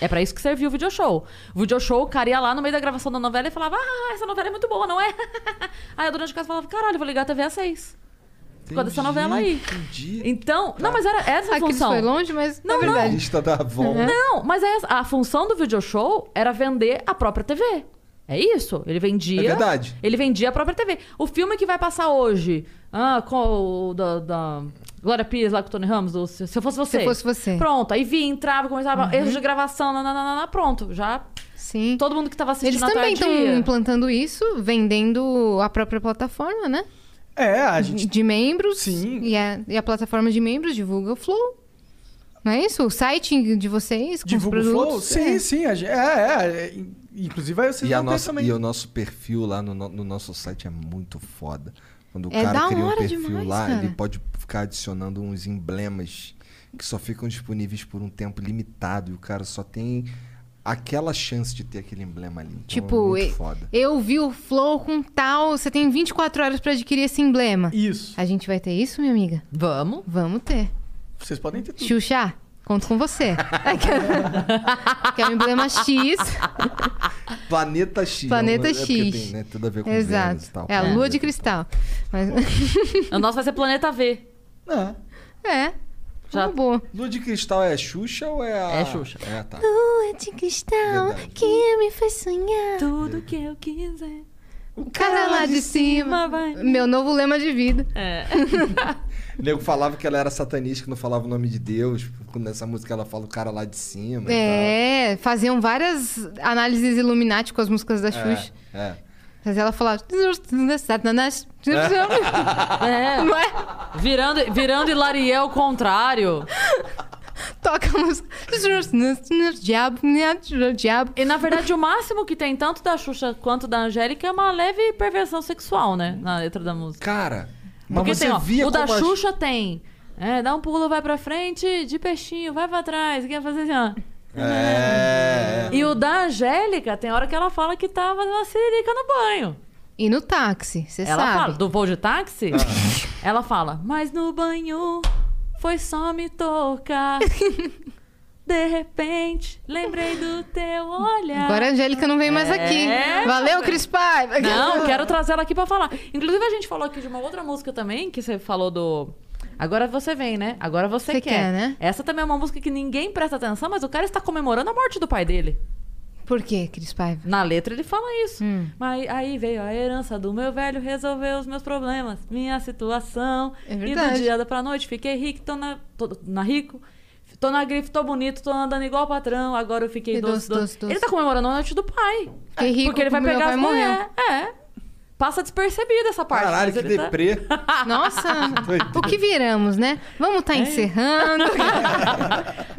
Speaker 3: É pra isso que serviu o video show. O video show, o cara ia lá no meio da gravação da novela e falava: Ah, essa novela é muito boa, não é? <laughs> aí a dona de casa falava: Caralho, eu vou ligar a TV às seis.
Speaker 2: é,
Speaker 3: Ficou dessa
Speaker 5: Entendi,
Speaker 3: novela aí.
Speaker 5: Entendi.
Speaker 3: Então.
Speaker 2: Tá.
Speaker 3: Não, mas era essa a
Speaker 2: Aquilo
Speaker 3: função.
Speaker 2: foi longe, mas
Speaker 3: Não,
Speaker 2: na verdade.
Speaker 5: Lista tá da Avon.
Speaker 3: Não, mas é essa- a função do video show era vender a própria TV. É isso. Ele vendia.
Speaker 5: É verdade.
Speaker 3: Ele vendia a própria TV. O filme que vai passar hoje, ah, com o da, da Glória Pires lá com o Tony Ramos, do Se Se eu fosse você.
Speaker 2: Se Eu Fosse Você. Uhum.
Speaker 3: Pronto, aí vinha, entrava, começava erros de gravação, nananana, pronto, já
Speaker 2: Sim.
Speaker 3: todo mundo que tava
Speaker 2: Eles
Speaker 3: assistindo à
Speaker 2: também estão
Speaker 3: tardia.
Speaker 2: implantando isso, vendendo a própria plataforma, né?
Speaker 4: É, a gente
Speaker 2: De membros.
Speaker 4: Sim.
Speaker 2: E a, e a plataforma de membros divulga o Flow. Não é isso? O site de vocês com
Speaker 4: divulga o
Speaker 2: os produtos.
Speaker 4: flow? Sim,
Speaker 2: é.
Speaker 4: sim. A gente, é, é, é. Inclusive vai vocês
Speaker 5: E, a
Speaker 4: vão ter
Speaker 5: nossa,
Speaker 4: também.
Speaker 5: e o nosso perfil lá no, no- no nosso site é muito foda. Quando o
Speaker 2: É da
Speaker 5: cara cria um
Speaker 2: hora
Speaker 5: perfil
Speaker 2: demais,
Speaker 5: lá,
Speaker 2: cara.
Speaker 5: ele pode ficar adicionando uns emblemas que só ficam disponíveis por um tempo limitado. E o cara só tem aquela chance de ter aquele emblema ali. Então, é
Speaker 2: Tipo,
Speaker 5: muito
Speaker 2: e-
Speaker 5: foda.
Speaker 2: eu vi o Flow com tal. Você tem 24 horas pra adquirir esse emblema.
Speaker 4: Isso.
Speaker 2: A gente vai ter isso, minha amiga? <laughs>
Speaker 3: Vamos.
Speaker 2: Vamos ter.
Speaker 4: Vocês podem ter tudo.
Speaker 2: Xuxa, conto com você.
Speaker 3: <laughs>
Speaker 2: que é o emblema X.
Speaker 3: Tá
Speaker 5: Planeta X.
Speaker 2: Planeta
Speaker 5: é porque
Speaker 2: X.
Speaker 5: Tem, né, tudo a ver com Vênus
Speaker 2: Exato.
Speaker 5: e
Speaker 3: tá
Speaker 5: tal.
Speaker 2: É a lua de cristal. Mas, <laughs>
Speaker 3: O nosso vai ser Planeta V.
Speaker 4: Ah,
Speaker 2: é.
Speaker 3: Já- tá
Speaker 2: Já boa.
Speaker 5: Lua de cristal é Xuxa ou é a.
Speaker 3: É Xuxa.
Speaker 5: É, tá.
Speaker 6: Lua de cristal
Speaker 5: Verdade.
Speaker 6: que me faz sonhar.
Speaker 3: Tudo que eu quiser.
Speaker 2: O cara lá de cima.
Speaker 3: vai.
Speaker 2: Meu novo lema de vida.
Speaker 3: É.
Speaker 5: O nego falava que ela era satanista, que não falava o nome de Deus. Quando nessa música ela fala o cara lá de cima. e
Speaker 2: É, faziam várias análises Illuminati com as músicas da
Speaker 5: tal.
Speaker 2: Xuxa.
Speaker 5: É, é.
Speaker 2: Mas ela falava. Satanás. <laughs>
Speaker 3: É.
Speaker 2: Não é?
Speaker 3: Virando, virando Hilariel ao contrário.
Speaker 2: <laughs> Toca a
Speaker 3: <laughs>
Speaker 2: música. Diabo, diabo.
Speaker 3: E na verdade, o máximo que tem tanto da Xuxa quanto da Angélica é uma leve perversão sexual, né? Na letra da música.
Speaker 5: Cara, mas
Speaker 3: Porque
Speaker 5: você
Speaker 3: tem, ó,
Speaker 5: via
Speaker 3: o da
Speaker 5: como a-
Speaker 3: Xuxa tem. É, dá um pulo, vai pra frente, de peixinho, vai pra trás, quer fazer assim, ó.
Speaker 5: É.
Speaker 3: E o da Angélica, tem hora que ela fala que tava na siririca no banho.
Speaker 2: E no táxi, você
Speaker 3: Ela fala,
Speaker 2: sabe.
Speaker 3: do voo de táxi, ela fala, mas no banho foi só
Speaker 2: <laughs>
Speaker 3: me tocar. De repente, lembrei do teu olhar.
Speaker 2: Agora a Angélica não vem mais aqui. Valeu, Cris Paiva.
Speaker 3: É, Não, quero trazer ela aqui pra falar. Inclusive, a gente falou aqui de uma outra música também, que você falou do. Agora você vem, né? Agora você,
Speaker 2: Você quer, né?
Speaker 3: Essa também é uma música que ninguém presta atenção, mas o cara está comemorando a morte do pai dele.
Speaker 2: Por quê, Cris Paiva?
Speaker 3: Na letra ele fala isso.
Speaker 2: Hum.
Speaker 3: Mas aí veio a herança do meu velho resolveu os meus problemas, minha situação.
Speaker 2: É
Speaker 3: E do
Speaker 2: verdade.
Speaker 3: dia da pra noite fiquei rico, tô na, tô na rico, tô na grife, tô bonito, tô andando igual patrão, agora eu fiquei
Speaker 2: E
Speaker 3: doce, doce,
Speaker 2: doce, doce, doce.
Speaker 3: Ele tá comemorando a noite do pai.
Speaker 2: Fiquei rico
Speaker 3: porque ele vai
Speaker 2: porque meu
Speaker 3: pegar
Speaker 2: pai
Speaker 3: as mulheres. É. Passa despercebida essa parte.
Speaker 5: Caralho,
Speaker 3: mas
Speaker 5: que
Speaker 3: ele tá-
Speaker 5: deprê.
Speaker 3: <laughs>
Speaker 2: Nossa, o que viramos, né? Vamos
Speaker 3: É.
Speaker 2: tá
Speaker 3: <laughs>
Speaker 2: encerrando.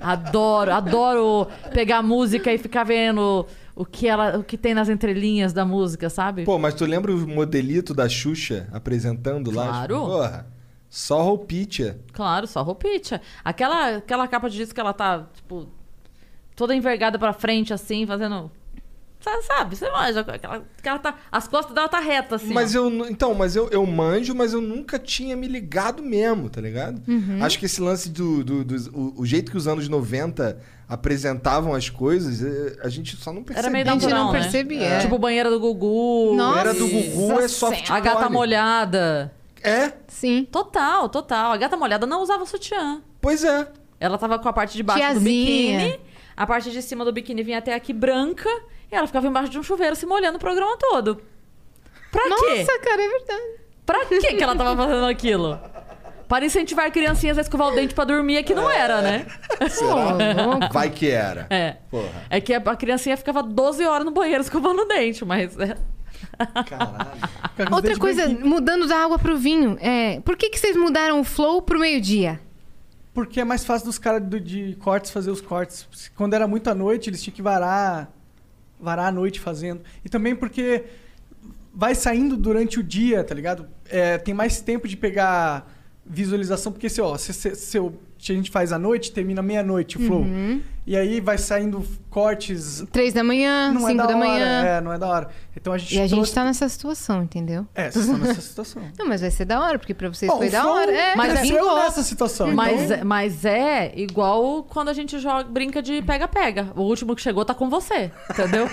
Speaker 3: Adoro, adoro pegar a música e ficar vendo o que ela, o que tem nas entrelinhas da música, sabe?
Speaker 5: Pô, mas tu lembra o modelito da Xuxa apresentando lá?
Speaker 3: Claro.
Speaker 5: Porra, só roupitia.
Speaker 3: Claro, só roupinha. Aquela, aquela capa de disco que ela tá, tipo, toda envergada pra frente, assim, fazendo. sa- Sabe, você manja. Aquela, que ela tá, as costas dela tá reta, assim.
Speaker 5: Mas
Speaker 3: ó.
Speaker 5: eu, nu- então, mas eu, eu manjo, mas eu nunca tinha me ligado mesmo, tá ligado?
Speaker 3: Uhum.
Speaker 5: Acho que esse lance do, do, dos- o, o jeito que os anos 90 apresentavam as coisas, eh, a gente só não percebia. né?
Speaker 3: Era meio
Speaker 2: A gente
Speaker 3: natural,
Speaker 2: não
Speaker 3: né?
Speaker 2: percebia.
Speaker 3: Tipo, banheira do Gugu.
Speaker 2: Nossa.
Speaker 5: Era do Gugu, é soft
Speaker 3: A gata molhada.
Speaker 5: É,
Speaker 2: Sim.
Speaker 3: Total, total. A gata molhada não usava sutiã.
Speaker 5: Pois é.
Speaker 3: Ela tava com a parte de baixo
Speaker 2: Tiazinha.
Speaker 3: do biquíni, a parte de cima do biquíni vinha até aqui branca, e ela ficava embaixo de um chuveiro se molhando o programa todo. Pra quê?
Speaker 2: Nossa, cara, é verdade.
Speaker 3: Pra quê que ela tava fazendo aquilo? Para incentivar criancinhas a escovar o dente pra dormir, que não era, né?
Speaker 5: Vai que era.
Speaker 3: É.
Speaker 5: Porra.
Speaker 3: É que a, a criancinha ficava 12 horas no banheiro escovando o dente, mas. é.
Speaker 5: Caralho.
Speaker 4: Cara, com os
Speaker 2: Outra
Speaker 4: dentes
Speaker 2: coisa,
Speaker 4: branquinhos.
Speaker 2: mudando da água pro vinho, é, por que, que vocês mudaram o flow pro meio-dia?
Speaker 4: Porque é mais fácil dos caras do- de cortes fazer os cortes. Se- Quando era muito à noite, eles tinham que varar varar a noite fazendo. E também porque vai saindo durante o dia, tá ligado? É, tem mais tempo de pegar visualização, porque se, ó, se, se, se eu- se a gente faz à noite, termina meia-noite o
Speaker 2: Uhum.
Speaker 4: flow. E aí vai saindo cortes.
Speaker 2: Três da manhã,
Speaker 4: Não é
Speaker 2: Ah, cinco
Speaker 4: da,
Speaker 2: da,
Speaker 4: hora.
Speaker 2: manhã.
Speaker 4: É, não é da hora. Então a gente.
Speaker 2: E a gente
Speaker 4: trouxe-
Speaker 2: tá nessa situação, entendeu?
Speaker 4: É, vocês estão nessa
Speaker 2: <laughs>
Speaker 4: situação.
Speaker 2: Não, mas vai ser da hora, porque pra vocês
Speaker 4: Bom,
Speaker 2: foi
Speaker 4: o
Speaker 2: da
Speaker 4: flow
Speaker 2: hora. É,
Speaker 3: mas
Speaker 2: pra mim,
Speaker 4: cresceu
Speaker 2: gosto.
Speaker 4: nessa situação.
Speaker 3: Mas,
Speaker 4: então-
Speaker 3: é- mas é igual quando a gente joga, brinca de pega-pega. O último que chegou tá com você, entendeu?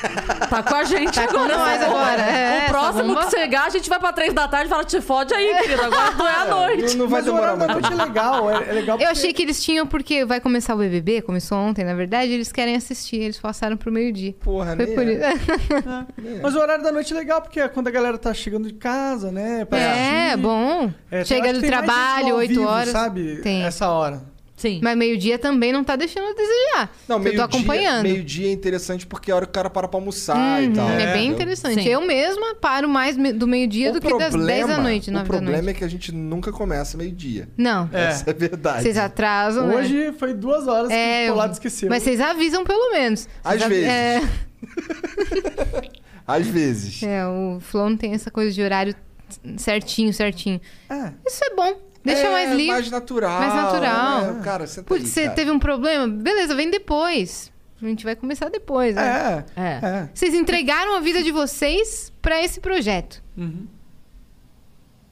Speaker 3: tá com a gente
Speaker 2: Tá com
Speaker 3: agora.
Speaker 2: nós agora, é,
Speaker 3: o
Speaker 2: essa
Speaker 3: próximo
Speaker 2: bomba.
Speaker 3: que chegar, a gente vai pra três da tarde e fala: te fode aí, querido, agora tu é a noite.
Speaker 5: Não, não vai
Speaker 4: Mas o
Speaker 5: demorar
Speaker 4: horário da
Speaker 5: muito.
Speaker 2: tá
Speaker 4: noite é legal. É, é legal
Speaker 2: Eu
Speaker 4: porque-
Speaker 2: achei que eles tinham, porque vai começar o BBB, começou ontem, na verdade, eles querem assistir, eles passaram pro meio-dia.
Speaker 5: Porra,
Speaker 2: Foi
Speaker 5: nem
Speaker 2: por
Speaker 5: é.
Speaker 2: isso. <laughs>
Speaker 4: Mas o horário da noite é legal, porque é quando a galera tá chegando de casa, né? pra
Speaker 2: É,
Speaker 4: assistir.
Speaker 2: bom.
Speaker 4: É,
Speaker 2: Chega
Speaker 4: então acho
Speaker 2: do
Speaker 4: que tem mais gente
Speaker 2: trabalho,
Speaker 4: ao
Speaker 2: 8
Speaker 4: vivo,
Speaker 2: horas.
Speaker 4: sabe?
Speaker 2: Tem.
Speaker 5: Assim.
Speaker 4: Essa hora.
Speaker 3: Sim.
Speaker 2: Mas meio-dia também não tá deixando a desejar.
Speaker 5: Não,
Speaker 2: eu tô
Speaker 5: meio-dia-
Speaker 2: acompanhando.
Speaker 5: Meio-dia é interessante porque é a hora que o cara para pra almoçar e tal.
Speaker 2: É, bem
Speaker 5: entendeu?
Speaker 2: interessante.
Speaker 3: Sim.
Speaker 2: Eu mesma paro mais me- do meio-dia do que das 10 da noite, 9
Speaker 5: O
Speaker 2: da
Speaker 5: problema
Speaker 2: noite.
Speaker 5: é que a gente nunca começa meio-dia.
Speaker 2: Não.
Speaker 4: É.
Speaker 5: Essa é a verdade.
Speaker 2: Vocês atrasam, né?
Speaker 4: Hoje foi duas horas que
Speaker 2: É,
Speaker 4: o Polado esqueceu.
Speaker 2: Mas vocês avisam pelo menos.
Speaker 5: Às
Speaker 2: Vocês avi-
Speaker 5: vezes.
Speaker 2: É,
Speaker 5: Às vezes.
Speaker 2: é, o Flow não tem essa coisa de horário certinho, certinho.
Speaker 4: É.
Speaker 2: Isso é bom. Deixa
Speaker 5: É,
Speaker 2: mais livre.
Speaker 5: Mais natural.
Speaker 2: Mais natural.
Speaker 5: né? Cara, senta
Speaker 2: Putz,
Speaker 5: aí,
Speaker 2: você
Speaker 5: cara.
Speaker 2: teve um problema? Beleza, vem depois. A gente vai começar depois, né?
Speaker 4: É.
Speaker 3: É.
Speaker 4: É.
Speaker 2: Vocês entregaram a vida de vocês pra esse projeto.
Speaker 3: Uhum.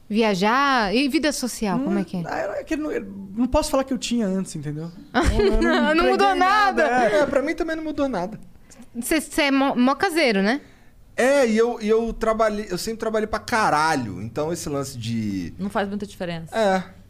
Speaker 2: Viajar e vida social, como é que é?
Speaker 4: Ah, eu- é que eu não, eu não posso falar que eu tinha antes, entendeu?
Speaker 2: <laughs> Não
Speaker 4: entreguei
Speaker 2: mudou nada.
Speaker 4: é.
Speaker 5: É, pra mim também não mudou nada.
Speaker 3: Hum.
Speaker 2: Você você é mó, mó caseiro, né?
Speaker 5: É, e eu, e eu trabalhei, eu sempre trabalhei pra caralho. Então esse lance de.
Speaker 3: Não faz muita diferença.
Speaker 5: É.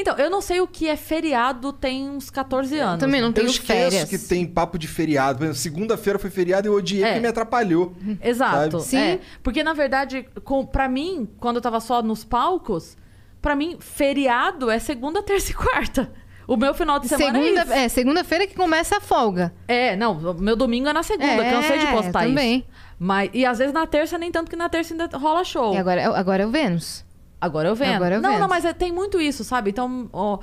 Speaker 3: Então, eu não sei o que é feriado tem uns 14 anos.
Speaker 2: Também não
Speaker 5: Eu
Speaker 2: tenho
Speaker 5: esqueço
Speaker 2: férias.
Speaker 5: que tem papo de feriado. Por exemplo, Segunda-feira foi feriado e eu odiei
Speaker 3: É.
Speaker 5: que me atrapalhou.
Speaker 3: Exato.
Speaker 5: Sabe?
Speaker 2: Sim.
Speaker 3: é. Porque, na verdade, com, pra mim, quando eu tava só nos palcos, pra mim, feriado é segunda, terça e quarta. O meu final de semana é isso.
Speaker 2: Segunda, é, segunda-feira que começa a folga.
Speaker 3: É, não, o meu domingo é na segunda,
Speaker 2: É,
Speaker 3: cansei de postar
Speaker 2: também.
Speaker 3: isso. Mas, e às vezes na terça, nem tanto que na terça ainda rola show.
Speaker 2: E agora,
Speaker 3: Agora,
Speaker 2: é o- agora é o Vênus.
Speaker 3: eu vendo.
Speaker 2: Agora eu
Speaker 3: não,
Speaker 2: vendo.
Speaker 3: não, mas é- tem muito isso, sabe? Então, ó,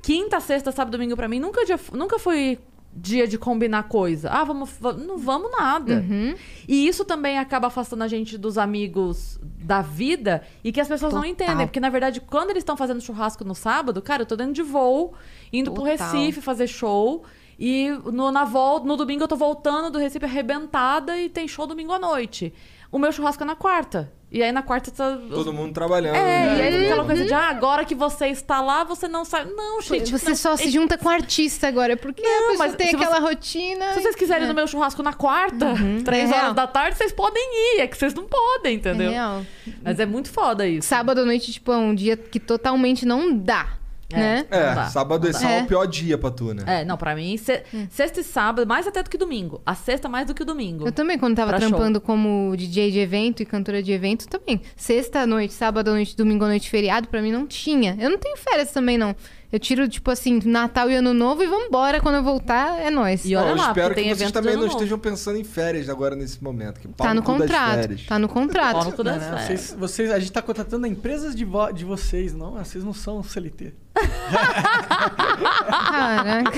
Speaker 3: quinta, sexta, sábado, domingo pra mim, nunca, dia, nunca foi dia de combinar coisa. Ah, vamos. va- Não vamos nada.
Speaker 2: Uhum.
Speaker 3: E isso também acaba afastando a gente dos amigos da vida e que as pessoas não
Speaker 2: Total.
Speaker 3: entendem. Porque, na verdade, quando eles estão fazendo churrasco no sábado, cara, eu tô dentro de voo, indo pro
Speaker 2: Total.
Speaker 3: Recife fazer show. E no, na volta, no domingo eu tô voltando do Recife arrebentada e tem show domingo à noite. O meu churrasco é na quarta. E aí na quarta tá.
Speaker 5: Todo mundo trabalhando.
Speaker 3: É,
Speaker 5: né?
Speaker 3: e aí aquela coisa
Speaker 2: uhum.
Speaker 3: de, ah, agora que você está lá, você não sai. Não, gente.
Speaker 2: Você
Speaker 3: não.
Speaker 2: só se junta com artista agora, porque a pessoa
Speaker 3: mas
Speaker 2: tem
Speaker 3: se
Speaker 2: aquela rotina.
Speaker 3: Se vocês quiserem ir no meu churrasco na quarta, três
Speaker 2: é real.
Speaker 3: horas da tarde, vocês podem ir. É que vocês não podem,
Speaker 2: é
Speaker 3: entendeu?
Speaker 2: real.
Speaker 3: Mas é muito foda isso.
Speaker 2: Sábado à noite, tipo, é um dia que totalmente não dá,
Speaker 3: É.
Speaker 2: né?
Speaker 5: É,
Speaker 3: Não dá,
Speaker 5: sábado e
Speaker 2: dá.
Speaker 5: sal é
Speaker 2: É.
Speaker 5: o pior dia pra tu, né?
Speaker 3: É, não, pra mim, se-
Speaker 2: Hum.
Speaker 3: sexta e sábado, mais até do que domingo. A sexta mais do que o domingo.
Speaker 2: Eu também, quando tava
Speaker 3: Tipo, Pra show.
Speaker 2: trampando como DJ de evento e cantora de evento, também. Sexta à noite, sábado à noite, domingo à noite, feriado, pra mim não tinha. Eu não tenho férias também, não. Eu tiro, tipo assim, Natal e Ano Novo e vambora. Quando eu voltar, é nóis.
Speaker 3: E olha lá,
Speaker 5: eu
Speaker 3: porque
Speaker 5: espero que
Speaker 3: tem
Speaker 5: vocês
Speaker 3: evento
Speaker 5: também
Speaker 3: todo
Speaker 5: não
Speaker 3: novo.
Speaker 5: estejam pensando em férias agora nesse momento. Que pau
Speaker 2: Tá no
Speaker 5: cu das
Speaker 2: contrato.
Speaker 5: férias.
Speaker 2: Tá no
Speaker 3: Pau no
Speaker 2: contrato.
Speaker 3: cu das
Speaker 4: Não,
Speaker 3: férias.
Speaker 4: vocês, vocês- a gente tá contratando empresas de, vo- de vocês, não? Ah, Vocês não são CLT.
Speaker 3: <laughs>
Speaker 2: Caraca.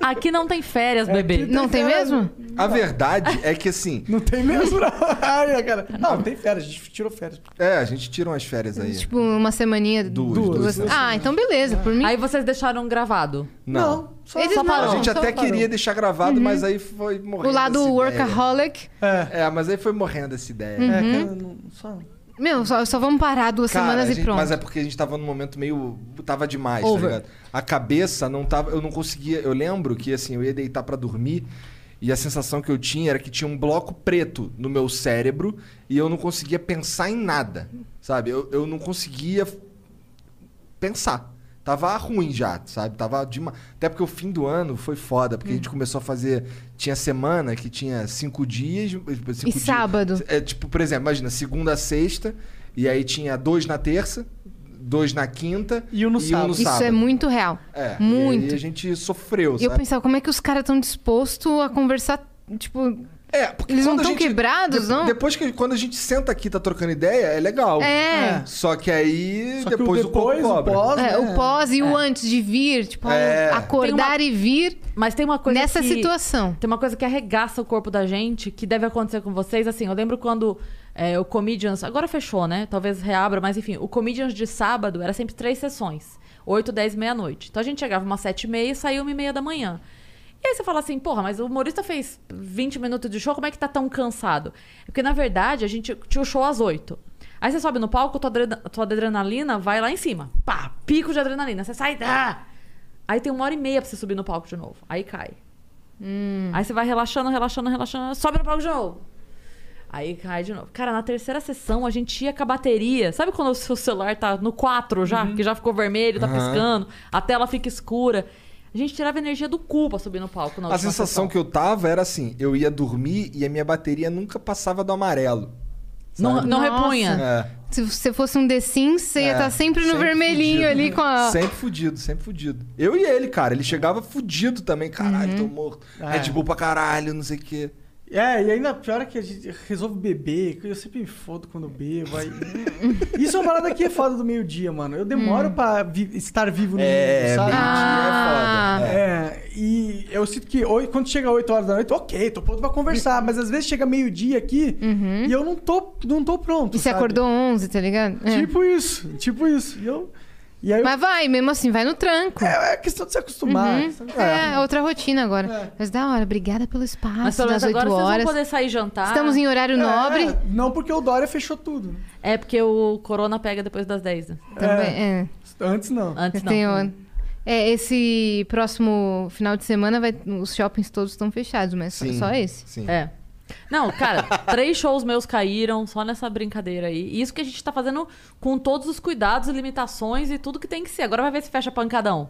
Speaker 3: Aqui não tem férias,
Speaker 4: É
Speaker 3: bebê.
Speaker 4: aqui-
Speaker 2: Não tem mesmo?
Speaker 5: A verdade é que assim,
Speaker 4: Não tem mesmo, <laughs> não. Ai, cara. Não, tem férias, a gente tirou férias.
Speaker 5: é, a gente tira umas férias aí.
Speaker 2: Tipo, uma semaninha.
Speaker 5: Duas,
Speaker 4: duas.
Speaker 2: Ah, então beleza. Por mim.
Speaker 3: Aí vocês deixaram gravado.
Speaker 5: não.
Speaker 4: só
Speaker 2: Eles
Speaker 4: só
Speaker 2: não.
Speaker 5: A
Speaker 4: parou.
Speaker 5: gente
Speaker 2: então
Speaker 5: até
Speaker 2: parou.
Speaker 5: queria deixar gravado, mas aí foi morrendo.
Speaker 2: O lado
Speaker 5: essa
Speaker 2: workaholic.
Speaker 4: É,
Speaker 5: ideia. É, mas aí foi morrendo essa ideia.
Speaker 4: é
Speaker 2: Uhum.
Speaker 4: cara, não, só...
Speaker 2: Meu, só, só vamos parar duas
Speaker 5: Cara, a
Speaker 2: semanas
Speaker 5: gente-
Speaker 2: e pronto.
Speaker 5: Mas é porque a gente tava num momento meio. Tava demais,
Speaker 3: Over.
Speaker 5: tá ligado? A cabeça não tava. Eu não conseguia. Eu lembro que assim, eu ia deitar pra dormir. E a sensação que eu tinha era que tinha um bloco preto no meu cérebro e eu não conseguia pensar em nada, sabe? Eu, eu não conseguia pensar. Tava ruim já, sabe? Tava dema- Até porque o fim do ano foi foda, porque a
Speaker 2: Hum.
Speaker 5: gente começou a fazer. Tinha semana que tinha cinco dias. eh, tipo, Cinco
Speaker 2: E
Speaker 5: dias-
Speaker 2: sábado?
Speaker 5: É, tipo, por exemplo, imagina, segunda a sexta, e aí tinha dois na terça, dois na quinta
Speaker 4: E um no sábado.
Speaker 2: Isso é muito real.
Speaker 5: É,
Speaker 2: muito.
Speaker 5: E aí a gente sofreu,
Speaker 2: E eu
Speaker 5: Tipo, sabe?
Speaker 2: pensava, como é que os caras estão dispostos a conversar, tipo...
Speaker 5: É, porque
Speaker 2: Eles não
Speaker 5: quando a
Speaker 2: tão
Speaker 5: gente-
Speaker 2: quebrados,
Speaker 5: de-
Speaker 2: não?
Speaker 5: Depois que quando a gente senta aqui e tá trocando ideia, é legal.
Speaker 2: É.
Speaker 5: Só que aí
Speaker 4: Só que
Speaker 5: depois,
Speaker 4: depois,
Speaker 5: o corpo
Speaker 4: depois o
Speaker 5: cobra.
Speaker 4: pós,
Speaker 2: é,
Speaker 4: né?
Speaker 2: o pós e o antes de vir, tipo,
Speaker 5: É.
Speaker 2: acordar e vir
Speaker 3: Mas tem uma coisa
Speaker 2: nessa
Speaker 3: que-
Speaker 2: situação.
Speaker 3: Tem uma coisa que arregaça o corpo da gente, que deve acontecer com vocês. Assim, eu lembro quando é, o Comedians. Agora fechou, né? Talvez reabra, mas enfim. O Comedians de sábado era sempre três sessões: 8, 10 meia-noite. Então a gente chegava umas 7 e meia e saía uma e meia da manhã. E aí você fala assim, porra, mas o humorista fez 20 minutos de show, como é que tá tão cansado? É Porque na verdade a gente tinha o show às 8. Aí você sobe no palco, tua, adrena- tua adrenalina vai lá em cima. Pá, pico de adrenalina. Você sai, ah! Aí tem uma hora e meia pra você subir no palco de novo. Aí cai.
Speaker 2: Uhum.
Speaker 3: Aí você vai relaxando, relaxando, relaxando, sobe no palco de novo. Aí cai de novo. Cara, na terceira sessão a gente ia com a bateria. Sabe quando o seu celular tá no 4 já?
Speaker 2: Uhum.
Speaker 3: Que já ficou vermelho, tá piscando, a tela fica escura. A gente tirava energia do cu pra subir no palco. Na
Speaker 5: A
Speaker 3: última
Speaker 5: sensação
Speaker 3: sessão.
Speaker 5: que eu tava era assim, eu ia dormir e a minha bateria nunca passava do amarelo.
Speaker 3: Não, não
Speaker 2: Nossa.
Speaker 3: repunha.
Speaker 5: É.
Speaker 2: Se você fosse um The Sims, você ia
Speaker 5: É,
Speaker 2: estar sempre no
Speaker 5: sempre
Speaker 2: vermelhinho
Speaker 5: fudido.
Speaker 2: ali com a...
Speaker 5: Sempre fudido, sempre fudido. Eu e ele, cara, ele chegava fudido também. Caralho,
Speaker 2: Uhum.
Speaker 5: tô morto.
Speaker 4: É.
Speaker 5: Red Bull pra caralho, não sei o quê.
Speaker 4: É, e ainda pior é que a gente resolve beber, que eu sempre me fodo quando eu
Speaker 2: <laughs>
Speaker 4: bebo. aí- Isso é uma parada que é foda do meio-dia, mano. Eu
Speaker 2: Hum.
Speaker 4: demoro pra vi- estar vivo no
Speaker 5: É,
Speaker 4: mundo, sabe?
Speaker 2: Ah.
Speaker 5: meio-dia é foda. É.
Speaker 4: É, e eu sinto que oi- quando chega 8 horas da noite, ok, tô pronto pra conversar, mas às vezes chega meio-dia aqui e eu não tô, não tô pronto.
Speaker 2: Uhum. E você
Speaker 4: sabe?
Speaker 2: acordou 11, tá ligado? É.
Speaker 4: Tipo isso, tipo isso. E eu. E aí eu-
Speaker 2: Mas vai, mesmo assim, vai no tranco.
Speaker 4: é, é questão de se acostumar. sabe?
Speaker 2: É, é outra rotina agora.
Speaker 4: É.
Speaker 2: Mas da hora, obrigada pelo espaço,
Speaker 3: Mas pelo menos
Speaker 2: das 8
Speaker 3: agora vocês
Speaker 2: horas.
Speaker 3: vão poder sair jantar.
Speaker 2: Estamos em horário nobre
Speaker 4: É, não porque o Dória fechou tudo. né?
Speaker 3: É porque o corona pega depois das 10. né?
Speaker 2: também. é.
Speaker 4: Antes não.
Speaker 3: Antes não.
Speaker 2: Tem o- É, esse próximo final de semana vai... os shoppings todos estão fechados, mas só-
Speaker 5: Sim.
Speaker 2: só esse.
Speaker 5: Sim.
Speaker 3: É. Não, cara, três shows meus caíram só nessa brincadeira aí. E isso que a gente tá fazendo com todos os cuidados, limitações e tudo que tem que ser. Agora vai ver se fecha pancadão.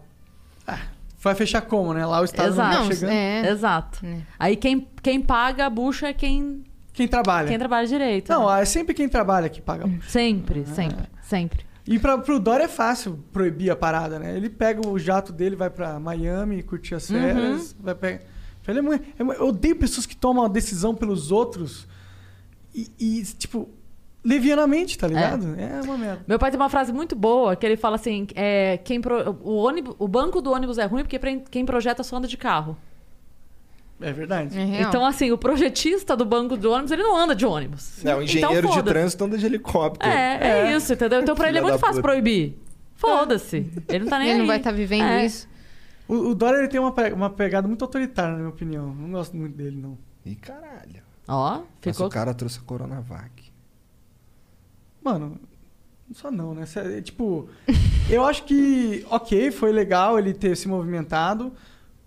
Speaker 4: Vai fechar como, né? Lá o Estado
Speaker 3: Exato.
Speaker 4: não
Speaker 2: Não,
Speaker 4: tá chegando.
Speaker 2: é.
Speaker 3: Exato.
Speaker 2: É.
Speaker 3: Aí quem, quem paga a bucha é quem,
Speaker 4: Quem trabalha.
Speaker 3: quem trabalha direito.
Speaker 4: Não,
Speaker 3: né?
Speaker 4: é sempre quem trabalha que paga.
Speaker 3: Sempre,
Speaker 2: Ah.
Speaker 3: sempre, sempre.
Speaker 4: E pra, pro Dória é fácil proibir a parada, né? Ele pega o jato dele, vai pra Miami, curtir as férias, vai pegar. Ele é mu- é mu- eu odeio pessoas que tomam a decisão pelos outros e, e, tipo, levianamente, tá ligado? É, uma merda.
Speaker 3: Meu pai tem uma frase muito boa que ele fala assim: é, quem pro- o, ônibus, o banco do ônibus é ruim porque pre- quem projeta só anda de carro.
Speaker 4: É verdade.
Speaker 2: É real.
Speaker 3: Então, assim, o projetista do banco do ônibus, ele não anda de ônibus.
Speaker 5: É, o engenheiro
Speaker 3: então,
Speaker 5: de
Speaker 3: foda-se.
Speaker 5: trânsito anda de helicóptero.
Speaker 3: É, é, isso, entendeu? Então pra ele é
Speaker 5: Filha
Speaker 3: muito
Speaker 5: da
Speaker 3: fácil
Speaker 5: puta.
Speaker 3: proibir. Foda-se. Ele não tá nem
Speaker 2: É. Ele não
Speaker 3: aí.
Speaker 2: vai estar vivendo
Speaker 3: É.
Speaker 2: isso.
Speaker 4: O, o Dória ele tem uma, pe- uma pegada muito autoritária, na minha opinião. Não gosto muito dele, não.
Speaker 5: Ih, caralho.
Speaker 3: Ó,
Speaker 5: Mas
Speaker 3: ficou.
Speaker 5: o cara trouxe a Coronavac.
Speaker 4: Mano, só não, né? Cê- é, Tipo, <laughs> eu acho que, ok, foi legal ele ter se movimentado,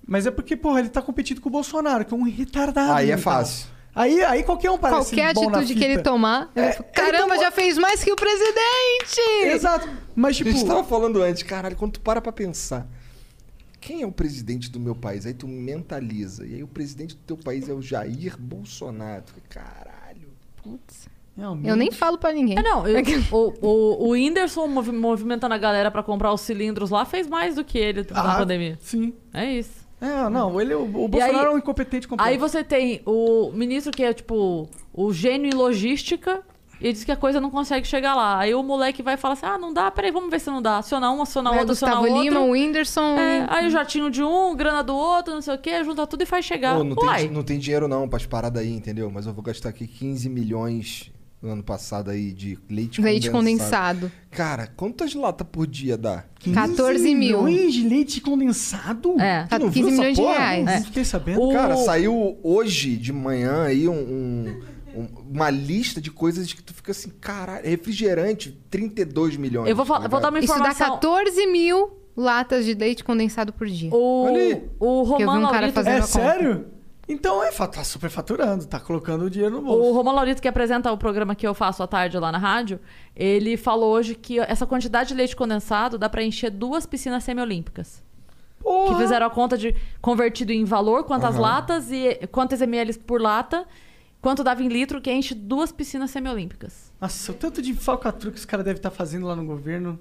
Speaker 4: mas é porque, porra, ele tá competindo com o Bolsonaro, que é um retardado.
Speaker 5: Aí é
Speaker 4: mental.
Speaker 5: fácil.
Speaker 4: Aí, aí qualquer um parece
Speaker 2: Qualquer
Speaker 4: bom na
Speaker 2: atitude que ele
Speaker 4: fita.
Speaker 2: tomar, ele
Speaker 4: É,
Speaker 2: fala,
Speaker 4: ele
Speaker 2: caramba,
Speaker 4: tomou-
Speaker 2: já fez mais que o presidente!
Speaker 4: Exato. Mas, tipo,
Speaker 5: a gente tava falando antes, caralho, quando tu para pra pensar, quem é o presidente do meu país? Aí tu mentaliza. E aí o presidente do teu país é o Jair Bolsonaro. Tu fica, Caralho.
Speaker 4: realmente,
Speaker 2: Eu nem falo pra ninguém.
Speaker 3: É, não, eu- o, o, o Whindersson movi- movimentando a galera pra comprar os cilindros lá fez mais do que ele na
Speaker 4: Ah,
Speaker 3: pandemia.
Speaker 4: Sim.
Speaker 3: É isso.
Speaker 4: É, não, ele, o,
Speaker 3: E
Speaker 4: o
Speaker 3: aí-
Speaker 4: Bolsonaro é um incompetente completo.
Speaker 3: Aí você tem o ministro que é, tipo, o gênio em logística e diz que a coisa não consegue chegar lá. Aí o moleque vai falar assim: ah, não dá, peraí, vamos ver se não dá. Acionar um, acionar
Speaker 2: é
Speaker 3: outro, acionar
Speaker 2: Gustavo
Speaker 3: outro.
Speaker 2: Lima, um, o Whindersson.
Speaker 3: É,
Speaker 2: e-
Speaker 3: aí o jatinho de um, grana do outro, não sei o quê, junta tudo e faz chegar.
Speaker 5: Ô, não,
Speaker 3: Uai.
Speaker 5: tem, não tem dinheiro não pras paradas aí, entendeu? Mas eu vou gastar aqui 15 milhões no ano passado aí de leite,
Speaker 2: Leite condensado.
Speaker 5: Cara, quantas latas por dia dá?
Speaker 2: 14 mil.
Speaker 4: milhões de leite condensado?
Speaker 3: É.
Speaker 5: Tu não
Speaker 2: 15
Speaker 5: viu essa
Speaker 2: milhões de
Speaker 5: porra?
Speaker 2: reais. É.
Speaker 4: Não fiquei sabendo.
Speaker 3: O-
Speaker 5: Cara, saiu hoje de manhã aí um- um- um- uma lista de coisas que tu fica assim, caralho, refrigerante, 32 milhões.
Speaker 3: Eu vou,
Speaker 5: tá
Speaker 3: falar- vou dar uma
Speaker 2: Isso dá
Speaker 3: informação.
Speaker 2: 14 mil latas de leite condensado por dia.
Speaker 3: O,
Speaker 5: Olha aí.
Speaker 3: o
Speaker 2: Que eu vi
Speaker 3: Romano
Speaker 2: um cara
Speaker 3: Laurito-
Speaker 2: fazendo-
Speaker 4: É
Speaker 2: a conta.
Speaker 4: sério? Então é, fa- tá superfaturando, tá colocando o dinheiro no
Speaker 3: O
Speaker 4: bolso.
Speaker 3: Romão Laurito, que apresenta o programa que eu faço à tarde lá na rádio, ele falou hoje que essa quantidade de leite condensado dá pra encher duas piscinas semiolímpicas. Que fizeram a conta de convertido em valor, quantas
Speaker 5: Aham.
Speaker 3: latas e quantas ml por lata, quanto dava em litro, que enche duas piscinas semiolímpicas.
Speaker 4: Nossa, o tanto de falcatrua que os caras devem estar fazendo lá no governo.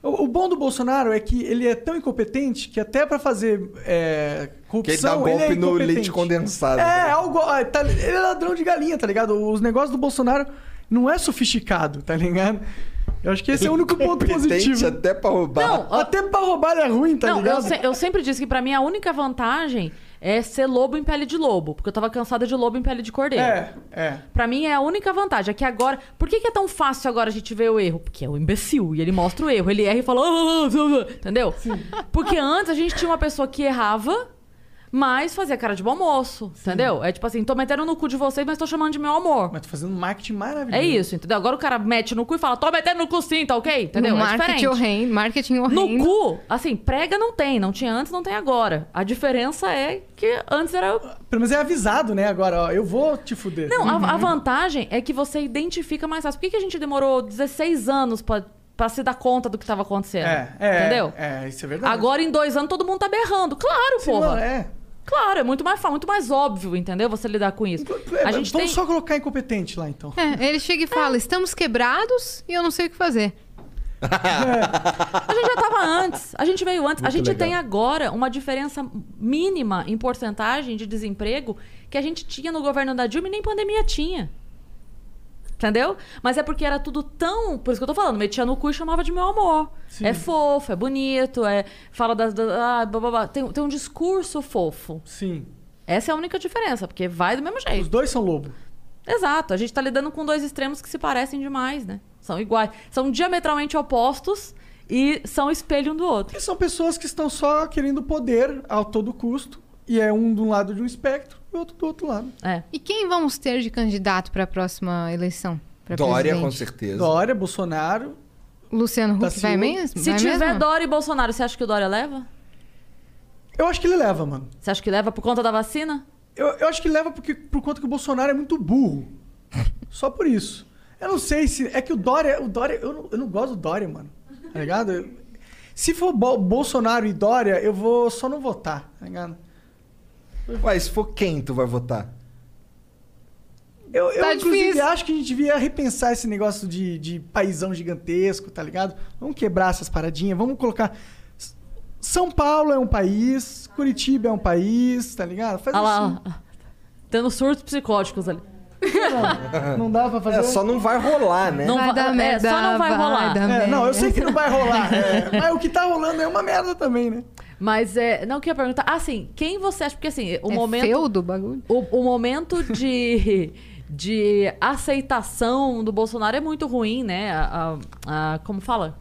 Speaker 4: O, o bom do Bolsonaro é que ele é tão incompetente que até pra fazer é, corrupção
Speaker 5: Que ele dá golpe
Speaker 4: é
Speaker 5: no
Speaker 4: incompetente.
Speaker 5: leite condensado. né?
Speaker 4: É, é algo, ah, tá- ele é ladrão de galinha, tá ligado? Os negócios do Bolsonaro não é sofisticado, tá ligado? Eu acho que esse é o único ponto
Speaker 5: Incompetente
Speaker 4: positivo.
Speaker 5: até pra roubar.
Speaker 3: Não,
Speaker 4: Até pra roubar ele é ruim, tá
Speaker 3: não, eu,
Speaker 4: ligado?
Speaker 3: se- eu sempre disse que pra mim a única vantagem é ser lobo em pele de lobo, porque eu tava cansada de lobo em pele de cordeiro.
Speaker 4: É, é.
Speaker 3: Pra mim é a única vantagem. É que agora. Por que, que é tão fácil agora a gente ver o erro? Porque é o imbecil. E ele mostra o erro. Ele erra e fala. "Ah, ah, ah, ah", Entendeu? Porque antes a gente tinha uma pessoa que errava, mas fazia cara de bom moço. Entendeu? É tipo assim, tô metendo no cu de vocês, mas tô chamando de meu amor.
Speaker 4: Mas tô fazendo um marketing maravilhoso.
Speaker 3: É isso, entendeu? Agora o cara mete no cu e fala, tô metendo no cu sim, tá ok? Entendeu?
Speaker 2: No
Speaker 3: é
Speaker 2: marketing
Speaker 3: diferente.
Speaker 2: horrendo. Marketing
Speaker 3: No
Speaker 2: horrendo.
Speaker 3: cu, assim, prega não tem, não tinha antes, não tem agora. A diferença é que antes era
Speaker 4: Pelo menos é avisado, né? Agora, ó, eu vou te fuder.
Speaker 3: Não, a- a, vantagem é que você identifica mais fácil. Por que, que a gente demorou 16 anos pra, pra se dar conta do que tava acontecendo?
Speaker 4: É, é.
Speaker 3: Entendeu?
Speaker 4: É, isso é verdade.
Speaker 3: Agora, em dois anos, todo mundo tá berrando. Claro,
Speaker 4: Sim,
Speaker 3: porra.
Speaker 4: não, é.
Speaker 3: Claro, é muito mais fácil, muito mais óbvio, entendeu? Você lidar com isso.
Speaker 4: É,
Speaker 3: A gente tem...
Speaker 4: Vamos só colocar incompetente lá, então.
Speaker 2: É, ele chega e fala: estamos quebrados e eu não sei o que fazer.
Speaker 3: A gente já tava antes. A gente veio antes. a
Speaker 8: Muito
Speaker 3: gente
Speaker 8: legal.
Speaker 3: tem agora uma diferença mínima em porcentagem de desemprego que a gente tinha no governo da Dilma e nem pandemia tinha. Entendeu? Mas é porque era tudo tão. Por isso que eu tô falando, metia no cu e chamava de meu amor.
Speaker 4: Sim.
Speaker 3: É fofo, é bonito, é. Fala das. da- ah, blá, blá, blá. Tem, tem um discurso fofo.
Speaker 4: Sim.
Speaker 3: Essa é a única diferença, porque vai do mesmo
Speaker 4: Os
Speaker 3: jeito.
Speaker 4: dois são lobo.
Speaker 3: Exato. A gente tá lidando com dois extremos que se parecem demais, né? São iguais. São diametralmente opostos e são espelho um do outro.
Speaker 4: E são pessoas que estão só querendo poder a todo custo. E é um de um lado de um espectro e outro do outro lado.
Speaker 3: É.
Speaker 2: E quem vamos ter de candidato para a próxima eleição? Pra
Speaker 5: Dória, com
Speaker 2: presidente?
Speaker 5: certeza.
Speaker 4: Dória, Bolsonaro.
Speaker 2: Luciano Huck vai
Speaker 4: Daciolo.
Speaker 2: mesmo?
Speaker 3: Tá Se
Speaker 2: vai
Speaker 3: tiver
Speaker 2: é mesmo?
Speaker 3: Dória e Bolsonaro, você acha que o Dória leva?
Speaker 4: Eu acho que ele leva, mano.
Speaker 3: Você acha que leva por conta da vacina?
Speaker 4: Eu, eu acho que leva porque, por conta que o Bolsonaro é muito burro. Só por isso. Eu não sei se. É que o Dória. O Dória eu, não, eu não gosto do Dória, mano. Tá ligado? Eu- se for Bo- Bolsonaro e Dória, eu vou só não votar, tá ligado?
Speaker 5: Ué, se for quem tu vai votar?
Speaker 4: Eu, eu,
Speaker 2: Tá
Speaker 4: inclusive,
Speaker 2: difícil.
Speaker 4: acho que a gente devia repensar esse negócio de, de paizão gigantesco, tá ligado? Vamos quebrar essas paradinhas, vamos colocar. S- São Paulo é um país, Curitiba é um país, tá ligado? Faz
Speaker 3: Olha Ah lá,
Speaker 4: assim.
Speaker 3: ó. tendo surtos psicóticos ali.
Speaker 4: Não dá pra fazer.
Speaker 5: É,
Speaker 4: um-
Speaker 5: só não vai rolar, né?
Speaker 3: Não
Speaker 2: Vai
Speaker 3: va-
Speaker 2: dar
Speaker 3: é,
Speaker 2: merda.
Speaker 3: só não vai rolar.
Speaker 2: dar
Speaker 4: É, não, eu
Speaker 2: merda.
Speaker 4: sei que não
Speaker 3: <laughs>
Speaker 4: vai rolar. é, mas o que tá rolando é uma merda também, né?
Speaker 3: Mas é. Não, eu queria perguntar. Assim, quem você acha? Porque assim, o
Speaker 2: é
Speaker 3: momento.
Speaker 2: feudo o bagulho.
Speaker 3: O, o momento de, de aceitação do Bolsonaro é muito ruim, né? A, a- a- como fala?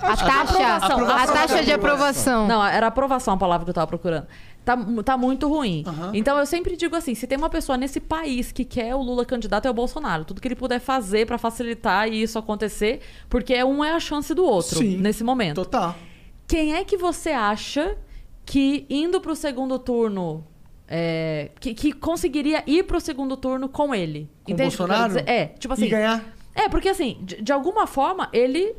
Speaker 2: A taxa,
Speaker 3: aprovação.
Speaker 2: a
Speaker 3: Aprovação.
Speaker 2: taxa de aprovação.
Speaker 3: Não, era aprovação a palavra que eu tava procurando. Tá, mu- tá muito ruim. Então eu sempre digo assim: se tem uma pessoa nesse país que quer o Lula candidato, é o Bolsonaro. Tudo que ele puder fazer pra facilitar e isso acontecer, porque um é a chance do outro
Speaker 4: Sim.
Speaker 3: nesse momento.
Speaker 4: Total.
Speaker 3: Quem é que você acha que indo pro segundo turno. é, que, que conseguiria ir pro segundo turno com ele?
Speaker 4: Com o
Speaker 3: Entende o que eu quero
Speaker 4: Bolsonaro?
Speaker 3: dizer? É, tipo assim.
Speaker 4: E ganhar.
Speaker 3: É, porque assim, de, de alguma forma, ele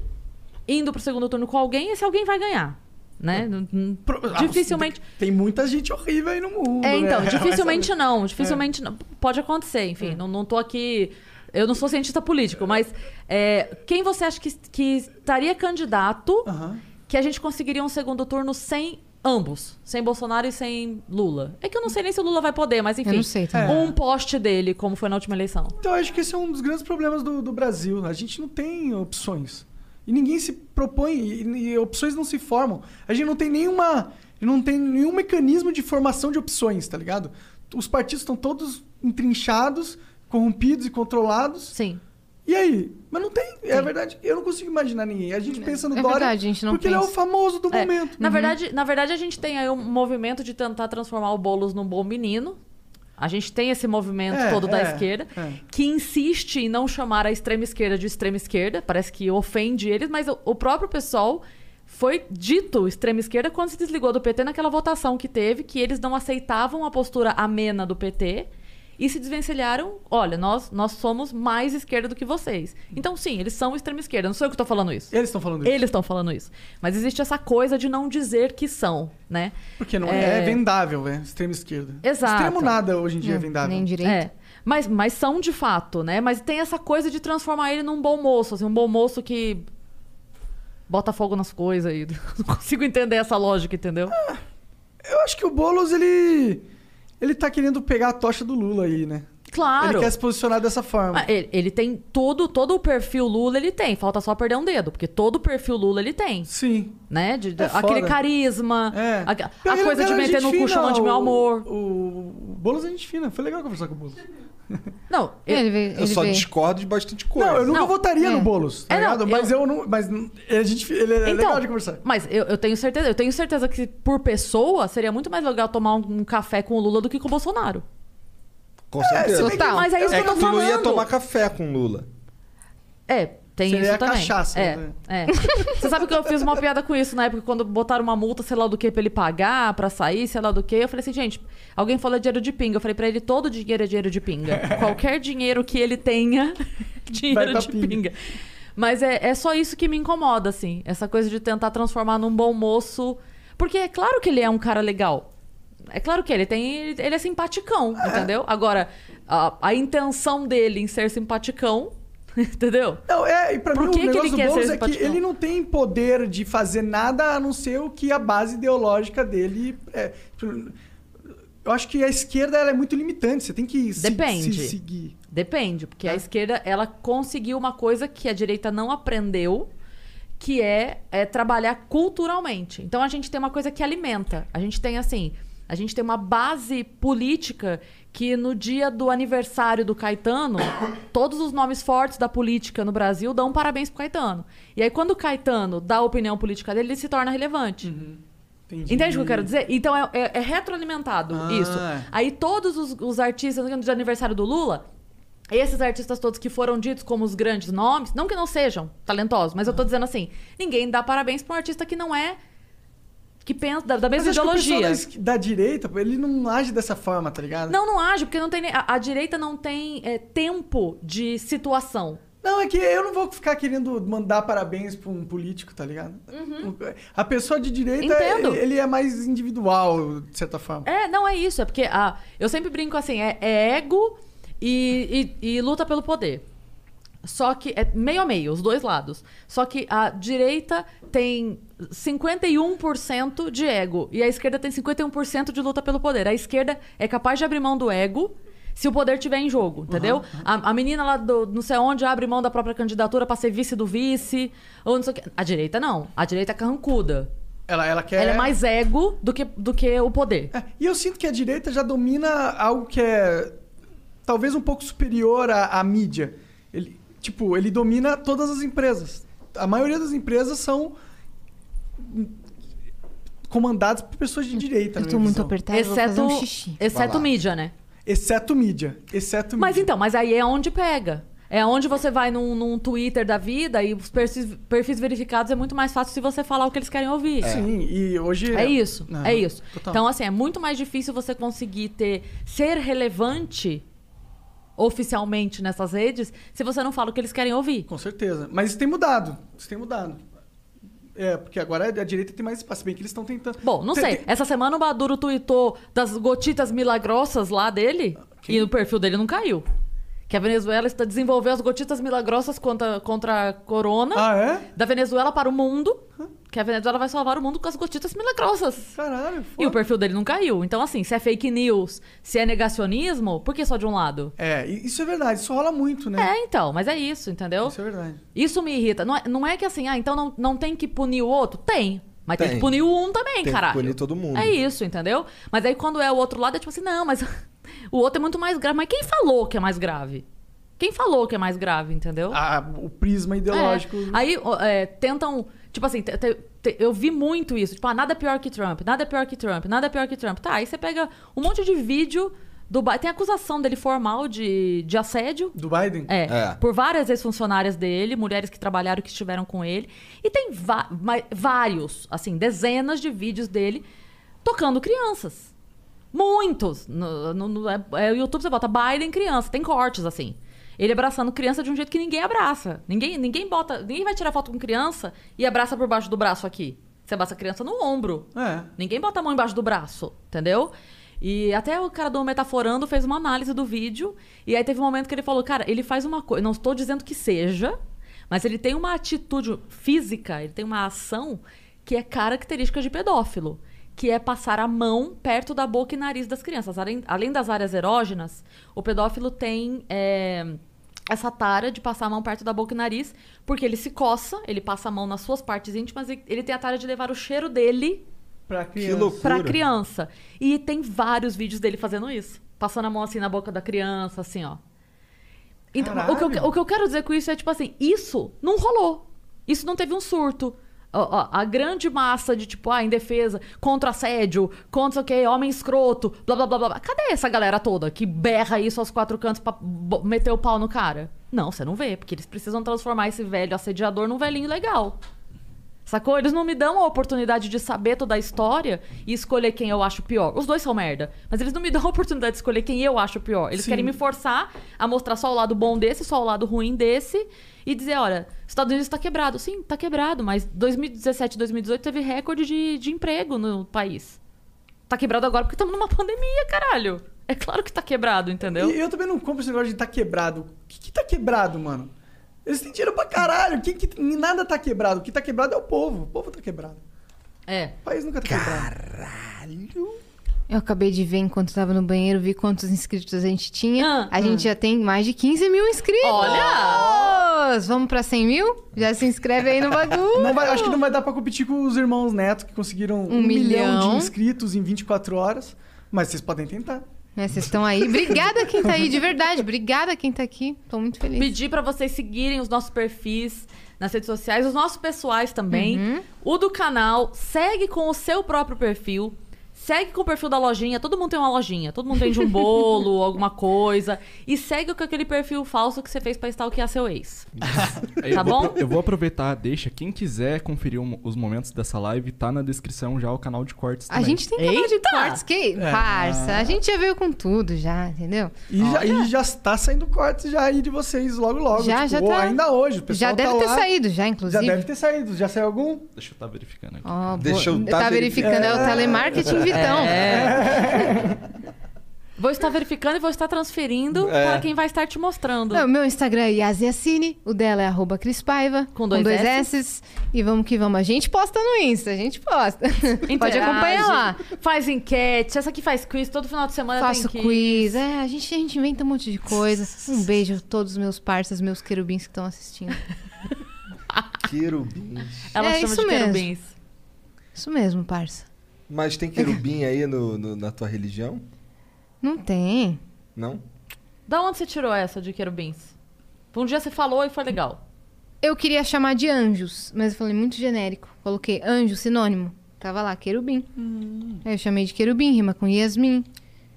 Speaker 3: indo pro segundo turno com alguém, esse alguém vai ganhar. Né? Não- não-
Speaker 4: Pro- ah,
Speaker 3: Dificilmente.
Speaker 4: Tem muita gente horrível aí no mundo.
Speaker 3: É, então,
Speaker 4: né? <laughs>
Speaker 3: dificilmente não. Dificilmente não. Pode acontecer, enfim.
Speaker 4: É.
Speaker 3: Não, não tô aqui. Eu não sou cientista político, mas é, quem você acha que, que estaria candidato
Speaker 4: Aham.
Speaker 3: que a gente conseguiria um segundo turno sem ambos? Sem Bolsonaro e sem Lula? É que eu não sei nem se o Lula vai poder, mas enfim.
Speaker 2: Eu não sei também.
Speaker 3: Um poste dele, como foi na última eleição.
Speaker 4: Então, eu acho que esse é um dos grandes problemas do, do Brasil. A gente não tem opções. E ninguém se propõe, e, e opções não se formam. A gente não tem nenhuma. Não tem nenhum mecanismo de formação de opções, tá ligado? Os partidos estão todos entrinchados, corrompidos e controlados.
Speaker 3: Sim.
Speaker 4: E aí? Mas não tem, é verdade. Eu não consigo imaginar ninguém. A gente pensa no
Speaker 2: É
Speaker 4: Dória
Speaker 2: verdade, a gente não
Speaker 4: porque ele é o
Speaker 2: pensa.
Speaker 4: famoso do
Speaker 3: É,
Speaker 4: momento. Uhum.
Speaker 3: Na, verdade, na verdade, a gente tem aí um movimento de tentar transformar o Boulos num bom menino. A gente tem esse movimento
Speaker 4: É,
Speaker 3: todo da
Speaker 4: é,
Speaker 3: esquerda,
Speaker 4: é.
Speaker 3: que insiste em não chamar a extrema esquerda de extrema esquerda. Parece que ofende eles, mas o, o próprio pessoal foi dito extrema esquerda quando se desligou do PT naquela votação que teve, que eles não aceitavam a postura amena do PT e se desvencilharam. Olha, nós, nós somos mais esquerda do que vocês. Então, sim, eles são extrema esquerda. Não sou eu que estou falando isso.
Speaker 4: Uhum. Eles estão falando isso.
Speaker 3: Eles estão falando isso. Mas existe essa coisa de não dizer que são, né?
Speaker 4: Porque não é, vendável, né? Extrema esquerda.
Speaker 3: Exato.
Speaker 4: Extremo nada hoje em dia é vendável.
Speaker 2: Nem direito.
Speaker 3: É. Mas, mas são de fato, né? Mas tem essa coisa de transformar ele num bom moço, assim, um bom moço que bota fogo nas coisas e <laughs> não consigo entender essa lógica, entendeu?
Speaker 4: Ah, Eu acho que o Boulos, ele. Ele tá querendo pegar a tocha do Lula aí, né?
Speaker 3: Claro.
Speaker 4: Ele quer um se posicionar dessa forma.
Speaker 3: Ah, Ele, ele tem todo, todo o perfil Lula ele tem. Falta só perder um dedo, porque todo o perfil Lula ele tem,
Speaker 4: Sim.
Speaker 3: né? De- de-
Speaker 4: É
Speaker 3: aquele
Speaker 4: foda.
Speaker 3: carisma,
Speaker 4: É.
Speaker 3: Ah, a, a
Speaker 4: Ele-
Speaker 3: coisa de
Speaker 4: ele é
Speaker 3: meter no
Speaker 4: gente
Speaker 3: cu
Speaker 4: fina,
Speaker 3: chamando de meu
Speaker 4: o-
Speaker 3: amor.
Speaker 4: O, o Boulos é gente fina. Foi legal conversar com o Boulos.
Speaker 3: Não, eu-
Speaker 2: Ele vê,
Speaker 5: Eu
Speaker 2: ele
Speaker 5: só
Speaker 2: vê.
Speaker 5: discordo de bastante coisa.
Speaker 4: Não, eu nunca
Speaker 3: Não.
Speaker 4: votaria
Speaker 2: É.
Speaker 4: no Boulos, tá
Speaker 3: É, não, Então,
Speaker 4: ligado? Mas eu, não. Mas ele é, gente, fi- ele é legal de conversar.
Speaker 3: Mas eu, eu tenho certeza, eu tenho certeza que por pessoa seria muito mais legal tomar um, um café com o Lula do que com o Bolsonaro.
Speaker 5: Com certeza.
Speaker 2: Total.
Speaker 3: Mas é isso
Speaker 5: É
Speaker 3: que eu
Speaker 5: que
Speaker 3: tô
Speaker 5: tu não ia
Speaker 3: falando.
Speaker 5: tomar café com Lula.
Speaker 3: É, tem
Speaker 4: Seria
Speaker 3: isso
Speaker 4: a
Speaker 3: também.
Speaker 4: cachaça,
Speaker 3: é,
Speaker 4: né?
Speaker 3: é. <laughs> Você sabe que eu fiz uma piada com isso na época, quando botaram uma multa, sei lá do que, pra ele pagar, pra sair, sei lá do que. Eu falei assim, gente, alguém falou é dinheiro de pinga. Eu falei pra ele, todo dinheiro é dinheiro de pinga. Qualquer dinheiro que ele tenha, <laughs> dinheiro
Speaker 4: pra
Speaker 3: de
Speaker 4: pinga.
Speaker 3: pinga. Mas é, é só isso que me incomoda, assim. Essa coisa de tentar transformar num bom moço. Porque é claro que ele é um cara legal. É claro que ele tem. Ele é simpaticão, entendeu? Agora, a, a intenção dele em ser simpaticão, <laughs> entendeu?
Speaker 4: Não, é, e pra
Speaker 3: Por
Speaker 4: mim
Speaker 3: que
Speaker 4: o
Speaker 3: que
Speaker 4: negócio
Speaker 3: ele
Speaker 4: do
Speaker 3: quer ser
Speaker 4: Boulos é que
Speaker 3: simpaticão?
Speaker 4: ele não tem poder de fazer nada a não ser o que a base ideológica dele. É, eu acho que a esquerda ela é muito limitante, você tem que se-
Speaker 3: Depende.
Speaker 4: se seguir.
Speaker 3: Depende, porque a esquerda ela conseguiu uma coisa que a direita não aprendeu, que é, é trabalhar culturalmente. Então a gente tem uma coisa que alimenta. A gente tem assim, a gente tem uma base política que no dia do aniversário do Caetano, <coughs> todos os nomes fortes da política no Brasil dão parabéns pro Caetano. E aí quando o Caetano dá a opinião política dele, ele se torna relevante.
Speaker 4: Entendi.
Speaker 3: Entende o que eu quero dizer? Então é, é- é retroalimentado
Speaker 4: Uhum. Ah.
Speaker 3: isso. Aí todos os, os artistas de aniversário do Lula, esses artistas todos que foram ditos como os grandes nomes, não que não sejam talentosos, mas eu tô dizendo assim, ninguém dá parabéns pra um artista que não é que pensa da, da
Speaker 4: Mas
Speaker 3: mesma
Speaker 4: acho que o pessoal
Speaker 3: ideologia.
Speaker 4: da, esqui- da direita, pô, ele não age dessa forma, tá ligado?
Speaker 3: Não, não age, porque não tem nem- a, a direita não tem é, tempo de situação.
Speaker 4: Não, é que eu não vou ficar querendo mandar parabéns pra um político, tá ligado? A pessoa de direita,
Speaker 3: Uhum. Entendo.
Speaker 4: ele, ele é mais individual, de certa forma.
Speaker 3: É, não é isso. É porque ah, eu sempre brinco assim: é, é ego e, e- e luta pelo poder. Só que é meio a meio, os dois lados. Só que a direita tem 51% de ego e a esquerda tem 51% de luta pelo poder. A esquerda é capaz de abrir mão do ego se o poder tiver em jogo, entendeu? A, a menina lá do não sei onde abre mão da própria candidatura pra ser vice do vice, ou não sei o quê. A direita não. A direita é carrancuda.
Speaker 4: Ela, ela quer.
Speaker 3: Ela é mais ego do que, do que o poder.
Speaker 4: É, E eu sinto que a direita já domina algo que é talvez um pouco superior à, à mídia. Ele, tipo, ele domina todas as empresas. A maioria das empresas são hum, comandadas por pessoas de direita. na
Speaker 6: Eu tô
Speaker 4: minha
Speaker 6: muito
Speaker 4: visão.
Speaker 6: apertada, vou fazer
Speaker 3: Exceto,
Speaker 6: um xixi. Uhum.
Speaker 5: Vai
Speaker 3: exceto
Speaker 5: lá.
Speaker 3: mídia, né?
Speaker 4: Exceto mídia. Exceto
Speaker 3: Mas
Speaker 4: mídia.
Speaker 3: então, mas aí é onde pega. É onde você vai num, num Twitter da vida e os perfis, perfis verificados é muito mais fácil se você falar o que eles querem ouvir.
Speaker 4: Sim, e hoje.
Speaker 3: então, É isso,
Speaker 4: Aham,
Speaker 3: é isso.
Speaker 4: total.
Speaker 3: Então, assim, é muito mais difícil você conseguir ter ser relevante oficialmente nessas redes se você não fala o que eles querem ouvir.
Speaker 4: Com certeza. Mas isso tem mudado. Isso tem mudado. É, porque agora a direita tem mais espaço. Se Bem que eles estão tentando.
Speaker 3: Bom, não
Speaker 4: Tem-
Speaker 3: sei.
Speaker 4: tem-
Speaker 3: Essa semana o Maduro tuitou das gotitas milagrosas lá dele e o perfil dele não caiu. Que a Venezuela está desenvolvendo as gotitas milagrosas contra, contra a corona.
Speaker 4: Ah, é?
Speaker 3: Da Venezuela para o mundo. Que a Venezuela vai salvar o mundo com as gotitas milagrosas.
Speaker 4: Caralho.
Speaker 3: E o
Speaker 4: foda.
Speaker 3: perfil dele não caiu. Então, assim, se é fake news, se é negacionismo, por que só de um lado?
Speaker 4: É, e- isso é verdade. Isso rola muito, né?
Speaker 3: É, então, mas é isso, entendeu?
Speaker 4: Isso é verdade.
Speaker 3: Isso me irrita. Não é, não é que assim, ah, então não, não tem que punir o outro? Tem. Mas tem,
Speaker 5: Tem.
Speaker 3: que punir o um também,
Speaker 5: Tem
Speaker 3: caralho.
Speaker 5: que punir todo mundo.
Speaker 3: É isso, entendeu? Mas aí quando é o outro lado, é tipo assim, não, mas <laughs> o outro é muito mais grave. Mas quem falou que é mais grave? Quem falou que é mais grave, entendeu?
Speaker 4: Ah, o prisma ideológico.
Speaker 3: É. Aí ó, é, tentam. Tipo assim, te- te- te- eu vi muito isso. Tipo, ah, nada é pior que Trump, nada é pior que Trump, nada é pior que Trump. Tá, aí você pega um monte de vídeo Dubai tem acusação dele formal de, de assédio.
Speaker 4: Do Biden?
Speaker 3: É,
Speaker 5: É.
Speaker 3: Por várias ex-funcionárias dele, mulheres que trabalharam, que estiveram com ele. E tem va- ma- vários, assim, dezenas de vídeos dele tocando crianças. Muitos. No, no- no- é, é, o YouTube você bota Biden criança, tem cortes, assim. Ele abraçando criança de um jeito que ninguém abraça. Ninguém, ninguém bota. Ninguém vai tirar foto com criança e abraça por baixo do braço aqui. Você abraça a criança no ombro.
Speaker 4: É.
Speaker 3: Ninguém bota a mão embaixo do braço, entendeu? E até o cara do Metaforando fez uma análise do vídeo. E aí teve um momento que ele falou: Cara, ele faz uma coisa. Não estou dizendo que seja, mas ele tem uma atitude física, ele tem uma ação que é característica de pedófilo. Que é passar a mão perto da boca e nariz das crianças. Além, além das áreas erógenas, o pedófilo tem. é, essa tara de passar a mão perto da boca e nariz, porque ele se coça, ele passa a mão nas suas partes íntimas e ele tem a tara de levar o cheiro dele
Speaker 4: Pra criança.
Speaker 5: Que loucura.
Speaker 3: pra criança. E tem vários vídeos dele fazendo isso, passando a mão assim na boca da criança, assim, ó. Então, o que, eu,
Speaker 4: Caralho.
Speaker 3: o que eu quero dizer com isso é tipo assim, isso não rolou. Isso não teve um surto. Ó, ó, a grande massa de tipo, ah, em defesa, contra assédio, contra o que, homem escroto, blá blá blá blá. blá. Cadê essa galera toda que berra isso aos quatro cantos pra bo- meter o pau no cara? Não, você não vê, porque eles precisam transformar esse velho assediador num velhinho legal. Sacou? Eles não me dão a oportunidade de saber toda a história e escolher quem eu acho pior. Os dois são merda. Mas eles não me <laughs> dão a oportunidade de escolher quem eu acho pior. Eles
Speaker 4: Sim.
Speaker 3: querem me forçar a mostrar só o lado bom desse, só o lado ruim desse. E dizer, olha, Estados Unidos tá quebrado. Sim, tá quebrado, mas 2017, 2018 teve recorde de, de emprego no país. Tá quebrado agora porque estamos numa pandemia, caralho. É claro que tá quebrado, entendeu?
Speaker 4: E eu também não compro esse negócio de tá quebrado. O que, que tá quebrado, mano? Eles têm dinheiro pra caralho. Quem que, nada tá quebrado. O que tá quebrado é o povo. O povo tá quebrado.
Speaker 3: É.
Speaker 4: O país nunca tá quebrado.
Speaker 2: Eu acabei de ver enquanto estava no banheiro, vi quantos inscritos a gente tinha.
Speaker 3: Ah,
Speaker 2: a gente já tem mais de 15 mil inscritos. Olha! Vamos pra 100 mil? Já se inscreve aí no bagulho.
Speaker 4: Não vai- acho que não vai dar pra competir com os irmãos Neto, que conseguiram um, milhão
Speaker 2: milhão.
Speaker 4: de inscritos em 24 horas. Mas vocês podem tentar.
Speaker 2: Né, Vocês estão aí. Obrigada quem tá aí, de verdade. Obrigada quem tá aqui. Tô muito feliz.
Speaker 3: pedir pra vocês seguirem os nossos perfis nas redes sociais, os nossos pessoais também.
Speaker 2: Uhum.
Speaker 3: O do canal, segue com o seu próprio perfil. Segue com o perfil da lojinha, todo mundo tem uma lojinha, todo
Speaker 2: <laughs>
Speaker 3: mundo vende um bolo, alguma coisa. E segue com aquele perfil falso que você fez pra stalkear seu ex.
Speaker 8: Aí eu
Speaker 3: Tá
Speaker 8: vou
Speaker 3: bom?
Speaker 8: apro- Eu vou aproveitar, deixa. Quem quiser conferir um- os momentos dessa live, tá na descrição já o canal de cortes
Speaker 2: A
Speaker 8: também.
Speaker 2: gente tem canal de
Speaker 3: Eita!
Speaker 2: cortes, que
Speaker 4: É.
Speaker 2: parça. A gente já veio com tudo já, entendeu?
Speaker 4: E já, e já tá saindo cortes já aí de vocês logo logo.
Speaker 2: Já,
Speaker 4: Tipo,
Speaker 2: já
Speaker 4: ou
Speaker 2: tá.
Speaker 4: Ainda hoje. O pessoal
Speaker 2: Já deve
Speaker 4: tá
Speaker 2: ter
Speaker 4: lá.
Speaker 2: saído já,
Speaker 4: Já
Speaker 2: inclusive.
Speaker 4: deve ter saído. Já saiu algum?
Speaker 8: Deixa eu estar verificando aqui.
Speaker 2: Ó,
Speaker 5: Deixa eu
Speaker 2: boa.
Speaker 5: tá
Speaker 2: tá verificando, é o telemarketing Vitão.
Speaker 3: É. Vou estar verificando e vou estar transferindo
Speaker 5: É.
Speaker 3: para quem vai estar te mostrando.
Speaker 2: Não, meu Instagram é Yaziacine, o dela é arroba Crispaiva,
Speaker 3: Com dois
Speaker 2: S's. E vamos que vamos. A gente posta no Insta, a gente posta. Pode
Speaker 3: Interage,
Speaker 2: acompanhar lá.
Speaker 3: Faz enquete, essa aqui faz quiz, todo final de semana
Speaker 2: Faço
Speaker 3: Ah, tem
Speaker 2: quiz, é, a gente, a gente inventa um monte de coisa. Um beijo a todos os meus parças, meus querubins que estão assistindo.
Speaker 5: Querubins.
Speaker 3: Ela
Speaker 2: É
Speaker 3: chama
Speaker 2: isso
Speaker 3: de
Speaker 2: mesmo.
Speaker 3: querubins.
Speaker 2: Isso mesmo, parça.
Speaker 5: Mas tem querubim aí no, no- na tua religião?
Speaker 2: Não tem.
Speaker 5: Não?
Speaker 3: Da onde você tirou essa de querubins? Um dia você falou e foi legal.
Speaker 2: Eu queria chamar de anjos, mas eu falei muito genérico. Coloquei anjo, sinônimo. Tava lá, querubim. Aí eu chamei de querubim, rima com Yasmin.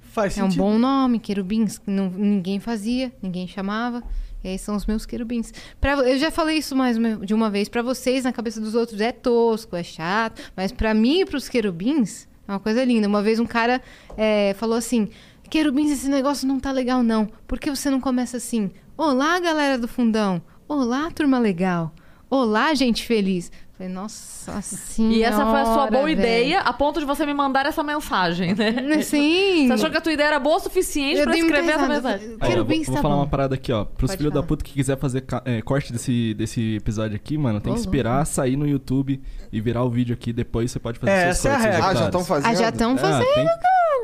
Speaker 4: Faz
Speaker 2: É um
Speaker 4: sentido.
Speaker 2: bom nome, querubins. que não- ninguém fazia, ninguém chamava. E aí são os meus querubins. Pra, eu já falei isso mais uma- de uma vez pra vocês, na cabeça dos outros é tosco, é chato. Mas pra mim e pros querubins, é uma coisa linda. Uma vez um cara é, falou assim: Querubins, esse negócio não tá legal, não. Por que você não começa assim? Olá, galera do fundão. Olá, turma legal. Olá, gente feliz. Falei, nossa senhora.
Speaker 3: E essa foi a sua boa
Speaker 2: velho."
Speaker 3: ideia, a ponto de você me mandar essa mensagem, <laughs> né?
Speaker 2: Sim.
Speaker 3: Você achou que a tua ideia era boa o suficiente
Speaker 2: Eu
Speaker 3: pra
Speaker 2: dei muita
Speaker 3: escrever essa
Speaker 2: risada.
Speaker 3: mensagem?
Speaker 8: Aí, ó, vou,
Speaker 2: Querubins
Speaker 8: vou
Speaker 2: tá
Speaker 8: falar
Speaker 2: bom.
Speaker 8: uma parada aqui, ó. Pros
Speaker 2: Pode
Speaker 8: filhos da
Speaker 2: falar.
Speaker 8: puta que quiser fazer ca- é, corte desse, desse episódio aqui, mano, tem
Speaker 2: Ô,
Speaker 8: que esperar sair no YouTube e virar o vídeo aqui. Depois você pode fazer
Speaker 4: É,
Speaker 8: seus
Speaker 4: essa é a
Speaker 8: cortes.
Speaker 4: regra.
Speaker 5: Ah, já
Speaker 8: editados.
Speaker 5: estão fazendo?
Speaker 2: Ah, já estão fazendo.
Speaker 8: Ah,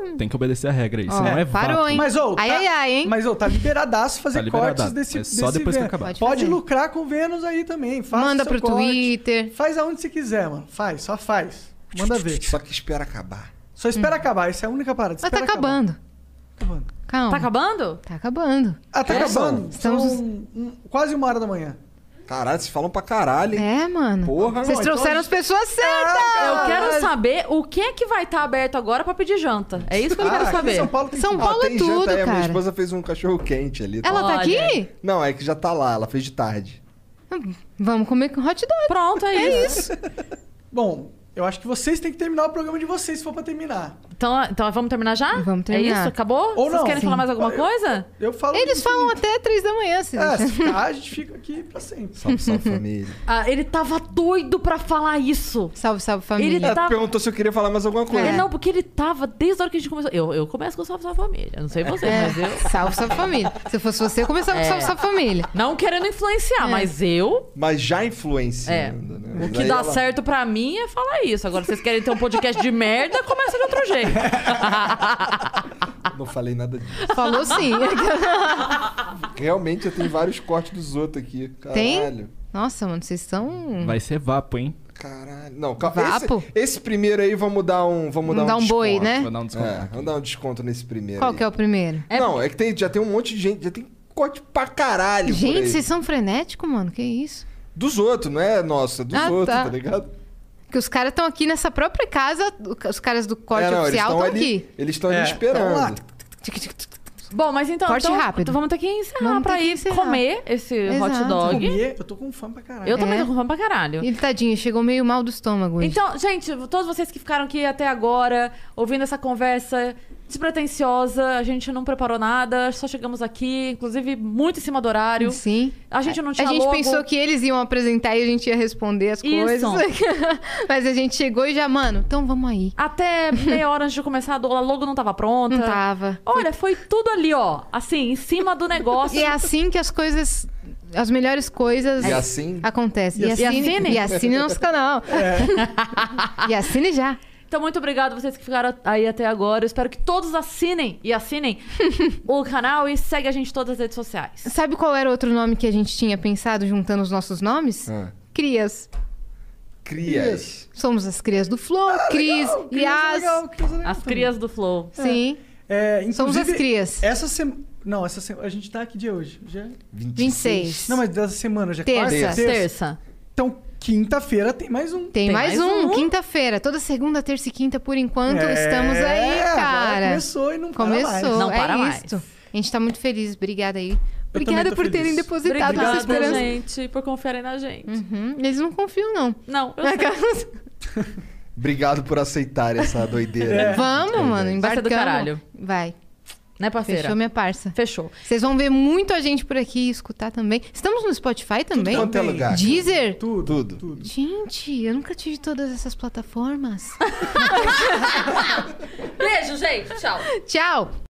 Speaker 8: tem, tem que obedecer a regra aí,
Speaker 2: Ó,
Speaker 8: senão é
Speaker 2: parou,
Speaker 8: vácuo.
Speaker 2: hein?
Speaker 4: Mas, ô,
Speaker 2: Ai,
Speaker 4: tá,
Speaker 2: ai, ai, hein?
Speaker 4: Mas, ô, tá liberadaço
Speaker 8: Tá
Speaker 4: fazer
Speaker 8: liberado.
Speaker 4: cortes desse
Speaker 8: é só
Speaker 4: desse
Speaker 8: depois que
Speaker 4: Vênus.
Speaker 8: acabar.
Speaker 2: Pode
Speaker 4: Pode
Speaker 2: fazer.
Speaker 4: lucrar com o Vênus aí também. Faça
Speaker 2: Manda
Speaker 4: seu
Speaker 2: pro
Speaker 4: corte.
Speaker 2: Twitter.
Speaker 4: Faz aonde você quiser, mano. Faz, só faz. Manda ver.
Speaker 5: Só que espera acabar.
Speaker 4: Só espera acabar. Essa é a única parada.
Speaker 2: Hum. Mas tá
Speaker 4: Espera acabar.
Speaker 2: acabando.
Speaker 4: acabando.
Speaker 2: Calma.
Speaker 3: Tá acabando?
Speaker 2: Tá acabando.
Speaker 4: Ah, tá
Speaker 5: É,
Speaker 4: acabando.
Speaker 2: são-
Speaker 4: São um- um- quase uma hora da manhã.
Speaker 5: Caralho, vocês falam pra caralho, hein?
Speaker 2: É, mano.
Speaker 5: Porra.
Speaker 2: Vocês trouxeram as pessoas certas!
Speaker 3: Eu quero saber o que é que vai estar aberto agora pra pedir janta. É isso que eu
Speaker 5: Ah,
Speaker 3: quero
Speaker 5: aqui em
Speaker 3: saber.
Speaker 5: São Paulo tem
Speaker 2: São Paulo
Speaker 5: tem
Speaker 2: é tudo,
Speaker 5: janta, A minha
Speaker 2: cara.
Speaker 5: esposa fez um cachorro quente ali.
Speaker 2: Ela tá
Speaker 3: Olha.
Speaker 2: aqui?
Speaker 5: Não, é que já tá lá, ela fez de tarde.
Speaker 2: Vamos comer com hot dog.
Speaker 3: Pronto, é, isso.
Speaker 4: Bom, eu acho que vocês têm que terminar o programa de vocês se for pra terminar.
Speaker 3: Então, então vamos terminar já?
Speaker 2: Vamos terminar.
Speaker 3: É isso? Acabou?
Speaker 4: Ou
Speaker 3: Vocês
Speaker 4: não.
Speaker 3: querem falar mais alguma
Speaker 4: Eu-
Speaker 3: coisa?
Speaker 4: Eu falo.
Speaker 2: Eles falam até três da manhã, se
Speaker 4: É,
Speaker 2: deixar.
Speaker 4: se ficar, a gente fica aqui pra sempre.
Speaker 5: Salve, salve família.
Speaker 3: Ah, ele tava doido pra falar isso.
Speaker 2: <laughs> Salve, salve
Speaker 3: Ele
Speaker 2: família.
Speaker 5: Ela
Speaker 3: tá-
Speaker 5: É, perguntou se eu queria falar mais alguma coisa.
Speaker 3: É, não, porque ele tava desde a hora que a gente começou. Eu, eu começo com o Salve Salve Família. Eu Não sei você, mas eu.
Speaker 2: É, salve, salve família. Se eu fosse você, eu começava
Speaker 3: É.
Speaker 2: com salve, salve família.
Speaker 3: Não querendo influenciar, mas eu.
Speaker 5: Mas já influencia. né?
Speaker 3: É. O que dá certo pra mim é falar isso. Agora, vocês querem ter um podcast de merda, começa de
Speaker 2: <laughs>
Speaker 3: outro jeito.
Speaker 5: Ah, Não falei nada disso.
Speaker 2: Falou sim.
Speaker 5: Realmente, eu tenho vários cortes dos outros aqui.
Speaker 2: Tem?
Speaker 5: Caralho.
Speaker 2: Nossa, mano, vocês são.
Speaker 8: Vai ser vapo, hein?
Speaker 5: Caralho. Não, calma.
Speaker 2: Vapo?
Speaker 5: Esse, esse primeiro aí, vamos dar um Vamos
Speaker 2: Vamos
Speaker 5: dar um,
Speaker 2: dar um boi,
Speaker 5: desconto.
Speaker 2: né?
Speaker 8: Vou dar um desconto.
Speaker 5: É, vamos dar um desconto nesse primeiro
Speaker 2: Qual
Speaker 5: aí.
Speaker 2: que é o primeiro?
Speaker 5: Não, é que tem, já tem um monte de gente, já tem corte pra caralho por
Speaker 2: Gente,
Speaker 5: aí.
Speaker 2: vocês são frenéticos, mano. Que isso?
Speaker 5: Dos outros, não é nossa, dos
Speaker 2: Ah,
Speaker 5: outros, tá.
Speaker 2: tá.
Speaker 5: ligado?
Speaker 2: Que os caras estão aqui nessa própria casa, os caras do corte
Speaker 5: É, não,
Speaker 2: oficial
Speaker 5: tão
Speaker 2: estão
Speaker 5: ali-
Speaker 2: aqui.
Speaker 5: Eles estão
Speaker 4: É,
Speaker 5: ali
Speaker 4: tão lá.
Speaker 5: esperando.
Speaker 3: Bom, mas então.
Speaker 2: Corte
Speaker 3: então-
Speaker 2: rápido.
Speaker 3: então vamos ter que encerrar
Speaker 2: Vamos ter
Speaker 3: pra
Speaker 2: que
Speaker 3: ir
Speaker 2: encerrar.
Speaker 3: comer esse hot
Speaker 2: Exato.
Speaker 3: dog.
Speaker 4: Comer, eu tô com fome pra caralho.
Speaker 3: Eu também
Speaker 2: É.
Speaker 3: tô com fome pra caralho.
Speaker 2: Ele tadinho, chegou meio mal do estômago. hoje.
Speaker 3: Então, gente, todos vocês que ficaram aqui até agora, ouvindo essa conversa despretensiosa, a gente não preparou nada, só chegamos aqui, inclusive muito em cima do horário.
Speaker 2: Sim.
Speaker 3: A gente não
Speaker 2: A
Speaker 3: tinha
Speaker 2: gente
Speaker 3: logo.
Speaker 2: pensou que eles iam apresentar e a gente ia responder as coisas.
Speaker 3: Isso.
Speaker 2: <laughs> Mas a gente chegou e já, mano, então vamos aí.
Speaker 3: Até meia hora antes de começar a doula, logo não tava pronta.
Speaker 2: Não tava.
Speaker 3: Olha, foi tudo ali, ó. Assim, em cima
Speaker 2: <laughs>
Speaker 3: do negócio.
Speaker 2: E é assim que as coisas, as melhores coisas
Speaker 5: E assim?
Speaker 2: acontecem. E,
Speaker 3: assine?
Speaker 2: E assine nosso canal.
Speaker 5: É.
Speaker 2: <laughs> E assine já.
Speaker 3: Então, muito obrigado a vocês que ficaram aí até agora. Eu espero que todos assinem
Speaker 2: <laughs>
Speaker 3: e assinem o canal e segue a gente em todas as redes sociais.
Speaker 2: Sabe qual era outro nome que a gente tinha pensado juntando os nossos nomes?
Speaker 5: Ah.
Speaker 2: Crias.
Speaker 5: Crias.
Speaker 2: Somos as crias do Flow, Cris,
Speaker 4: Ah, Criança
Speaker 2: Yas.
Speaker 4: legal, criança legal
Speaker 3: As
Speaker 4: também.
Speaker 3: crias do Flow.
Speaker 2: Sim.
Speaker 4: É,
Speaker 2: Somos as
Speaker 4: inclusive,
Speaker 2: crias.
Speaker 4: Essa semana. Não, essa semana. A gente tá aqui de hoje. Já...
Speaker 2: 26.
Speaker 4: Não, mas dessa semana já é
Speaker 2: Terça.
Speaker 4: quarta?
Speaker 2: Terça.
Speaker 3: Terça.
Speaker 4: Então, quinta-feira tem mais um.
Speaker 2: Tem,
Speaker 3: Tem
Speaker 2: mais,
Speaker 3: mais
Speaker 2: um,
Speaker 3: um.
Speaker 2: quinta-feira. Toda segunda, terça e quinta, por enquanto,
Speaker 4: É,
Speaker 2: estamos aí,
Speaker 4: agora
Speaker 2: cara.
Speaker 4: começou e não para
Speaker 2: Começou,
Speaker 4: mais.
Speaker 3: Não
Speaker 2: é
Speaker 3: para mais.
Speaker 2: isto. A gente tá muito feliz. Obrigada aí.
Speaker 4: também
Speaker 2: Obrigada
Speaker 4: tô
Speaker 2: por terem
Speaker 4: feliz.
Speaker 2: depositado tá essa
Speaker 3: Obrigada,
Speaker 2: esperança.
Speaker 3: gente, por confiarem na gente.
Speaker 2: Uhum, É Eles não confiam,
Speaker 3: <laughs>
Speaker 2: não.
Speaker 3: Não, eu sei.
Speaker 5: Obrigado por aceitar essa doideira.
Speaker 2: Vamos, mano, embarcamos.
Speaker 3: Vai ser do caralho.
Speaker 2: Vai.
Speaker 3: Né, parceira?
Speaker 2: Fechou minha parça.
Speaker 3: Fechou.
Speaker 2: Vocês vão ver muito a gente por aqui escutar também. Estamos no Spotify também?
Speaker 5: Quanto é lugar?
Speaker 2: Deezer?
Speaker 4: Tudo.
Speaker 5: Tudo.
Speaker 2: Gente, eu nunca tive todas essas plataformas.
Speaker 3: Beijo, gente. Tchau.
Speaker 2: Tchau!